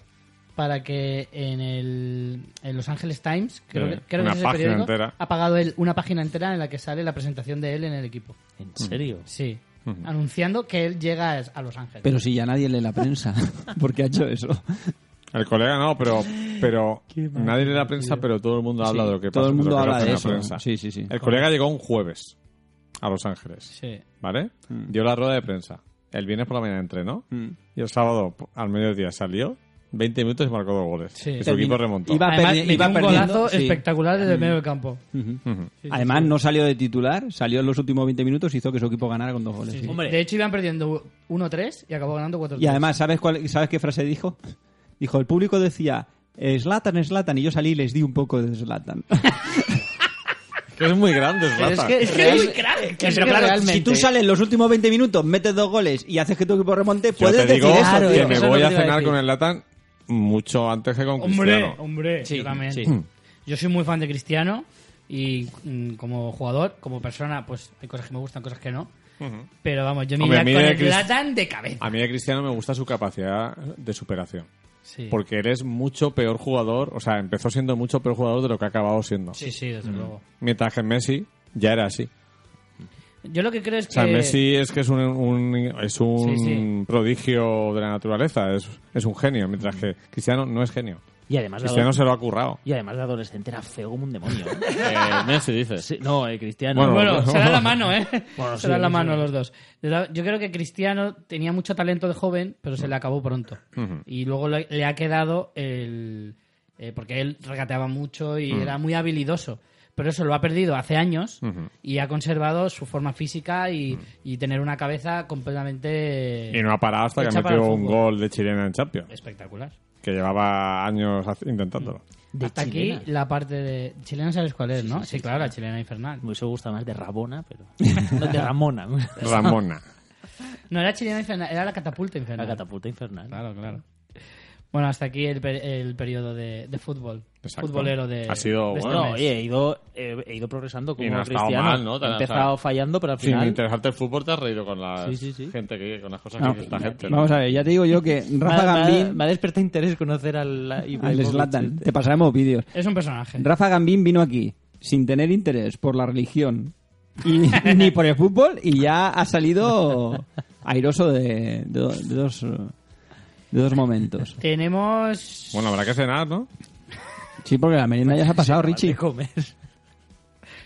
[SPEAKER 1] para que en el en Los Ángeles Times, creo,
[SPEAKER 2] Sí,
[SPEAKER 1] que- creo que
[SPEAKER 2] una
[SPEAKER 1] es ese
[SPEAKER 2] página
[SPEAKER 1] periódico,
[SPEAKER 2] entera.
[SPEAKER 1] ha pagado él una página entera en la que sale la presentación de él en el equipo.
[SPEAKER 6] ¿En serio?
[SPEAKER 2] Mm.
[SPEAKER 1] Sí, anunciando que él llega a- a Los Ángeles.
[SPEAKER 3] Pero si ya nadie lee la prensa, ¿por qué ha hecho eso?
[SPEAKER 2] El colega no, pero, pero nadie lee la prensa, pero todo el mundo habla
[SPEAKER 3] Sí,
[SPEAKER 2] de lo que
[SPEAKER 3] todo
[SPEAKER 2] pasa.
[SPEAKER 3] el mundo
[SPEAKER 2] lo que
[SPEAKER 3] habla
[SPEAKER 2] pasa
[SPEAKER 3] de
[SPEAKER 2] en la
[SPEAKER 3] eso.
[SPEAKER 2] prensa.
[SPEAKER 3] Sí, sí, sí.
[SPEAKER 2] El colega llegó un jueves a Los Ángeles,
[SPEAKER 1] Sí.
[SPEAKER 2] ¿vale? Dio la rueda de prensa. El viernes por la mañana entrenó
[SPEAKER 3] Mm.
[SPEAKER 2] y el sábado p- al mediodía salió, 20 minutos y marcó dos goles.
[SPEAKER 1] Sí.
[SPEAKER 2] Y su
[SPEAKER 3] Terminó.
[SPEAKER 2] equipo remontó.
[SPEAKER 3] Iba-
[SPEAKER 1] Además,
[SPEAKER 3] perdi-
[SPEAKER 1] metió
[SPEAKER 3] iba
[SPEAKER 1] un
[SPEAKER 3] perdiendo,
[SPEAKER 1] golazo
[SPEAKER 3] sí.
[SPEAKER 1] espectacular desde el medio del campo.
[SPEAKER 2] Ujú.
[SPEAKER 3] Además, no salió de titular, salió en los últimos 20 minutos, hizo que su equipo ganara con dos goles. sí.
[SPEAKER 6] Hombre.
[SPEAKER 1] De hecho, iban perdiendo 1-3 y acabó ganando 4-3.
[SPEAKER 3] Y además, ¿sabes, cuál, ¿sabes qué frase dijo? Dijo, el público decía, Slatan, Slatan, y yo salí y les di un poco de Slatan.
[SPEAKER 2] Que es muy grande, es Zlatan.
[SPEAKER 1] es que es muy crack. es que realmente-
[SPEAKER 3] si tú sales los últimos 20 minutos, metes dos goles y haces que tu equipo remonte,
[SPEAKER 2] Yo
[SPEAKER 3] puedes
[SPEAKER 2] te digo
[SPEAKER 3] decir eso,
[SPEAKER 2] que
[SPEAKER 3] tío.
[SPEAKER 2] me
[SPEAKER 6] Eso es
[SPEAKER 2] voy
[SPEAKER 6] lo
[SPEAKER 2] a
[SPEAKER 6] que te iba a
[SPEAKER 2] cenar
[SPEAKER 6] decir.
[SPEAKER 2] con el Latan mucho antes que con
[SPEAKER 1] Hombre,
[SPEAKER 2] Cristiano.
[SPEAKER 1] hombre,
[SPEAKER 6] Sí,
[SPEAKER 1] yo también.
[SPEAKER 6] sí.
[SPEAKER 1] Yo soy muy fan de Cristiano y mm, como jugador, como persona, pues hay cosas que me gustan, cosas que no. Pero vamos, yo me iría
[SPEAKER 2] Hombre, a mí
[SPEAKER 1] con
[SPEAKER 2] de
[SPEAKER 1] el
[SPEAKER 2] Crist-
[SPEAKER 1] Zlatan de cabeza.
[SPEAKER 2] A mí de Cristiano me gusta su capacidad de superación.
[SPEAKER 1] Sí.
[SPEAKER 2] Porque eres mucho peor jugador, o sea, empezó siendo mucho peor jugador de lo que ha acabado siendo.
[SPEAKER 1] sí, sí, desde luego.
[SPEAKER 2] Mientras que Messi ya era así.
[SPEAKER 1] Yo lo que creo es
[SPEAKER 2] O
[SPEAKER 1] que.
[SPEAKER 2] sea, Messi es que es un, un- es un
[SPEAKER 1] Sí, sí.
[SPEAKER 2] prodigio de la naturaleza, es, es un genio, mientras que Cristiano no es genio.
[SPEAKER 6] Y además, de
[SPEAKER 2] Cristiano
[SPEAKER 6] adolescente,
[SPEAKER 2] se lo ha currado.
[SPEAKER 6] y además de adolescente era feo como un demonio. ¿eh?
[SPEAKER 5] Eh, Messi, dices.
[SPEAKER 6] Sí, no, eh, Cristiano.
[SPEAKER 2] Bueno,
[SPEAKER 1] Bueno, se da la mano, ¿eh?
[SPEAKER 6] Bueno,
[SPEAKER 1] se
[SPEAKER 6] sí,
[SPEAKER 1] da la
[SPEAKER 6] sí.
[SPEAKER 1] mano a los dos. De la- Yo creo que Cristiano tenía mucho talento de joven, pero se le acabó pronto. Y luego le, le ha quedado el... eh, porque él regateaba mucho y era muy habilidoso. Pero eso lo ha perdido hace años y ha conservado su forma física y, y tener una cabeza completamente
[SPEAKER 2] Y no ha parado hasta que ha
[SPEAKER 1] Echa para el
[SPEAKER 2] metido un
[SPEAKER 1] fútbol.
[SPEAKER 2] gol de chilena en Champions,
[SPEAKER 1] espectacular.
[SPEAKER 2] que llevaba años ha- intentándolo.
[SPEAKER 6] De
[SPEAKER 1] Hasta
[SPEAKER 6] chilena.
[SPEAKER 1] aquí la parte de... Chilena sabes cuál es, ¿no? Sí, claro, la chilena infernal.
[SPEAKER 6] Me hubiese gustado más de Rabona, pero. No, de Ramona.
[SPEAKER 2] Ramona.
[SPEAKER 1] No era chilena infernal, era la catapulta
[SPEAKER 6] La
[SPEAKER 1] infernal.
[SPEAKER 6] catapulta infernal.
[SPEAKER 1] Claro, claro. Bueno, hasta aquí el, per- el periodo de, de fútbol.
[SPEAKER 2] Exacto.
[SPEAKER 1] Futbolero de.
[SPEAKER 2] Ha sido,
[SPEAKER 1] de este
[SPEAKER 6] No,
[SPEAKER 1] mes.
[SPEAKER 6] oye, he ido, eh, he ido progresando como
[SPEAKER 2] Y no ha estado
[SPEAKER 6] cristiano.
[SPEAKER 5] mal, ¿no? Te
[SPEAKER 6] he
[SPEAKER 5] ha-
[SPEAKER 6] empezado fallando, pero al
[SPEAKER 2] Sin
[SPEAKER 6] final.
[SPEAKER 2] interesarte el fútbol te has reído con la
[SPEAKER 6] Sí, sí, sí.
[SPEAKER 5] Gente que con las cosas
[SPEAKER 3] No,
[SPEAKER 5] que dice esta gente. ¿no?
[SPEAKER 3] Vamos a ver, ya te digo yo que
[SPEAKER 6] me,
[SPEAKER 3] Rafa
[SPEAKER 6] ha- me ha-
[SPEAKER 3] Gambín,
[SPEAKER 6] me ha despertado interés conocer al. a
[SPEAKER 3] al
[SPEAKER 6] Ibrahimovic.
[SPEAKER 4] pues
[SPEAKER 3] Zlatan, te pasaremos vídeos.
[SPEAKER 1] Es un personaje.
[SPEAKER 3] Rafa Gambín vino aquí sin tener interés por la religión y- ni por el fútbol y ya ha salido airoso de, de do- de dos, eh, de dos momentos.
[SPEAKER 1] Tenemos.
[SPEAKER 2] Bueno, habrá que cenar, ¿no?
[SPEAKER 3] Sí, porque la merienda ya se ha pasado,
[SPEAKER 6] Vale,
[SPEAKER 3] Richie.
[SPEAKER 6] comer.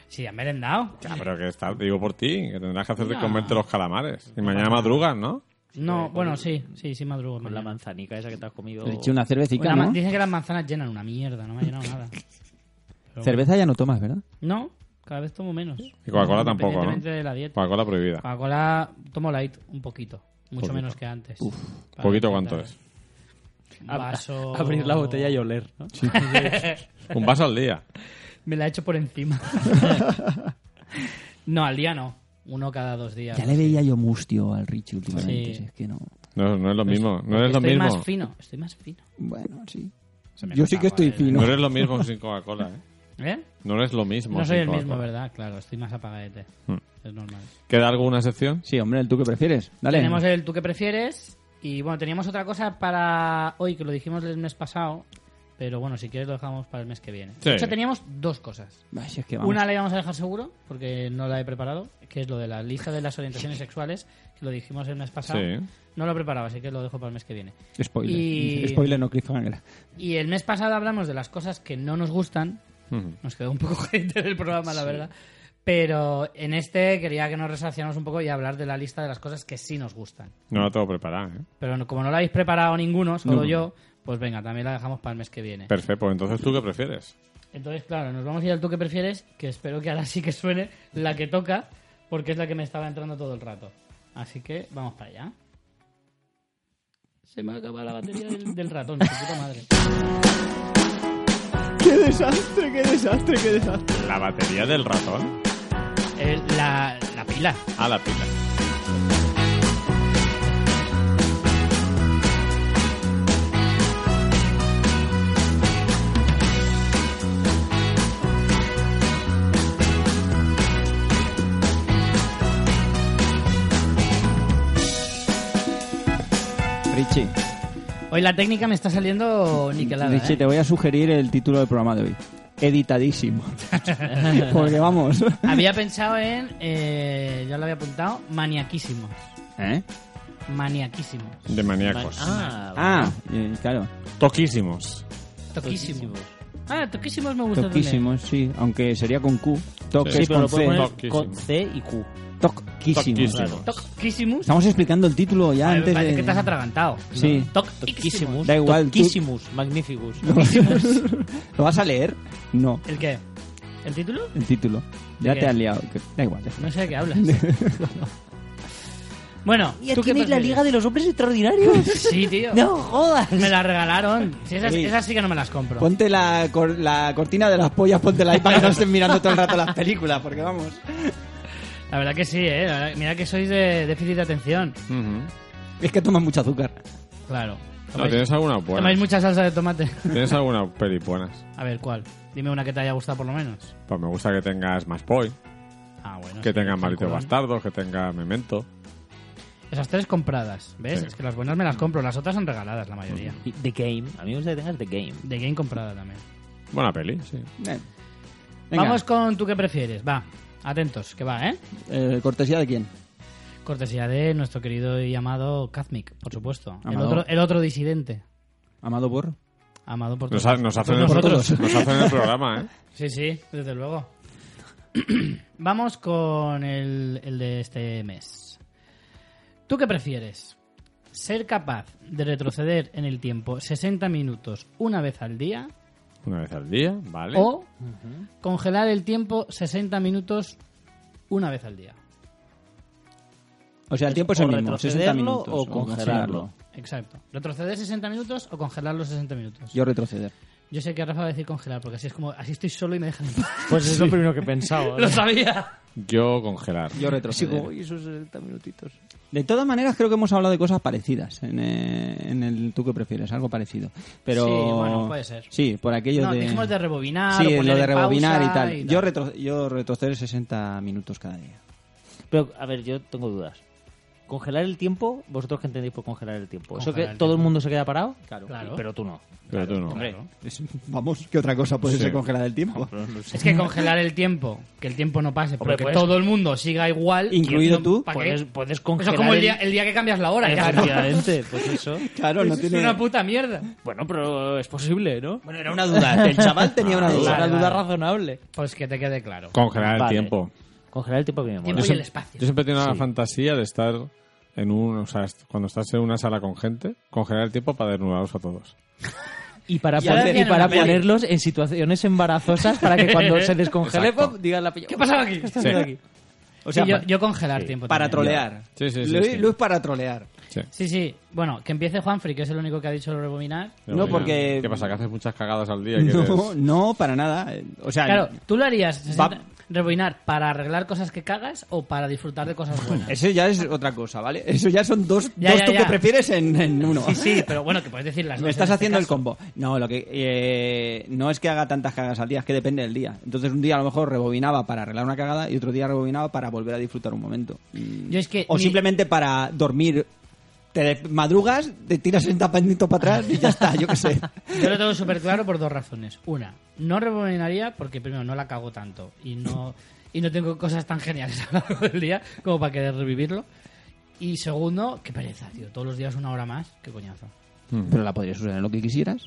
[SPEAKER 1] Sí, han merendado.
[SPEAKER 2] Ya, pero que está, digo por ti, que tendrás que hacerte
[SPEAKER 1] No.
[SPEAKER 2] comerte los calamares. Y mañana madrugas, ¿no?
[SPEAKER 1] No, bueno, sí, sí, sí, madrugo.
[SPEAKER 6] Con la
[SPEAKER 1] mañana.
[SPEAKER 6] manzanica esa que te has comido.
[SPEAKER 3] Richie, una
[SPEAKER 1] Una
[SPEAKER 3] cervecita,
[SPEAKER 1] ma-
[SPEAKER 3] ¿no?
[SPEAKER 1] Dicen que las manzanas llenan una mierda, no me ha llenado nada.
[SPEAKER 3] Cerveza ya no tomas, ¿verdad?
[SPEAKER 1] No, cada vez tomo menos.
[SPEAKER 2] Y Coca-Cola tampoco, ¿no?
[SPEAKER 1] Independientemente de la dieta.
[SPEAKER 2] Coca-Cola prohibida.
[SPEAKER 1] Ah, Coca-Cola tomo light un poquito, mucho menos que antes. Para
[SPEAKER 2] ¿Poquito
[SPEAKER 1] intentar-
[SPEAKER 2] cuánto es?
[SPEAKER 1] Vaso.
[SPEAKER 6] Abrir la botella y oler, ¿no?
[SPEAKER 2] Un vaso al día.
[SPEAKER 1] Me la he hecho por encima. no, al día no. Uno cada dos días.
[SPEAKER 3] Ya le veía yo mustio al Richie últimamente,
[SPEAKER 1] Sí.
[SPEAKER 3] si es que no.
[SPEAKER 2] No, no es lo mismo. No es lo
[SPEAKER 1] estoy
[SPEAKER 2] mismo.
[SPEAKER 1] más fino. Estoy más fino.
[SPEAKER 3] Bueno, sí.
[SPEAKER 1] Se me eh.
[SPEAKER 3] Yo sí
[SPEAKER 1] nota,
[SPEAKER 3] que estoy
[SPEAKER 1] joder.
[SPEAKER 3] fino.
[SPEAKER 2] No eres lo mismo sin Coca-Cola, ¿eh?
[SPEAKER 1] ¿Eh?
[SPEAKER 2] No eres lo mismo.
[SPEAKER 1] No soy
[SPEAKER 2] sin
[SPEAKER 1] el mismo,
[SPEAKER 2] Coca-Cola.
[SPEAKER 1] ¿verdad? Claro, estoy más apagadete.
[SPEAKER 2] Hmm.
[SPEAKER 1] Es normal.
[SPEAKER 2] ¿Queda alguna sección?
[SPEAKER 3] Sí, hombre, ¿tú qué prefieres? Dale.
[SPEAKER 1] Tenemos el tú que prefieres. Y bueno, teníamos otra cosa para hoy que lo dijimos el mes pasado. Pero bueno, si quieres lo dejamos para el mes que viene.
[SPEAKER 2] Sí.
[SPEAKER 1] De hecho, teníamos dos cosas.
[SPEAKER 3] Ay, si es que vamos.
[SPEAKER 1] Una la íbamos a dejar seguro, porque no la he preparado, que es lo de la lista de las orientaciones sexuales, que lo dijimos el mes pasado.
[SPEAKER 2] Sí.
[SPEAKER 1] No lo preparaba, así que lo dejo para el mes que viene.
[SPEAKER 3] Spoiler.
[SPEAKER 1] Y-
[SPEAKER 3] Spoiler, no cliffhanger.
[SPEAKER 1] Y el mes pasado hablamos de las cosas que no nos gustan. Nos quedó un poco gente del programa, la verdad. Pero en este quería que nos resaciáramos un poco y hablar de la lista de las cosas que sí nos gustan.
[SPEAKER 2] No la tengo preparada, ¿eh?
[SPEAKER 1] Pero no- como no la habéis preparado ninguno, solo yo, pues venga, también la dejamos para el mes que viene.
[SPEAKER 2] Perfecto. Pues entonces, ¿tú qué prefieres?
[SPEAKER 1] Entonces, claro, nos vamos a ir al tú que prefieres, que espero que ahora sí que suene la que toca, porque es la que me estaba entrando todo el rato. Así que vamos para allá. Se me ha acabado la batería del, del ratón, su puta madre.
[SPEAKER 3] ¡Qué desastre, qué desastre, qué desastre!
[SPEAKER 2] ¿La batería del ratón?
[SPEAKER 1] Eh, la, la pila.
[SPEAKER 2] Ah, la pila.
[SPEAKER 3] Richie,
[SPEAKER 1] Hoy la técnica me está saliendo niquelada.
[SPEAKER 3] Richie,
[SPEAKER 1] ¿eh?
[SPEAKER 3] te voy a sugerir el título del programa de hoy. Editadísimo. Porque vamos.
[SPEAKER 1] Había pensado en, eh, ya lo había apuntado, maniaquísimos.
[SPEAKER 3] ¿Eh?
[SPEAKER 1] Maniaquísimos.
[SPEAKER 2] De maníacos.
[SPEAKER 6] Ah,
[SPEAKER 3] Ah, eh, claro.
[SPEAKER 2] Toquísimos.
[SPEAKER 1] Toquísimos. Ah, toquísimos me gusta
[SPEAKER 3] Toquísimos, sí. Aunque sería con Q. Toques
[SPEAKER 2] Sí,
[SPEAKER 6] sí, pero
[SPEAKER 3] con
[SPEAKER 6] lo puedes
[SPEAKER 3] C.
[SPEAKER 6] poner con C y Q.
[SPEAKER 3] Toquísimos.
[SPEAKER 2] Toquísimos.
[SPEAKER 1] también. Toquísimos.
[SPEAKER 3] Estamos explicando el título ya
[SPEAKER 1] Ay, me
[SPEAKER 3] antes
[SPEAKER 1] parece
[SPEAKER 3] de...
[SPEAKER 1] que te has atragantado.
[SPEAKER 3] Sí.
[SPEAKER 1] Toquísimos.
[SPEAKER 6] Toquísimus.
[SPEAKER 3] Da igual, tú-
[SPEAKER 6] Toquísimus. Magnificus.
[SPEAKER 3] ¿Lo vas a leer? No,
[SPEAKER 1] ¿El qué? ¿El título?
[SPEAKER 3] el título. Ya
[SPEAKER 1] ¿De
[SPEAKER 3] te
[SPEAKER 1] qué?
[SPEAKER 3] has liado. que- Da igual. ya está.
[SPEAKER 1] No sé de qué hablas. bueno, ¿tú qué prefieres?
[SPEAKER 6] de los Hombres Extraordinarios?
[SPEAKER 1] Sí, tío.
[SPEAKER 6] jodas!
[SPEAKER 1] Me la regalaron. Sí, esas,
[SPEAKER 3] Ey.
[SPEAKER 1] esas sí que no me las compro.
[SPEAKER 3] Ponte la, cor- la cortina de las pollas, ponte la para que no estén mirando todo el rato las películas, porque vamos.
[SPEAKER 1] La verdad que sí, eh. La verdad- Mira que sois de déficit de atención.
[SPEAKER 3] Es que toman mucho azúcar.
[SPEAKER 1] Claro.
[SPEAKER 2] No,
[SPEAKER 1] Tomáis,
[SPEAKER 2] tienes alguna buena.
[SPEAKER 1] tomáis mucha salsa de tomate.
[SPEAKER 2] Tienes alguna peli buenas.
[SPEAKER 1] A ver, ¿cuál? Dime una que te haya gustado por lo menos.
[SPEAKER 2] Pues me gusta que tengas Más Boy,
[SPEAKER 1] Ah, bueno.
[SPEAKER 2] que
[SPEAKER 1] sí,
[SPEAKER 2] tengas Malito
[SPEAKER 1] peliculón.
[SPEAKER 2] Bastardo, que tengas Memento.
[SPEAKER 1] Esas tres compradas, ¿ves?
[SPEAKER 2] Sí.
[SPEAKER 1] Es que las buenas me las compro, las otras son regaladas la mayoría.
[SPEAKER 6] The Game. A mí me gusta que tengas The Game.
[SPEAKER 1] De game comprada también.
[SPEAKER 2] Buena peli, sí.
[SPEAKER 3] Venga.
[SPEAKER 1] Vamos con tú qué prefieres, va. Atentos, que va, ¿eh?
[SPEAKER 3] Eh, ¿Cortesía de quién?
[SPEAKER 1] Cortesía de nuestro querido y amado Kazmik, por supuesto. El
[SPEAKER 3] Amado.
[SPEAKER 1] otro, el otro disidente.
[SPEAKER 3] Amado por.
[SPEAKER 1] Amado por
[SPEAKER 2] Nos,
[SPEAKER 1] todos.
[SPEAKER 2] ha- nos
[SPEAKER 1] Por
[SPEAKER 2] hacen el,
[SPEAKER 1] nosotros.
[SPEAKER 2] nos hacen el programa, ¿eh?
[SPEAKER 1] Sí, sí, desde luego. Vamos con el, el de este mes. ¿Tú qué prefieres? ¿Ser capaz de retroceder en el tiempo 60 minutos una vez al día
[SPEAKER 2] Una vez al día, ¿vale?
[SPEAKER 1] o congelar el tiempo 60 minutos una vez al día?
[SPEAKER 3] O sea, el tiempo es
[SPEAKER 4] o
[SPEAKER 3] el mismo, 60
[SPEAKER 4] retrocederlo
[SPEAKER 3] minutos.
[SPEAKER 4] o congelarlo.
[SPEAKER 1] Exacto. ¿Retroceder 60 minutos o congelar los 60 minutos?
[SPEAKER 3] Yo retroceder.
[SPEAKER 1] Yo sé que Rafa va a decir congelar porque así es como, así estoy solo y me dejan en paz.
[SPEAKER 6] Pues es lo primero que he pensado.
[SPEAKER 1] ¡Lo sabía!
[SPEAKER 2] Yo congelar.
[SPEAKER 3] Yo retroceder.
[SPEAKER 6] esos 60 minutitos.
[SPEAKER 3] De todas maneras, creo que hemos hablado de cosas parecidas en, eh, en el tú que prefieres, algo parecido. Pero...
[SPEAKER 1] Sí, bueno, puede ser.
[SPEAKER 3] Sí, por aquello
[SPEAKER 1] No,
[SPEAKER 3] de...
[SPEAKER 1] dijimos de rebobinar o
[SPEAKER 3] Sí,
[SPEAKER 1] poner
[SPEAKER 3] lo de
[SPEAKER 1] en pausa
[SPEAKER 3] rebobinar y tal.
[SPEAKER 1] y tal.
[SPEAKER 3] Yo, retro- yo retroceder 60 minutos cada día.
[SPEAKER 6] Pero, a ver, yo tengo dudas. Congelar el tiempo, vosotros qué entendéis por congelar el tiempo. ¿Eso
[SPEAKER 1] Congelar
[SPEAKER 6] que
[SPEAKER 1] el
[SPEAKER 6] todo el mundo se queda parado? Claro.
[SPEAKER 1] Claro.
[SPEAKER 6] Pero tú no.
[SPEAKER 2] Pero tú no.
[SPEAKER 3] Es- Vamos, ¿qué otra cosa puede
[SPEAKER 2] Sí.
[SPEAKER 3] ser congelar el tiempo?
[SPEAKER 1] Es que congelar el tiempo, que el tiempo no pase, porque
[SPEAKER 6] Hombre, pues-
[SPEAKER 1] todo el mundo siga igual.
[SPEAKER 3] Incluido
[SPEAKER 1] ¿quién-
[SPEAKER 3] tú,
[SPEAKER 1] ¿pa' qué?
[SPEAKER 6] Puedes, puedes
[SPEAKER 1] Eso
[SPEAKER 6] congelar
[SPEAKER 1] es como el
[SPEAKER 6] el-
[SPEAKER 1] día, el día que cambias la hora. ya, ¿no?
[SPEAKER 6] Efectivamente, pues eso.
[SPEAKER 3] Claro, no
[SPEAKER 1] Eso Es una puta mierda.
[SPEAKER 6] Bueno, pero es posible, ¿no?
[SPEAKER 4] Bueno, era una duda. El chaval
[SPEAKER 3] tenía una
[SPEAKER 6] Es
[SPEAKER 3] duda.
[SPEAKER 6] una
[SPEAKER 1] Vale,
[SPEAKER 6] duda
[SPEAKER 1] vale.
[SPEAKER 6] razonable.
[SPEAKER 1] Pues que te quede claro.
[SPEAKER 2] Congelar
[SPEAKER 6] Vale.
[SPEAKER 2] el tiempo.
[SPEAKER 6] Congelar el tiempo que me mola.
[SPEAKER 1] Tiempo y
[SPEAKER 2] siem-
[SPEAKER 1] el espacio.
[SPEAKER 2] yo siempre he tenido la fantasía de estar en un... O sea, est- cuando estás en una sala con gente, congelar el tiempo para desnudarlos a todos.
[SPEAKER 6] Y para,
[SPEAKER 1] Y ahora
[SPEAKER 6] pon- y
[SPEAKER 1] tienen
[SPEAKER 6] para
[SPEAKER 1] una peli.
[SPEAKER 6] ponerlos en situaciones embarazosas para que cuando se descongele,
[SPEAKER 2] Exacto.
[SPEAKER 6] pop, digan la pilla.
[SPEAKER 1] ¿Qué pasaba aquí?
[SPEAKER 2] Sí.
[SPEAKER 3] O sea,
[SPEAKER 1] Sí, yo,
[SPEAKER 3] pa-
[SPEAKER 1] yo congelar tiempo.
[SPEAKER 3] para
[SPEAKER 1] también.
[SPEAKER 3] trolear.
[SPEAKER 2] Sí, sí, sí,
[SPEAKER 3] Luis,
[SPEAKER 2] sí.
[SPEAKER 3] Luis para trolear.
[SPEAKER 2] Sí.
[SPEAKER 1] Sí, sí. Bueno, que empiece Juanfrey, que es el único que ha dicho lo rebobinar.
[SPEAKER 3] No, porque-
[SPEAKER 2] ¿Qué pasa? ¿Que haces muchas cagadas al día? y
[SPEAKER 3] No,
[SPEAKER 2] quieres-
[SPEAKER 3] no, para nada. O sea,
[SPEAKER 1] Claro, ¿tú lo harías 60
[SPEAKER 3] Va-
[SPEAKER 1] rebobinar para arreglar cosas que cagas o para disfrutar de cosas buenas?
[SPEAKER 3] eso ya es otra cosa, ¿vale? Eso ya son dos,
[SPEAKER 1] Ya,
[SPEAKER 3] dos
[SPEAKER 1] ya,
[SPEAKER 3] tú
[SPEAKER 1] ya.
[SPEAKER 3] que prefieres en, en uno.
[SPEAKER 1] Sí, sí, pero bueno, que puedes decir las
[SPEAKER 3] Me
[SPEAKER 1] dos
[SPEAKER 3] estás
[SPEAKER 1] en este
[SPEAKER 3] haciendo el
[SPEAKER 1] caso.
[SPEAKER 3] combo. No, lo que eh, no es que haga tantas cagas al día, es que depende del día. Entonces un día a lo mejor rebobinaba para arreglar una cagada y otro día rebobinaba para volver a disfrutar un momento. Mm.
[SPEAKER 1] Yo es que
[SPEAKER 3] o
[SPEAKER 1] ni-
[SPEAKER 3] simplemente para dormir. Te de- madrugas, te tiras un tapanito para atrás y ya está, yo qué sé.
[SPEAKER 1] Yo lo tengo súper claro por dos razones. Una, no rebobinaría porque primero no la cago tanto y no, y no tengo cosas tan geniales a lo largo del día como para querer revivirlo. Y segundo, qué pereza, tío. Todos los días una hora más, qué coñazo.
[SPEAKER 3] Pero la podrías usar en lo que quisieras.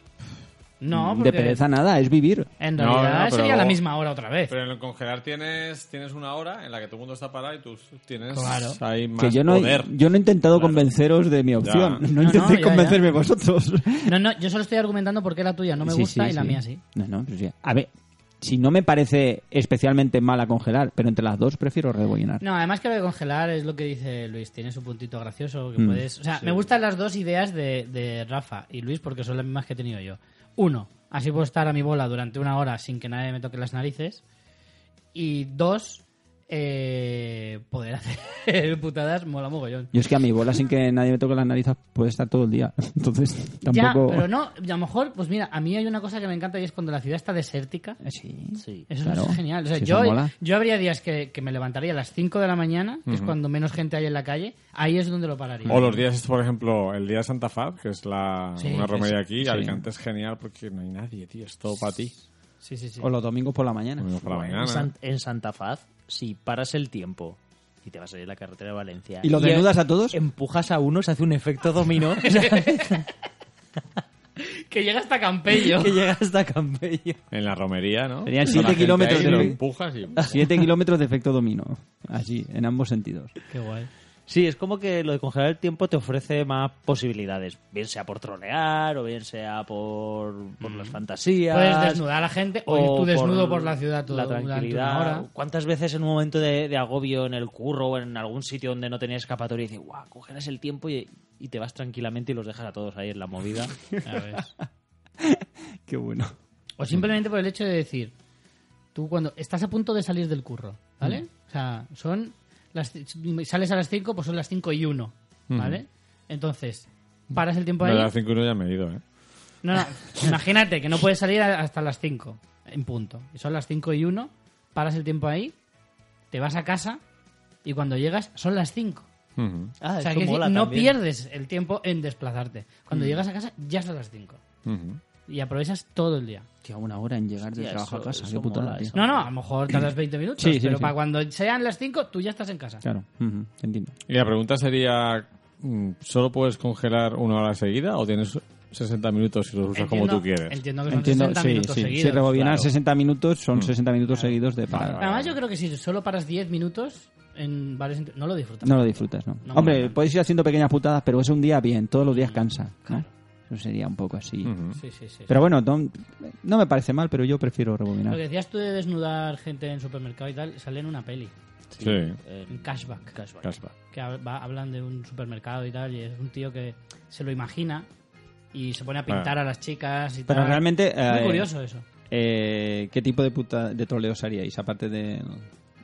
[SPEAKER 1] No, porque
[SPEAKER 3] Mm, de pereza nada, es vivir.
[SPEAKER 1] en
[SPEAKER 2] No, no,
[SPEAKER 1] realidad
[SPEAKER 2] pero
[SPEAKER 1] sería la
[SPEAKER 2] luego-
[SPEAKER 1] misma hora otra vez.
[SPEAKER 2] Pero en el congelar tienes, tienes una hora en la que todo el mundo está parado y tú tienes
[SPEAKER 1] Claro.
[SPEAKER 2] ahí más
[SPEAKER 3] Que yo no, he,
[SPEAKER 2] poder.
[SPEAKER 3] yo no he intentado convenceros de mi opción. No,
[SPEAKER 1] ya,
[SPEAKER 3] intentéis
[SPEAKER 1] ya.
[SPEAKER 3] convencerme vosotros.
[SPEAKER 1] No, no, yo solo estoy argumentando por qué la tuya no me
[SPEAKER 3] Sí,
[SPEAKER 1] gusta
[SPEAKER 3] sí,
[SPEAKER 1] y la
[SPEAKER 3] sí.
[SPEAKER 1] mía sí.
[SPEAKER 3] No, no, pero sí. A ver, si no me parece especialmente mal a congelar, pero entre las dos prefiero rebobinar.
[SPEAKER 1] No, además que lo de congelar es lo que dice Luis, tiene su puntito gracioso. Que
[SPEAKER 3] Mm.
[SPEAKER 1] puedes... O sea, me gustan las dos ideas de, de Rafa y Luis porque son las mismas que he tenido yo. Uno, así puedo estar a mi bola durante una hora sin que nadie me toque las narices. Y dos, eh, poder hacer putadas mola mogollón.
[SPEAKER 3] Yo es que a mi bola sin que nadie me toque las narices puede estar todo el día. Entonces, tampoco.
[SPEAKER 1] Ya, pero no, y a lo mejor, pues mira, a mí hay una cosa que me encanta y es cuando la ciudad está desértica.
[SPEAKER 3] Eh, Sí.
[SPEAKER 6] Sí.
[SPEAKER 1] Eso
[SPEAKER 3] Claro.
[SPEAKER 1] no es genial. O sea,
[SPEAKER 3] Sí, eso
[SPEAKER 1] yo,
[SPEAKER 3] mola.
[SPEAKER 1] yo habría días que, que me levantaría a las 5 de la mañana, que es cuando menos gente hay en la calle, ahí es donde lo pararía.
[SPEAKER 2] O los días, por ejemplo, el día de Santa Fab, que es la,
[SPEAKER 1] Sí,
[SPEAKER 2] una
[SPEAKER 1] sí,
[SPEAKER 2] romería aquí,
[SPEAKER 3] sí.
[SPEAKER 2] Alicante es genial porque no hay nadie, tío, es todo para ti.
[SPEAKER 1] Sí, sí, sí.
[SPEAKER 3] O los domingos por la mañana.
[SPEAKER 2] Menos para la
[SPEAKER 4] En,
[SPEAKER 2] mañana.
[SPEAKER 4] San- en Santa Faz, si paras el tiempo y te vas a ir a la carretera de Valencia.
[SPEAKER 3] ¿Y los desnudas a todos?
[SPEAKER 4] Empujas a uno, se hace un efecto dominó
[SPEAKER 1] Que llega hasta Campello.
[SPEAKER 4] que llega hasta Campello.
[SPEAKER 2] En la romería, ¿no?
[SPEAKER 3] Serían
[SPEAKER 2] Está
[SPEAKER 3] siete
[SPEAKER 2] la gente
[SPEAKER 3] kilómetros
[SPEAKER 2] ahí,
[SPEAKER 3] de
[SPEAKER 2] lo
[SPEAKER 3] lo-
[SPEAKER 2] empujas y...
[SPEAKER 3] Siete kilómetros de efecto domino. Así, en ambos sentidos.
[SPEAKER 1] Qué guay.
[SPEAKER 4] Sí, es como que lo de congelar el tiempo te ofrece más posibilidades. Bien sea por trolear o bien sea por, por las fantasías.
[SPEAKER 1] Puedes desnudar a la gente o ir tú desnudo por, la ciudad toda
[SPEAKER 4] la tranquilidad.
[SPEAKER 1] Una hora.
[SPEAKER 4] ¿Cuántas veces en un momento de, de agobio en el curro o en algún sitio donde no tenías escapatoria dices, guau, congelas el tiempo y, y te vas tranquilamente y los dejas a todos ahí en la movida?
[SPEAKER 1] Ya ves.
[SPEAKER 3] Qué bueno.
[SPEAKER 1] O simplemente por el hecho de decir, tú cuando estás a punto de salir del curro, ¿vale?
[SPEAKER 4] Mm.
[SPEAKER 1] O sea, son las c- sales a las 5, pues son las 5 y 1,
[SPEAKER 4] Mm.
[SPEAKER 1] ¿vale? Entonces, paras el tiempo
[SPEAKER 2] No, de
[SPEAKER 1] ahí.
[SPEAKER 2] las 5 y uno ya me he ido, ¿eh?
[SPEAKER 1] No, no, imagínate que no puedes salir a- hasta las 5, en punto. Y son las 5 y 1, paras el tiempo ahí, te vas a casa y cuando llegas son las 5.
[SPEAKER 2] Ujú,
[SPEAKER 4] Ah,
[SPEAKER 1] O sea,
[SPEAKER 4] eso
[SPEAKER 1] que
[SPEAKER 4] mola
[SPEAKER 1] no
[SPEAKER 4] también.
[SPEAKER 1] pierdes el tiempo en desplazarte. Cuando llegas a casa ya son las 5.
[SPEAKER 2] ujú.
[SPEAKER 1] y aprovechas todo el día.
[SPEAKER 3] Que a una hora en llegar de
[SPEAKER 4] Hostia,
[SPEAKER 3] trabajo a
[SPEAKER 4] eso-
[SPEAKER 3] casa,
[SPEAKER 4] eso
[SPEAKER 3] qué putada,
[SPEAKER 4] mola,
[SPEAKER 3] tío.
[SPEAKER 4] eso.
[SPEAKER 1] No, no, a lo mejor tardas 20 minutos,
[SPEAKER 3] Sí, sí,
[SPEAKER 1] pero
[SPEAKER 3] sí.
[SPEAKER 1] para cuando sean las 5 tú ya estás en casa.
[SPEAKER 3] Claro, ujú, te entiendo.
[SPEAKER 2] Y la pregunta sería, mm, ¿solo puedes congelar una hora seguida o tienes 60 minutos y los usas pues como tú quieres?
[SPEAKER 1] Entiendo que son
[SPEAKER 3] Entiendo,
[SPEAKER 1] 60
[SPEAKER 3] sí,
[SPEAKER 1] minutos
[SPEAKER 3] sí.
[SPEAKER 1] seguidos.
[SPEAKER 3] si rebobinas
[SPEAKER 1] claro.
[SPEAKER 3] 60 minutos,
[SPEAKER 1] Mm.
[SPEAKER 3] son 60 minutos seguidos de parada.
[SPEAKER 1] Además, yo creo que si solo paras 10 minutos en varios. inter- No lo disfrutas.
[SPEAKER 3] No lo disfrutas, ¿no?
[SPEAKER 1] No,
[SPEAKER 3] Hombre,
[SPEAKER 1] no, Mm. no.
[SPEAKER 3] podéis ir haciendo pequeñas putadas, pero es un día bien, todos los días cansa, ¿no? Eso sería un poco así.
[SPEAKER 2] Ujú.
[SPEAKER 1] Sí, sí, sí.
[SPEAKER 3] Pero bueno, no, no me parece mal, pero yo prefiero rebobinar.
[SPEAKER 1] Lo que decías tú de desnudar gente en supermercado y tal, sale en una peli,
[SPEAKER 2] Sí,
[SPEAKER 1] en cashback.
[SPEAKER 2] caspa.
[SPEAKER 1] Que hab- va- hablan de un supermercado y tal, y es un tío que se lo imagina y se pone a pintar a las chicas y
[SPEAKER 3] Pero
[SPEAKER 1] tal.
[SPEAKER 3] realmente,
[SPEAKER 1] Es muy
[SPEAKER 3] eh,
[SPEAKER 1] curioso eso.
[SPEAKER 3] Eh, ¿Qué tipo de, puta, de troleos haríais? Aparte de,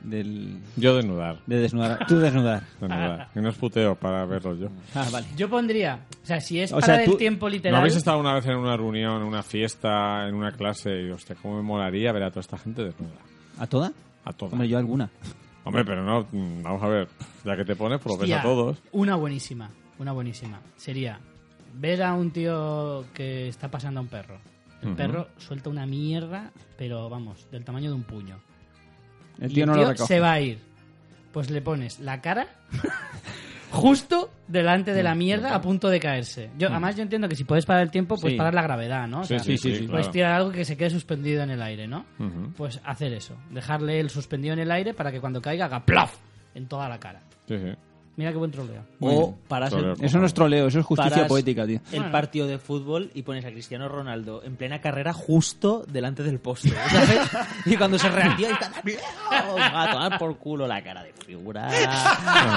[SPEAKER 3] del,
[SPEAKER 2] Yo desnudar.
[SPEAKER 3] de desnudar. Tú desnudar.
[SPEAKER 2] desnudar. Y no es puteo para verlo yo.
[SPEAKER 3] Ah, vale.
[SPEAKER 1] Yo pondría, o sea, si es
[SPEAKER 3] O
[SPEAKER 1] para
[SPEAKER 3] sea,
[SPEAKER 1] del
[SPEAKER 3] tú-
[SPEAKER 1] tiempo
[SPEAKER 2] ¿No
[SPEAKER 1] literal.
[SPEAKER 2] habéis estado una vez en una reunión, en una fiesta, en una clase? Y, hostia, cómo me molaría ver a toda esta gente desnuda.
[SPEAKER 3] ¿A toda?
[SPEAKER 2] A todos.
[SPEAKER 3] Hombre,
[SPEAKER 2] Hombre,
[SPEAKER 3] yo alguna.
[SPEAKER 2] pero no, mm, vamos a ver. Ya que te pones, pues lo ves
[SPEAKER 1] Hostia,
[SPEAKER 2] a todos.
[SPEAKER 1] Una buenísima, una buenísima. Sería ver a un tío que está pasando a un perro. El
[SPEAKER 2] Ujú.
[SPEAKER 1] perro suelta una mierda, pero vamos, del tamaño de un puño.
[SPEAKER 3] El
[SPEAKER 1] Y
[SPEAKER 3] tío no
[SPEAKER 1] tío
[SPEAKER 3] lo recoge.
[SPEAKER 1] se va a ir. Pues le pones la cara justo delante de la mierda a punto de caerse. Yo, además, yo entiendo que si puedes parar el tiempo, pues
[SPEAKER 3] Mm. Sí.
[SPEAKER 1] parar la gravedad, ¿no? O sea,
[SPEAKER 3] sí, sí, sí.
[SPEAKER 1] Puedes
[SPEAKER 2] claro.
[SPEAKER 1] tirar algo que se quede suspendido en el aire, ¿no?
[SPEAKER 2] Ujú.
[SPEAKER 1] Pues hacer eso. Dejarle el suspendido en el aire para que cuando caiga haga plaf en toda la cara.
[SPEAKER 2] Sí, sí.
[SPEAKER 1] Mira qué buen troleo.
[SPEAKER 4] O paras el,
[SPEAKER 2] Troleo.
[SPEAKER 3] Eso no es troleo, eso es justicia
[SPEAKER 4] Paras-
[SPEAKER 3] poética, tío.
[SPEAKER 4] el partido de fútbol y pones a Cristiano Ronaldo en plena carrera justo delante del poste. ¿sabes? y cuando se reactiva y está... Va a tomar por culo la cara de figura.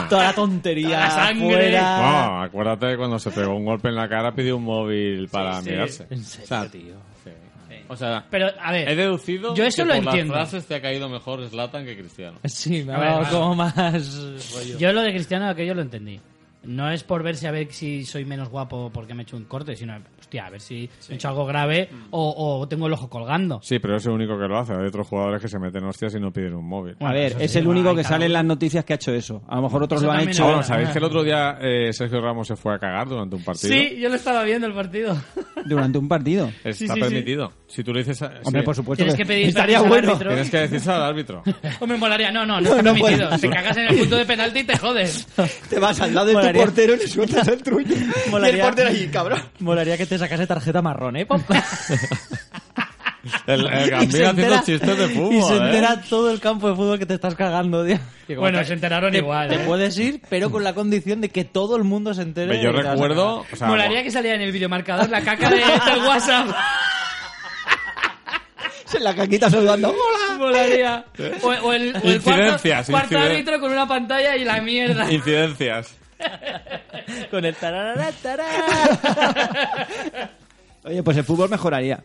[SPEAKER 4] toda la tontería.
[SPEAKER 1] Toda la sangre.
[SPEAKER 4] fuera.
[SPEAKER 1] Ah.
[SPEAKER 2] Wow, acuérdate de cuando se pegó un golpe en la cara, pidió un móvil para
[SPEAKER 1] sí.
[SPEAKER 2] mirarse.
[SPEAKER 4] En serio, tío.
[SPEAKER 2] O sea,
[SPEAKER 1] Pero, a ver.
[SPEAKER 5] He deducido
[SPEAKER 1] Yo eso
[SPEAKER 5] que
[SPEAKER 1] lo
[SPEAKER 5] por
[SPEAKER 1] entiendo.
[SPEAKER 5] las frases te ha caído mejor Zlatan que Cristiano.
[SPEAKER 4] Sí, me ha
[SPEAKER 1] A ver,
[SPEAKER 4] dado
[SPEAKER 1] vale.
[SPEAKER 4] como más rollo.
[SPEAKER 1] Yo lo de Cristiano, aquello lo entendí. No es por verse a ver si soy menos guapo porque me he hecho un corte, sino, hostia, a ver si he hecho algo grave
[SPEAKER 3] Mm.
[SPEAKER 1] o, o tengo el ojo colgando.
[SPEAKER 2] Sí, pero es el único que lo hace. Hay otros jugadores que se meten hostias y no piden un móvil.
[SPEAKER 3] A ver,
[SPEAKER 1] eso
[SPEAKER 3] es
[SPEAKER 1] sí,
[SPEAKER 3] el único
[SPEAKER 1] ay,
[SPEAKER 3] que
[SPEAKER 1] cada
[SPEAKER 3] sale en
[SPEAKER 1] uno.
[SPEAKER 3] las noticias que ha hecho eso. A lo mejor otros
[SPEAKER 1] Eso
[SPEAKER 3] lo han
[SPEAKER 1] también
[SPEAKER 3] hecho.
[SPEAKER 1] es
[SPEAKER 2] Bueno,
[SPEAKER 1] verdad.
[SPEAKER 2] ¿sabéis que el otro día eh, Sergio Ramos se fue a cagar durante un partido?
[SPEAKER 1] Sí, yo lo estaba viendo el partido.
[SPEAKER 3] Durante un partido.
[SPEAKER 2] Está
[SPEAKER 1] Sí, sí, sí.
[SPEAKER 2] permitido. Si tú le dices... a-
[SPEAKER 3] Pues Hombre,
[SPEAKER 2] sí.
[SPEAKER 3] por supuesto.
[SPEAKER 1] Tienes que pedir
[SPEAKER 3] estaría
[SPEAKER 1] permiso al
[SPEAKER 3] bueno.
[SPEAKER 1] árbitro.
[SPEAKER 2] Tienes que decírselo al árbitro.
[SPEAKER 1] O me molaría, no, no, no, está
[SPEAKER 3] no
[SPEAKER 1] permitido.
[SPEAKER 3] puedes.
[SPEAKER 1] Te cagas en el punto de penalti y te jodes.
[SPEAKER 3] Te vas al lado de
[SPEAKER 4] Molaría.
[SPEAKER 3] tu portero y le sueltas el truño. Y el
[SPEAKER 4] Molaría.
[SPEAKER 3] portero allí, cabrón.
[SPEAKER 4] Molaría que te sacase tarjeta marrón, ¿eh?
[SPEAKER 2] El, el
[SPEAKER 4] Y se
[SPEAKER 2] Gambino haciendo
[SPEAKER 4] entera-
[SPEAKER 2] chistes de fútbol,
[SPEAKER 4] Y se
[SPEAKER 2] ¿eh?
[SPEAKER 4] entera todo el campo de fútbol que te estás cagando, tío. Que como
[SPEAKER 1] Bueno,
[SPEAKER 4] te-
[SPEAKER 1] se enteraron
[SPEAKER 4] te-
[SPEAKER 1] igual,
[SPEAKER 4] Te
[SPEAKER 1] ¿eh?
[SPEAKER 4] puedes ir, pero con la condición de que todo el mundo se entere.
[SPEAKER 2] Ve, Yo
[SPEAKER 4] de que te vas a
[SPEAKER 2] recuerdo...
[SPEAKER 4] cagar.
[SPEAKER 2] o sea,
[SPEAKER 1] molaría que saliera en el videomarcador la caca de, del WhatsApp.
[SPEAKER 3] Se la caquita saludando. ¡Hola!
[SPEAKER 1] Molaría. O, o el, o el cuarto,
[SPEAKER 2] Incidencias,
[SPEAKER 1] cuarto
[SPEAKER 2] inciden-
[SPEAKER 1] árbitro con una pantalla y la mierda.
[SPEAKER 2] Incidencias.
[SPEAKER 4] Con el tararara, tarara.
[SPEAKER 3] Oye, pues el fútbol mejoraría.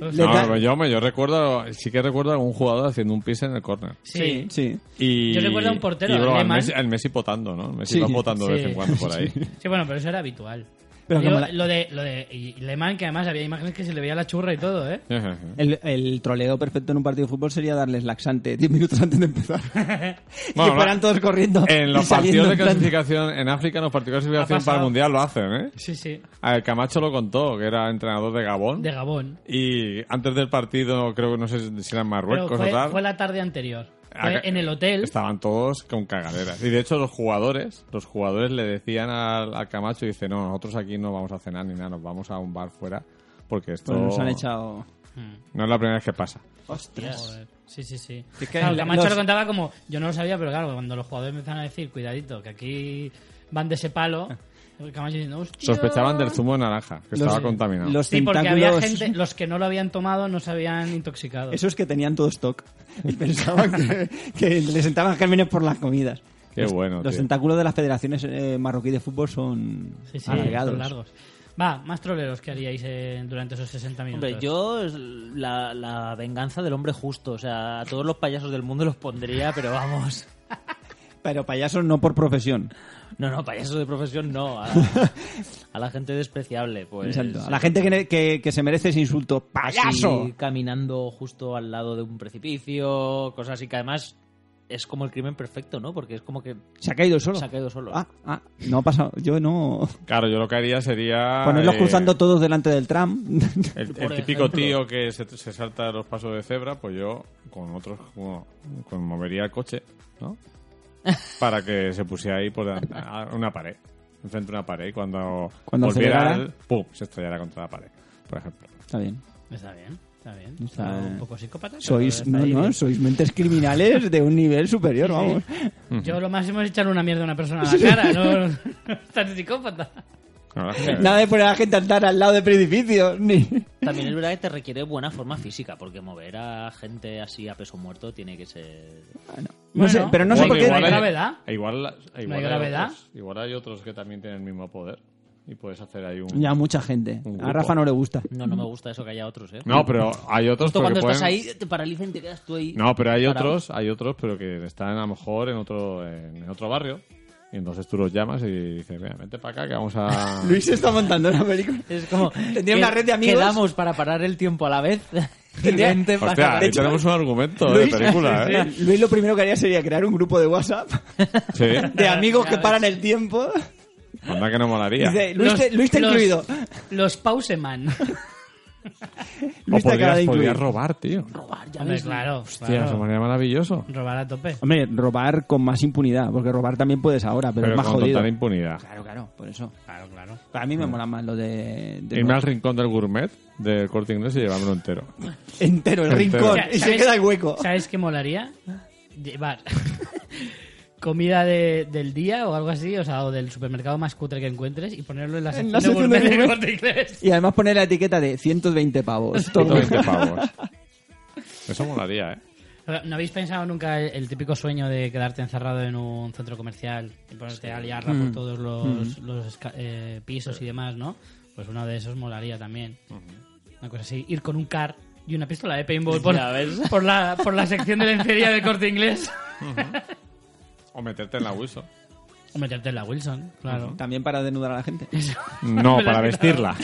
[SPEAKER 3] Le
[SPEAKER 2] No,
[SPEAKER 3] ca-
[SPEAKER 2] pero yo, me- yo recuerdo... Sí que recuerdo a algún jugador haciendo un pis en el córner.
[SPEAKER 1] Sí.
[SPEAKER 3] Sí.
[SPEAKER 2] Y,
[SPEAKER 1] Yo recuerdo a un portero,
[SPEAKER 2] y, bro, al,
[SPEAKER 1] Lehmann.
[SPEAKER 2] Messi, al Messi potando, ¿no? El Messi
[SPEAKER 3] Sí.
[SPEAKER 2] va potando de
[SPEAKER 1] Sí.
[SPEAKER 2] vez en cuando por ahí.
[SPEAKER 1] Sí, bueno, pero eso era habitual.
[SPEAKER 3] Pero
[SPEAKER 1] Digo,
[SPEAKER 3] que mola-
[SPEAKER 1] Lo de, lo de y Lehmann, que además había imágenes que se le veía la churra y todo, ¿eh?
[SPEAKER 3] El, el troleo perfecto en un partido de fútbol sería darles laxante 10 minutos antes de empezar. y
[SPEAKER 2] Bueno,
[SPEAKER 3] que fueran
[SPEAKER 2] va.
[SPEAKER 3] todos corriendo.
[SPEAKER 2] En los
[SPEAKER 3] y saliendo
[SPEAKER 2] partidos de
[SPEAKER 3] en plan-
[SPEAKER 2] clasificación, en África, en los partidos de
[SPEAKER 1] Ha
[SPEAKER 2] clasificación
[SPEAKER 1] pasado.
[SPEAKER 2] para el Mundial lo hacen, ¿eh?
[SPEAKER 1] Sí, sí.
[SPEAKER 2] A ver, Camacho lo contó, que era entrenador de Gabón.
[SPEAKER 1] De Gabón.
[SPEAKER 2] Y antes del partido, creo que no sé si era en
[SPEAKER 1] Pero
[SPEAKER 2] Marruecos o
[SPEAKER 1] fue,
[SPEAKER 2] tal.
[SPEAKER 1] fue la tarde anterior. Fue
[SPEAKER 2] acá-
[SPEAKER 1] en el hotel.
[SPEAKER 2] Estaban todos con cagaderas. Y de hecho, los jugadores, los jugadores le decían al, al Camacho, dice, no, nosotros aquí no vamos a cenar ni nada, nos vamos a un bar fuera, porque esto
[SPEAKER 3] Pues nos han echado.
[SPEAKER 2] no es la primera vez que pasa.
[SPEAKER 3] ¡Ostras!
[SPEAKER 1] Joder. Sí, sí, sí.
[SPEAKER 3] Es que
[SPEAKER 1] Claro,
[SPEAKER 3] la-
[SPEAKER 1] Camacho
[SPEAKER 3] los-
[SPEAKER 1] lo contaba como. Yo no lo sabía, pero claro, cuando los jugadores me empezaron a decir, cuidadito, que aquí van de ese palo.
[SPEAKER 3] Ah.
[SPEAKER 1] Camacho diciendo, "Hostia".
[SPEAKER 2] Sospechaban del zumo de naranja, que estaba contaminado.
[SPEAKER 3] Los
[SPEAKER 1] Sí, porque
[SPEAKER 3] tentáculos.
[SPEAKER 1] había gente, los que no lo habían tomado no se habían intoxicado.
[SPEAKER 3] Esos que tenían todo stock. Y pensaban que, que le sentaban gérmenes por las comidas.
[SPEAKER 2] Qué
[SPEAKER 3] Los-
[SPEAKER 2] bueno,
[SPEAKER 3] Los
[SPEAKER 2] tío.
[SPEAKER 3] tentáculos de las federaciones eh, marroquí de fútbol son
[SPEAKER 1] Sí, sí,
[SPEAKER 3] alargados.
[SPEAKER 1] son largos. Va, más troleros que haríais eh, durante esos 60 minutos.
[SPEAKER 4] Hombre, yo es la, la venganza del hombre justo. O sea, a todos los payasos del mundo los pondría, pero vamos.
[SPEAKER 3] Pero payasos no por profesión.
[SPEAKER 4] No, no, payasos de profesión no. A, a la gente despreciable, pues.
[SPEAKER 3] Exacto. A la gente que, ne- que- que se merece ese insulto. ¡Payaso!
[SPEAKER 4] así, caminando justo al lado de un precipicio, cosas así que además es como el crimen perfecto, ¿no? Porque es como que
[SPEAKER 3] Se ha caído solo.
[SPEAKER 4] se ha caído solo.
[SPEAKER 3] Ah, ah, no ha pasado. Yo no.
[SPEAKER 2] Claro, yo lo que haría sería.
[SPEAKER 3] Ponerlos
[SPEAKER 2] eh,
[SPEAKER 3] cruzando todos delante del tram.
[SPEAKER 2] El,
[SPEAKER 4] Por
[SPEAKER 2] el típico
[SPEAKER 4] ejemplo.
[SPEAKER 2] tío que se, se salta los pasos de cebra, pues yo con otros, bueno, con movería el coche, ¿no? Para que se pusiera ahí por delante- a una pared, enfrente de una pared, y cuando,
[SPEAKER 3] Cuando
[SPEAKER 2] volviera,
[SPEAKER 3] acelerara.
[SPEAKER 2] el- ¡pum! se estrellara contra la pared, por ejemplo.
[SPEAKER 3] Está bien.
[SPEAKER 1] Está bien, está bien.
[SPEAKER 3] Está
[SPEAKER 1] Está
[SPEAKER 3] bien.
[SPEAKER 1] un poco psicópata. pero
[SPEAKER 3] Sois,
[SPEAKER 1] está
[SPEAKER 3] no,
[SPEAKER 1] ahí
[SPEAKER 3] no,
[SPEAKER 1] bien.
[SPEAKER 3] sois mentes criminales de un nivel superior, vamos.
[SPEAKER 1] Yo lo máximo es echar una mierda a una persona a la cara, no no estar psicópata.
[SPEAKER 2] La verdad es que-
[SPEAKER 3] Nada de poner a la gente a andar al lado de precipicio. Ni...
[SPEAKER 4] También es verdad que te requiere buena forma física, porque mover a gente así a peso muerto tiene que ser...
[SPEAKER 3] No sé,
[SPEAKER 1] Bueno,
[SPEAKER 3] pero no sé
[SPEAKER 1] bueno,
[SPEAKER 3] por qué.
[SPEAKER 1] igual hay- gravedad.
[SPEAKER 2] Igual, igual hay
[SPEAKER 1] gravedad.
[SPEAKER 2] otros- igual hay otros que también tienen el mismo poder y puedes hacer ahí un...
[SPEAKER 3] Ya mucha gente.
[SPEAKER 2] Un
[SPEAKER 3] A
[SPEAKER 2] grupo.
[SPEAKER 3] Rafa no le gusta.
[SPEAKER 4] No, no me gusta eso que haya otros, ¿eh?
[SPEAKER 2] No, pero hay otros
[SPEAKER 4] Justo
[SPEAKER 2] pero
[SPEAKER 4] cuando
[SPEAKER 2] que
[SPEAKER 4] estás
[SPEAKER 2] pueden-
[SPEAKER 4] ahí, te paralizan y te quedas tú ahí.
[SPEAKER 2] No, pero hay
[SPEAKER 4] parado.
[SPEAKER 2] otros, hay otros, pero que están a lo mejor en otro, en, en otro barrio. Y entonces tú los llamas y dices, mira, vente para acá que vamos a...
[SPEAKER 3] Luis se está montando una película.
[SPEAKER 4] Es como...
[SPEAKER 3] Tendría una red de amigos.
[SPEAKER 4] Quedamos para parar el tiempo a la vez.
[SPEAKER 3] Tendría-
[SPEAKER 4] Gente para
[SPEAKER 2] Hostia, eh.
[SPEAKER 4] parar.
[SPEAKER 2] ahí tenemos un argumento de película, ¿eh?
[SPEAKER 3] Luis lo primero que haría sería crear un grupo de WhatsApp
[SPEAKER 2] Sí.
[SPEAKER 3] de amigos que paran el tiempo.
[SPEAKER 2] Anda que no molaría.
[SPEAKER 3] Dice, Luis, te, Luis te ha
[SPEAKER 1] los-
[SPEAKER 3] incluido.
[SPEAKER 1] Los Pauseman.
[SPEAKER 2] O
[SPEAKER 3] Luis te acaba
[SPEAKER 2] podrías,
[SPEAKER 3] de
[SPEAKER 2] podrías
[SPEAKER 3] incluir.
[SPEAKER 2] robar, tío.
[SPEAKER 1] Hombre, claro,
[SPEAKER 2] Hostia, eso
[SPEAKER 1] claro.
[SPEAKER 2] sería maravilloso.
[SPEAKER 1] Robar a tope.
[SPEAKER 3] Hombre, robar con más impunidad, porque robar también puedes ahora, pero,
[SPEAKER 2] Pero,
[SPEAKER 3] es más
[SPEAKER 2] con
[SPEAKER 3] jodido.
[SPEAKER 2] total Ah. impunidad.
[SPEAKER 3] Claro, claro, por eso.
[SPEAKER 1] Claro, claro.
[SPEAKER 3] Para mí me mola más lo de... de-
[SPEAKER 2] Irme al rincón del gourmet del corte inglés y llevármelo entero.
[SPEAKER 3] Entero, el
[SPEAKER 2] Entero.
[SPEAKER 3] rincón,
[SPEAKER 2] O
[SPEAKER 1] sea,
[SPEAKER 3] y se
[SPEAKER 1] ¿sabes-
[SPEAKER 3] queda el hueco.
[SPEAKER 1] ¿Sabes qué molaría? Llevar comida de- del día o algo así, o sea, o del supermercado más cutre que encuentres y ponerlo en la
[SPEAKER 3] En
[SPEAKER 1] sección
[SPEAKER 3] la
[SPEAKER 1] de
[SPEAKER 3] sección de
[SPEAKER 1] gourmet del
[SPEAKER 3] gourmet.
[SPEAKER 1] Corte Inglés.
[SPEAKER 3] Y además poner la etiqueta de 120 pavos. Todo.
[SPEAKER 2] 120 pavos. Eso molaría, ¿eh?
[SPEAKER 1] ¿No habéis pensado nunca el, el típico sueño de quedarte encerrado en un centro comercial y ponerte a liarla
[SPEAKER 3] Mm.
[SPEAKER 1] por todos los, los esca- eh, pisos y demás, no? Pues uno de esos molaría también. Una cosa así, ir con un car y una pistola de paintball por,
[SPEAKER 4] Ya ves.
[SPEAKER 1] por la, por la sección de lencería del corte inglés.
[SPEAKER 2] O meterte en la Wilson.
[SPEAKER 1] O meterte en la Wilson, claro.
[SPEAKER 3] También para desnudar a la gente.
[SPEAKER 2] No,
[SPEAKER 1] Me la
[SPEAKER 2] para
[SPEAKER 1] has
[SPEAKER 2] vestirla.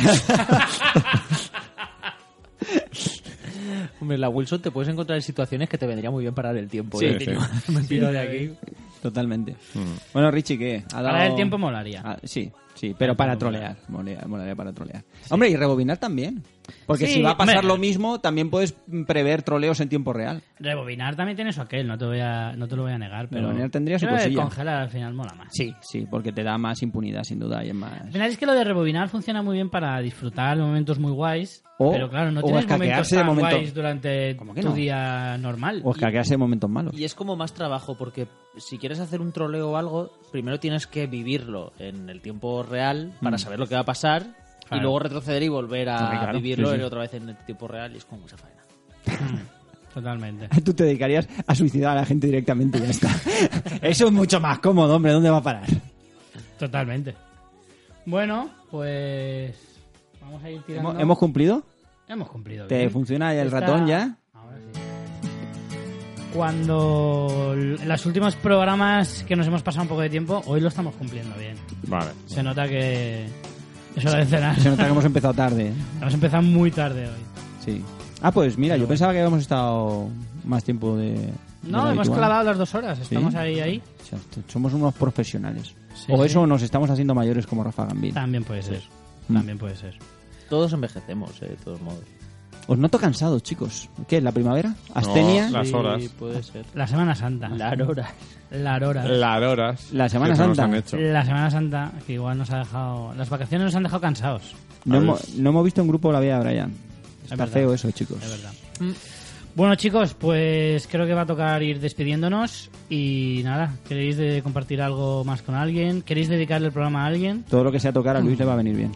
[SPEAKER 4] Hombre, la Wilson te puedes encontrar en situaciones que te vendría muy bien parar el tiempo.
[SPEAKER 2] Sí,
[SPEAKER 4] ¿eh?
[SPEAKER 2] sí.
[SPEAKER 4] Me tiro de aquí.
[SPEAKER 3] Totalmente.
[SPEAKER 2] Mm.
[SPEAKER 3] Bueno, Richie, ¿qué? ¿Ha
[SPEAKER 1] Ahora el tiempo molaría.
[SPEAKER 3] Ah, sí, sí, pero para trolear. Molaría, molaría para trolear. Hombre, y rebobinar también. Porque
[SPEAKER 1] Sí,
[SPEAKER 3] si va a pasar
[SPEAKER 1] hombre.
[SPEAKER 3] lo mismo, también puedes prever troleos en tiempo real.
[SPEAKER 1] Rebobinar también tiene su aquel, no te, voy a, no te lo voy a negar. Pero
[SPEAKER 3] Rebobinar tendría su
[SPEAKER 1] Creo que
[SPEAKER 3] cosilla.
[SPEAKER 1] congelar al final mola más.
[SPEAKER 3] Sí. Sí, porque te da más impunidad, sin duda, y es más...
[SPEAKER 1] Al final es que lo de rebobinar funciona muy bien para disfrutar de momentos muy guays,
[SPEAKER 3] O-
[SPEAKER 1] pero claro, no
[SPEAKER 3] o
[SPEAKER 1] tienes
[SPEAKER 3] escaquearse
[SPEAKER 1] momentos
[SPEAKER 3] de
[SPEAKER 1] tan
[SPEAKER 3] momento.
[SPEAKER 1] guays durante
[SPEAKER 3] ¿Cómo
[SPEAKER 1] tu
[SPEAKER 3] que no?
[SPEAKER 1] día normal.
[SPEAKER 3] O escaquearse en momentos malos.
[SPEAKER 4] Y es como más trabajo, porque si quieres hacer un troleo o algo, primero tienes que vivirlo en el tiempo real
[SPEAKER 2] Mm.
[SPEAKER 4] para saber lo que va a pasar y
[SPEAKER 1] Claro.
[SPEAKER 4] luego retroceder y volver a
[SPEAKER 3] Sí, claro.
[SPEAKER 4] vivirlo
[SPEAKER 3] Sí, sí.
[SPEAKER 4] otra vez en el tiempo real y es como mucha faena.
[SPEAKER 1] Totalmente.
[SPEAKER 3] Tú te dedicarías a suicidar a la gente directamente y ya está. Eso es mucho más cómodo, hombre. ¿Dónde va a parar?
[SPEAKER 1] Totalmente. Bueno, pues vamos a ir tirando.
[SPEAKER 3] ¿Hemos, hemos cumplido?
[SPEAKER 1] Hemos cumplido.
[SPEAKER 3] ¿Te
[SPEAKER 1] bien.
[SPEAKER 3] funciona el
[SPEAKER 1] Esta-
[SPEAKER 3] ratón ya?
[SPEAKER 1] Ahora sí. Cuando en los últimos programas que nos hemos pasado un poco de tiempo, hoy lo estamos cumpliendo bien.
[SPEAKER 2] Vale.
[SPEAKER 1] Se nota que es hora de cenar.
[SPEAKER 3] Se nota que hemos empezado tarde. ¿eh?
[SPEAKER 1] Hemos empezado muy tarde hoy.
[SPEAKER 3] Sí. Ah, pues mira, yo pensaba que habíamos estado más tiempo de... de
[SPEAKER 1] No,
[SPEAKER 3] lo
[SPEAKER 1] hemos
[SPEAKER 3] habitual.
[SPEAKER 1] clavado las dos horas. Estamos ahí, ahí.
[SPEAKER 3] O sea, t- somos unos profesionales.
[SPEAKER 1] Sí,
[SPEAKER 3] o
[SPEAKER 1] sí. Ah.
[SPEAKER 3] eso o nos estamos haciendo mayores como Rafa Gambín.
[SPEAKER 1] También puede ser.
[SPEAKER 3] Mm.
[SPEAKER 1] También puede ser.
[SPEAKER 4] Todos envejecemos, eh, de todos modos.
[SPEAKER 3] Os noto cansados, chicos. ¿Qué es la primavera? ¿Astenia?
[SPEAKER 2] No,
[SPEAKER 3] la...
[SPEAKER 2] Las horas.
[SPEAKER 4] Sí, puede ser.
[SPEAKER 1] La Semana Santa.
[SPEAKER 4] Las horas.
[SPEAKER 1] La hora.
[SPEAKER 2] Las horas.
[SPEAKER 3] La Semana
[SPEAKER 2] que se nos
[SPEAKER 3] Santa.
[SPEAKER 2] han hecho.
[SPEAKER 1] La Semana Santa, que igual nos ha dejado. Las vacaciones nos han dejado cansados.
[SPEAKER 3] No,
[SPEAKER 2] A
[SPEAKER 3] hemos, no hemos visto en grupo la vida de Brian. Está
[SPEAKER 1] verdad.
[SPEAKER 3] feo eso, chicos.
[SPEAKER 1] Es verdad.
[SPEAKER 4] Mm.
[SPEAKER 1] Bueno, chicos, pues creo que va a tocar ir despidiéndonos. Y nada, ¿queréis de compartir algo más con alguien? ¿Queréis dedicarle el programa a alguien?
[SPEAKER 3] Todo lo que sea tocar a
[SPEAKER 1] Mm.
[SPEAKER 3] Luis le va a venir bien.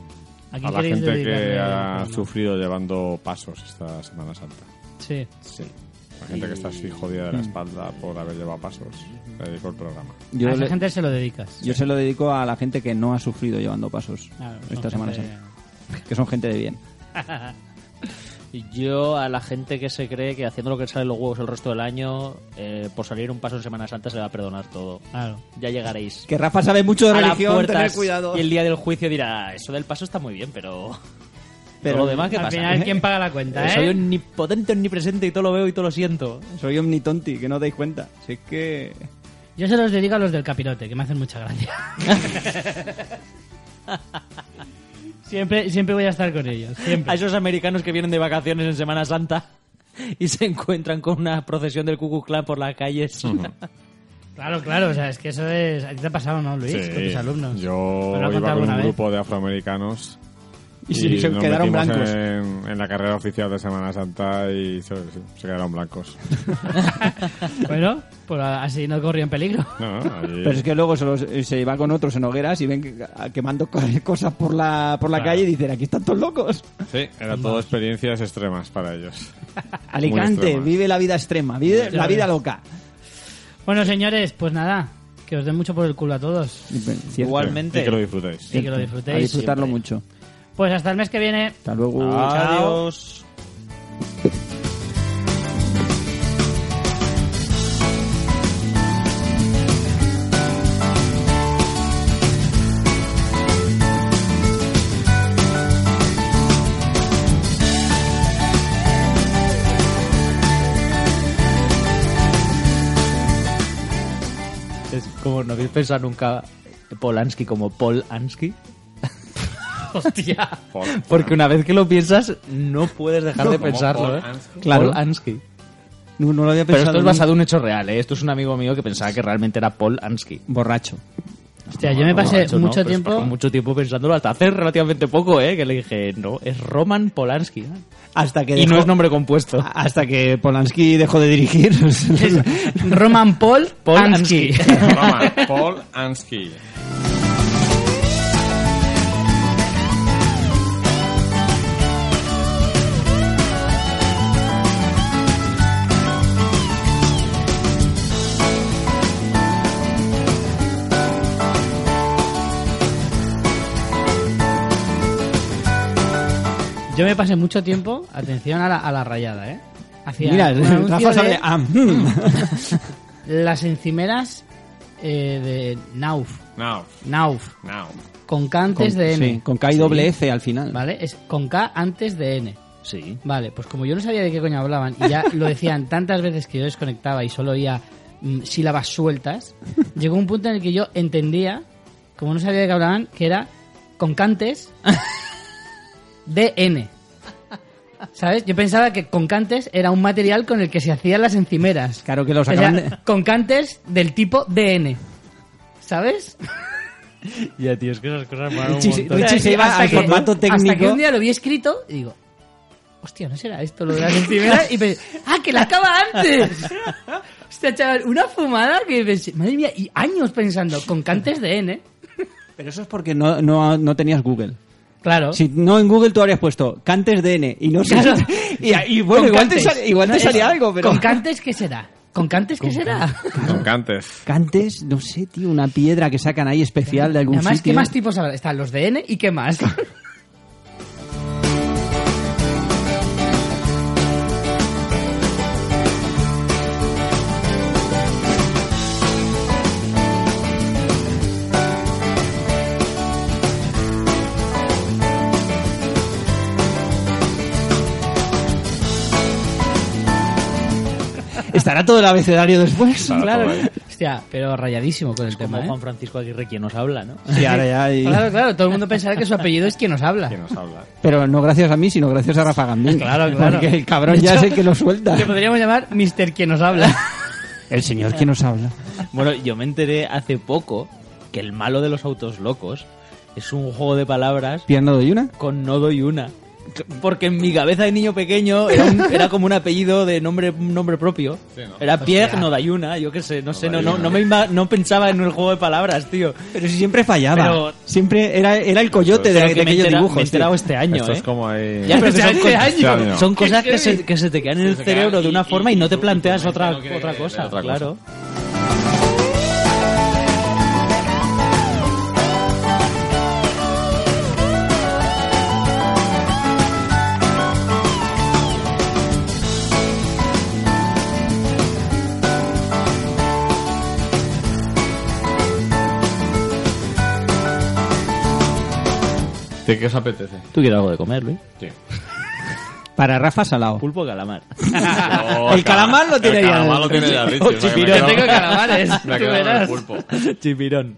[SPEAKER 1] ¿A quién
[SPEAKER 2] A la
[SPEAKER 1] queréis
[SPEAKER 2] gente
[SPEAKER 1] dedicarle
[SPEAKER 2] que
[SPEAKER 1] el
[SPEAKER 2] ha
[SPEAKER 1] programa?
[SPEAKER 2] sufrido llevando pasos esta Semana Santa.
[SPEAKER 1] Sí. Mm.
[SPEAKER 2] La gente que está así jodida de la espalda por haber llevado pasos. Le dedico el programa.
[SPEAKER 3] Yo,
[SPEAKER 1] a esa
[SPEAKER 3] le-
[SPEAKER 1] gente se lo dedicas.
[SPEAKER 3] yo se lo dedico a la gente que no ha sufrido llevando pasos
[SPEAKER 1] Claro, son
[SPEAKER 3] esta Semana
[SPEAKER 1] gente-
[SPEAKER 3] Santa. Que son gente de bien.
[SPEAKER 4] Yo a la gente que se cree que haciendo lo que sale los huevos el resto del año, eh, por salir un paso en Semana Santa se le va a perdonar todo.
[SPEAKER 1] Claro.
[SPEAKER 4] Ya llegaréis.
[SPEAKER 3] Que Rafa sabe mucho de
[SPEAKER 4] a las
[SPEAKER 3] religión, tener
[SPEAKER 4] puertas
[SPEAKER 3] cuidado.
[SPEAKER 4] y el día del juicio dirá, eso del paso está muy bien, pero...
[SPEAKER 3] pero
[SPEAKER 4] lo demás, ¿qué
[SPEAKER 1] Al
[SPEAKER 4] pasa?
[SPEAKER 1] final, ¿quién paga la cuenta, eh?
[SPEAKER 4] Soy omnipotente, omnipresente y todo lo veo y todo lo siento.
[SPEAKER 3] soy omnitonti, que no os dais cuenta. Si es que...
[SPEAKER 1] Yo se los dedico a los del capirote, que me hacen mucha gracia. siempre, siempre voy a estar con ellos,
[SPEAKER 4] A
[SPEAKER 1] siempre.
[SPEAKER 4] esos americanos que vienen de vacaciones en Semana Santa y se encuentran con una procesión del Ku Klux Klan por las calles.
[SPEAKER 1] Claro, claro, o sea, es que eso es... A ti te ha pasado, ¿no, Luis?
[SPEAKER 2] Sí.
[SPEAKER 1] Con tus alumnos. Me lo
[SPEAKER 2] Yo
[SPEAKER 1] has contado
[SPEAKER 2] iba con un
[SPEAKER 1] alguna vez.
[SPEAKER 2] grupo de afroamericanos
[SPEAKER 3] Y, si se
[SPEAKER 2] nos
[SPEAKER 3] quedaron
[SPEAKER 2] metimos
[SPEAKER 3] blancos.
[SPEAKER 2] En, en la carrera oficial de Semana Santa y se, sí, se quedaron blancos.
[SPEAKER 1] Bueno, pues así no corrió en peligro.
[SPEAKER 2] No, no, allí-
[SPEAKER 3] Pero es que luego se, los- eh, se va con otros en hogueras y ven que, a- quemando co- cosas por la, por la calle y dicen, aquí están todos locos.
[SPEAKER 2] Sí, era todo experiencias extremas para ellos.
[SPEAKER 3] Alicante,
[SPEAKER 2] extremas.
[SPEAKER 3] vive la vida extrema, vive la vida loca.
[SPEAKER 1] Bueno, señores, pues nada, que os den mucho por el culo a todos
[SPEAKER 3] Cierto.
[SPEAKER 2] Y
[SPEAKER 4] Igualmente.
[SPEAKER 2] que lo disfrutéis.
[SPEAKER 1] y que lo
[SPEAKER 3] A
[SPEAKER 1] disfrutéis.
[SPEAKER 3] disfrutarlo
[SPEAKER 4] siempre.
[SPEAKER 3] mucho.
[SPEAKER 1] Pues hasta el mes que viene.
[SPEAKER 3] Hasta luego.
[SPEAKER 4] Adiós. Es como no habéis pensado nunca Polanski como Paul Ansky.
[SPEAKER 1] Hostia.
[SPEAKER 2] Por-
[SPEAKER 4] Porque una vez que lo piensas, no puedes dejar de
[SPEAKER 2] Como
[SPEAKER 4] pensarlo,
[SPEAKER 2] Paul
[SPEAKER 4] ¿eh?
[SPEAKER 2] Ansky.
[SPEAKER 3] Claro.
[SPEAKER 4] Paul Ansky.
[SPEAKER 3] No, no lo había
[SPEAKER 4] Pero esto
[SPEAKER 3] pensado.
[SPEAKER 4] es
[SPEAKER 3] nunca.
[SPEAKER 4] basado en un hecho real, ¿eh? Esto es un amigo mío que pensaba que realmente era Paul Ansky.
[SPEAKER 3] Borracho.
[SPEAKER 1] Hostia, yo me pasé
[SPEAKER 4] Macho, no,
[SPEAKER 1] mucho
[SPEAKER 3] pues,
[SPEAKER 4] pero
[SPEAKER 1] tiempo...
[SPEAKER 4] pasó mucho tiempo pensándolo, hasta hace relativamente poco, ¿eh? Que le dije, no, es Roman Polanski. ¿eh?
[SPEAKER 3] Hasta que
[SPEAKER 4] Y no
[SPEAKER 3] dejó-
[SPEAKER 4] es nombre compuesto.
[SPEAKER 3] Hasta que Polanski dejó de dirigir.
[SPEAKER 1] Roman Paul,
[SPEAKER 4] Paul
[SPEAKER 1] Ansky.
[SPEAKER 4] Ansky.
[SPEAKER 2] Roma, Paul Ansky.
[SPEAKER 1] Yo me pasé mucho tiempo, atención a la, a la rayada, ¿eh? Hacía
[SPEAKER 3] Mira,
[SPEAKER 1] un anuncio
[SPEAKER 3] Rafa
[SPEAKER 1] de E.
[SPEAKER 3] sabe. ah, mm.
[SPEAKER 1] Las encimeras eh, de Nauf.
[SPEAKER 2] Now,
[SPEAKER 1] Nauf.
[SPEAKER 2] now.
[SPEAKER 1] Con K antes
[SPEAKER 3] Con-
[SPEAKER 1] de E. N.
[SPEAKER 3] sí, con K y doble F al final.
[SPEAKER 1] ¿Vale? Es con K antes de N.
[SPEAKER 4] Sí.
[SPEAKER 1] Vale, pues como yo no sabía de qué coño hablaban y ya lo decían tantas veces que yo desconectaba y solo oía mm, sílabas sueltas, llegó un punto en el que yo entendía, como no sabía de qué hablaban, que era con cantes DN. ¿Sabes? Yo pensaba que con cantes era un material con el que se hacían las encimeras.
[SPEAKER 3] Claro que lo
[SPEAKER 1] O sea,
[SPEAKER 3] sacaban de-
[SPEAKER 1] con cantes del tipo DN. ¿Sabes?
[SPEAKER 4] Ya, tío, es que esas cosas fueron
[SPEAKER 3] Richie- Richie se iba
[SPEAKER 1] Hasta
[SPEAKER 3] al
[SPEAKER 1] que-
[SPEAKER 3] formato
[SPEAKER 1] Hasta que
[SPEAKER 3] técnico.
[SPEAKER 1] un día lo vi escrito y digo, hostia, ¿no será esto lo de las encimeras? Y pensé, ¡ah, que la acaba antes! Hostia, chaval, una fumada que pensé, madre mía, y años pensando, con cantes de N.
[SPEAKER 3] Pero eso es porque no, no, no tenías Google.
[SPEAKER 1] Claro.
[SPEAKER 3] Si no en Google tú habrías puesto Cantes DN y no sé.
[SPEAKER 1] Claro.
[SPEAKER 3] Y, y bueno,
[SPEAKER 1] Con
[SPEAKER 3] igual te,
[SPEAKER 1] cantes.
[SPEAKER 3] sal- igual te
[SPEAKER 1] No, es-
[SPEAKER 3] salía algo, pero.
[SPEAKER 1] ¿Con cantes qué será? ¿Con cantes qué será?
[SPEAKER 2] Con cantes.
[SPEAKER 3] Cantes, no sé, tío, una piedra que sacan ahí especial de algún
[SPEAKER 1] Además,
[SPEAKER 3] sitio.
[SPEAKER 1] ¿qué más tipos habrá? Están los de N y ¿qué más?
[SPEAKER 3] Estará todo el abecedario después.
[SPEAKER 2] Estará todo ahí.
[SPEAKER 1] Hostia, pero rayadísimo con el tema,
[SPEAKER 4] Como
[SPEAKER 1] ¿eh?
[SPEAKER 4] Juan Francisco Aguirre, quien nos habla, ¿no?
[SPEAKER 3] Sí, ahora ya hay-
[SPEAKER 1] Claro, claro, todo el mundo pensará que su apellido es quien nos habla.
[SPEAKER 2] ¿Quién nos habla?
[SPEAKER 3] Pero no gracias a mí, sino gracias a Rafa Gambín.
[SPEAKER 1] Claro, claro.
[SPEAKER 3] Porque el cabrón ya es el que lo suelta.
[SPEAKER 1] Le podríamos llamar Mister Quien nos habla.
[SPEAKER 3] El señor que nos habla.
[SPEAKER 4] Bueno, yo me enteré hace poco que el malo de los autos locos es un juego de palabras
[SPEAKER 3] Pierno de Yuna.
[SPEAKER 4] con no doy una. Porque en mi cabeza de niño pequeño era, un- era como un apellido de nombre nombre propio. Era Pierre no doy una, yo qué sé, no sé, no, no, no, me ima- no pensaba en el juego de palabras, tío.
[SPEAKER 3] Pero si siempre fallaba.
[SPEAKER 4] Pero-
[SPEAKER 3] Siempre era, era el coyote de,
[SPEAKER 4] Pero
[SPEAKER 3] de
[SPEAKER 4] que me, he
[SPEAKER 3] aquellos
[SPEAKER 4] entera-
[SPEAKER 3] dibujos.
[SPEAKER 4] me he
[SPEAKER 3] tío.
[SPEAKER 4] enterado este año,
[SPEAKER 2] Esto
[SPEAKER 4] ¿eh?
[SPEAKER 2] es como ahí.
[SPEAKER 4] Ya, pero que
[SPEAKER 1] O sea,
[SPEAKER 4] son,
[SPEAKER 1] este
[SPEAKER 4] co-
[SPEAKER 1] año.
[SPEAKER 2] año.
[SPEAKER 4] son cosas
[SPEAKER 1] Qué
[SPEAKER 4] que se,
[SPEAKER 1] heavy.
[SPEAKER 4] que se te quedan en el
[SPEAKER 2] Se te quedan
[SPEAKER 4] cerebro de
[SPEAKER 2] y-
[SPEAKER 4] una
[SPEAKER 2] y-
[SPEAKER 4] forma y,
[SPEAKER 2] y
[SPEAKER 4] no
[SPEAKER 2] tu-
[SPEAKER 4] te
[SPEAKER 2] y tu
[SPEAKER 4] planteas
[SPEAKER 2] mente
[SPEAKER 4] otra,
[SPEAKER 2] no quiere
[SPEAKER 4] otra
[SPEAKER 2] creer
[SPEAKER 4] cosa,
[SPEAKER 2] otra cosa.
[SPEAKER 4] claro.
[SPEAKER 2] ¿De qué os apetece?
[SPEAKER 6] Tú quieres algo de comer, Luis.
[SPEAKER 2] Sí.
[SPEAKER 3] Para Rafa Salao.
[SPEAKER 6] Pulpo o calamar.
[SPEAKER 3] el calamar lo tiene
[SPEAKER 2] El
[SPEAKER 3] ya.
[SPEAKER 2] calamar lo tiene ya, Richie.
[SPEAKER 6] Oh,
[SPEAKER 2] o sea que
[SPEAKER 6] chipirón.
[SPEAKER 2] me he
[SPEAKER 1] Tengo
[SPEAKER 2] quedado-
[SPEAKER 1] calamares,
[SPEAKER 2] me he
[SPEAKER 1] tú
[SPEAKER 2] quedado con el
[SPEAKER 1] verás.
[SPEAKER 2] pulpo.
[SPEAKER 6] Chipirón.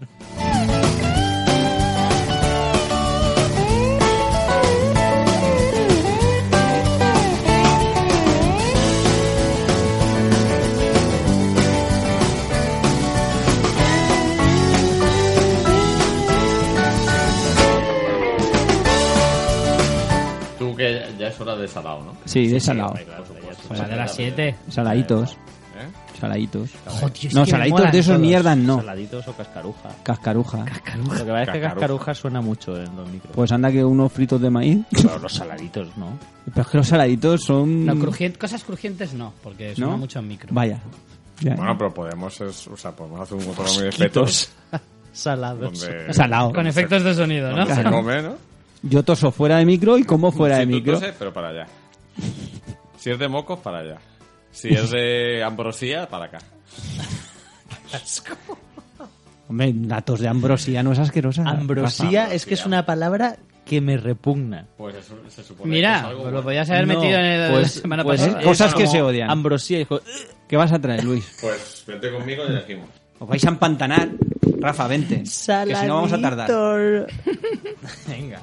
[SPEAKER 2] Tú que ya es hora de salado, ¿no?
[SPEAKER 3] Sí, de salado.
[SPEAKER 1] Pues la de las 7.
[SPEAKER 3] Saladitos.
[SPEAKER 2] ¿Eh?
[SPEAKER 3] Saladitos.
[SPEAKER 1] Joder, tío, es que
[SPEAKER 3] No,
[SPEAKER 1] me
[SPEAKER 3] saladitos
[SPEAKER 1] molan
[SPEAKER 3] de esos
[SPEAKER 1] todos.
[SPEAKER 3] mierdas no.
[SPEAKER 4] Saladitos o cascaruja.
[SPEAKER 3] Cascaruja.
[SPEAKER 4] Lo que pasa es que
[SPEAKER 2] Cascaruja.
[SPEAKER 4] cascaruja suena mucho en los micros.
[SPEAKER 3] Pues anda que unos fritos de maíz.
[SPEAKER 4] Pero los saladitos, ¿no?
[SPEAKER 3] Pero es que los saladitos son.
[SPEAKER 1] No, crujien- cosas crujientes no, porque suena
[SPEAKER 3] ¿No?
[SPEAKER 1] mucho en micro.
[SPEAKER 3] Vaya. Ya.
[SPEAKER 2] Bueno, pero podemos, es- o sea, podemos hacer un control muy de fetos
[SPEAKER 4] Salados.
[SPEAKER 2] donde
[SPEAKER 3] Salado.
[SPEAKER 1] Con efectos de sonido, ¿no?
[SPEAKER 2] donde se come, ¿no?
[SPEAKER 3] Yo toso fuera de micro y como fuera de
[SPEAKER 2] Si tú
[SPEAKER 3] micro.
[SPEAKER 2] toses, pero para allá. Si es de mocos, para allá. Si es de ambrosía, para acá.
[SPEAKER 3] Hombre, datos de ambrosía no es asquerosa.
[SPEAKER 4] Ambrosía es que es una palabra que me repugna.
[SPEAKER 2] Pues eso se supone que es
[SPEAKER 1] Mira,
[SPEAKER 2] algo
[SPEAKER 1] pues lo
[SPEAKER 2] bueno.
[SPEAKER 1] podías haber metido en el,
[SPEAKER 4] pues-
[SPEAKER 1] la semana
[SPEAKER 4] pues-
[SPEAKER 1] pasada.
[SPEAKER 3] Rafa. Cosas que
[SPEAKER 4] como
[SPEAKER 3] se odian.
[SPEAKER 4] Ambrosía, hijo.
[SPEAKER 3] ¿Qué vas a traer, Luis?
[SPEAKER 2] Pues vete conmigo y elegimos.
[SPEAKER 3] Os vais a empantanar. Rafa, vente. Que si no vamos a tardar.
[SPEAKER 4] Venga.